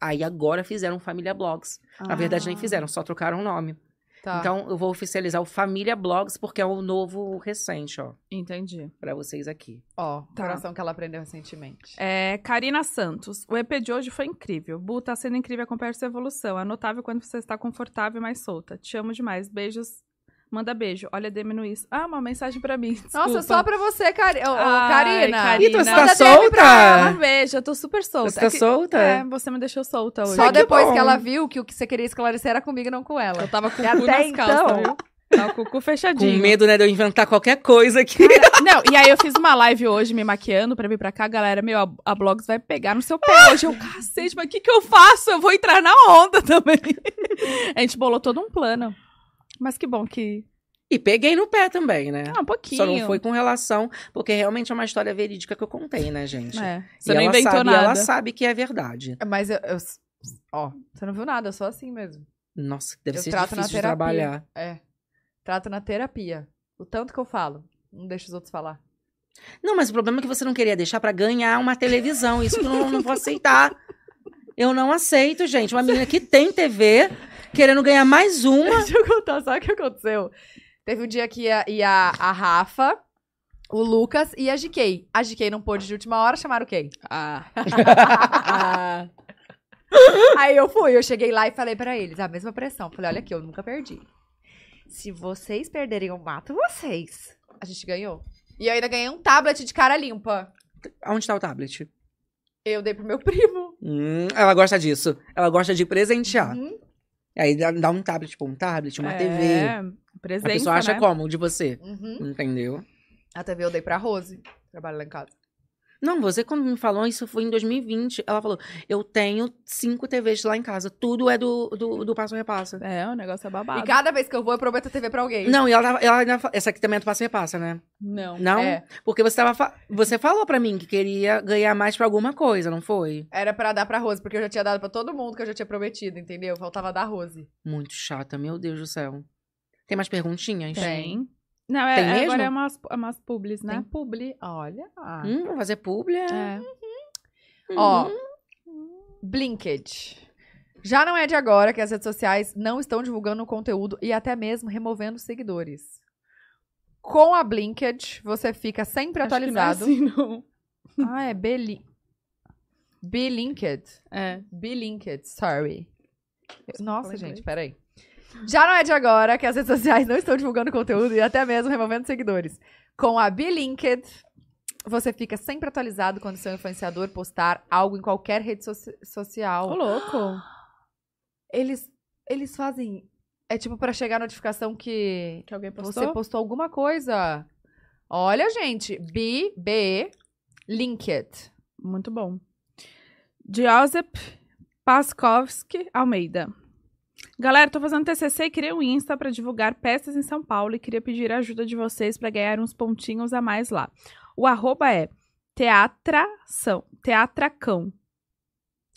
Speaker 4: Aí agora fizeram família blogs. Na verdade, nem fizeram, só trocaram o nome.
Speaker 2: Ah, Tá.
Speaker 4: Então, eu vou oficializar o Família Blogs, porque é o novo recente, ó,
Speaker 3: Entendi.
Speaker 4: pra vocês aqui.
Speaker 2: Ó,
Speaker 3: Tá.
Speaker 2: coração que ela aprendeu recentemente.
Speaker 3: É, Karina Santos. O EP de hoje foi incrível. Bu, tá sendo incrível acompanhar sua evolução. É notável quando você está confortável e mais solta. Te amo demais. Beijos. Manda beijo. Olha, DM no Insta. Ah, uma mensagem pra mim.
Speaker 2: Nossa,
Speaker 3: desculpa.
Speaker 2: só pra você, Cari... ô, ô,
Speaker 3: Ai,
Speaker 2: Karina.
Speaker 3: Karina.
Speaker 4: Então, você
Speaker 2: Manda
Speaker 4: tá
Speaker 2: DM pra
Speaker 3: Ah,
Speaker 4: solta?
Speaker 3: beijo. Eu tô super solta.
Speaker 4: Você tá
Speaker 3: É que-
Speaker 4: solta?
Speaker 3: É, você me deixou solta hoje. Tá
Speaker 2: Só
Speaker 4: que
Speaker 2: depois
Speaker 4: bom.
Speaker 2: que, ela viu que o que você queria esclarecer era comigo e não com ela.
Speaker 3: Eu tava com o
Speaker 2: E
Speaker 3: cu
Speaker 2: até
Speaker 3: nas calças,
Speaker 2: então-
Speaker 3: viu? Tava com o cu
Speaker 4: Com
Speaker 3: fechadinho.
Speaker 4: medo, né, de eu inventar qualquer coisa aqui.
Speaker 3: Não, e aí eu fiz uma live hoje me maquiando pra vir pra cá, galera. Meu, a, a Blogs vai pegar no seu pé
Speaker 4: Ah!
Speaker 3: hoje. Eu, cacete, mas o que, que eu faço? Eu vou entrar na onda também. A gente bolou todo um plano. Mas que bom que.
Speaker 4: E peguei no pé também, né?
Speaker 3: Ah, um pouquinho.
Speaker 4: Só não foi com relação, porque realmente é uma história verídica que eu contei, né, gente?
Speaker 3: É,
Speaker 4: E
Speaker 3: você não
Speaker 4: ela
Speaker 3: inventou
Speaker 4: sabe,
Speaker 3: nada.
Speaker 4: Ela sabe que é verdade.
Speaker 2: Mas eu, eu- Ó, você não viu nada, eu sou assim mesmo.
Speaker 4: Nossa, deve
Speaker 2: Eu
Speaker 4: ser
Speaker 2: trato na
Speaker 4: difícil de
Speaker 2: terapia.
Speaker 4: trabalhar.
Speaker 2: É. Trato na terapia. O tanto que eu falo. Não deixa os outros falar.
Speaker 4: Não, mas o problema é que você não queria deixar pra ganhar uma televisão. Isso que eu não, não vou aceitar. Eu não aceito, gente. Uma menina que tem TV, querendo ganhar mais uma.
Speaker 2: Deixa eu contar, sabe o que aconteceu? Teve um dia que ia, ia a Rafa, o Lucas e a GK. A GK não pôde de última hora, chamaram quem?
Speaker 3: Ah,
Speaker 2: Aí eu fui, eu cheguei lá e falei pra eles, a mesma pressão. Falei, olha aqui, eu nunca perdi. Se vocês perderem, eu mato vocês. A gente ganhou. E eu ainda ganhei um tablet de cara limpa.
Speaker 4: Onde tá o tablet?
Speaker 2: Eu dei pro meu primo.
Speaker 4: Hum, ela gosta disso. Ela gosta de presentear.
Speaker 2: Uhum.
Speaker 4: Aí dá- dá um tablet, tipo, um tablet, uma TV.
Speaker 3: É,
Speaker 4: A
Speaker 3: presença,
Speaker 4: pessoa acha
Speaker 3: né?
Speaker 4: como de você.
Speaker 2: Uhum.
Speaker 4: Entendeu?
Speaker 2: A TV eu dei pra Rose. Trabalha lá em casa.
Speaker 4: Não, você quando me falou, isso foi em 2020. Ela falou, eu tenho cinco TVs lá em casa. Tudo é do, do, do Passo Repassa.
Speaker 3: É, o negócio é
Speaker 2: E
Speaker 3: babado.
Speaker 2: cada vez que eu vou, eu prometo a TV pra alguém.
Speaker 4: Não, e ela, tava- ela ainda fa- Essa aqui também é do Passo Repassa, né?
Speaker 3: Não.
Speaker 4: Não?
Speaker 2: É.
Speaker 4: Porque você, tava, fa- você falou pra mim que queria ganhar mais pra alguma coisa, não foi?
Speaker 2: Era pra dar pra Rose, porque eu já tinha dado pra todo mundo que eu já tinha prometido, entendeu? Faltava dar Rose.
Speaker 4: Muito chata, meu Deus do céu. Tem mais perguntinhas?
Speaker 3: Tem. Não, é,
Speaker 4: Tem
Speaker 3: é-
Speaker 4: mesmo?
Speaker 3: agora é umas, é umas publis, né?
Speaker 2: Tem publi. Olha.
Speaker 4: Hum, vou fazer publi. é?
Speaker 3: É.
Speaker 4: Uhum.
Speaker 2: Ó, Blinked. Já não é de agora que as redes sociais não estão divulgando o conteúdo e até mesmo removendo seguidores. Com a Blinked, você fica sempre
Speaker 5: Acho que não é
Speaker 2: atualizado.
Speaker 5: assim, não.
Speaker 2: Ah, é Belin... Blinked.
Speaker 5: É.
Speaker 2: Blinked, sorry. Nossa,
Speaker 5: Fala
Speaker 2: gente,
Speaker 5: inglês.
Speaker 2: peraí. Já não é de agora que as redes sociais não estão divulgando conteúdo e até mesmo removendo seguidores. Com a Blinked, você fica sempre atualizado quando seu influenciador postar algo em qualquer rede soci- social.
Speaker 5: Ô, louco.
Speaker 2: Eles, eles fazem. É tipo pra chegar a notificação que
Speaker 5: Que alguém
Speaker 2: você
Speaker 5: postou?
Speaker 2: postou alguma coisa. Olha, gente. B, B, Linked.
Speaker 5: Muito bom. Joseph Paskowski Almeida. Galera, tô fazendo TCC e criei um Insta pra divulgar peças em São Paulo e queria pedir a ajuda de vocês pra ganhar uns pontinhos a mais lá. O arroba é teatração, teatracão.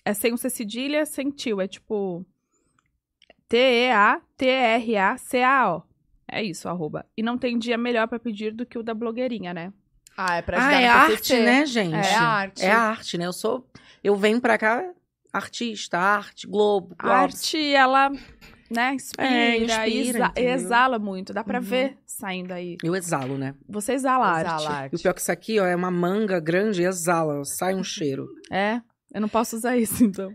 Speaker 5: É sem o C cedilha, sem tio, é tipo T-E-A-T-R-A-C-A-O. É isso, o arroba. E não tem dia melhor pra pedir do que o da blogueirinha, né?
Speaker 2: Ah, é pra
Speaker 4: Ah,
Speaker 2: ajudar
Speaker 4: é
Speaker 2: no
Speaker 4: arte,
Speaker 2: TCC.
Speaker 4: né, gente?
Speaker 2: É arte.
Speaker 4: É arte, né? Eu sou. Eu venho pra cá artista, arte, Globo,
Speaker 3: A arte, ela, né, inspira,
Speaker 4: É, inspira,
Speaker 3: exa-
Speaker 4: entendeu?
Speaker 3: exala muito. Dá pra
Speaker 2: Uhum.
Speaker 3: ver saindo aí.
Speaker 4: Eu exalo, né?
Speaker 3: Você exala,
Speaker 2: Exala
Speaker 3: arte.
Speaker 2: arte.
Speaker 4: E o pior que isso aqui, ó, é uma manga grande e exala, ó, sai um cheiro.
Speaker 3: É, eu não posso usar isso, então.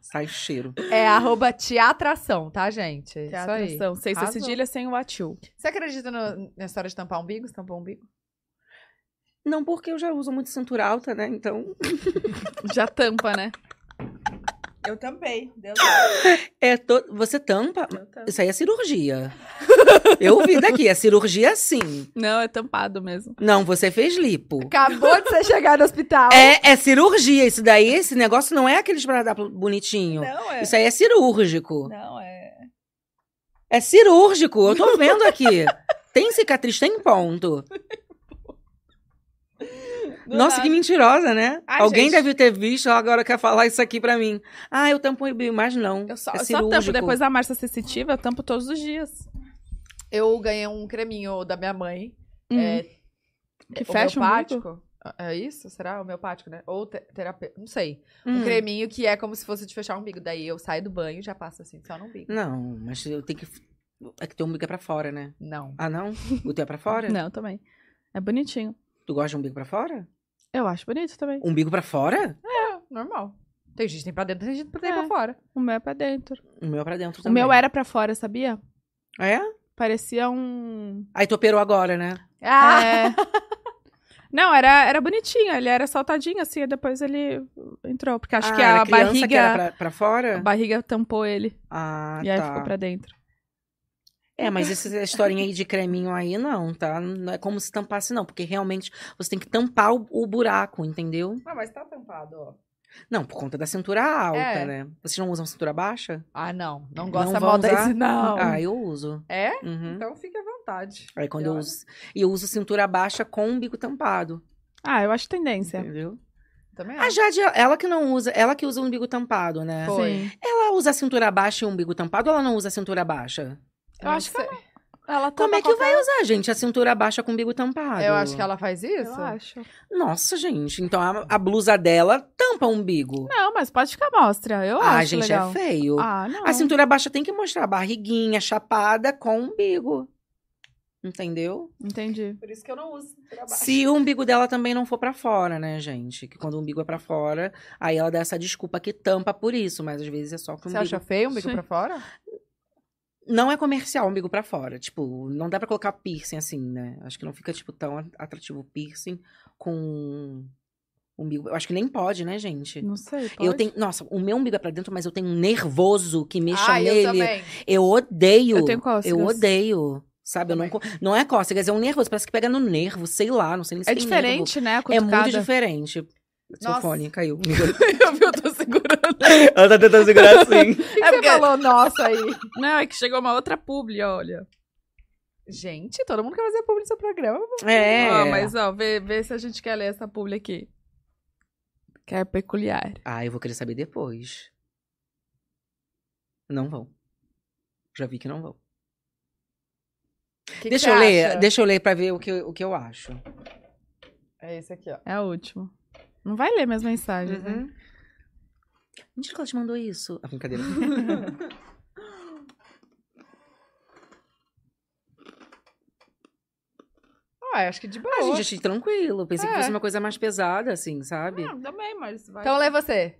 Speaker 4: Sai cheiro.
Speaker 2: É arroba teatração, tá, gente? É Isso aí.
Speaker 3: Teatração. Sem C
Speaker 2: Arrasou.
Speaker 3: cedilha, sem o atil.
Speaker 2: Você acredita no- na história de tampar umbigo? Você tampou umbigo?
Speaker 4: Não, porque eu já uso muito cintura alta, né? Então.
Speaker 3: Já tampa, né?
Speaker 5: Eu também. Deus
Speaker 4: É to... Você tampa?
Speaker 5: eu também.
Speaker 4: Isso aí é cirurgia. Eu vi daqui, é cirurgia sim.
Speaker 3: Não, é tampado mesmo.
Speaker 4: Não, você fez lipo.
Speaker 2: Acabou de você chegar no hospital.
Speaker 4: É, é cirurgia. Isso daí, esse negócio não é aqueles pra dar bonitinho.
Speaker 5: Não, é.
Speaker 4: Isso aí é cirúrgico.
Speaker 5: Não, é.
Speaker 4: É cirúrgico, eu tô vendo aqui. tem cicatriz, tem ponto.
Speaker 5: Do
Speaker 4: Nossa,
Speaker 5: nada.
Speaker 4: que mentirosa, né?
Speaker 5: Ai,
Speaker 4: Alguém
Speaker 5: gente.
Speaker 4: deve ter visto, ela agora quer falar isso aqui pra mim. Ah, eu tampo o bico, mas não.
Speaker 3: Eu só,
Speaker 4: é
Speaker 3: eu só
Speaker 4: cirúrgico.
Speaker 3: tampo. Depois da marcha sensitiva, eu tampo todos os dias.
Speaker 2: Eu ganhei um creminho da minha mãe. é,
Speaker 3: Hum. que
Speaker 2: um
Speaker 3: fecha o umbigo?
Speaker 2: homeopático. É isso? Será homeopático, né? Ou te terapêutico? Não sei.
Speaker 4: Hum.
Speaker 2: Um creminho que é como se fosse de fechar o umbigo. Daí eu saio do banho e já passo assim, só no umbigo.
Speaker 4: Não, mas eu tenho que. É que teu umbigo é pra fora, né?
Speaker 2: Não.
Speaker 4: Ah, não? O teu é pra fora?
Speaker 3: Não, também. É bonitinho.
Speaker 4: Tu gosta de umbigo pra fora?
Speaker 3: Eu acho bonito também.
Speaker 4: Umbigo pra fora?
Speaker 2: Normal. Tem gente que tem pra dentro, tem gente que tem
Speaker 3: É.
Speaker 2: pra fora.
Speaker 3: O meu é pra dentro.
Speaker 4: O meu é pra dentro
Speaker 3: O
Speaker 4: também.
Speaker 3: meu era pra fora, sabia?
Speaker 4: É?
Speaker 3: Parecia um.
Speaker 4: Aí tu operou agora, né?
Speaker 2: Ah!
Speaker 3: É. Não, era, era bonitinho, ele era saltadinho assim, e depois ele entrou. Porque acho
Speaker 4: Ah,
Speaker 3: que
Speaker 4: era
Speaker 3: a
Speaker 4: criança
Speaker 3: barriga.
Speaker 4: Que era pra, pra
Speaker 3: A
Speaker 4: fora?
Speaker 3: barriga tampou ele.
Speaker 4: Ah,
Speaker 3: e aí
Speaker 4: tá.
Speaker 3: ficou pra dentro.
Speaker 4: É, mas essa historinha aí de creminho aí, não, tá? Não é como se tampasse, não, porque realmente você tem que tampar o, o buraco, entendeu?
Speaker 2: Ah, mas tá tampado, ó.
Speaker 4: Não, por conta da cintura alta,
Speaker 2: É.
Speaker 4: né? Vocês não usam cintura baixa?
Speaker 2: Ah, não. Não
Speaker 4: Não
Speaker 2: gosta
Speaker 4: vão
Speaker 2: mal
Speaker 4: usar?
Speaker 2: desse, não.
Speaker 4: Ah, eu uso.
Speaker 2: É?
Speaker 4: Uhum.
Speaker 2: Então né? fique à vontade.
Speaker 4: Aí quando eu
Speaker 2: Eu-
Speaker 4: uso. E eu uso cintura baixa com o bico tampado.
Speaker 3: Ah, eu acho tendência.
Speaker 4: Entendeu?
Speaker 2: Também
Speaker 4: A
Speaker 2: acho.
Speaker 4: Jade, ela que não usa, ela que usa o umbigo tampado, né?
Speaker 2: Foi.
Speaker 4: Ela usa cintura baixa e umbigo tampado ou ela não usa cintura baixa?
Speaker 3: Eu acho que
Speaker 2: ela...
Speaker 3: Ela
Speaker 4: Como é que vai usar, gente, a cintura baixa com umbigo tampado?
Speaker 2: Eu acho que ela faz isso.
Speaker 3: Eu acho.
Speaker 4: Nossa, gente. Então a, a blusa dela tampa o umbigo.
Speaker 3: Não, mas pode ficar mostra. Eu
Speaker 4: ah,
Speaker 3: acho
Speaker 4: gente,
Speaker 3: legal.
Speaker 4: é feio. assim,
Speaker 3: Ah, não.
Speaker 4: A cintura baixa tem que mostrar a barriguinha chapada com o umbigo. Entendeu?
Speaker 3: Entendi.
Speaker 2: Por isso que eu não uso cintura
Speaker 4: Se o umbigo dela também não for pra fora, né, gente? Que quando o umbigo é pra fora, aí ela dá essa desculpa que tampa por isso, mas às vezes é só que o
Speaker 2: Você
Speaker 4: umbigo
Speaker 2: acha feio o umbigo
Speaker 3: Sim.
Speaker 2: pra fora?
Speaker 4: não é comercial o umbigo pra fora. Tipo, não dá pra colocar piercing assim, né? Acho que não fica tipo tão atrativo o piercing com umbigo. Eu acho que nem pode, né, gente?
Speaker 3: Não sei.
Speaker 4: Eu
Speaker 3: pode?
Speaker 4: tenho, nossa, o meu umbigo é pra dentro, mas eu tenho um nervoso que mexa
Speaker 2: ah, eu
Speaker 4: nele.
Speaker 2: também.
Speaker 4: Eu odeio.
Speaker 3: Eu tenho cócegas.
Speaker 4: Eu odeio. Sabe? Eu não, co- não é cócegas, é um nervoso. Parece que pega no nervo, sei lá, não sei nem se
Speaker 3: É
Speaker 4: tem nervo.
Speaker 3: diferente, né? a
Speaker 4: É
Speaker 3: cutucada.
Speaker 4: muito diferente. Seu
Speaker 2: Nossa.
Speaker 4: fone caiu.
Speaker 3: Eu vi, eu tô segurando. É
Speaker 4: Ela tá tentando segurar assim.
Speaker 2: que, que você falou nossa aí?
Speaker 3: Não, é que chegou uma outra publi, olha.
Speaker 2: Gente, todo mundo quer fazer publi do seu programa.
Speaker 4: É.
Speaker 3: Ó, Ah, mas ó, vê, vê se a gente quer ler essa publi aqui. Que é peculiar.
Speaker 4: Ah, eu vou querer saber depois. Não vão. Já vi que não vão.
Speaker 2: Que que você
Speaker 4: deixa eu ler,
Speaker 2: acha?
Speaker 4: deixa eu ler pra ver o que, eu- o que eu acho.
Speaker 2: É esse aqui, ó.
Speaker 3: É o último. Não vai ler minhas mensagens, né?
Speaker 4: Uhum. Mentira que ela te mandou isso. A brincadeira.
Speaker 2: Ah, acho que de boa.
Speaker 4: Ah, gente, achei tranquilo. Pensei que
Speaker 2: É.
Speaker 4: fosse uma coisa mais pesada, assim, sabe?
Speaker 3: Não, também, mas vai.
Speaker 2: Então lê você.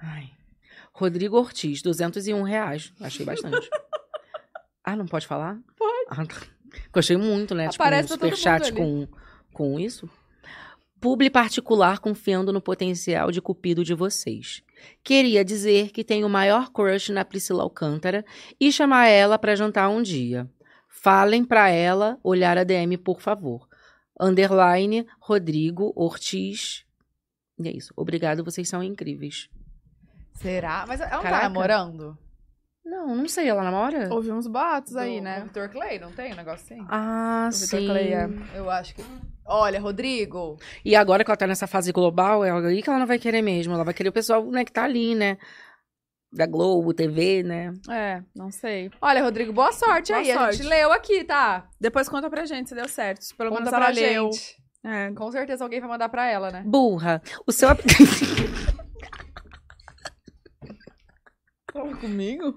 Speaker 4: Ai. Rodrigo Ortiz, 201 reais. Achei bastante. ah, não pode falar? Pode. Ah, tá. Gostei muito, né? Tipo, um
Speaker 2: Aparece pra todo mundo
Speaker 4: superchat
Speaker 2: ali.
Speaker 4: com, com isso. Publi particular confiando no potencial de cupido de vocês. Queria dizer que tenho o maior crush na Priscila Alcântara e chamar ela pra jantar um dia. Falem pra ela olhar a DM, por favor. Underline Rodrigo Ortiz. E é isso. Obrigado, vocês são incríveis.
Speaker 2: Será? Mas ela não tá
Speaker 4: Caraca.
Speaker 2: namorando?
Speaker 4: Não, não sei, ela namora?
Speaker 3: Houve uns boatos
Speaker 2: Do-
Speaker 3: aí,
Speaker 2: do
Speaker 3: né?
Speaker 2: Vitor Clay, não tem um negócio assim?
Speaker 4: Ah,
Speaker 2: Do Vitor Clay, é. Eu acho que... Olha, Rodrigo.
Speaker 4: E agora que ela tá nessa fase global, é aí que ela não vai querer mesmo. Ela vai querer o pessoal né, que tá ali, né? Da Globo, TV, né?
Speaker 3: É, não sei.
Speaker 2: Olha, Rodrigo, boa sorte
Speaker 3: Boa
Speaker 2: aí. A gente
Speaker 3: sorte.
Speaker 2: leu aqui, tá?
Speaker 3: Depois conta pra gente se deu certo. Se Pelo
Speaker 2: Conta
Speaker 3: menos
Speaker 2: pra
Speaker 3: ela leu.
Speaker 2: gente.
Speaker 3: É.
Speaker 2: Com certeza alguém vai mandar pra ela, né?
Speaker 4: Burra, o seu aplicativo.
Speaker 3: Comigo?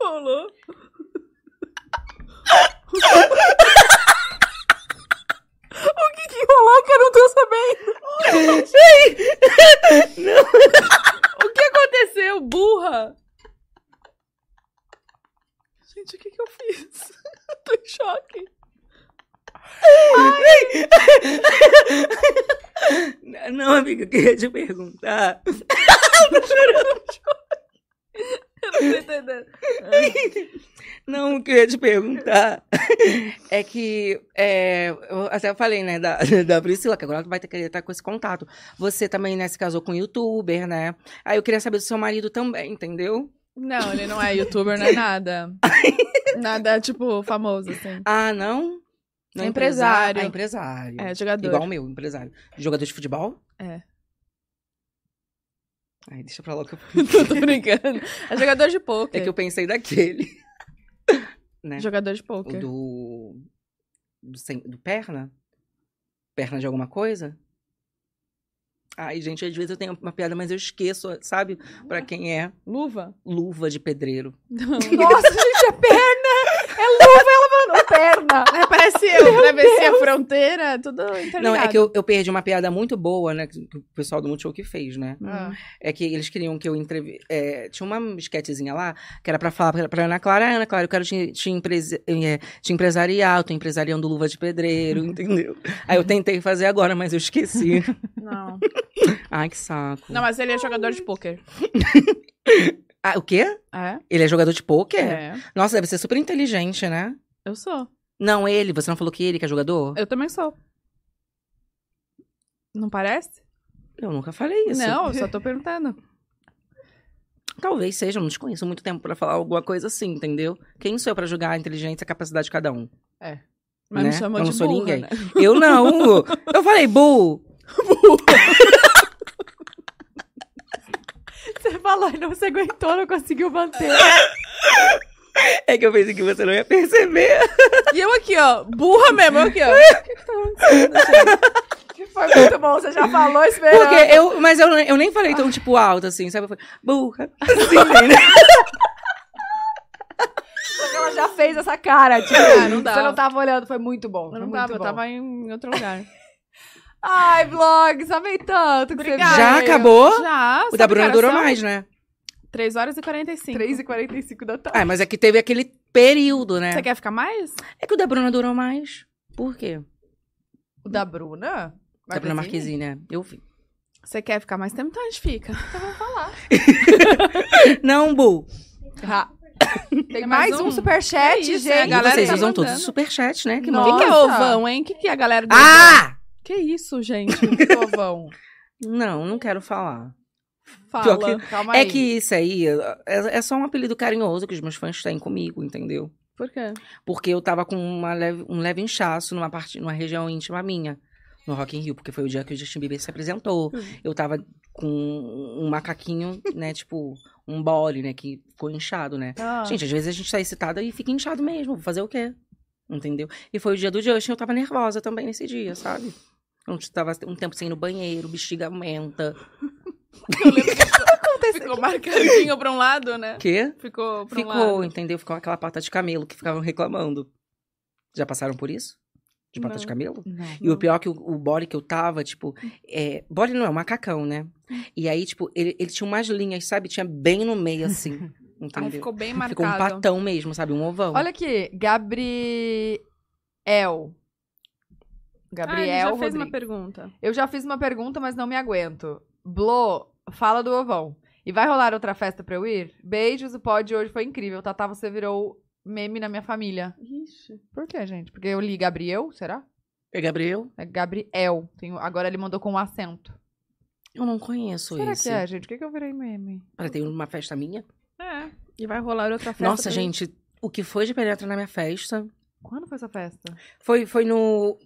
Speaker 2: Rolou.
Speaker 3: Aconteceu, burra! Gente, o que que eu fiz? Tô em choque.
Speaker 4: Não, amiga, eu queria te perguntar.
Speaker 3: Tô entendendo. É.
Speaker 4: Não, eu queria te perguntar. É que. é, eu até falei, né, da, da Priscila, que agora ela vai ter que estar com esse contato. Você também, né, se casou com um youtuber, né? Aí eu queria saber do seu marido também, entendeu?
Speaker 3: Não, ele não é youtuber, não é nada. Nada, tipo, famoso, assim.
Speaker 4: Ah, não? Não
Speaker 3: É empresário.
Speaker 4: Ah, empresário.
Speaker 3: É, jogador.
Speaker 4: Igual o meu, empresário. Jogador de futebol?
Speaker 3: É.
Speaker 4: Ai, deixa pra lá que eu,
Speaker 3: Tô brincando. É jogador de
Speaker 4: é
Speaker 3: pôquer.
Speaker 4: que eu pensei daquele. né?
Speaker 3: Jogador de
Speaker 4: O
Speaker 3: pôquer.
Speaker 4: do... Do, sem- do perna? Perna de alguma coisa? Ai, gente, às vezes eu tenho uma piada, mas eu esqueço, sabe? Pra quem é
Speaker 3: Luva?
Speaker 4: luva de pedreiro.
Speaker 3: Não.
Speaker 2: Nossa, gente, é perna. É luva, ela mandou perna.
Speaker 3: É, parece eu, atravessei a é fronteira, tudo interligado.
Speaker 4: Não, é que eu, eu perdi uma piada muito boa, né? Que que o pessoal do Multishow que fez, né?
Speaker 2: Ah.
Speaker 4: É que eles queriam que eu entrevi... é, tinha uma esquetezinha lá que era pra falar pra- pra Ana Clara, "Ah, Ana Clara, eu quero te, te, empresa- eh, te empresariar, eu tô empresariando luva de
Speaker 3: Uhum.
Speaker 4: pedreiro, entendeu? Aí eu tentei fazer agora, mas eu esqueci.
Speaker 3: Não.
Speaker 4: Ai, que saco.
Speaker 3: Não, mas ele é jogador de pôquer.
Speaker 4: Ah, o quê?
Speaker 3: É?
Speaker 4: Ele é jogador de pôquer?
Speaker 3: É.
Speaker 4: Nossa, deve ser super inteligente, né?
Speaker 3: Eu sou.
Speaker 4: Não, ele, você não falou que ele que é jogador?
Speaker 3: Eu também sou. Não parece?
Speaker 4: Eu nunca falei isso.
Speaker 3: Não, eu só tô perguntando.
Speaker 4: Talvez seja, eu não te conheço há muito tempo pra falar alguma coisa assim, entendeu? Quem sou eu pra julgar a inteligência e a capacidade de cada um?
Speaker 3: Mas
Speaker 4: Né?
Speaker 3: me chamou
Speaker 4: Eu
Speaker 3: de
Speaker 4: não sou
Speaker 3: burra,
Speaker 4: ninguém.
Speaker 3: né?
Speaker 4: Eu não! eu falei, Bu!
Speaker 2: Você falou e não se aguentou, não conseguiu manter.
Speaker 4: É que eu pensei que você não ia perceber.
Speaker 3: E eu aqui, ó, burra mesmo, eu aqui, ó.
Speaker 2: Foi muito bom, você já falou, esperando.
Speaker 4: Porque eu, mas eu, eu nem falei tão, tipo, alto, assim, sabe? Eu falei, burra. Assim, né?
Speaker 2: Ela já fez essa cara, tipo,
Speaker 3: Ah, não dá.
Speaker 2: você não tava olhando, foi muito bom.
Speaker 3: Eu
Speaker 2: foi
Speaker 3: não
Speaker 2: muito
Speaker 3: tava, eu
Speaker 2: bom.
Speaker 3: tava em outro lugar.
Speaker 2: Ai, vlogs, amei tanto que
Speaker 3: Obrigada.
Speaker 2: você
Speaker 4: Já
Speaker 2: veio.
Speaker 4: acabou?
Speaker 3: Já,
Speaker 4: o
Speaker 3: sabe,
Speaker 4: da Bruna
Speaker 3: cara, um
Speaker 4: durou
Speaker 3: são
Speaker 4: mais, né?
Speaker 3: 3 horas e 45.
Speaker 2: 3h45 da tarde.
Speaker 4: Ah, mas é que teve aquele período, né?
Speaker 3: Você quer ficar mais?
Speaker 4: É que o da Bruna durou mais. Por quê?
Speaker 2: O da Bruna?
Speaker 4: Da Bruna Marquezine, né? Eu vi.
Speaker 3: Você quer ficar mais tempo? Então a gente fica.
Speaker 4: Não, Bu.
Speaker 2: Ah, Tem
Speaker 3: mais
Speaker 2: mais, um,
Speaker 3: um?
Speaker 2: superchat,
Speaker 3: Que isso,
Speaker 2: gente.
Speaker 3: hein, a
Speaker 4: E
Speaker 3: galera
Speaker 4: vocês
Speaker 3: tá
Speaker 4: usam
Speaker 3: mandando.
Speaker 4: todos os superchats, né? Que
Speaker 3: Que
Speaker 4: maravilha.
Speaker 3: que é
Speaker 2: Nossa!
Speaker 3: ovão, hein? O que, que a galera do
Speaker 4: Ah!
Speaker 3: Que isso, gente?
Speaker 2: Povão.
Speaker 4: Não, não quero falar.
Speaker 3: Fala.
Speaker 4: Pior
Speaker 2: Calma aí.
Speaker 4: É que isso aí é, é só um apelido carinhoso que os meus fãs têm comigo, entendeu?
Speaker 3: Por quê?
Speaker 4: Porque eu tava com uma leve- um leve inchaço numa parte, numa região íntima minha, no Rock in Rio, porque foi o dia que o Justin Bieber se apresentou.
Speaker 3: Hum.
Speaker 4: Eu tava com um macaquinho, né, tipo, um bole, né, que ficou inchado, né?
Speaker 3: Ah.
Speaker 4: Gente, às vezes a gente tá excitada e fica inchado mesmo, vou fazer o quê? Entendeu? E foi o dia do Justin, eu tava nervosa também nesse dia, sabe? Eu tava um tempo sem ir no banheiro, bexiga aumenta.
Speaker 3: Ficou marcadinho pra um lado, né?
Speaker 4: Quê?
Speaker 3: Ficou pra um lado.
Speaker 4: Ficou, entendeu? Ficou aquela pata de camelo que ficavam reclamando. Já passaram por isso? De pata de
Speaker 3: Não.
Speaker 4: camelo?
Speaker 2: Não.
Speaker 4: E o pior é que o, o body que eu tava, tipo,
Speaker 2: Uhum.
Speaker 4: é, body não é um macacão, né? E aí, tipo, ele, ele tinha umas linhas, sabe? Tinha bem no meio, assim.
Speaker 3: Aí
Speaker 4: Entendeu?
Speaker 3: ficou bem
Speaker 4: Ficou um
Speaker 3: marcado.
Speaker 4: patão mesmo, sabe? Um ovão.
Speaker 2: Olha aqui, Gabriel.
Speaker 3: ah, ele já
Speaker 2: Gabriel
Speaker 3: fez uma
Speaker 2: Rodrigues.
Speaker 3: pergunta.
Speaker 2: Eu já fiz uma pergunta, mas não me aguento. Blo, fala do ovão. E vai rolar outra festa pra eu ir? Beijos, o pod de hoje foi incrível. Tata, você virou meme na minha família.
Speaker 3: Ixi.
Speaker 2: Por quê, gente? Porque eu li Gabriel, será?
Speaker 4: É Gabriel?
Speaker 2: É Gabriel. Tem o- agora ele mandou com um acento.
Speaker 4: Eu não conheço
Speaker 2: será
Speaker 4: esse.
Speaker 2: que é, gente? Por que, que eu virei meme?
Speaker 4: Pra ter uma festa minha?
Speaker 3: É. E vai rolar outra festa.
Speaker 4: Nossa,
Speaker 3: pra-
Speaker 4: gente, o que foi de penetra na minha festa?
Speaker 2: Quando foi essa festa?
Speaker 4: Foi, foi no.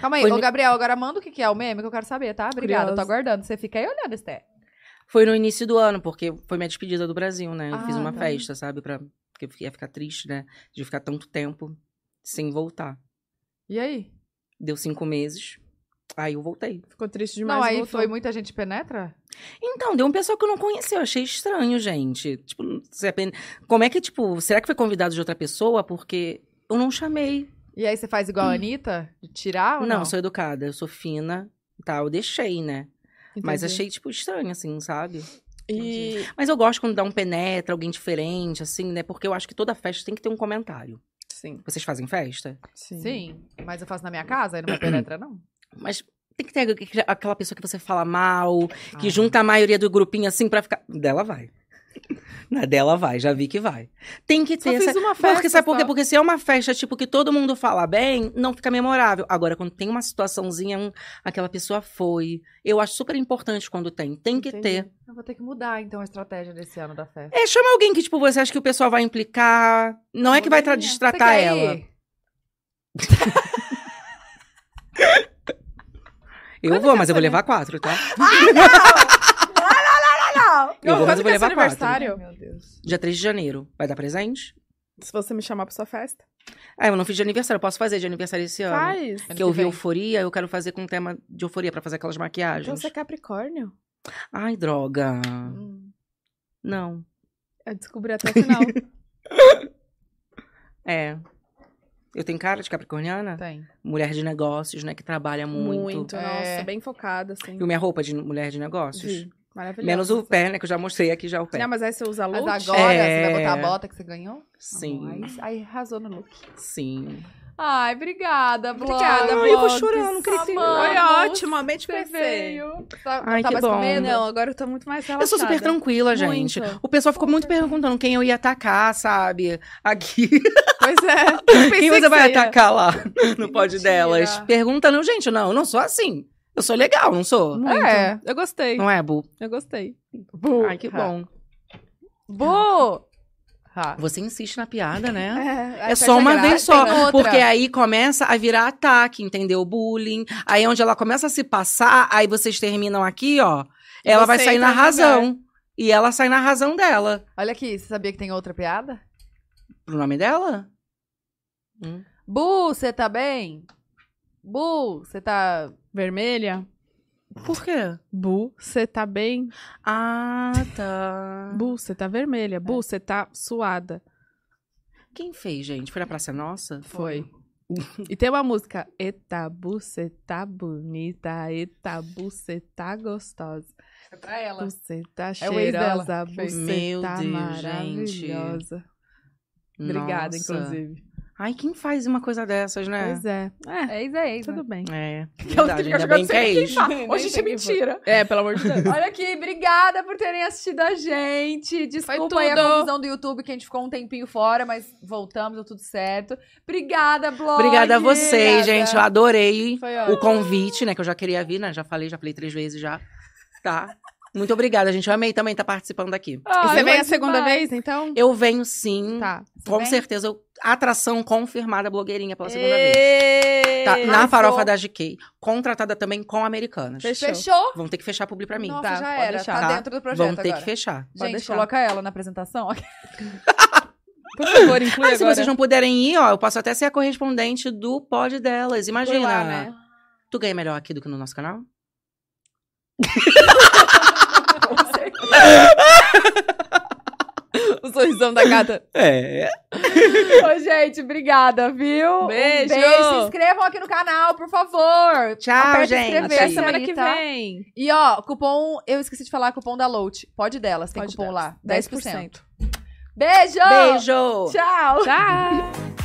Speaker 2: Calma aí,
Speaker 4: Foi
Speaker 2: ô
Speaker 4: no-
Speaker 2: Gabriel, agora manda o que, que é o meme que eu quero saber, tá? Obrigada, eu tô
Speaker 3: Curiosa.
Speaker 2: aguardando. Você fica aí olhando, Esté.
Speaker 4: Foi no início do ano, porque foi minha despedida do Brasil, né? Eu
Speaker 2: Ah,
Speaker 4: fiz uma
Speaker 2: tá.
Speaker 4: festa, sabe? Pra... Porque eu ia ficar triste, né? De ficar tanto tempo sem voltar.
Speaker 2: E aí?
Speaker 4: Deu cinco meses. Aí eu voltei.
Speaker 3: Ficou triste demais.
Speaker 2: não, aí
Speaker 3: e voltou.
Speaker 2: foi muita gente penetra?
Speaker 4: Então, deu um pessoal que eu não conhecia, eu achei estranho, gente. Tipo, se é pen- como é que, tipo, será que foi convidado de outra pessoa? Porque eu não chamei.
Speaker 2: E aí você faz igual a Anitta? De tirar ou não?
Speaker 4: não, eu sou educada, eu sou fina e tal, eu deixei, né? Mas
Speaker 3: Entendi.
Speaker 4: achei, tipo, estranho, assim, sabe?
Speaker 3: E...
Speaker 4: Mas eu gosto quando dá um penetra, alguém diferente, assim, né? Porque eu acho que toda festa tem que ter um comentário.
Speaker 3: Sim.
Speaker 4: Vocês fazem festa?
Speaker 3: Sim.
Speaker 2: Sim, mas eu faço na minha casa, aí não vai penetra, não.
Speaker 4: Mas tem que ter aqu- aquela pessoa que você fala mal, que
Speaker 2: Ah.
Speaker 4: junta a maioria do grupinho, assim, pra ficar. Dela vai. Na dela vai, já vi que vai. Tem que
Speaker 3: Só
Speaker 4: ter essa.
Speaker 3: fiz uma festa.
Speaker 4: Porque sabe por quê?
Speaker 3: só.
Speaker 4: Porque se é uma festa, tipo, que todo mundo fala bem, não fica memorável. Agora, quando tem uma situaçãozinha, um- aquela pessoa foi. Eu acho super importante quando tem. Tem que
Speaker 3: Entendi.
Speaker 4: ter.
Speaker 2: Eu vou ter que mudar, então, a estratégia desse ano da festa.
Speaker 4: É, chama alguém que, tipo, você acha que o pessoal vai implicar. Não é que vai tra-
Speaker 3: Moderninha.
Speaker 2: Você
Speaker 4: destratar
Speaker 2: quer
Speaker 4: ela.
Speaker 2: ir?
Speaker 4: Eu vou,
Speaker 3: é
Speaker 4: mas eu vou levar quatro, tá? Eu vou,
Speaker 3: quando
Speaker 4: mas eu
Speaker 3: que
Speaker 4: vou
Speaker 3: é seu
Speaker 4: levar quatro.
Speaker 3: aniversário?
Speaker 2: Meu Deus.
Speaker 4: Dia 3 de janeiro. Vai dar presente?
Speaker 3: Se você me chamar pra sua festa.
Speaker 4: Ah, eu não fiz de aniversário. Eu posso fazer de aniversário esse ano.
Speaker 3: Faz.
Speaker 4: Que
Speaker 2: que
Speaker 4: eu vi
Speaker 2: vem.
Speaker 4: euforia, eu quero fazer com um tema de euforia pra fazer aquelas
Speaker 3: Então
Speaker 4: maquiagens.
Speaker 3: você é Capricórnio?
Speaker 4: Ai, droga.
Speaker 3: Hum.
Speaker 4: Não.
Speaker 3: Eu descobri até o final.
Speaker 4: É. Eu tenho cara de capricorniana?
Speaker 2: Tem.
Speaker 4: mulher de negócios, né? Que trabalha muito.
Speaker 3: Muito.
Speaker 2: É.
Speaker 3: Nossa, bem focada, assim.
Speaker 4: E minha roupa de mulher de negócios.
Speaker 3: Vi. Maravilhosa.
Speaker 4: Menos o pé, né? Que eu já mostrei aqui já o pé.
Speaker 3: Não, mas aí você usa
Speaker 2: Mas
Speaker 3: look?
Speaker 2: agora você
Speaker 4: É.
Speaker 2: vai botar a bota que você ganhou?
Speaker 4: Sim,
Speaker 2: Aí, aí arrasou no look.
Speaker 4: sim.
Speaker 2: Ai, obrigada, Blog.
Speaker 3: Obrigada,
Speaker 4: Ai, eu vou chorando,
Speaker 2: Cris.
Speaker 4: Cris.
Speaker 3: Foi
Speaker 2: Vamos,
Speaker 3: ótimo, amei de
Speaker 2: Você
Speaker 3: perfeito.
Speaker 2: veio. Tá,
Speaker 4: Ai,
Speaker 2: tá
Speaker 4: que
Speaker 2: mais
Speaker 4: bom.
Speaker 2: com medo?
Speaker 3: Não, agora eu tô muito mais relaxada.
Speaker 4: Eu sou super tranquila, gente.
Speaker 3: Muito.
Speaker 4: O pessoal ficou muito perguntando quem eu ia atacar, sabe? Aqui.
Speaker 3: Pois é. Eu pensei
Speaker 4: Quem
Speaker 3: que
Speaker 4: você vai
Speaker 3: ia.
Speaker 4: atacar lá no pod
Speaker 3: Mentira.
Speaker 4: delas? Pergunta não, gente. Não, eu não sou assim. Eu sou legal, não sou?
Speaker 3: Muito.
Speaker 2: É.
Speaker 3: Eu gostei.
Speaker 4: Não é, Bu?
Speaker 3: Eu gostei.
Speaker 4: Ai, que bom.
Speaker 2: Bu! Ha.
Speaker 4: Você insiste na piada, né?
Speaker 3: É,
Speaker 4: É só uma
Speaker 2: graça,
Speaker 4: vez só,
Speaker 2: né? Outra.
Speaker 4: porque é aí começa a virar ataque, entendeu? Bullying. Aí é onde ela começa a se passar, aí vocês terminam aqui, ó.
Speaker 3: E
Speaker 4: Ela
Speaker 3: você
Speaker 4: vai sair
Speaker 3: entra
Speaker 4: na
Speaker 3: no
Speaker 4: razão. E ela sai na razão dela.
Speaker 2: Olha aqui, você sabia que tem outra piada?
Speaker 4: Pro nome dela? Hum.
Speaker 2: Bu, você tá bem? Bu, você tá...
Speaker 3: Vermelha.
Speaker 4: Por quê?
Speaker 3: Bu, você tá bem?
Speaker 4: Ah, tá.
Speaker 3: Bu, você tá vermelha.
Speaker 2: É.
Speaker 3: Bu, você tá suada.
Speaker 4: Quem fez, gente? Foi na Praça Nossa?
Speaker 3: Foi. E tem uma música. Eita, bu, você tá bonita. Eita, bu, você tá gostosa.
Speaker 2: É pra ela.
Speaker 3: Bu, você tá
Speaker 2: É o ex dela
Speaker 3: cheirosa.
Speaker 2: que
Speaker 3: Bu,
Speaker 2: fez.
Speaker 3: você
Speaker 4: Meu
Speaker 3: tá
Speaker 4: Deus, gente.
Speaker 3: maravilhosa. Obrigada,
Speaker 4: Nossa.
Speaker 3: inclusive.
Speaker 4: Ai, quem faz uma coisa dessas, né?
Speaker 5: Pois é. É,
Speaker 2: Ex é ex. né?
Speaker 5: tudo bem.
Speaker 4: É.
Speaker 2: Aquela
Speaker 4: verdade,
Speaker 2: que fica
Speaker 4: ainda
Speaker 2: jogando
Speaker 4: bem que é
Speaker 2: sem quem
Speaker 4: ex.
Speaker 2: fala.
Speaker 1: Nem
Speaker 2: Hoje isso é
Speaker 1: sei quem foi.
Speaker 2: mentira.
Speaker 5: É, pelo amor de Deus.
Speaker 2: Olha aqui, obrigada por terem assistido a gente. Desculpa aí a
Speaker 5: tudo.
Speaker 2: confusão do YouTube, que a gente ficou um tempinho fora, mas voltamos, deu tudo certo. Obrigada, blog.
Speaker 4: Obrigada a vocês, gente. Eu adorei
Speaker 2: Foi
Speaker 4: o
Speaker 2: ótimo.
Speaker 4: convite, né? Que eu já queria vir, né? Já falei, já falei três vezes já. Tá? Muito obrigada, gente. Eu amei também estar participando daqui.
Speaker 2: Ai,
Speaker 5: você vem
Speaker 2: foi
Speaker 5: a segunda
Speaker 2: demais.
Speaker 5: vez, então?
Speaker 4: Eu venho sim.
Speaker 5: Tá.
Speaker 4: Com
Speaker 2: vem?
Speaker 4: certeza, eu- atração confirmada, blogueirinha pela segunda vez.
Speaker 1: Ê!
Speaker 4: Tá, na
Speaker 2: arrasou.
Speaker 4: farofa da GK. Contratada também com americanas.
Speaker 5: Fechou.
Speaker 2: Fechou?
Speaker 4: Vão ter que fechar publi pra mim.
Speaker 2: Nossa,
Speaker 5: Tá,
Speaker 2: já
Speaker 5: pode
Speaker 2: era.
Speaker 5: deixar.
Speaker 2: Tá
Speaker 4: Tá.
Speaker 2: dentro do projeto
Speaker 4: Vão ter
Speaker 2: agora.
Speaker 4: que fechar.
Speaker 2: Gente,
Speaker 5: deixar.
Speaker 2: coloca ela na apresentação.
Speaker 5: Por favor, inclui
Speaker 4: Ah, se
Speaker 5: agora.
Speaker 4: vocês não puderem ir, ó, eu posso até ser a correspondente do pod delas. Imagina.
Speaker 5: lá, né?
Speaker 4: Tu ganha melhor aqui do que no nosso canal?
Speaker 1: O sorrisão da gata.
Speaker 4: É.
Speaker 2: Ô, gente, obrigada, viu? Um
Speaker 1: Beijo.
Speaker 2: beijo. Se inscrevam aqui no canal, por favor.
Speaker 4: Tchau,
Speaker 2: Aperta
Speaker 4: gente.
Speaker 2: inscrever-se
Speaker 4: Até
Speaker 2: aí,
Speaker 5: Semana que
Speaker 2: tá?
Speaker 5: vem.
Speaker 2: E ó, cupom, eu esqueci de falar, cupom da Lout. Pode delas, tem
Speaker 5: Pode
Speaker 2: cupom
Speaker 5: delas.
Speaker 2: lá. 10%. Beijo!
Speaker 4: Beijo!
Speaker 2: Tchau!
Speaker 5: Tchau.